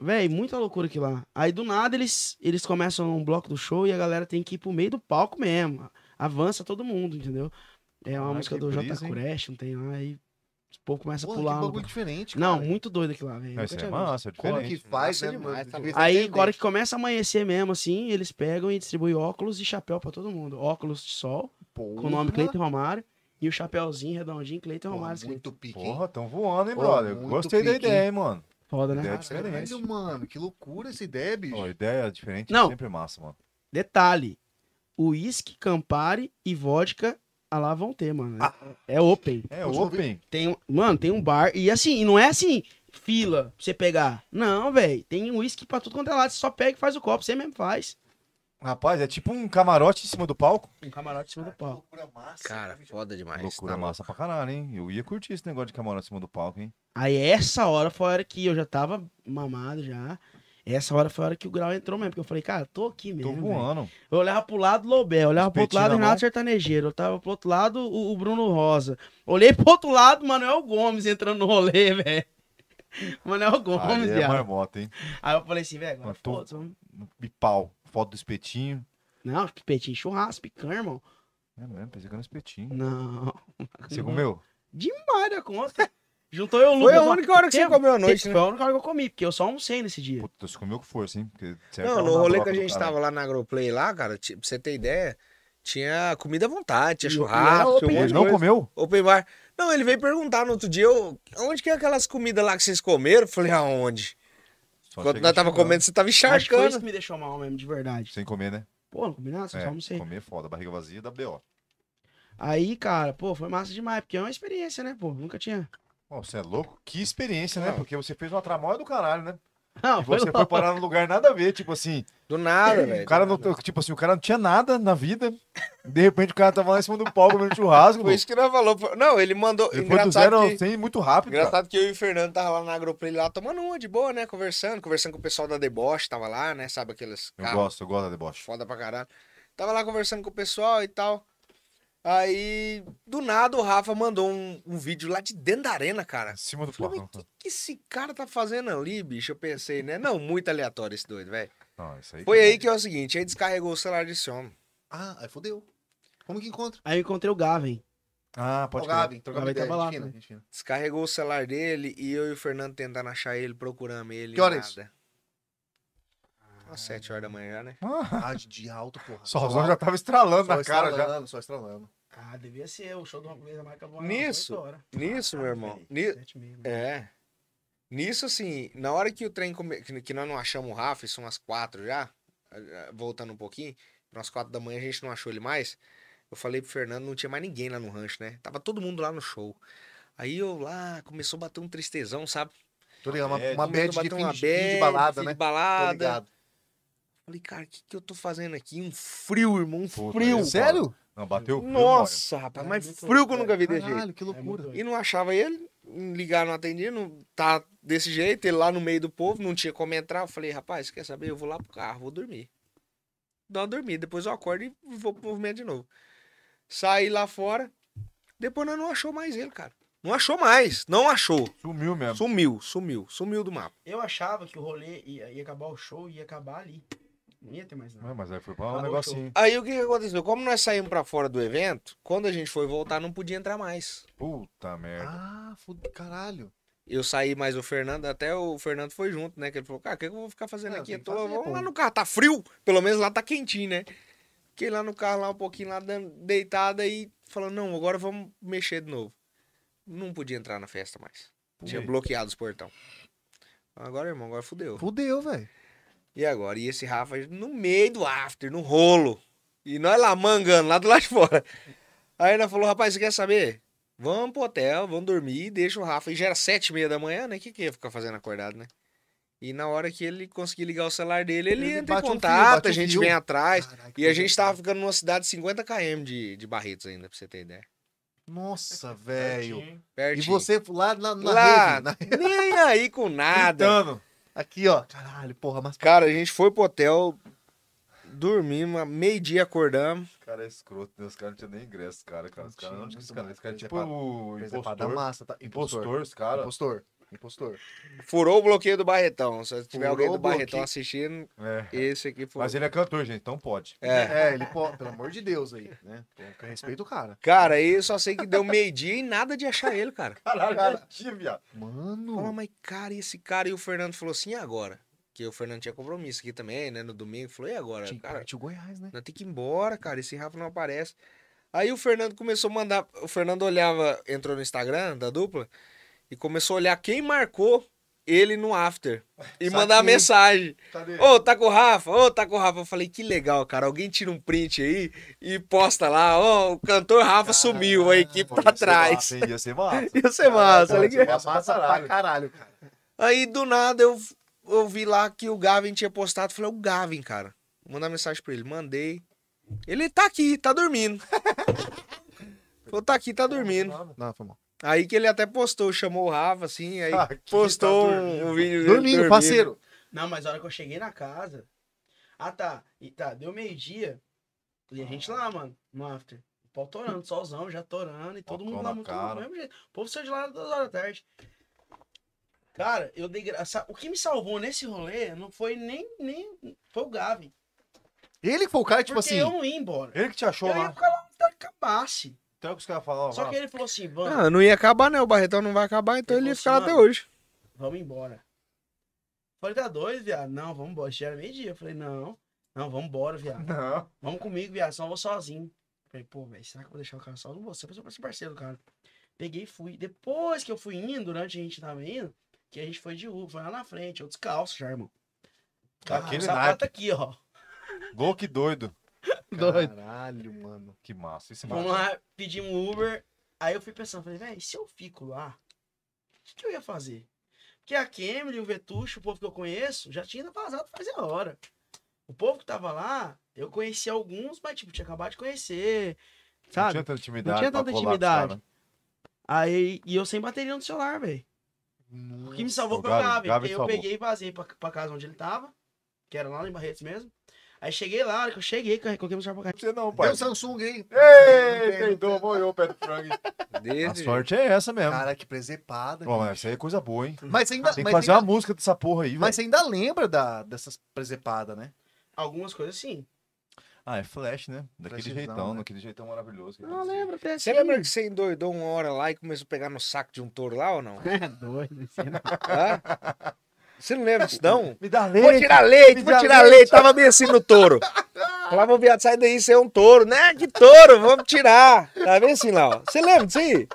Speaker 1: Véi, muita loucura aqui lá. Aí do nada eles, eles começam um bloco do show e a galera tem que ir pro meio do palco mesmo. Avança todo mundo, entendeu? É uma
Speaker 3: Ah,
Speaker 1: música
Speaker 3: que
Speaker 1: do J.
Speaker 3: brisa, hein?
Speaker 1: Crash, não tem lá, aí o povo começa a
Speaker 4: Porra,
Speaker 1: pular.
Speaker 4: que
Speaker 1: no-
Speaker 4: bagulho diferente,
Speaker 1: Não,
Speaker 4: cara.
Speaker 1: muito doido aqui lá, velho.
Speaker 3: Não,
Speaker 1: Nunca
Speaker 3: isso é
Speaker 1: tinha
Speaker 3: massa, é
Speaker 4: Como
Speaker 3: diferente.
Speaker 4: que faz,
Speaker 2: Massa
Speaker 4: né,
Speaker 2: demais,
Speaker 4: mano?
Speaker 2: tá
Speaker 1: visto. Aí, na hora que começa a amanhecer mesmo, assim, eles pegam e distribuem óculos e chapéu pra todo mundo. Óculos de sol, com o nome Cleiton Romário, e o chapéuzinho redondinho, Cleiton Romário.
Speaker 4: Romário.
Speaker 1: escrito.
Speaker 4: Muito pique, hein?
Speaker 3: Porra, tão voando, hein,
Speaker 4: Pô,
Speaker 3: brother?
Speaker 4: muito
Speaker 3: Gostei da
Speaker 4: pique,
Speaker 3: ideia, hein, mano?
Speaker 1: Foda, né?
Speaker 3: Ideia
Speaker 4: Caralho,
Speaker 3: diferente.
Speaker 4: mano, que loucura essa ideia, bicho.
Speaker 3: Pô, ideia diferente
Speaker 1: Não.
Speaker 3: é sempre massa, mano.
Speaker 1: Detalhe: uísque, Campari e vodka ah lá vão ter, mano. É open.
Speaker 3: É
Speaker 4: Última
Speaker 3: open.
Speaker 1: Tem, um- mano, tem um bar. E assim, e não é assim, fila pra você pegar. Não, velho. Tem uísque pra tudo quanto é lado. Você só pega e faz o copo. Você mesmo faz.
Speaker 3: Rapaz, é tipo um camarote em cima do palco.
Speaker 1: Um camarote em cima do
Speaker 4: Que
Speaker 1: pau.
Speaker 4: loucura massa.
Speaker 2: Cara, foda demais.
Speaker 3: Loucura
Speaker 2: tá louco.
Speaker 3: massa pra caralho, hein? Eu ia curtir esse negócio de camarote em cima do palco, hein?
Speaker 1: Aí essa hora foi a hora que eu já tava mamado já. Essa hora foi a hora que o grau entrou mesmo. Porque eu falei, cara, tô aqui mesmo.
Speaker 3: Tô
Speaker 1: velho.
Speaker 3: voando.
Speaker 1: Eu olhava pro lado Lobé, eu olhava pro outro
Speaker 3: Espetinho
Speaker 1: lado
Speaker 3: na mão.
Speaker 1: Renato Sertanejeiro, eu tava pro outro lado o, o Bruno Rosa. Olhei pro outro lado Manuel Gomes entrando no rolê, velho. Manuel Gomes,
Speaker 3: Aí é
Speaker 1: viado.
Speaker 3: marmota, hein?
Speaker 1: Aí eu falei assim, velho, agora
Speaker 3: Mas tô-
Speaker 1: foda-se, vamos-
Speaker 3: E pau. Foto do espetinho.
Speaker 1: Não, espetinho, churrasco, picanha, irmão.
Speaker 3: É mesmo, pensei que era um espetinho.
Speaker 1: Não.
Speaker 3: Você comeu?
Speaker 1: Demais da conta. Juntou eu,
Speaker 2: Foi
Speaker 1: Lucas.
Speaker 2: a
Speaker 1: lá.
Speaker 2: única hora que você
Speaker 1: Teve-
Speaker 2: comeu à
Speaker 1: Teve-
Speaker 2: noite, né?
Speaker 1: Foi a única hora que eu comi, porque eu só almocei nesse dia.
Speaker 3: Puta, você comeu com força, hein? Porque você
Speaker 2: Não,
Speaker 3: tava
Speaker 2: no
Speaker 3: na
Speaker 2: rolê que
Speaker 3: broca
Speaker 2: a
Speaker 3: do
Speaker 2: gente
Speaker 3: cara.
Speaker 2: tava lá na Agroplay lá, cara, ti- pra você ter ideia, tinha comida à vontade, tinha
Speaker 1: E- e era
Speaker 2: churrasco,
Speaker 1: open
Speaker 2: tinha um monte
Speaker 3: Ele
Speaker 2: de
Speaker 3: não
Speaker 2: coisa.
Speaker 3: comeu?
Speaker 2: Open bar. Não, ele veio perguntar no outro dia, eu, onde que é aquelas comidas lá que vocês comeram? Eu falei, aonde?
Speaker 3: Só
Speaker 2: Quando
Speaker 3: chega
Speaker 2: nós tava
Speaker 3: chegando.
Speaker 2: comendo, você tava
Speaker 1: Acho que foi isso
Speaker 2: encharcando.
Speaker 1: que me deixou mal mesmo, de verdade.
Speaker 3: Sem comer, né?
Speaker 1: Pô, não comi nada, só
Speaker 3: É,
Speaker 1: almocei.
Speaker 3: comer é foda. Barriga vazia dá B.O.
Speaker 1: Aí, cara, pô, foi massa demais, porque é uma experiência, né, pô? Nunca tinha.
Speaker 3: Pô, você é louco? Que experiência, né?
Speaker 2: Não.
Speaker 3: Porque você fez uma tramóia do caralho, né?
Speaker 1: Não,
Speaker 3: E você foi parar num lugar nada a ver, tipo assim.
Speaker 2: Do nada, velho.
Speaker 3: O cara não, tipo assim, o cara não tinha nada na vida. De repente o cara tava lá em cima do palco comendo churrasco.
Speaker 2: Foi
Speaker 3: Foi
Speaker 2: isso que nós falou. pô. Não, ele mandou.
Speaker 3: Ele foi do
Speaker 2: engraçado
Speaker 3: zero ao
Speaker 2: que...
Speaker 3: 100 muito rápido. cara.
Speaker 2: Engraçado que eu e o Fernando tava lá na Agroplay lá tomando uma de boa, né? Conversando, conversando com o pessoal da Deboche, tava lá, né? Sabe aqueles
Speaker 3: Eu gosto, eu gosto da deboche.
Speaker 2: foda pra caralho. Tava lá conversando com o pessoal e tal. Aí, do nada, o Rafa mandou um, um vídeo lá de dentro da arena, cara.
Speaker 3: Em É, cima do
Speaker 2: Eu falei,
Speaker 3: palco.
Speaker 2: mas o que, que esse cara tá fazendo ali, bicho? Eu pensei, né? Não, muito aleatório esse doido, velho.
Speaker 3: Não, isso aí.
Speaker 2: Foi aí que é o seguinte, aí descarregou o celular desse homem.
Speaker 4: Ah, aí fodeu. Como que encontra?
Speaker 1: Aí eu encontrei o Gavin.
Speaker 3: Ah, pode
Speaker 4: Pode o
Speaker 3: crer.
Speaker 4: Gavin, trocar
Speaker 1: Gavin
Speaker 4: ideia.
Speaker 1: tava lá,
Speaker 4: gente fina,
Speaker 1: né?
Speaker 4: gente fina.
Speaker 2: Descarregou o celular dele e eu e o Fernando tentando achar ele, procuramos ele.
Speaker 4: Que horas?
Speaker 2: nada. Umas sete horas da manhã, já, né?
Speaker 3: Ah,
Speaker 4: Ah, de, de alto, porra.
Speaker 3: só o já tava estralando na cara já.
Speaker 4: estralando, só estralando.
Speaker 1: Ah, devia ser o show do Rock da marca
Speaker 2: às Nisso, oito nisso,
Speaker 1: Ah,
Speaker 2: meu irmão, ni-
Speaker 1: né?
Speaker 2: É. Nisso, assim, na hora que o trem. Come... que- Que nós não achamos o Rafa, isso são umas quatro já. eh, Voltando um pouquinho. Umas quatro da manhã a gente não achou ele mais. Eu falei pro Fernando, não tinha mais ninguém lá no rancho, né? Tava todo mundo lá no show. Aí eu lá, começou a bater um tristezão, sabe?
Speaker 4: Tô ligado, uma,
Speaker 3: É,
Speaker 4: uma
Speaker 2: Começou a
Speaker 4: bad de
Speaker 2: bater
Speaker 4: fim,
Speaker 2: uma
Speaker 4: de, fim
Speaker 2: bad,
Speaker 4: de balada,
Speaker 2: fim
Speaker 4: né?
Speaker 2: De
Speaker 4: Tô
Speaker 2: balada.
Speaker 4: ligado.
Speaker 2: Falei, cara, o que, que eu tô fazendo aqui? Um frio, irmão, um
Speaker 3: Puta, é
Speaker 2: frio.
Speaker 3: esse
Speaker 4: Sério?
Speaker 3: Não, bateu. frio,
Speaker 2: Nossa, rapaz,
Speaker 1: É
Speaker 2: mas
Speaker 1: muito
Speaker 2: frio que eu
Speaker 1: doido.
Speaker 2: nunca vi desse jeito.
Speaker 4: Caralho, que loucura.
Speaker 2: E não achava ele, ligar não atendia, não tá desse jeito, ele lá no meio do povo, não tinha como entrar. Eu falei, rapaz, quer saber? Eu vou lá pro carro, vou dormir. Dá uma dormida, depois eu acordo e vou pro movimento de novo. Saí lá fora, depois nós não achou mais ele, cara. Não achou mais, não achou.
Speaker 3: mano. Sumiu mesmo.
Speaker 2: Sumiu, sumiu, sumiu do mapa.
Speaker 1: Eu achava que o rolê ia, ia acabar o show e ia acabar ali. Não ia ter mais nada.
Speaker 3: É, mas aí foi pra um
Speaker 1: Acabou o
Speaker 3: negocinho.
Speaker 2: Aí o que, que aconteceu? Como nós saímos pra fora do evento, quando a gente foi voltar, não podia entrar mais.
Speaker 3: Puta merda.
Speaker 4: Ah, foda caralho.
Speaker 2: Eu saí mais o Fernando, até o Fernando foi junto, né? Que ele falou, cara, o que que eu vou ficar fazendo
Speaker 4: É,
Speaker 2: aqui?
Speaker 4: tem
Speaker 2: Eu
Speaker 4: que
Speaker 2: tô,
Speaker 4: fazer,
Speaker 2: vamos
Speaker 4: pô.
Speaker 2: lá no carro, tá frio, pelo menos lá tá quentinho, né? Fiquei lá no carro, lá um pouquinho, lá dan- deitado aí, falando, não, agora vamos mexer de novo. Não podia entrar na festa mais. Ah, Tinha
Speaker 3: Ui.
Speaker 2: bloqueado os portão. Agora, irmão, agora fudeu.
Speaker 4: Fudeu, velho.
Speaker 2: E agora? E esse Rafa no meio do after, no rolo. E nós lá mangando, lá do lado de fora. Aí nós falou, rapaz, você quer saber? Vamos pro hotel, vamos dormir, deixa o Rafa. E já era sete e meia da manhã, né? O que, que ia ficar fazendo acordado, né? E na hora que ele conseguir ligar o celular dele, ele,
Speaker 3: Ele
Speaker 2: entra em
Speaker 3: bate um fio,
Speaker 2: contato,
Speaker 3: bate
Speaker 2: a
Speaker 3: um
Speaker 2: gente
Speaker 3: fio. um
Speaker 2: vem atrás.
Speaker 4: Caraca,
Speaker 2: E a gente tava
Speaker 4: tava.
Speaker 2: ficando numa cidade de 50 km de, de Barretos ainda, pra você ter ideia.
Speaker 3: Nossa, velho. E
Speaker 2: Pertinho.
Speaker 4: você lá na, na
Speaker 2: Lá,
Speaker 3: né?
Speaker 4: rede, na-
Speaker 2: Nem aí com nada.
Speaker 3: Tentando.
Speaker 4: aqui, ó. Caralho, porra, mas.
Speaker 2: Cara, a gente foi pro hotel, dormimos, meio-dia acordamos.
Speaker 3: Os caras é escroto, né? Os caras não tinham nem ingresso, cara. cara. Os
Speaker 4: Não
Speaker 3: caras não
Speaker 4: tinha,
Speaker 3: tinham. Os
Speaker 4: muito
Speaker 3: caras
Speaker 4: mal.
Speaker 3: os caras
Speaker 4: Eles é
Speaker 3: tipo
Speaker 4: pa-
Speaker 3: impostor.
Speaker 4: Da massa, tá?
Speaker 3: Impostor, os caras.
Speaker 4: Impostor. Impostor.
Speaker 2: Furou o bloqueio do Barretão. Se tiver
Speaker 4: Furou
Speaker 2: alguém
Speaker 4: o
Speaker 2: do Barretão
Speaker 4: bloqueio.
Speaker 2: assistindo,
Speaker 3: É.
Speaker 2: esse aqui foi.
Speaker 3: Mas ele é cantor, gente, então pode.
Speaker 2: É.
Speaker 4: É, ele, pô, pelo amor de Deus aí, né? Pô, respeita o cara.
Speaker 2: Cara, aí eu só sei que deu meio-dia e nada de achar ele, cara.
Speaker 3: Caralho,
Speaker 4: Cara.
Speaker 3: mentira, viado.
Speaker 2: Fala,
Speaker 4: Mano.
Speaker 2: mas cara, e esse cara? E o Fernando falou assim, e agora? Que o Fernando tinha compromisso aqui também, né? No domingo. Falou, e agora?
Speaker 4: Tinha que
Speaker 2: Cara,
Speaker 4: partir o Goiás, né?
Speaker 2: Nós tem que ir embora, cara. Esse Rafa não aparece. Aí o Fernando começou a mandar. O Fernando olhava, entrou no Instagram da dupla e começou a olhar quem marcou ele no after. E mandar
Speaker 4: Saquei.
Speaker 2: mensagem.
Speaker 3: Cadê?
Speaker 2: Ô, tá com o Rafa, ô, tá com o Rafa. Eu falei, que legal, cara. Alguém tira um print aí e posta lá. Ó, o cantor Rafa sumiu, a equipe
Speaker 3: Ah, Pô,
Speaker 2: tá
Speaker 3: ia ser
Speaker 2: atrás.
Speaker 3: massa, hein? Ia ser massa.
Speaker 2: Ia ser é massa.
Speaker 3: Caralho,
Speaker 2: olha
Speaker 3: pô,
Speaker 2: que-
Speaker 3: ia ser massa pra caralho.
Speaker 4: caralho, cara.
Speaker 2: Aí do nada eu, eu vi lá que o Gavin tinha postado. Falei, o Gavin, cara. Vou mandar mensagem pra ele. Mandei. Ele tá aqui, tá dormindo. Falou, tá aqui, tá dormindo.
Speaker 4: Não, foi mal.
Speaker 2: Aí que ele até postou, chamou o Rafa, assim, aí
Speaker 3: Ah, que
Speaker 2: postou
Speaker 3: tá
Speaker 2: um-
Speaker 3: dormindo.
Speaker 2: um vídeo dele
Speaker 4: Dormindo, parceiro.
Speaker 1: Não, mas a hora que eu cheguei na casa. Ah, tá. E tá, deu meio-dia. E a gente lá, mano, no after. O pau torando, solzão, já torando. E todo
Speaker 3: Pau
Speaker 1: mundo
Speaker 3: na
Speaker 1: lá muito
Speaker 3: cara.
Speaker 1: do mesmo jeito. O povo saiu de lá às duas horas da tarde. Cara, eu dei graça. O que me salvou nesse rolê não foi nem. nem foi o Gavin.
Speaker 4: Ele que foi o cara, tipo
Speaker 1: Porque
Speaker 4: assim.
Speaker 1: eu não ia embora.
Speaker 3: Ele que te achou
Speaker 1: Eu ia
Speaker 3: lá.
Speaker 1: ficar lá até que acabasse.
Speaker 3: Então é o que os caras falavam.
Speaker 1: Só que ele falou assim, vamos.
Speaker 2: Ah, não ia acabar, né? O Barretão não vai acabar, então
Speaker 1: Ele
Speaker 2: ele,
Speaker 1: falou
Speaker 2: ia ficar lá
Speaker 1: assim,
Speaker 2: até
Speaker 1: mano,
Speaker 2: hoje.
Speaker 1: vamos embora. Falei, tá dois, viado? Não, vamos embora. Já era meio-dia. Eu Falei, não, não, vamos embora, viado.
Speaker 3: Não.
Speaker 1: Vamos comigo, viado, senão eu vou sozinho. Falei, pô, velho, será que eu vou deixar o cara só? Não vou, você vai ser parceiro, do cara. Peguei e fui. Depois que eu fui indo, durante a gente tava indo, que a gente foi de Uber, foi lá na frente, eu descalço já, irmão.
Speaker 3: Daquele
Speaker 1: o
Speaker 3: naipe.
Speaker 1: sapato aqui, ó.
Speaker 3: Louco e doido.
Speaker 1: Doido.
Speaker 4: Caralho, mano.
Speaker 3: Que massa. Esse
Speaker 1: Vamos
Speaker 3: massa.
Speaker 1: lá, pedimos um Uber. Aí eu fui pensando, falei, velho, se eu fico lá, o que, que eu ia fazer? Porque a Kemily, o Vetucho, o povo que eu conheço, já tinha ido vazado fazia hora. O povo que tava lá, eu conheci alguns, mas tipo, tinha acabado de conhecer.
Speaker 3: Não
Speaker 1: Sabe?
Speaker 3: tinha tanta intimidade.
Speaker 1: tinha
Speaker 3: pra
Speaker 1: tanta
Speaker 3: colar com os
Speaker 1: intimidade.
Speaker 3: caras.
Speaker 1: Aí, e eu sem bateria no celular, velho. O que me salvou
Speaker 3: o
Speaker 1: foi o
Speaker 3: né?
Speaker 1: Gabi.
Speaker 3: Gabi, Gabi
Speaker 1: eu
Speaker 3: salvou.
Speaker 1: peguei e vazei pra, pra casa onde ele tava, que era lá em Barretos mesmo. Aí cheguei lá, a hora que eu cheguei, carre- coloquei meu celular pra carregar.
Speaker 3: Não precisa não, pai.
Speaker 4: Deu Samsung, hein?
Speaker 3: Ei, peidou, morreu o pé do frango. A
Speaker 2: Desde...
Speaker 3: sorte é essa mesmo.
Speaker 4: Cara, que presepada.
Speaker 3: Bom, mas isso aí é coisa boa, hein?
Speaker 4: Mas você ainda,
Speaker 3: Tem que
Speaker 4: mas
Speaker 3: fazer
Speaker 4: ainda-
Speaker 3: uma música dessa porra aí, velho.
Speaker 4: mas você ainda lembra da, dessas presepadas, né?
Speaker 1: Algumas coisas sim.
Speaker 3: Ah, é Flash, né? Daquele
Speaker 4: Flashzão,
Speaker 3: jeitão,
Speaker 4: né?
Speaker 3: daquele jeitão maravilhoso.
Speaker 4: Ah,
Speaker 1: Não lembro até
Speaker 2: Você lembra que você endoidou uma hora lá e começou a pegar no saco de um touro lá ou não?
Speaker 1: É doido, isso aí não.
Speaker 2: Hã? Você não lembra disso, não?
Speaker 3: Me dá
Speaker 2: Vou
Speaker 3: leite!
Speaker 2: tirar leite, vou tirar leite. Tava bem assim no touro. Falava, ô, viado, sai daí, você é um touro. Né, que touro, vamos tirar. Tá bem assim lá, ó. Você lembra disso aí?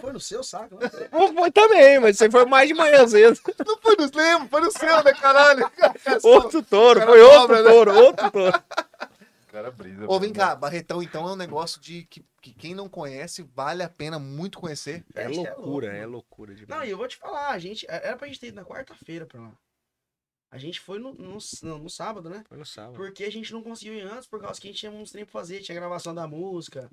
Speaker 1: Foi no seu saco, né? não
Speaker 2: Foi- Foi também, mas você foi mais de manhã às vezes.
Speaker 4: Não foi nos lembros, foi no seu, né, caralho?
Speaker 2: Outro touro,
Speaker 4: Cara
Speaker 2: foi
Speaker 4: cobra,
Speaker 2: outro
Speaker 4: né?
Speaker 2: touro, outro touro.
Speaker 3: O cara brisa.
Speaker 4: Ô, vem
Speaker 3: mano.
Speaker 4: cá, Barretão, então, é um negócio de que, que quem não conhece, vale a pena muito conhecer.
Speaker 2: É
Speaker 1: Isso é louco,
Speaker 2: loucura,
Speaker 1: mano.
Speaker 2: é loucura demais.
Speaker 1: Não, e eu vou te falar, a gente. é, Era pra gente ter ido na quarta-feira pra lá. A gente foi no, no, no- no sábado, né?
Speaker 2: Foi no sábado.
Speaker 1: Porque a gente não conseguiu ir antes, por causa que a gente tinha uns trem pra fazer, tinha gravação da música,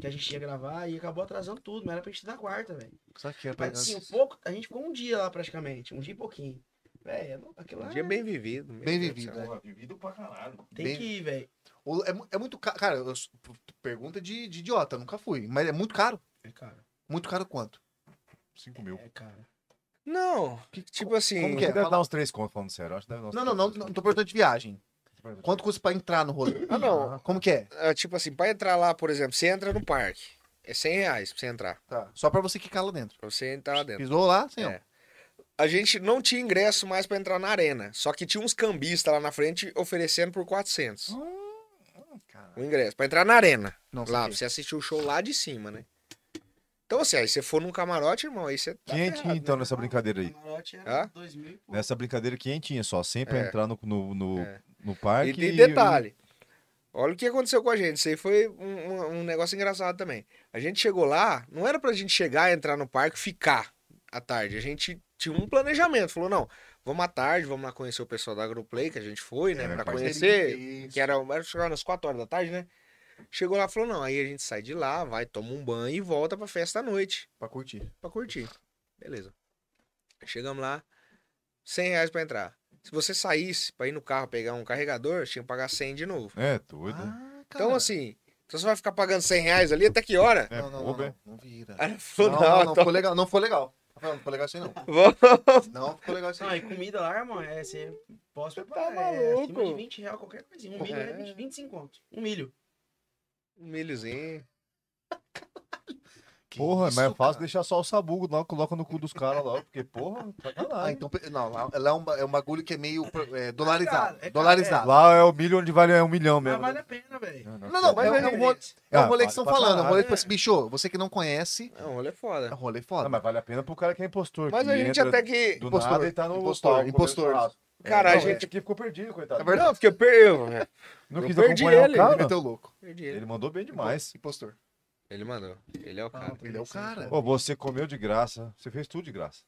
Speaker 1: que a gente ia gravar, e acabou atrasando tudo, mas era pra gente ir na quarta, velho.
Speaker 4: Só que é pra
Speaker 1: Mas assim, um pouco. A gente ficou um dia lá praticamente, um dia e pouquinho. Velho, aquilo
Speaker 2: Um
Speaker 1: lá é
Speaker 2: dia bem vivido. é. meu
Speaker 4: Bem
Speaker 2: Deus do
Speaker 4: vivido,
Speaker 2: céu.
Speaker 3: Porra, vivido pra caralho.
Speaker 1: tem
Speaker 4: bem-
Speaker 1: que ir, velho.
Speaker 4: O- É, mu- é muito caro. Cara, eu- pergunta de, de idiota, nunca fui. Mas é muito caro.
Speaker 1: É caro,
Speaker 4: Muito caro quanto?
Speaker 3: 5 mil.
Speaker 1: é caro.
Speaker 2: Não, tipo assim,
Speaker 4: como que é?
Speaker 3: Deve
Speaker 4: Fala-
Speaker 3: dar uns 3 contos, falando sério. eu Acho que deve dar uns
Speaker 4: Não, não, não,
Speaker 3: três
Speaker 4: não
Speaker 3: contos.
Speaker 4: tô perguntando de viagem. Quanto custa pra entrar no rolê?
Speaker 2: Ah, não.
Speaker 4: Como que é?
Speaker 2: ah, tipo assim, pra entrar lá, por exemplo, você entra no parque. É 100 reais pra você entrar.
Speaker 4: Tá. Só pra você que cala dentro.
Speaker 2: Pra você entrar lá dentro.
Speaker 4: Pisou lá, sim.
Speaker 2: É. A gente não tinha ingresso mais pra entrar na arena. Só que tinha uns cambistas lá na frente oferecendo por 400
Speaker 3: Hum,
Speaker 2: o ingresso. Pra entrar na arena.
Speaker 4: Não,
Speaker 2: lá,
Speaker 4: saquei.
Speaker 2: pra você assistir o show lá de cima, né? Então, assim, aí você for num camarote, irmão, aí você tá
Speaker 3: Quentinho,
Speaker 2: ferrado,
Speaker 3: então,
Speaker 2: né?
Speaker 3: nessa brincadeira
Speaker 1: O
Speaker 3: aí.
Speaker 1: camarote
Speaker 2: Ah?
Speaker 1: era dois mil e pouco.
Speaker 3: Nessa brincadeira, quentinha só. Sempre
Speaker 2: É.
Speaker 3: entrar no, no, no,
Speaker 2: É.
Speaker 3: no parque.
Speaker 2: E tem detalhe. Olha o que aconteceu com a gente. Isso aí foi um, um- um negócio engraçado também. A gente chegou lá, não era pra gente chegar, entrar no parque e ficar à tarde. A gente tinha um planejamento. Falou, não, Vamos à tarde, vamos lá conhecer o pessoal da Agroplay, que a gente foi, né?
Speaker 3: É,
Speaker 2: pra
Speaker 3: parceiro.
Speaker 2: conhecer.
Speaker 4: Isso.
Speaker 2: Que era, era chegar nas 4 horas da tarde, né? Chegou lá falou: não, aí a gente sai de lá, vai, toma um banho e volta pra festa à noite,
Speaker 4: Pra curtir.
Speaker 2: pra curtir. Beleza. Chegamos lá, 100 reais pra entrar. Se você saísse pra ir no carro pegar um carregador, tinha que pagar 100 de novo.
Speaker 3: É, doido.
Speaker 4: Ah,
Speaker 2: Então, assim, então você vai ficar pagando 100 reais ali até que hora?
Speaker 3: é,
Speaker 4: Não, não, não,
Speaker 3: bobo,
Speaker 4: não,
Speaker 3: é.
Speaker 4: não vira.
Speaker 2: Aí ele
Speaker 4: Não,
Speaker 2: falou,
Speaker 4: não, não
Speaker 2: então
Speaker 4: ficou legal. Não ficou legal. Rafael, Não ficou legal assim, não.
Speaker 2: vamos.
Speaker 4: Não ficou legal assim.
Speaker 1: Não, e comida lá, irmão, é você posso
Speaker 2: Você tá
Speaker 1: preparar. é,
Speaker 2: maluco?
Speaker 1: acima de 20 reais qualquer coisinha. Um milho é,
Speaker 2: É.
Speaker 1: 20, 25 conto. Um milho.
Speaker 2: Um milhozinho.
Speaker 4: Que
Speaker 3: Porra,
Speaker 4: isso,
Speaker 3: mas é
Speaker 4: cara?
Speaker 3: fácil deixar só o sabugo lá, coloca no cu dos caras lá, porque, porra,
Speaker 4: Ah,
Speaker 3: sacanagem.
Speaker 4: então, pe- não, lá, lá é, um, ba- é um bagulho que é meio é, dolarizado.
Speaker 1: É caro, é caro,
Speaker 4: dolarizado.
Speaker 3: Lá é o milho onde vale é um
Speaker 4: Ah,
Speaker 3: milhão
Speaker 1: Mas
Speaker 3: mesmo.
Speaker 1: vale a pena, velho.
Speaker 3: Não,
Speaker 4: Não,
Speaker 3: mas
Speaker 4: não, mas
Speaker 3: é,
Speaker 4: é um rolê, é
Speaker 3: Ah,
Speaker 4: um rolê que
Speaker 3: vale
Speaker 4: estão
Speaker 3: pra
Speaker 4: falando. É um rolê
Speaker 3: caralho.
Speaker 4: que fala assim, bicho, você que não conhece,
Speaker 2: Não, olha
Speaker 4: é um
Speaker 2: foda.
Speaker 4: rolê
Speaker 3: Não,
Speaker 4: foda.
Speaker 3: mas vale a pena pro cara que é impostor.
Speaker 2: Mas
Speaker 3: que
Speaker 2: a gente
Speaker 3: entra
Speaker 2: até que. é
Speaker 3: Do é,
Speaker 4: Impostor,
Speaker 3: nada e tá no
Speaker 4: impostor,
Speaker 3: palco, Ah,
Speaker 4: impostor.
Speaker 3: comendo churrasco.
Speaker 2: Cara,
Speaker 4: não,
Speaker 2: a gente.
Speaker 3: aqui ficou perdido, coitado.
Speaker 2: Não, porque eu perdi.
Speaker 3: Não
Speaker 2: eu
Speaker 3: quis
Speaker 2: perdi
Speaker 3: acompanhar
Speaker 2: ele,
Speaker 3: o
Speaker 4: Ele
Speaker 3: cara.
Speaker 4: meteu o louco.
Speaker 2: Perdi ele.
Speaker 3: Ele mandou bem demais.
Speaker 4: Impostor.
Speaker 2: Ele mandou. Ele é o cara.
Speaker 4: Ele é o cara.
Speaker 3: Pô, você comeu de graça. Você fez tudo de graça.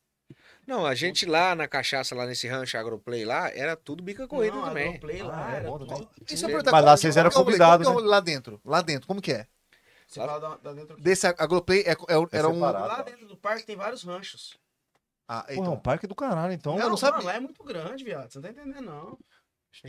Speaker 2: Não, a gente lá na cachaça, lá nesse rancho agroplay lá, era tudo bica corrida
Speaker 1: Não,
Speaker 2: também.
Speaker 1: a Play lá,
Speaker 3: Ah, é
Speaker 1: era
Speaker 3: bom
Speaker 1: tudo-
Speaker 3: também.
Speaker 4: Isso é
Speaker 2: Mas
Speaker 4: perguntar,
Speaker 3: lá
Speaker 4: qual-
Speaker 3: vocês eram
Speaker 4: qual que é o rolê?
Speaker 3: convidados,
Speaker 4: Qual que é o rolê lá dentro? Lá dentro, como que é?
Speaker 1: Você fala da, da dentro aqui.
Speaker 4: Desse Agroplay é- é um-
Speaker 3: É
Speaker 4: era um...
Speaker 3: separado.
Speaker 1: Lá dentro do parque tem vários ranchos.
Speaker 4: Ah,
Speaker 3: Porra, é um
Speaker 4: então.
Speaker 3: parque do caralho, então.
Speaker 4: Eu não sabia.
Speaker 1: Mano, lá é muito grande, viado. Você não tá entendendo, não.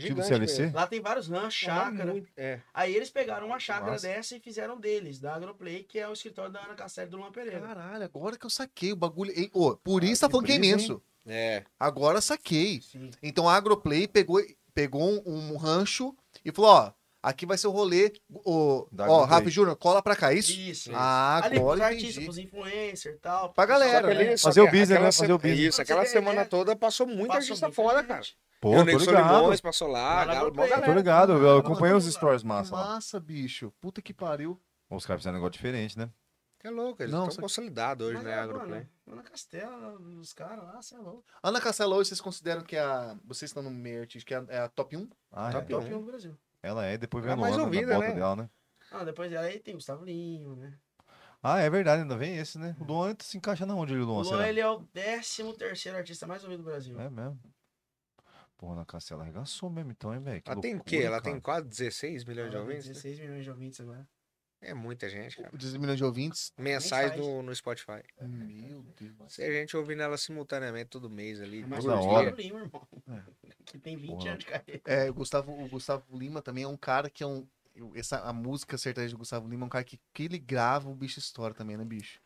Speaker 3: Tipo CLC?
Speaker 1: Lá tem vários ranchos, chácara.
Speaker 2: É.
Speaker 1: Aí eles pegaram uma chácara
Speaker 3: Nossa.
Speaker 1: dessa e fizeram deles, da Agroplay, que é o escritório da Ana Castelo do Luan Pereira.
Speaker 4: Caralho, agora que eu saquei o bagulho. Ei, ô, por isso tá
Speaker 3: Ah, que
Speaker 4: falando que é
Speaker 3: brisa, hein?
Speaker 4: imenso.
Speaker 2: É.
Speaker 4: Agora saquei.
Speaker 1: Sim.
Speaker 4: Então a Agroplay pegou, pegou um, um rancho e falou, ó, aqui vai ser o rolê. Ô,
Speaker 3: Da
Speaker 4: ó,
Speaker 3: Agroplay.
Speaker 4: Rafa Júnior, cola pra cá, é isso?
Speaker 1: Isso.
Speaker 4: Ah,
Speaker 1: Ali pros
Speaker 4: agora
Speaker 1: artistas,
Speaker 4: entendi.
Speaker 1: pros influencers e tal.
Speaker 4: Pra galera,
Speaker 1: Só que
Speaker 4: né?
Speaker 1: ali
Speaker 3: Fazer o business,
Speaker 2: business,
Speaker 3: né? Fazer o business.
Speaker 2: Isso, aquela
Speaker 1: Fazer,
Speaker 2: semana
Speaker 1: é.
Speaker 2: toda passou muita
Speaker 1: passou
Speaker 2: artista
Speaker 1: muita
Speaker 2: fora,
Speaker 1: gente.
Speaker 2: cara.
Speaker 3: Pô,
Speaker 2: eu
Speaker 3: tô
Speaker 2: nem sou
Speaker 3: ligado.
Speaker 2: limões, passou lá,
Speaker 1: Lá na
Speaker 2: galo, mó
Speaker 1: Agroplay.
Speaker 3: Tô
Speaker 2: galera.
Speaker 3: ligado, eu
Speaker 1: Mano,
Speaker 3: acompanhei os
Speaker 1: mano,
Speaker 3: stories
Speaker 4: Massa,
Speaker 3: massa lá.
Speaker 4: bicho. Puta que pariu.
Speaker 3: Os caras fizeram um negócio diferente, né?
Speaker 2: É louco, eles
Speaker 4: Não,
Speaker 2: estão
Speaker 4: só-
Speaker 2: consolidados hoje,
Speaker 1: Mas,
Speaker 2: né,
Speaker 1: mano,
Speaker 2: agroplay.
Speaker 1: Ana Castelo, os caras lá, é sei lá.
Speaker 4: Ana Castela, hoje vocês consideram que é a. Vocês estão no meio artístico, que é a, é a top 1?
Speaker 3: Ah,
Speaker 2: Tá
Speaker 3: é.
Speaker 2: bom.
Speaker 1: Top 1 do Brasil.
Speaker 3: Ela é, depois
Speaker 2: É a
Speaker 3: vem a
Speaker 2: mais
Speaker 3: Luana
Speaker 2: ouvida,
Speaker 3: na bota
Speaker 2: né?
Speaker 3: dela, né?
Speaker 1: Ah, depois aí tem Gustavo Lima, né?
Speaker 3: Ah, é verdade, ainda vem esse, né? O Luan se encaixa na onde, o Luan,
Speaker 1: O
Speaker 3: será?
Speaker 1: Luan, ele é o 13 terceiro artista mais ouvido do Brasil.
Speaker 3: É mesmo. Porra, na Castela arregaçou mesmo, então, hein, velho?
Speaker 2: Ela tem o
Speaker 3: loucura,
Speaker 2: quê? Ela
Speaker 3: cara.
Speaker 2: tem quase 16
Speaker 1: Ela
Speaker 2: milhões de
Speaker 1: Ah, tem
Speaker 2: ouvintes? né?
Speaker 1: 16 milhões de ouvintes agora.
Speaker 2: É muita gente, cara.
Speaker 4: 16 milhões de ouvintes.
Speaker 2: Mensais
Speaker 1: Mensais.
Speaker 2: no, no Spotify.
Speaker 4: Meu Deus.
Speaker 2: Se a gente ouvindo ela simultaneamente todo mês ali.
Speaker 1: É mais
Speaker 2: por
Speaker 3: da
Speaker 1: que o
Speaker 2: dia.
Speaker 3: hora.
Speaker 1: Gustavo Lima, irmão. Que tem 20
Speaker 3: Porra.
Speaker 1: anos de carreira.
Speaker 4: É, o Gustavo, o Gustavo Lima também é um cara que é um. eu- Essa, a música sertaneja do Gustavo Lima é um cara que, que ele grava, o bicho estoura também, né, bicho?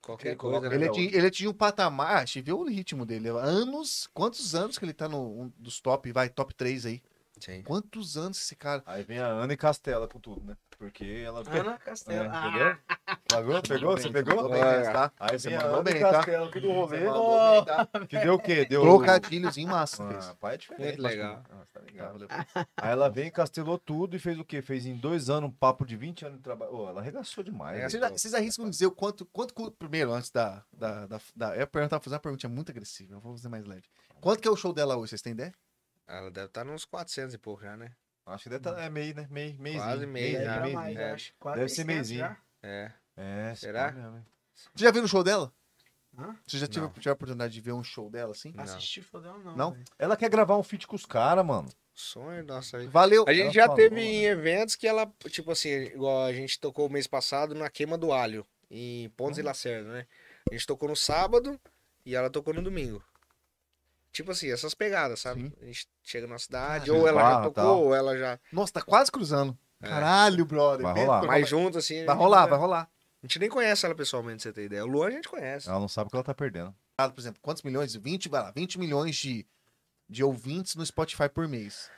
Speaker 2: Qualquer
Speaker 3: Ele
Speaker 2: coisa,
Speaker 3: coloca-
Speaker 2: né?
Speaker 4: Ele
Speaker 3: é
Speaker 4: atinge,
Speaker 3: outro.
Speaker 4: ele atinge um patamar, a gente vê o ritmo dele. é Anos, quantos anos que ele tá no um dos top, vai, top 3 aí?
Speaker 2: Sim.
Speaker 4: Quantos anos esse cara.
Speaker 3: Aí vem a Ana e Castela com tudo, né? Porque ela.
Speaker 1: Ana
Speaker 3: É,
Speaker 1: Castelo.
Speaker 3: entendeu? Pagou? Pegou? Você
Speaker 4: Mandou
Speaker 3: pegou?
Speaker 4: bem,
Speaker 2: Olha.
Speaker 4: tá?
Speaker 3: Aí
Speaker 4: Você
Speaker 3: vem a
Speaker 4: mandou
Speaker 3: Ana
Speaker 4: bem,
Speaker 3: e
Speaker 4: tá?
Speaker 3: Castela aqui do rolê.
Speaker 4: Mandou bem, tá?
Speaker 3: Que deu o quê? Deu.
Speaker 4: Trocadilhos em massa.
Speaker 3: Ah,
Speaker 4: fez.
Speaker 3: pai, é diferente.
Speaker 2: Muito legal.
Speaker 3: Ah, você tá
Speaker 4: Tá,
Speaker 3: ligado.
Speaker 4: valeu.
Speaker 3: Aí ela vem, castelou tudo e fez o quê? Fez em dois anos um papo de 20 anos de trabalho. Ô, ela arregaçou demais.
Speaker 2: É,
Speaker 3: velho.
Speaker 4: Vocês, já- vocês arriscam dizer o quanto, quanto. cu- Primeiro, antes da. da, da, da eu ia perguntar, fazer uma pergunta muito agressiva, eu vou fazer mais leve. Quanto que é o show dela hoje? Vocês têm ideia?
Speaker 2: Ela deve estar nos 400 e pouco já, né?
Speaker 3: Acho que deve estar. É meio, né? Meio, meio.
Speaker 2: Quase meio
Speaker 1: Deve
Speaker 2: já.
Speaker 1: pra
Speaker 2: Meizinho,
Speaker 1: mais,
Speaker 2: é.
Speaker 1: acho. Quase
Speaker 3: Deve ser
Speaker 1: 600
Speaker 3: meizinho.
Speaker 1: já.
Speaker 2: É. Será?
Speaker 3: É, esse cara mesmo, hein?
Speaker 4: Vocês já viram o show dela?
Speaker 1: Hã?
Speaker 4: Vocês já tiveram
Speaker 2: Não.
Speaker 4: tiveram a oportunidade de ver um show dela assim?
Speaker 2: Não.
Speaker 1: Assistir Fodão, não.
Speaker 4: Não?
Speaker 1: velho.
Speaker 3: Ela quer gravar um feat com os caras, mano.
Speaker 2: Sonho é nossa vida.
Speaker 4: Valeu!
Speaker 2: A gente já
Speaker 3: Ela falou,
Speaker 2: teve
Speaker 3: né?
Speaker 2: em eventos que ela, tipo assim, igual a gente tocou mês passado na queima do alho, em Pontes e
Speaker 3: Uhum.
Speaker 2: Lacerda, né? A gente tocou no sábado e ela tocou no domingo. Tipo assim, essas pegadas, sabe?
Speaker 4: Sim.
Speaker 2: A gente chega na cidade,
Speaker 4: Ah,
Speaker 2: ou ela já
Speaker 3: barra,
Speaker 2: tocou,
Speaker 3: tal.
Speaker 2: ou ela já.
Speaker 4: Nossa, tá quase cruzando.
Speaker 2: É.
Speaker 4: Caralho, brother.
Speaker 3: Vai
Speaker 4: Pensa
Speaker 3: rolar.
Speaker 4: que é?
Speaker 2: Mas junto, assim. a
Speaker 4: Vai
Speaker 2: gente
Speaker 4: rolar,
Speaker 2: nunca-
Speaker 4: vai rolar.
Speaker 2: A gente nem conhece ela pessoalmente, pra você ter ideia. O Luan a gente conhece.
Speaker 3: Ela não sabe o que ela tá perdendo.
Speaker 4: Ah, Por exemplo, quantos milhões? 20, vai lá, 20 milhões de, de ouvintes no Spotify por mês.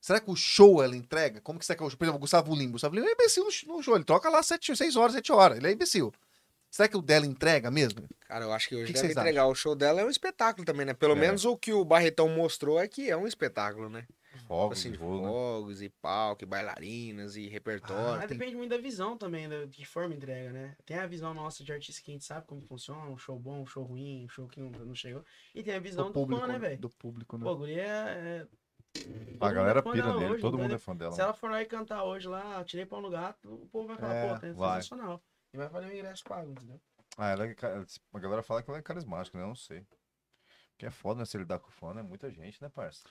Speaker 4: Será que o show ela entrega? Como que será que é o show? Por exemplo, o Gustavo Lima. O Gustavo Lima é imbecil no sh- no show. Ele troca lá 7, 6 horas, 7 horas. Ele é imbecil. Será que o dela entrega mesmo?
Speaker 2: Cara, eu acho que hoje
Speaker 4: Que que
Speaker 2: deve
Speaker 4: vocês
Speaker 2: entregar. O show dela é um espetáculo também, né? Pelo
Speaker 3: É.
Speaker 2: menos o que o Barretão mostrou é que é um espetáculo, né? Tipo
Speaker 3: Fogos,
Speaker 2: assim,
Speaker 3: de rolo, né? Ah,
Speaker 2: fogos e palco, e bailarinas e repertório.
Speaker 1: Mas
Speaker 4: Tem-
Speaker 1: depende muito da visão também, do- de que forma entrega, né? Tem a visão nossa de artista que a gente sabe como funciona, um show bom, um show ruim, um show que não, não chegou. E tem a visão do, fã, né, velho?
Speaker 4: do público, né?
Speaker 1: Pô, a guria é...
Speaker 3: A galera
Speaker 1: Todo mundo é fã
Speaker 3: pira
Speaker 1: dela
Speaker 3: nele,
Speaker 1: hoje,
Speaker 3: todo
Speaker 1: não
Speaker 3: mundo é
Speaker 1: tem-
Speaker 3: fã dela.
Speaker 1: Se ela for lá e cantar hoje lá, "Ah, tirei pau no gato, o povo vai falar,
Speaker 3: É,
Speaker 1: pô, tá
Speaker 3: vai.
Speaker 1: sensacional. E vai fazer o ingresso pago, entendeu?
Speaker 3: Ah, ela é ca- a galera fala que ela é carismática, né? Eu não sei. Que é foda, né? Se lidar com fã, é muita gente, né, parça?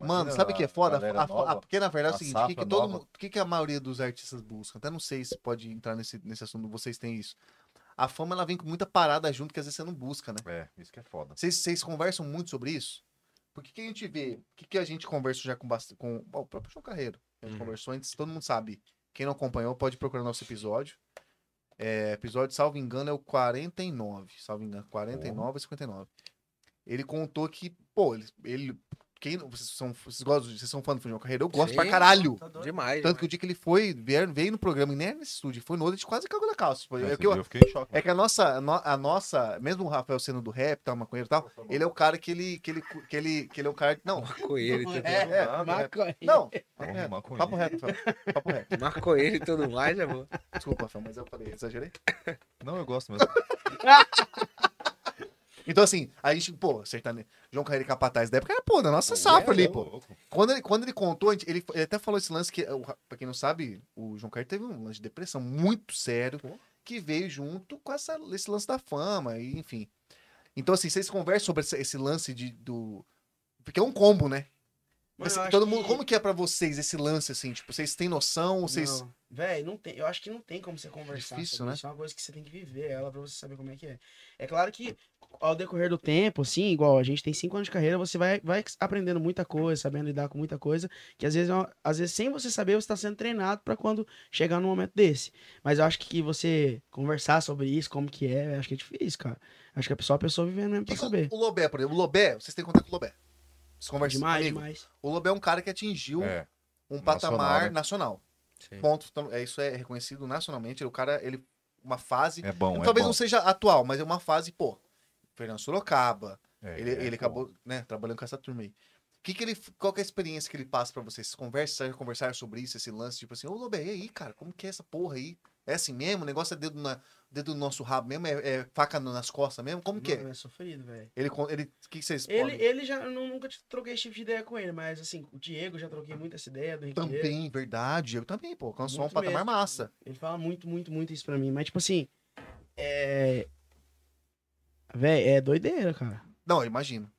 Speaker 4: Mano,
Speaker 3: Imagina
Speaker 4: sabe o que é
Speaker 3: a
Speaker 4: foda?
Speaker 3: galera
Speaker 4: A- a-
Speaker 3: nova.
Speaker 4: porque na
Speaker 3: a
Speaker 4: verdade é o seguinte, o que,
Speaker 3: safra
Speaker 4: que todo
Speaker 3: nova.
Speaker 4: mundo- o que, que a maioria dos artistas busca? Até não sei se pode entrar nesse, nesse assunto, vocês têm isso. A fama ela vem com muita parada junto que às vezes você não busca, né?
Speaker 3: É, isso que é foda.
Speaker 4: Vocês, vocês conversam muito sobre isso? Porque que a gente vê, o que, que a gente conversa já com, bast- com ó, o próprio João Carreiro? A gente
Speaker 2: Uhum.
Speaker 4: conversou antes, todo mundo sabe. Quem não acompanhou pode procurar nosso episódio. É, episódio, salvo engano, é o 49. Salvo engano, 49 ou 59. Ele contou que, pô, ele. ele quem, não- vocês, são, vocês, gostam, vocês são fã do João Carreiro? Eu gosto
Speaker 2: Sim.
Speaker 4: pra caralho.
Speaker 3: é
Speaker 5: Tá doido.
Speaker 2: Demais.
Speaker 4: Tanto que o dia que ele foi, vier- veio no programa, e nem era nesse estúdio, foi no outro, a gente quase cagou na calça. Tipo, é
Speaker 3: Esse
Speaker 4: que eu-
Speaker 3: dia eu fiquei em choque.
Speaker 4: é que a nossa, a no- a nossa, mesmo o Rafael sendo do rap, tal, maconheiro e tal, ele é o cara que ele, que ele, que ele, que ele é o cara. Não,
Speaker 2: Macoeiro e tudo
Speaker 4: é, é,
Speaker 3: Nada,
Speaker 1: Maconha.
Speaker 4: não,
Speaker 3: Vamos
Speaker 4: é,
Speaker 3: rimar com
Speaker 4: papo
Speaker 3: ele.
Speaker 4: reto, Rafael, papo reto.
Speaker 2: Macoeiro e tudo mais, é bom.
Speaker 4: Desculpa, Rafael, mas eu falei, exagerei.
Speaker 3: Não, eu gosto mesmo.
Speaker 4: Então, assim, a gente, pô, sertanejo, João Carreiro e Capataz da época era, pô, da nossa
Speaker 3: É,
Speaker 4: safra ali, pô. Quando ele, quando ele contou, a gente- ele, ele até falou esse lance que, o Ra- pra quem não sabe, o João Carreiro teve um lance de depressão muito sério,
Speaker 2: Pô.
Speaker 4: que veio junto com essa, esse lance da fama, e enfim. Então, assim, vocês conversam sobre esse, esse lance de, do. Porque é um combo, né?
Speaker 5: Mano,
Speaker 4: Mas
Speaker 5: eu acho
Speaker 4: todo mundo,
Speaker 5: que-
Speaker 4: como que é pra vocês esse lance, assim? Tipo, vocês têm noção? Vocês...
Speaker 1: Não. Véi, não tem. Eu acho que não tem como você conversar.
Speaker 4: Difícil,
Speaker 1: sobre
Speaker 4: né?
Speaker 1: Isso é uma coisa que você tem que viver ela pra você saber como é que é. É claro que ao decorrer do tempo, assim, igual a gente tem cinco anos de carreira, você vai, vai aprendendo muita coisa, sabendo lidar com muita coisa, que às vezes, é uma- às vezes sem você saber, você tá sendo treinado pra quando chegar num momento desse. Mas eu acho que você conversar sobre isso, como que é, eu acho que é difícil, cara. Acho que é só a pessoa vivendo mesmo pra
Speaker 4: Diga
Speaker 1: saber.
Speaker 4: O Lobé, por exemplo. O Lobé, vocês têm contato com o Lobé. Vocês conversam
Speaker 1: Demais,
Speaker 4: comigo.
Speaker 1: demais.
Speaker 4: O Lobé é um cara que atingiu
Speaker 3: É,
Speaker 4: um
Speaker 3: nacional,
Speaker 4: patamar
Speaker 3: né?
Speaker 4: nacional.
Speaker 2: Sim.
Speaker 4: Ponto. Então, é, isso é reconhecido nacionalmente. O cara, ele... Uma fase...
Speaker 3: é bom, é
Speaker 4: talvez
Speaker 3: bom.
Speaker 4: não seja atual, mas é uma fase, pô... Fernando Sorocaba.
Speaker 3: É,
Speaker 4: ele
Speaker 3: é
Speaker 4: ele
Speaker 3: bom.
Speaker 4: acabou, né, trabalhando com essa turma aí. Que que ele, qual que é a experiência que ele passa pra vocês? Vocês conversam, conversar sobre isso, esse lance, tipo assim, ô Lobé, e aí, cara, como que é essa porra aí? É assim mesmo? O negócio é dedo, na, dedo no nosso rabo mesmo? É, é faca no- nas costas mesmo? Como que é?
Speaker 1: Mano, é sofrido, velho.
Speaker 4: Ele, con- ele, o que, que vocês
Speaker 1: Ele,
Speaker 4: podem-
Speaker 1: ele já eu nu- nunca te- troquei esse tipo de ideia com ele, mas assim, o Diego já troquei muito essa ideia do Riqueiro.
Speaker 4: Também, verdade, eu também, pô, alcançou um
Speaker 1: Muito
Speaker 4: patamar
Speaker 1: mesmo.
Speaker 4: massa.
Speaker 1: Ele fala muito, muito, muito isso pra mim. Mas, tipo assim, é. Véi, é doideira, cara.
Speaker 4: Não, eu imagino.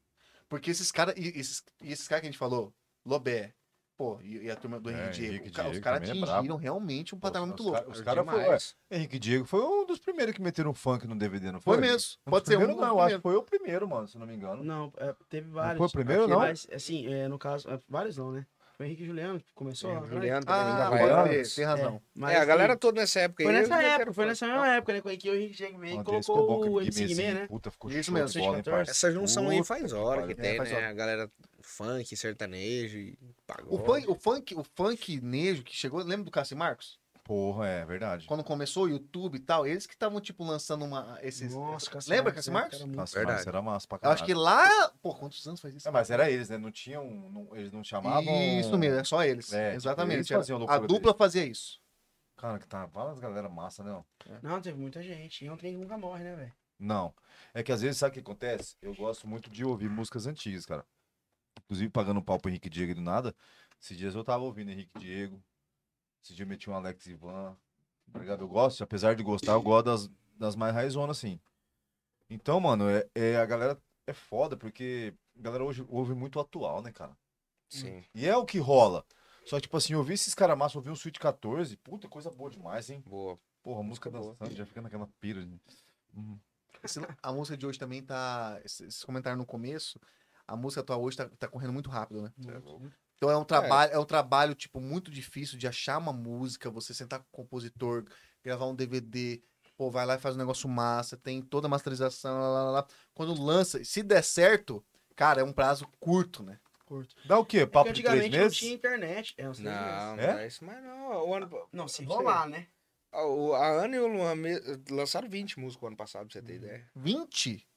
Speaker 4: Porque esses caras, e esses, e esses caras que a gente falou, Lobé, pô, e, e a turma do
Speaker 3: É,
Speaker 4: Henrique Diego,
Speaker 3: Henrique
Speaker 4: o ca- os
Speaker 3: Diego
Speaker 4: caras
Speaker 3: também é
Speaker 4: atingiram
Speaker 3: brabo.
Speaker 4: realmente um
Speaker 3: Pô,
Speaker 4: patamar muito
Speaker 3: os cara-
Speaker 4: louco.
Speaker 3: Os caras foram.
Speaker 2: Demais.
Speaker 3: Henrique Diego foi um dos primeiros que meteram funk no DVD, não foi?
Speaker 4: Foi mesmo,
Speaker 3: Um dos
Speaker 4: pode ser um.
Speaker 3: primeiros,
Speaker 4: dos
Speaker 3: Não, eu acho que
Speaker 4: primeiros.
Speaker 3: foi o primeiro, mano, se não me engano.
Speaker 1: Não, é, teve vários.
Speaker 3: foi o primeiro, não?
Speaker 1: Mas, assim, é, no caso, é, vários não, né? Foi o Henrique Juliano que começou lá.
Speaker 2: Leandro,
Speaker 1: né?
Speaker 2: Leandro também,
Speaker 4: Ah,
Speaker 2: ainda
Speaker 3: vai
Speaker 4: agora
Speaker 3: antes.
Speaker 4: tem- tem razão.
Speaker 1: Mas,
Speaker 2: É, a galera
Speaker 1: assim,
Speaker 2: toda nessa época
Speaker 1: Foi
Speaker 2: aí,
Speaker 1: nessa
Speaker 2: eles
Speaker 1: época,
Speaker 2: meteram
Speaker 1: foi
Speaker 2: funk.
Speaker 1: nessa mesma época, né? Com que o Henrique Diego veio
Speaker 3: André
Speaker 1: e colocou
Speaker 3: Escobar,
Speaker 1: o
Speaker 3: aquele
Speaker 1: MC Guimê,
Speaker 3: Guimezinho,
Speaker 1: né?
Speaker 3: Puta, ficou
Speaker 4: Isso
Speaker 3: show
Speaker 4: mesmo,
Speaker 3: de bola, hein,
Speaker 1: 614.
Speaker 3: parça?
Speaker 2: Essa junção aí faz hora que
Speaker 4: Puta,
Speaker 2: tem,
Speaker 4: é, faz
Speaker 2: né?
Speaker 4: hora.
Speaker 2: A galera funk, sertanejo e pagode.
Speaker 4: O funk, o funk, o funk nejo que chegou, lembra do Cássio e Marcos?
Speaker 3: Porra, é verdade.
Speaker 4: Quando começou o YouTube e tal, eles que estavam tipo lançando uma esses
Speaker 1: Nossa, Cássio
Speaker 4: Lembra
Speaker 1: Marcos,
Speaker 3: é,
Speaker 4: Cássio
Speaker 1: né?
Speaker 4: Marcos?
Speaker 1: Cara, muito-
Speaker 3: Nossa,
Speaker 2: Verdade.
Speaker 3: mas era massa pra
Speaker 4: Eu
Speaker 3: caralho.
Speaker 4: acho que lá, pô, quantos anos faz isso?
Speaker 3: É, mas era eles, né? Não tinham. não- eles não chamavam.
Speaker 4: Isso mesmo, é só eles.
Speaker 3: É, tipo, eles
Speaker 4: Exatamente. era-
Speaker 3: faziam a
Speaker 4: a
Speaker 3: loucura
Speaker 4: dupla fazia isso.
Speaker 3: Cara, que tá. Várias galera massa, né?
Speaker 1: Não, teve muita gente. E é um trem que nunca morre, né, velho?
Speaker 3: Não. É que às vezes, sabe o que acontece? Eu gosto muito de ouvir músicas antigas, cara. Inclusive, pagando um pau pro Henrique Diego e do nada. Esses dias eu tava ouvindo Henrique Diego. Esse dia eu meti um Alex Ivan. Tá ligado? Eu gosto, apesar de gostar, eu gosto das, das mais raizonas, assim. Então, mano, é, é- a galera é foda, porque a galera hoje ouve muito atual, né, cara?
Speaker 2: Sim.
Speaker 3: E é o que rola. Só que, tipo assim, eu vi esses caras massa, eu vi um Suite 14. Puta, coisa boa demais, hein?
Speaker 2: Boa.
Speaker 3: Porra, música
Speaker 2: Música boa.
Speaker 3: dançante, já fica naquela pira. né? Uhum.
Speaker 4: Esse- a música de hoje também tá. Vocês comentaram no começo, a música atual hoje tá, tá correndo muito rápido, né? Então é um trabalho, é. um trabalho tipo muito difícil de achar uma música, você sentar com o compositor, gravar um DVD, pô, vai lá e faz um negócio massa, tem toda a masterização, lá, lá, lá, lá. Quando lança, se der certo, cara, é um prazo curto, né?
Speaker 1: Curto.
Speaker 3: Dá o quê?
Speaker 1: É que
Speaker 3: Papo de três
Speaker 1: antigamente não
Speaker 3: meses?
Speaker 1: tinha internet. É, uns três meses.
Speaker 2: Não, não
Speaker 3: É?
Speaker 2: é isso, mas não. O ano,
Speaker 1: Não, se
Speaker 2: Não sei.
Speaker 1: rolar, né?
Speaker 2: a, o- a Ana e o Luan me- lançaram 20 músicas o ano passado, pra você ter ideia.
Speaker 4: 20?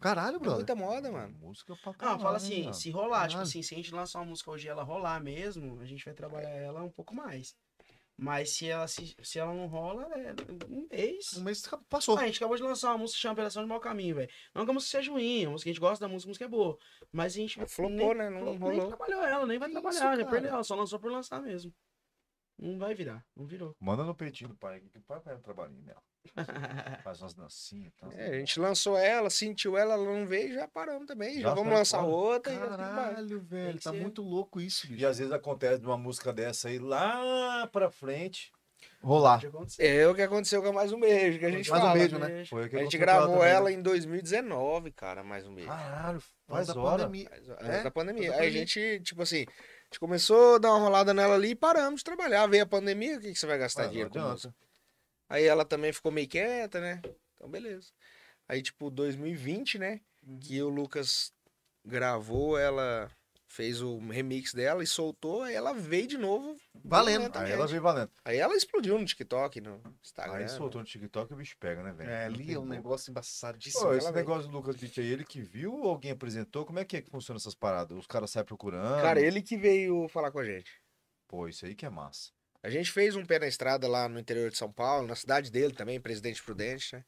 Speaker 4: Caralho,
Speaker 2: É
Speaker 4: brother.
Speaker 2: muita moda, mano.
Speaker 3: Música pra
Speaker 1: Não,
Speaker 3: caralho,
Speaker 1: fala assim,
Speaker 3: mano.
Speaker 1: se rolar, tipo
Speaker 4: Caralho.
Speaker 1: assim, se a gente lançar uma música hoje e ela rolar mesmo, a gente vai trabalhar ela um pouco mais. Mas se ela, se, se ela não rola, é um mês.
Speaker 4: Um mês passou.
Speaker 1: Ah, a gente acabou de lançar uma música que chama Operação de Mau Caminho, velho. Não que a música seja ruim, a música que a gente gosta da música, a música é boa. Mas a gente
Speaker 2: Flopou,
Speaker 1: nem,
Speaker 2: né? Não
Speaker 1: nem
Speaker 2: rolou.
Speaker 1: trabalhou ela, nem vai
Speaker 4: Que
Speaker 1: trabalhar,
Speaker 4: isso,
Speaker 1: já
Speaker 4: cara?
Speaker 1: perdeu, ela só lançou por lançar mesmo. Não vai virar. Não virou.
Speaker 3: Manda no peitinho do pai aqui, que o pai vai no trabalhinho dela. Faz umas dancinhas e tal.
Speaker 2: É, a gente lançou ela, sentiu ela, ela não veio, já paramos também. Já,
Speaker 3: Já
Speaker 2: vamos
Speaker 3: tá
Speaker 2: lançar
Speaker 3: fora.
Speaker 2: outra. e assim vai.
Speaker 3: Caralho, velho,
Speaker 1: que
Speaker 3: tá
Speaker 1: ser.
Speaker 3: muito louco isso, bicho. E às vezes acontece de uma música dessa aí lá pra frente.
Speaker 4: Rolar.
Speaker 1: Pode acontecer.
Speaker 2: É o que aconteceu com mais um beijo, que a gente
Speaker 4: Mais um
Speaker 2: fala.
Speaker 4: beijo, né?
Speaker 3: Foi o que
Speaker 2: A gente
Speaker 3: aconteceu
Speaker 2: gravou
Speaker 3: também,
Speaker 2: ela
Speaker 3: né? Ah,
Speaker 2: em 2019, cara, mais um beijo.
Speaker 3: Caralho,
Speaker 4: Mas
Speaker 3: faz
Speaker 4: da
Speaker 3: hora.
Speaker 4: pandemia.
Speaker 2: Mas,
Speaker 4: É,
Speaker 2: antes da pandemia.
Speaker 4: da
Speaker 2: Aí a
Speaker 4: pandemia.
Speaker 2: gente, tipo assim, a gente começou a dar uma rolada nela ali e paramos de trabalhar. Veio a pandemia, o que, que você vai gastar
Speaker 3: Ah, não
Speaker 2: dinheiro com
Speaker 3: adianta.
Speaker 2: música? Aí ela também ficou meio quieta, né? Então, beleza. Aí, tipo, 2020, né? Que o Lucas gravou, ela fez o remix dela e soltou, aí ela veio de novo.
Speaker 4: Valendo.
Speaker 2: violentamente.
Speaker 3: Aí ela veio valendo.
Speaker 2: Aí ela explodiu no TikTok, no Instagram.
Speaker 3: Aí soltou no TikTok e o bicho pega, né, velho?
Speaker 4: É, ali é um
Speaker 3: Tem como.
Speaker 4: negócio
Speaker 3: Pô,
Speaker 4: embaçadíssimo.
Speaker 3: esse
Speaker 2: ela veio.
Speaker 3: negócio do Lucas Beach aí, ele que viu ou alguém apresentou? Como é que, é que funciona essas paradas? Os caras saem procurando.
Speaker 2: Cara, ele que veio falar com a gente.
Speaker 3: Pô, isso aí que é massa.
Speaker 2: A gente fez um pé na estrada lá no interior de São Paulo, na cidade dele também, Presidente Prudente, né?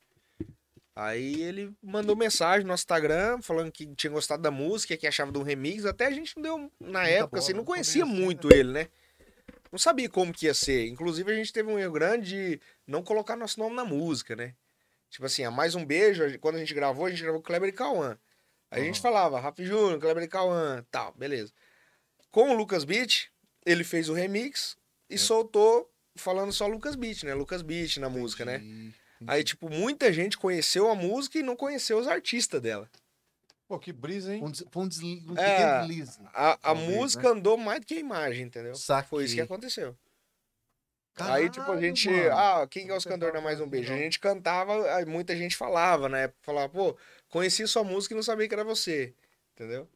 Speaker 2: Aí ele mandou mensagem no nosso Instagram falando que tinha gostado da música, que achava de um remix. Até a gente não deu, na época,
Speaker 3: bola,
Speaker 2: assim, não
Speaker 3: não
Speaker 2: conhecia
Speaker 3: conhecia,
Speaker 2: muito ele, né? Não sabia como que ia ser. Inclusive, a gente teve um erro grande de não colocar nosso nome na música, né? Tipo assim, a Mais Um Beijo, a- quando a gente gravou, a gente gravou Kleber e Cauã. Aí a gente
Speaker 3: Aham.
Speaker 2: falava, Rafi Júnior, Kleber e Cauã, tal, beleza. Com o Lucas Beach, ele fez o remix
Speaker 4: É.
Speaker 2: e soltou falando só Lucas Beach, né? Lucas Beach na música, né? Aí, tipo, muita gente conheceu a música e não conheceu os artistas dela.
Speaker 3: Pô, que brisa, hein?
Speaker 4: Um des- Foi um, desli- um
Speaker 2: É.
Speaker 4: pequeno deslize.
Speaker 2: A, a
Speaker 4: Talvez, né?
Speaker 2: música andou mais do que a imagem, entendeu?
Speaker 4: Saquei.
Speaker 2: Foi isso que aconteceu.
Speaker 4: Caralho,
Speaker 2: aí, tipo, a gente.
Speaker 4: mano.
Speaker 2: Ah, quem que é os
Speaker 4: Você
Speaker 2: cantores da
Speaker 4: fala
Speaker 2: Mais Um
Speaker 4: assim,
Speaker 2: Beijo? A
Speaker 4: não.
Speaker 2: gente cantava, aí muita gente falava, né? Falava, pô, conheci sua música e não sabia que era você. Entendeu?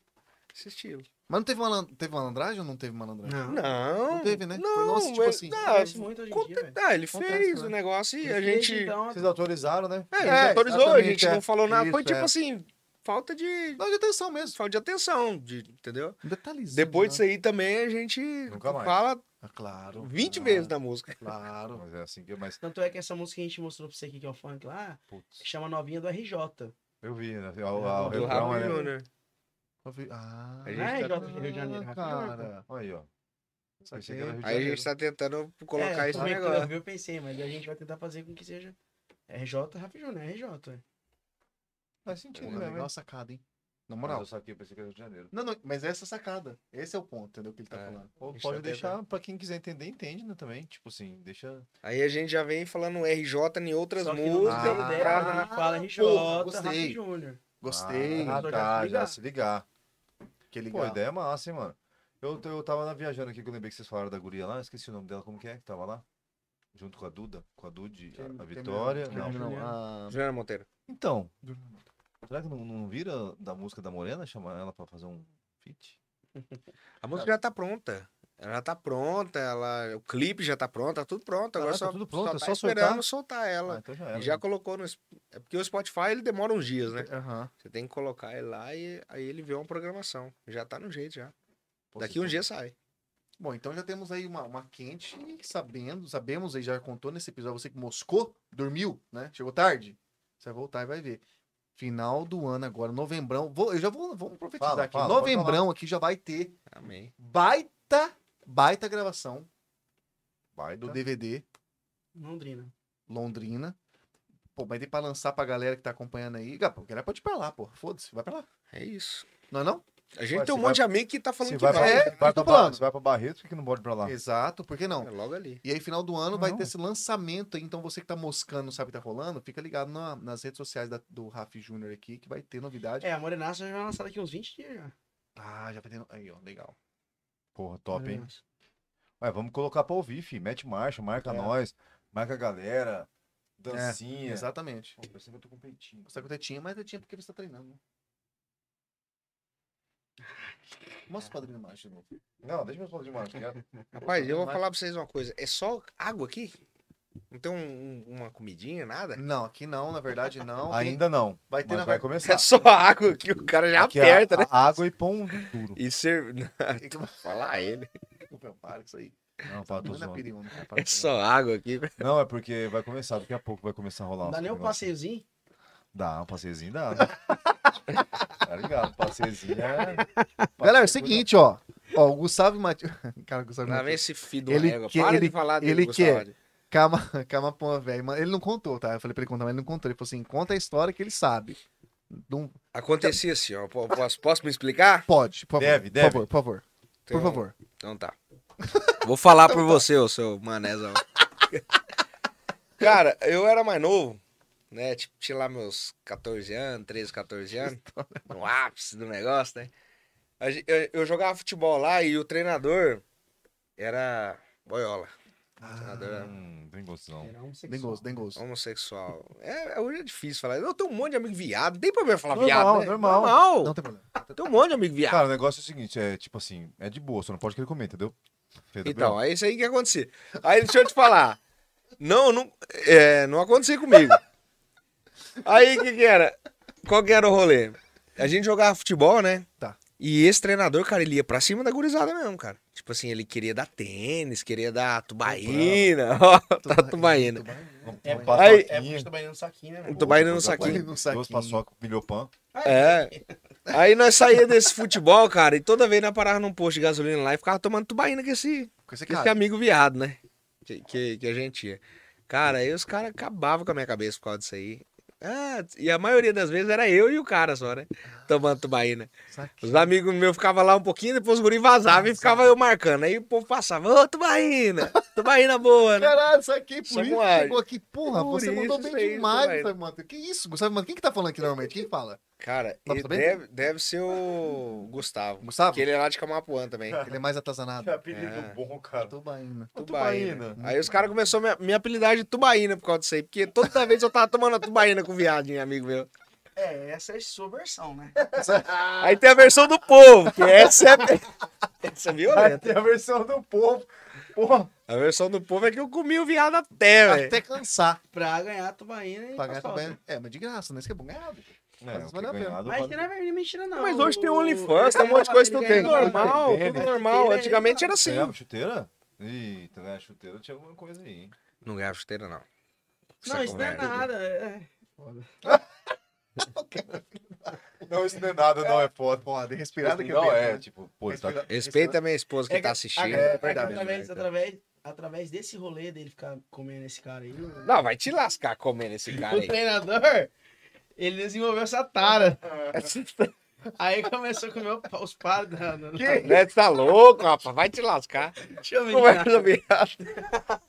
Speaker 2: Esse estilo.
Speaker 4: Mas não teve, malan... teve malandragem ou não teve malandragem?
Speaker 1: Não.
Speaker 2: Não.
Speaker 4: Ah, Não teve, né? Foi,
Speaker 2: Não,
Speaker 4: nossa, tipo
Speaker 2: ele-
Speaker 4: assim,
Speaker 2: não,
Speaker 1: Acontece muito hoje em dia, velho.
Speaker 2: ah, ele
Speaker 4: Acontece,
Speaker 2: fez
Speaker 4: né?
Speaker 2: o negócio e a
Speaker 1: Desde
Speaker 2: gente.
Speaker 1: então,
Speaker 3: Vocês autorizaram, né?
Speaker 2: É, a gente
Speaker 4: É,
Speaker 2: autorizou, a gente
Speaker 4: exatamente, é.
Speaker 2: não falou nada. Foi
Speaker 4: Isso,
Speaker 2: tipo
Speaker 4: é.
Speaker 2: assim, falta de.
Speaker 4: Não, de atenção mesmo.
Speaker 2: Falta de atenção, de, entendeu?
Speaker 4: Um detalhezinho.
Speaker 2: Depois disso
Speaker 4: né?
Speaker 2: aí também a gente
Speaker 3: Nunca mais.
Speaker 2: fala
Speaker 4: Ah, claro.
Speaker 2: 20
Speaker 4: claro,
Speaker 2: vezes né? da música.
Speaker 4: Claro.
Speaker 3: Mas é assim que mas
Speaker 1: Tanto é que essa música que a gente mostrou pra você aqui, que é o funk lá,
Speaker 3: Putz,
Speaker 1: chama Novinha do RJ.
Speaker 3: eu vi, né? O, a- o
Speaker 2: Do
Speaker 3: refrão,
Speaker 2: Rafa
Speaker 3: né?
Speaker 2: Júnior.
Speaker 4: Ah,
Speaker 2: A gente
Speaker 1: Não é
Speaker 2: tá-
Speaker 1: RJ do Rio de Janeiro, Rafa.
Speaker 4: cara.
Speaker 3: Olha aí, ó. Pensei que era é Rio de
Speaker 2: Aí a
Speaker 3: Janeiro.
Speaker 2: gente tá tentando colocar
Speaker 1: é,
Speaker 2: isso no
Speaker 1: também, quando Eu,
Speaker 2: negócio.
Speaker 1: vi, eu pensei, mas a gente vai tentar fazer com que seja RJ Rafa Júnior, é RJ. velho.
Speaker 3: Faz sentido,
Speaker 4: Porra,
Speaker 3: né?
Speaker 4: legal
Speaker 3: velho?
Speaker 4: a sacada, hein? Na
Speaker 3: Mas
Speaker 4: moral.
Speaker 3: eu saquei, pensei que era Rio de Janeiro.
Speaker 4: Não, não, mas essa é a sacada. Esse é o ponto, entendeu? Que ele tá
Speaker 2: É.
Speaker 4: falando.
Speaker 3: Ou
Speaker 2: Deixa
Speaker 3: pode
Speaker 2: eu
Speaker 3: deixar pra quem quiser entender, entende, né? Também, tipo assim, deixa.
Speaker 2: Aí a gente já vem falando RJ em outras
Speaker 1: Só que no
Speaker 2: músicas.
Speaker 1: meio dela,
Speaker 4: Ah,
Speaker 1: a gente
Speaker 4: tá.
Speaker 1: fala RJ
Speaker 4: Porra,
Speaker 1: Rafa
Speaker 4: gostei.
Speaker 1: Júnior.
Speaker 4: Gostei.
Speaker 3: Ah,
Speaker 1: Só já
Speaker 3: tá,
Speaker 1: se
Speaker 3: já
Speaker 1: ligar.
Speaker 3: se ligar.
Speaker 4: que legal.
Speaker 3: Pô, a ideia é massa, hein, mano. Eu, eu tava lá viajando aqui, que eu lembrei que vocês falaram da guria lá, esqueci o nome dela, como que é que tava lá? Junto com a Duda, com a Dude, a- a, Vitória.
Speaker 4: Não,
Speaker 3: não.
Speaker 4: não,
Speaker 1: Juliana.
Speaker 4: ah,
Speaker 2: Juliana Monteiro.
Speaker 3: Então, será que não, não vira da música da Morena chamar ela pra fazer um feat?
Speaker 2: A música já tá pronta. Ela já tá pronta, ela, o clipe já tá pronto, tá tudo pronto. Agora
Speaker 3: Caraca,
Speaker 2: só,
Speaker 3: tá tudo pronto, é
Speaker 2: tá
Speaker 3: só soltar?
Speaker 2: esperando soltar ela.
Speaker 3: Ah, então já
Speaker 2: E
Speaker 3: era.
Speaker 2: já colocou no. É porque o Spotify ele demora uns dias, né?
Speaker 4: aham.
Speaker 2: Você tem que colocar ele lá e aí ele vê uma programação. Já tá no jeito já.
Speaker 3: Pô,
Speaker 2: Daqui
Speaker 3: vocês
Speaker 2: um
Speaker 3: tão-
Speaker 2: dia sai.
Speaker 4: Bom, então já temos aí uma, uma quente e sabendo, sabemos aí, já contou nesse episódio, você que moscou, dormiu, né? Chegou tarde, você vai voltar e vai ver. Final do ano agora, novembrão, vou- eu já vou, vou profetizar
Speaker 3: Fala,
Speaker 4: aqui,
Speaker 3: fala, pode
Speaker 4: novembrão aqui já vai ter
Speaker 2: Amém.
Speaker 4: baita, baita gravação
Speaker 3: Vai
Speaker 4: do
Speaker 3: do
Speaker 4: DVD
Speaker 1: Londrina.
Speaker 4: Londrina. Pô, mas tem pra lançar pra galera que tá acompanhando aí. Ah, pô, a galera pode ir pra lá, pô, foda-se, vai pra lá,
Speaker 2: É isso.
Speaker 4: não é não?
Speaker 2: A gente
Speaker 3: Ué,
Speaker 2: tem um
Speaker 3: se
Speaker 2: monte de amigo que tá falando
Speaker 3: Se
Speaker 2: que
Speaker 3: vai,
Speaker 2: vai.
Speaker 3: pra,
Speaker 4: É,
Speaker 3: se
Speaker 4: eu
Speaker 3: vai,
Speaker 4: tô
Speaker 3: pra, Bar-
Speaker 4: falando.
Speaker 3: se vai pra Barreto, por que que não pode ir pra lá?
Speaker 4: Exato, por que não?
Speaker 2: É logo ali.
Speaker 4: E aí, final do ano, vai
Speaker 3: Ah. Não.
Speaker 4: ter esse lançamento aí. Então, você que tá moscando, não sabe o que tá rolando, fica ligado na- nas redes sociais da- do Raf Júnior aqui, que vai ter novidade.
Speaker 1: É, a Morenaça já vai lançar daqui uns 20 dias já.
Speaker 4: Ah, já vai ter. no- Aí, ó, legal.
Speaker 3: Porra, top, hein?
Speaker 1: Morenaça.
Speaker 3: Ué, vamos colocar pra ouvir, fi. Mete marcha, marca
Speaker 4: É.
Speaker 3: nós, marca a galera, dancinha.
Speaker 4: É. Exatamente.
Speaker 3: Pô, parece que eu tô com peitinho.
Speaker 4: Você tá com tetinha, mas tetinha porque você tá treinando. né? Mostra o quadrinho do macho de novo.
Speaker 3: Não, deixa eu falar de marcha. cara.
Speaker 2: Rapaz, eu vou
Speaker 4: Mas-
Speaker 2: falar pra vocês uma coisa. É só água aqui? Não tem um- um- uma comidinha, nada?
Speaker 4: Não, aqui não, na verdade, não. Tem-
Speaker 3: Ainda não,
Speaker 4: Vai ter,
Speaker 3: mas
Speaker 4: na
Speaker 3: vai
Speaker 4: verdade.
Speaker 3: começar.
Speaker 2: É só água aqui, o cara já
Speaker 3: Aqui é
Speaker 2: aperta,
Speaker 3: a-
Speaker 2: né?
Speaker 3: a Água e pão duro.
Speaker 2: E serve. Falar ele.
Speaker 4: Para com isso aí.
Speaker 3: Não, fala, tô
Speaker 4: Não é
Speaker 3: zoando.
Speaker 4: perigo, cara, para
Speaker 2: É
Speaker 4: com isso.
Speaker 2: só água aqui. velho.
Speaker 3: Não, é porque vai começar, daqui a pouco vai começar a rolar.
Speaker 1: Não
Speaker 3: uns
Speaker 1: dá nem um
Speaker 3: negócios.
Speaker 1: passeiozinho?
Speaker 3: Dá, um passeiozinho dá. né? tá ligado? Passeiozinho é.
Speaker 4: Galera, é o seguinte, ó. Ó, o Gustavo Matias. Cara, o Gustavo
Speaker 2: Lá vem
Speaker 4: Matias.
Speaker 2: esse filho de uma
Speaker 4: Ele
Speaker 2: égua.
Speaker 4: que-
Speaker 2: Para
Speaker 4: ele-
Speaker 2: de falar dele,
Speaker 4: ele
Speaker 2: Gustavo.
Speaker 4: quer. Calma, calma, pô, velho. Mano, Ele não contou, tá? Eu falei pra ele contar, mas ele não contou. Ele falou assim: conta a história que ele sabe. Não
Speaker 2: Acontecia assim, ó. Po- Posso, posso me explicar?
Speaker 4: pode, por favor.
Speaker 3: Deve,
Speaker 4: por
Speaker 3: deve.
Speaker 4: favor, por favor.
Speaker 2: Então-
Speaker 4: Por favor.
Speaker 2: Então tá. Vou falar por você, ô seu manézão. Cara, eu era mais novo, né? Tipo, tinha lá meus 14 anos, 13, 14 anos. No ápice do negócio, né? A gen- Eu, eu jogava futebol lá e o treinador era boiola. O
Speaker 4: Ah,
Speaker 2: treinador era
Speaker 3: Hum, tem gosto não.
Speaker 4: Tem
Speaker 2: um-
Speaker 4: gosto, tem gosto.
Speaker 2: homossexual. É, hoje é difícil falar. Eu tenho um monte de amigo viado. Não tem problema falar
Speaker 3: Normal,
Speaker 2: viado, né?
Speaker 3: normal.
Speaker 4: Não tem problema.
Speaker 2: Tem um monte de amigo viado.
Speaker 3: Cara, o negócio é o seguinte, é tipo assim, é de boa, você não pode querer comer, entendeu? Fez a
Speaker 2: Então, é isso aí que acontecia. Aí deixa eu te falar. Não, não, é, não acontecia comigo. Aí o que, que era? Qual que era o rolê? A gente jogava futebol, né?
Speaker 4: Tá.
Speaker 2: E esse treinador, cara, ele ia pra cima da gurizada mesmo, cara. Tipo assim, ele queria dar tênis, queria dar tubaína. Ó, tá tubaína.
Speaker 3: opinião.
Speaker 5: É,
Speaker 3: Um
Speaker 5: é
Speaker 2: Aí-
Speaker 5: porque
Speaker 3: paçoquinha,
Speaker 5: você tá banhando no saquinho, né?
Speaker 2: Um
Speaker 5: velho?
Speaker 2: tubaína no
Speaker 3: duas
Speaker 2: saquinho.
Speaker 4: No
Speaker 3: Duas
Speaker 4: saquinho.
Speaker 3: paçoca, milho pão.
Speaker 2: É. Aí nós saía desse futebol, cara, e toda vez nós parava num posto de gasolina lá e ficava tomando tubaína com esse,
Speaker 4: Com esse
Speaker 2: Que
Speaker 4: cara.
Speaker 2: esse amigo viado, né? Que, que, que a gente ia. Cara, aí os caras acabavam com a minha cabeça por causa disso aí. Ah, e a maioria das vezes era eu e o cara só, né? Tomando tubaína.
Speaker 4: Saquinho.
Speaker 2: Os amigos meus ficavam lá um pouquinho, depois os guri vazavam e ficava eu marcando. Aí o povo passava, ô, tubaína, tubaína boa, né?
Speaker 4: Caralho, saquei, por
Speaker 2: Chama
Speaker 4: isso
Speaker 2: um
Speaker 4: que
Speaker 2: ar.
Speaker 4: chegou aqui. Porra,
Speaker 2: Por
Speaker 4: você mandou
Speaker 2: isso,
Speaker 4: bem
Speaker 2: isso aí,
Speaker 4: demais,
Speaker 2: Gustavo.
Speaker 4: Gustavo Matias. Que isso, Gustavo Matias? Quem que tá falando aqui normalmente? Quem fala?
Speaker 2: Cara,
Speaker 4: Tá
Speaker 2: ele
Speaker 4: sabendo?
Speaker 2: deve, deve ser o Gustavo.
Speaker 4: Gustavo?
Speaker 2: Que ele é lá de Camapuã também.
Speaker 4: Ele é mais atazanado.
Speaker 3: apelido
Speaker 2: É.
Speaker 3: bom, cara.
Speaker 4: Tubaína.
Speaker 2: Tubaína. Aí os caras começaram a me, me apelidar de tubaína por causa disso aí. Porque toda vez eu tava tomando a tubaína com o viadinho, amigo meu.
Speaker 5: É, essa é a sua versão, né?
Speaker 4: é
Speaker 2: Aí tem a versão do povo, que essa é. Essa é violenta.
Speaker 3: Tem a versão do povo. Porra,
Speaker 2: A versão do povo é que eu comi o viado até, velho.
Speaker 4: Até cansar.
Speaker 5: Pra ganhar a tubaína e
Speaker 4: Pagar
Speaker 5: paçoca.
Speaker 4: tubaína. É, mas de graça, né? Isso que é bom. Ganhado.
Speaker 3: é,
Speaker 4: Mas
Speaker 3: o que
Speaker 4: valeu a pena.
Speaker 3: ganhado,
Speaker 5: Mas
Speaker 3: vale.
Speaker 5: isso não é mentira, não.
Speaker 2: Mas hoje tem
Speaker 5: O- tá
Speaker 2: OnlyFans, tem um monte de coisa que tu
Speaker 5: Ele
Speaker 2: tem.
Speaker 5: ganha-
Speaker 2: Normal,
Speaker 3: Tem,
Speaker 2: tudo
Speaker 3: né?
Speaker 2: normal. Antigamente era assim.
Speaker 3: Ganhava chuteira? Eita, né? Chuteira tinha alguma coisa aí, hein?
Speaker 2: Não ganhava chuteira, não.
Speaker 5: Não, isso não é nada. é-
Speaker 3: Não, isso não é nada, não, é foda.
Speaker 4: Ó, dei respirada que eu
Speaker 3: Não,
Speaker 4: vi,
Speaker 3: é,
Speaker 4: né?
Speaker 3: tipo, pô, tá...
Speaker 4: Respira-
Speaker 2: Respeita a minha esposa que
Speaker 5: é
Speaker 2: tá
Speaker 5: a-
Speaker 2: assistindo.
Speaker 5: é que
Speaker 4: verdade,
Speaker 5: através,
Speaker 2: né?
Speaker 5: através, através desse rolê dele ficar comendo esse cara aí. o-
Speaker 2: Não, vai te lascar comendo esse cara
Speaker 5: O
Speaker 2: aí.
Speaker 5: treinador, ele desenvolveu essa tara. Aí começou a comer o- os pares da. da-
Speaker 2: Né, tu tá louco, rapaz? Vai te lascar.
Speaker 5: Deixa eu ver.
Speaker 2: Conversa, viado.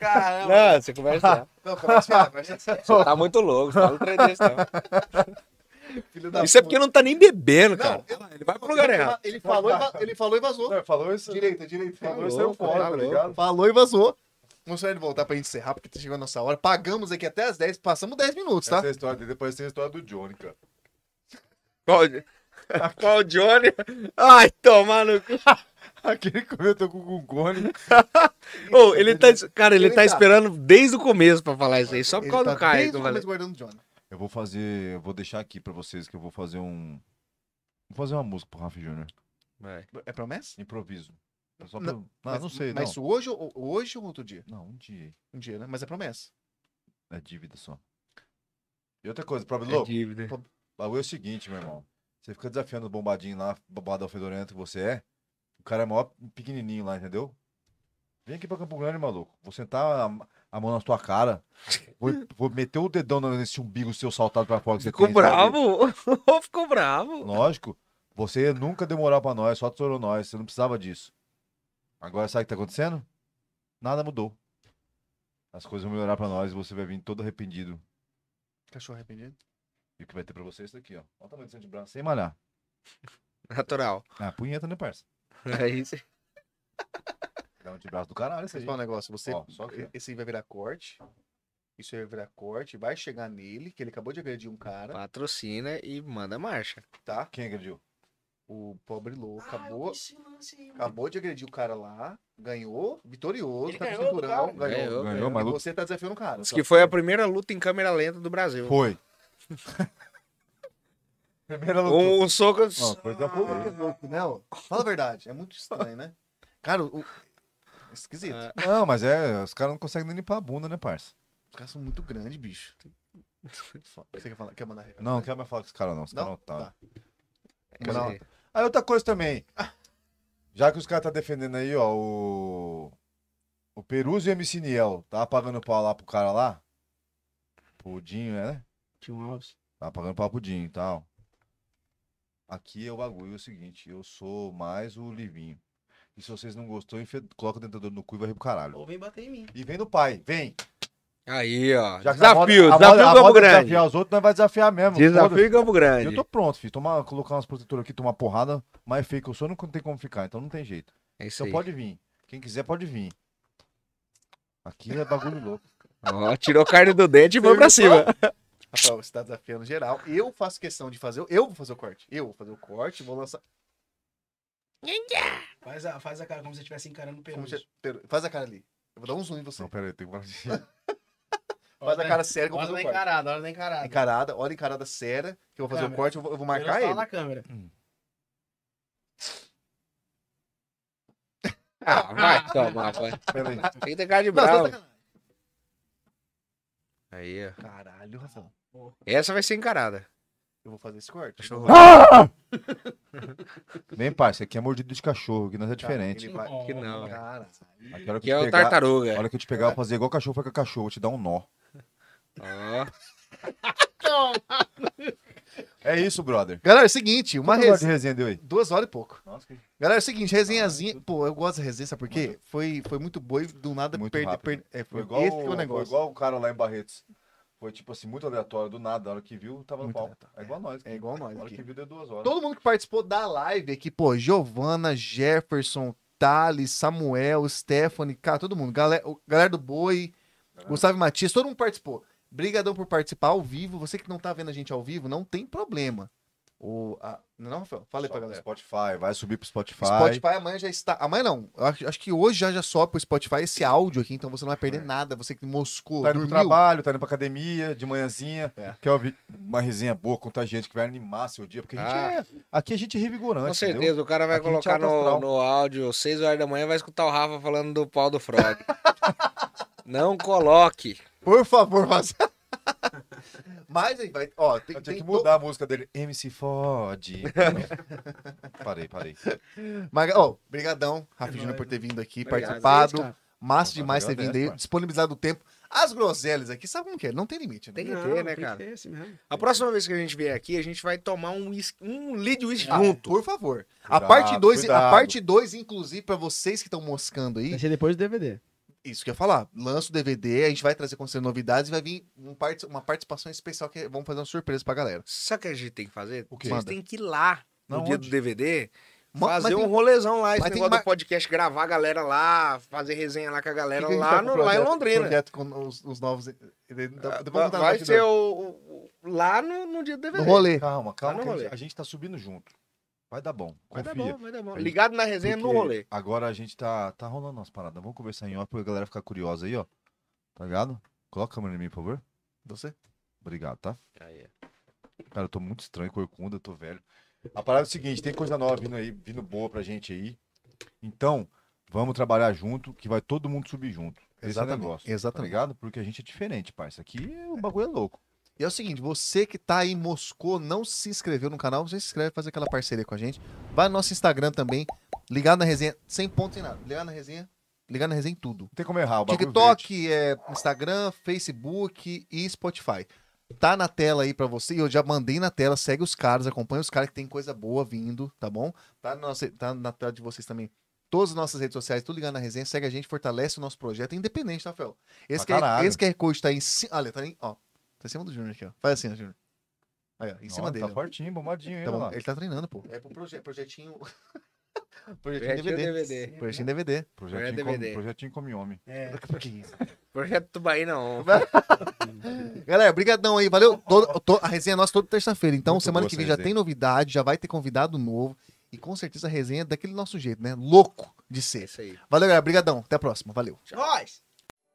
Speaker 5: Caramba.
Speaker 2: Não, você conversa. né?
Speaker 4: Não, é começa a falar,
Speaker 2: Você tá muito louco. Você tá no trem desse, não.
Speaker 4: filho da
Speaker 2: Isso é
Speaker 4: puta.
Speaker 2: porque não tá nem bebendo, cara.
Speaker 4: Não, ele,
Speaker 2: Ele vai pro lugar errado.
Speaker 4: ele falou, e va- ele falou e vazou.
Speaker 3: Não, falou isso...
Speaker 4: Direita, direita.
Speaker 3: Falou isso
Speaker 4: Falou,
Speaker 3: é foda, tá
Speaker 2: falou.
Speaker 3: ligado?
Speaker 4: falou e vazou. Vamos só ele voltar pra gente encerrar, porque chegou a nossa hora. Pagamos aqui até as 10, passamos 10 minutos, tá?
Speaker 3: Essa é a história dele, depois tem a história do Johnny, cara.
Speaker 2: Qual, qual o Johnny? Ai, tomar no cu.
Speaker 3: Aquele que comentou com o Gungoni.
Speaker 2: Ô, ele tá, cara, ele,
Speaker 4: Ele
Speaker 2: tá
Speaker 4: tá.
Speaker 2: esperando desde o começo pra falar isso aí, só por
Speaker 4: Ele
Speaker 2: causa
Speaker 4: tá
Speaker 2: do Caio.
Speaker 4: desde
Speaker 2: que eu
Speaker 4: o
Speaker 2: falei.
Speaker 4: começo guardando o Johnny.
Speaker 3: Eu vou fazer. Eu vou deixar aqui pra vocês que eu vou fazer um. Vou fazer uma música pro Rafa Júnior.
Speaker 2: Vai.
Speaker 4: É promessa?
Speaker 3: Improviso. É Só pra...
Speaker 4: Não,
Speaker 3: não, não, sei,
Speaker 4: Mas
Speaker 3: não.
Speaker 4: isso hoje ou, hoje ou outro dia?
Speaker 3: Não, um dia.
Speaker 4: Um dia, né? Mas é promessa.
Speaker 3: É dívida só. E outra coisa, Prove
Speaker 2: É
Speaker 3: Lobo,
Speaker 2: dívida.
Speaker 3: o bagulho é o seguinte, meu irmão. Você fica desafiando o bombadinho lá, babado fedorento que você é. O cara é maior pequenininho lá, entendeu? Vem aqui pra Campo Grande, maluco. Vou sentar a, a mão na tua cara. Vou, vou meter o dedão nesse umbigo seu saltado pra fora que você
Speaker 2: Ficou
Speaker 3: tem, sabe?
Speaker 2: bravo? Ficou bravo.
Speaker 3: Lógico. Você nunca deu moral pra nós, só tesourou nós. Você não precisava disso. Agora sabe o que tá acontecendo? Nada mudou. As coisas vão melhorar pra nós e você vai vir todo arrependido.
Speaker 4: Cachorro arrependido.
Speaker 3: E o que vai ter pra você é isso daqui, ó. Olha o tamanho do de braço, sem malhar.
Speaker 2: Natural.
Speaker 3: Ah, punheta, né, parça?
Speaker 2: É isso.
Speaker 3: Dá um de braço do caralho isso
Speaker 4: Você
Speaker 3: aí.
Speaker 4: fala um negócio, você.
Speaker 3: Ó, só aqui, ó.
Speaker 4: esse aí vai virar corte. Isso aí vai virar corte, vai chegar nele, que ele acabou de agredir um cara,
Speaker 2: Patrocina e manda marcha.
Speaker 4: tá?
Speaker 3: Quem agrediu?
Speaker 4: O pobre louco
Speaker 5: Ah,
Speaker 4: acabou.
Speaker 5: eu vi esse lance aí, mano.
Speaker 4: Acabou de agredir o cara lá, ganhou, vitorioso,
Speaker 5: Ele
Speaker 4: tá com
Speaker 5: ganhou do
Speaker 4: cinturão,
Speaker 5: cara.
Speaker 4: ganhou.
Speaker 2: Ganhou,
Speaker 3: Ganhou,
Speaker 4: E
Speaker 3: maluco?
Speaker 4: você tá desafiando o cara.
Speaker 2: Diz
Speaker 4: só.
Speaker 2: que foi a primeira luta em câmera lenta do Brasil.
Speaker 3: Foi. Primeira luta.
Speaker 2: Um, um soco.
Speaker 3: Não, depois da
Speaker 4: Pô, que louco, né, ó? Fala a verdade, é muito estranho, né? Cara, o... esquisito.
Speaker 2: Ah.
Speaker 3: Não, mas é, os caras não conseguem nem limpar a bunda, né, parça?
Speaker 4: Os caras são muito grandes, bicho. Você quer, falar, quer mandar recado?
Speaker 3: Não, não quero mais falar com os caras, não. Os
Speaker 4: Não?
Speaker 3: caras não tá.
Speaker 4: Tá. Não.
Speaker 2: É,
Speaker 3: Aí outra coisa também. Já que os caras tá defendendo aí, ó, o. O Peruso e o MC Niel. Tava pagando pau lá pro cara lá. Pro Dinho, né?
Speaker 1: Tinha um Alves.
Speaker 3: Tava pagando pau pro Dinho e tal. Aqui é o bagulho, é o seguinte, eu sou mais o Livinho. E se vocês não gostou, enfia- coloca o dentador no cu e vai rir pro caralho.
Speaker 5: Ou vem bater em mim.
Speaker 3: E vem no pai, vem.
Speaker 2: Aí, ó.
Speaker 3: Já que a moda-
Speaker 2: desafio,
Speaker 3: a moda-
Speaker 2: desafio
Speaker 3: a
Speaker 2: em Campo
Speaker 3: moda é
Speaker 2: Grande.
Speaker 3: Desafiar os outros, nós vai desafiar
Speaker 2: Ah,
Speaker 3: mesmo.
Speaker 2: Desafio
Speaker 3: foda-se.
Speaker 2: em Campo
Speaker 3: Eu
Speaker 2: Grande.
Speaker 3: tô pronto, filho. Tomar, colocar umas protetoras aqui, tomar porrada. Mais feio que eu sou, não tem como ficar, então não tem jeito.
Speaker 2: É isso
Speaker 3: Então
Speaker 2: aí.
Speaker 3: pode vir. Quem quiser pode vir. Aqui é bagulho louco.
Speaker 2: Ó, tirou carne do dente e foi pra cima.
Speaker 4: Rafael, você tá desafiando geral. Eu faço questão de fazer. Eu vou fazer o corte. Eu vou fazer o corte, vou lançar.
Speaker 5: Faz a, faz a cara como se você estivesse encarando o
Speaker 4: Como
Speaker 5: Peruso.
Speaker 4: já- Peru, Faz a cara ali. Eu vou dar um zoom em você.
Speaker 3: Não, pera aí, tem que
Speaker 4: Faz a cara séria que eu vou
Speaker 5: Olha da
Speaker 4: fazer o corte.
Speaker 5: encarada, olha da encarada.
Speaker 4: Encarada, olha a encarada séria, que eu vou fazer o
Speaker 5: Câmera.
Speaker 4: corte, eu vou, eu vou
Speaker 5: Peruso
Speaker 4: marcar
Speaker 5: fala
Speaker 4: ele.
Speaker 5: na câmera.
Speaker 2: Ah, vai tomar, vai.
Speaker 3: Pera aí.
Speaker 2: Tem que ter cara de
Speaker 4: Não, você tá
Speaker 2: bravo.
Speaker 4: sacanagem.
Speaker 2: Aí, ó.
Speaker 4: Caralho, Rafael.
Speaker 2: Essa vai ser encarada.
Speaker 4: Eu vou fazer esse corte.
Speaker 2: Cachorro.
Speaker 4: Eu vou-
Speaker 3: Vem, parça, aqui é mordido de cachorro, aqui nós é
Speaker 4: Cara,
Speaker 3: diferente.
Speaker 4: ele vai-
Speaker 2: Que não.
Speaker 4: Cara,
Speaker 3: Aqui, a hora que
Speaker 2: Que é
Speaker 3: eu te
Speaker 2: o
Speaker 3: pegar,
Speaker 2: tartaruga.
Speaker 3: a hora que eu te pegar, eu vou fazer igual cachorro foi com cachorro, vou te dar um nó.
Speaker 2: Ó.
Speaker 3: É isso, brother.
Speaker 4: Galera, é o seguinte, uma
Speaker 3: Quanto hora
Speaker 4: res...
Speaker 3: de resenha deu aí?
Speaker 4: duas horas e pouco.
Speaker 3: Nossa, que...
Speaker 4: Galera, é o seguinte, resenhazinha. Pô, eu gosto da resenha, sabe por quê? Foi, foi muito boa e do nada
Speaker 3: Muito
Speaker 4: perde-
Speaker 3: rápido.
Speaker 4: perde- é,
Speaker 3: Foi
Speaker 4: foi
Speaker 3: igual,
Speaker 4: esse que é o
Speaker 3: o- foi
Speaker 4: negócio.
Speaker 3: igual o cara lá em Barretos. Foi tipo assim, muito aleatório, do nada, a hora que viu, tava no
Speaker 4: Muito
Speaker 3: pau.
Speaker 4: aleatório.
Speaker 3: É igual nós.
Speaker 4: É igual nós
Speaker 3: A hora
Speaker 4: aqui.
Speaker 3: que viu, deu duas horas.
Speaker 4: Todo mundo que participou da live aqui, pô, Giovana, Jefferson, Thales, Samuel, Stephanie, cara, todo mundo. Galera, o- galera do Boi, Gustavo e Matias, todo mundo participou. Brigadão por participar ao vivo. Você que não tá vendo a gente ao vivo, não tem problema. O, a- Não, Rafael? Falei
Speaker 3: Sobe
Speaker 4: pra
Speaker 3: no
Speaker 4: galera.
Speaker 3: é Spotify, vai subir pro Spotify. tá
Speaker 4: Spotify amanhã já está. Amanhã não. Eu acho, acho que hoje já, já sobe pro Spotify esse áudio aqui, então você não vai perder nada. Você que moscou,
Speaker 3: Tá indo
Speaker 4: dormiu.
Speaker 3: pro É. trabalho, tá indo pra academia, de manhãzinha.
Speaker 4: É.
Speaker 3: Quer ouvir uma resenha boa, contar gente que vai animar seu dia, porque a gente
Speaker 2: Ah.
Speaker 3: é. Aqui a gente é revigorante.
Speaker 2: Com
Speaker 3: entendeu?
Speaker 2: certeza, o cara vai
Speaker 3: Aqui a gente é
Speaker 2: colocar
Speaker 3: alto astral.
Speaker 2: no, no áudio 6 horas da manhã vai escutar o Rafa falando do pau do Frog. Não coloque.
Speaker 4: Por favor, faça. Mas aí vai. Ó, tem,
Speaker 3: Eu tinha
Speaker 4: tem
Speaker 3: que
Speaker 4: to-
Speaker 3: mudar a música dele. MC Fode. parei, parei.
Speaker 4: Mas, ó, brigadão, Rafa Júnior, por ter vindo aqui,
Speaker 2: Obrigado.
Speaker 4: participado.
Speaker 1: Cara,
Speaker 4: Massa
Speaker 3: Não,
Speaker 4: demais
Speaker 3: eu
Speaker 4: ter vindo
Speaker 3: agradeço,
Speaker 4: aí,
Speaker 3: pô.
Speaker 4: disponibilizado o tempo. As groselhas aqui, sabe como que é? Não tem limite, né?
Speaker 2: Tem que
Speaker 1: não,
Speaker 2: ter, né,
Speaker 1: tem
Speaker 2: cara?
Speaker 1: Que ter esse mesmo.
Speaker 2: A próxima vez que a gente vier aqui, a gente vai tomar um, whisky, um lead whisky
Speaker 4: Ah,
Speaker 2: junto.
Speaker 4: Por favor. a
Speaker 3: Cuidado,
Speaker 4: parte 2, a
Speaker 3: cuidado.
Speaker 4: parte 2, inclusive, pra vocês que estão moscando aí,
Speaker 1: Vai ser depois do DVD.
Speaker 4: Isso que eu ia falar. Lança o DVD, a gente vai trazer com você novidades e vai vir um parti- uma participação especial que vamos fazer uma surpresa pra galera.
Speaker 2: Sabe o que a gente tem que fazer?
Speaker 4: O quê?
Speaker 2: Vocês
Speaker 4: Manda.
Speaker 2: têm que ir lá no
Speaker 3: Não,
Speaker 2: dia
Speaker 3: onde?
Speaker 2: do DVD
Speaker 4: Ma-
Speaker 2: fazer
Speaker 4: mas
Speaker 2: um
Speaker 4: tem-
Speaker 2: rolezão lá, esse
Speaker 4: mas tem que
Speaker 2: negócio
Speaker 4: mar-
Speaker 2: do podcast, gravar a galera lá, fazer resenha lá com a galera
Speaker 4: que que a gente
Speaker 2: lá,
Speaker 4: tá com
Speaker 2: no,
Speaker 4: o
Speaker 2: lá em
Speaker 4: projeto-
Speaker 2: Londrina.
Speaker 4: projeto com os, os novos. Ele não tá-
Speaker 2: Ah, vai-
Speaker 4: depois eu vou contar no
Speaker 2: vai
Speaker 4: bastidor.
Speaker 2: ser o, o- lá no, no dia do DVD.
Speaker 4: no rolê.
Speaker 3: É, Calma,
Speaker 2: Tá
Speaker 3: calma,
Speaker 2: no
Speaker 3: que a gente-
Speaker 2: rolê.
Speaker 3: a gente tá subindo junto. Vai dar bom.
Speaker 2: Vai dar
Speaker 3: Confia.
Speaker 2: bom, vai dar bom.
Speaker 3: Aí-
Speaker 2: Ligado na resenha no
Speaker 3: Porque
Speaker 2: rolê.
Speaker 3: Agora a gente tá, tá rolando umas paradas. Vamos conversar em off pra galera ficar curiosa aí, ó. Tá ligado? Coloca a câmera em mim, por favor.
Speaker 4: Você?
Speaker 3: Obrigado, tá? Cara, eu tô muito estranho, corcunda, eu tô velho. A parada é o seguinte, tem coisa nova vindo aí, vindo boa pra gente aí. Então, vamos trabalhar junto, que vai todo mundo subir junto. Esse é o
Speaker 4: Exatamente,
Speaker 3: negócio. Tá
Speaker 4: exatamente.
Speaker 3: ligado? Porque a gente é diferente, parça. Aqui o bagulho é louco.
Speaker 4: E é o seguinte, você que tá aí em Moscou, não se inscreveu no canal, você se inscreve, faz aquela parceria com a gente. Vai no nosso Instagram também, ligado na resenha, sem ponto sem nada. Ligado na resenha, ligado na resenha em tudo.
Speaker 3: Não tem como errar, o bagulho verde.
Speaker 4: TikTok, é, Instagram, Facebook e Spotify. Tá na tela aí pra você. e Eu já mandei na tela. Segue os caras, acompanha os caras que tem coisa boa vindo, tá bom? Tá na, nossa- tá na tela de vocês também. Todas as nossas redes sociais, tudo ligado na resenha. Segue a gente, fortalece o nosso projeto. é Independente, tá, Fel? Esse,
Speaker 3: Pra
Speaker 4: QR,
Speaker 3: caralho.
Speaker 4: esse QR Code tá em cima. Olha, tá em, ó, tá em cima do Júnior aqui, ó. Faz assim, ó, Júnior. Aí, ó, em cima
Speaker 3: Ó,
Speaker 4: dele.
Speaker 3: Tá
Speaker 4: ó.
Speaker 3: fortinho, bombadinho, hein,
Speaker 4: Tá bom,
Speaker 3: lá.
Speaker 4: ele tá treinando, pô. É pro proje- projetinho. projetinho
Speaker 2: Projetinho
Speaker 4: DVD.
Speaker 2: DVD.
Speaker 4: Projetinho DVD.
Speaker 3: Projetinho,
Speaker 2: Projeto
Speaker 3: come,
Speaker 2: DVD.
Speaker 3: projetinho come homem.
Speaker 5: É.
Speaker 4: Que isso?
Speaker 2: Projeto Tubaína On.
Speaker 4: Galera, brigadão aí, valeu. Todo- to- a resenha é nossa toda terça-feira. Então,
Speaker 3: Muito
Speaker 4: semana
Speaker 3: boa
Speaker 4: que
Speaker 3: essa
Speaker 4: vem já
Speaker 3: resenha.
Speaker 4: tem novidade, já vai ter convidado novo. E com certeza a resenha é daquele nosso jeito, né? Louco de
Speaker 2: É
Speaker 4: ser.
Speaker 2: isso aí.
Speaker 4: Valeu, galera. Brigadão. Até a próxima. Valeu.
Speaker 5: Nós!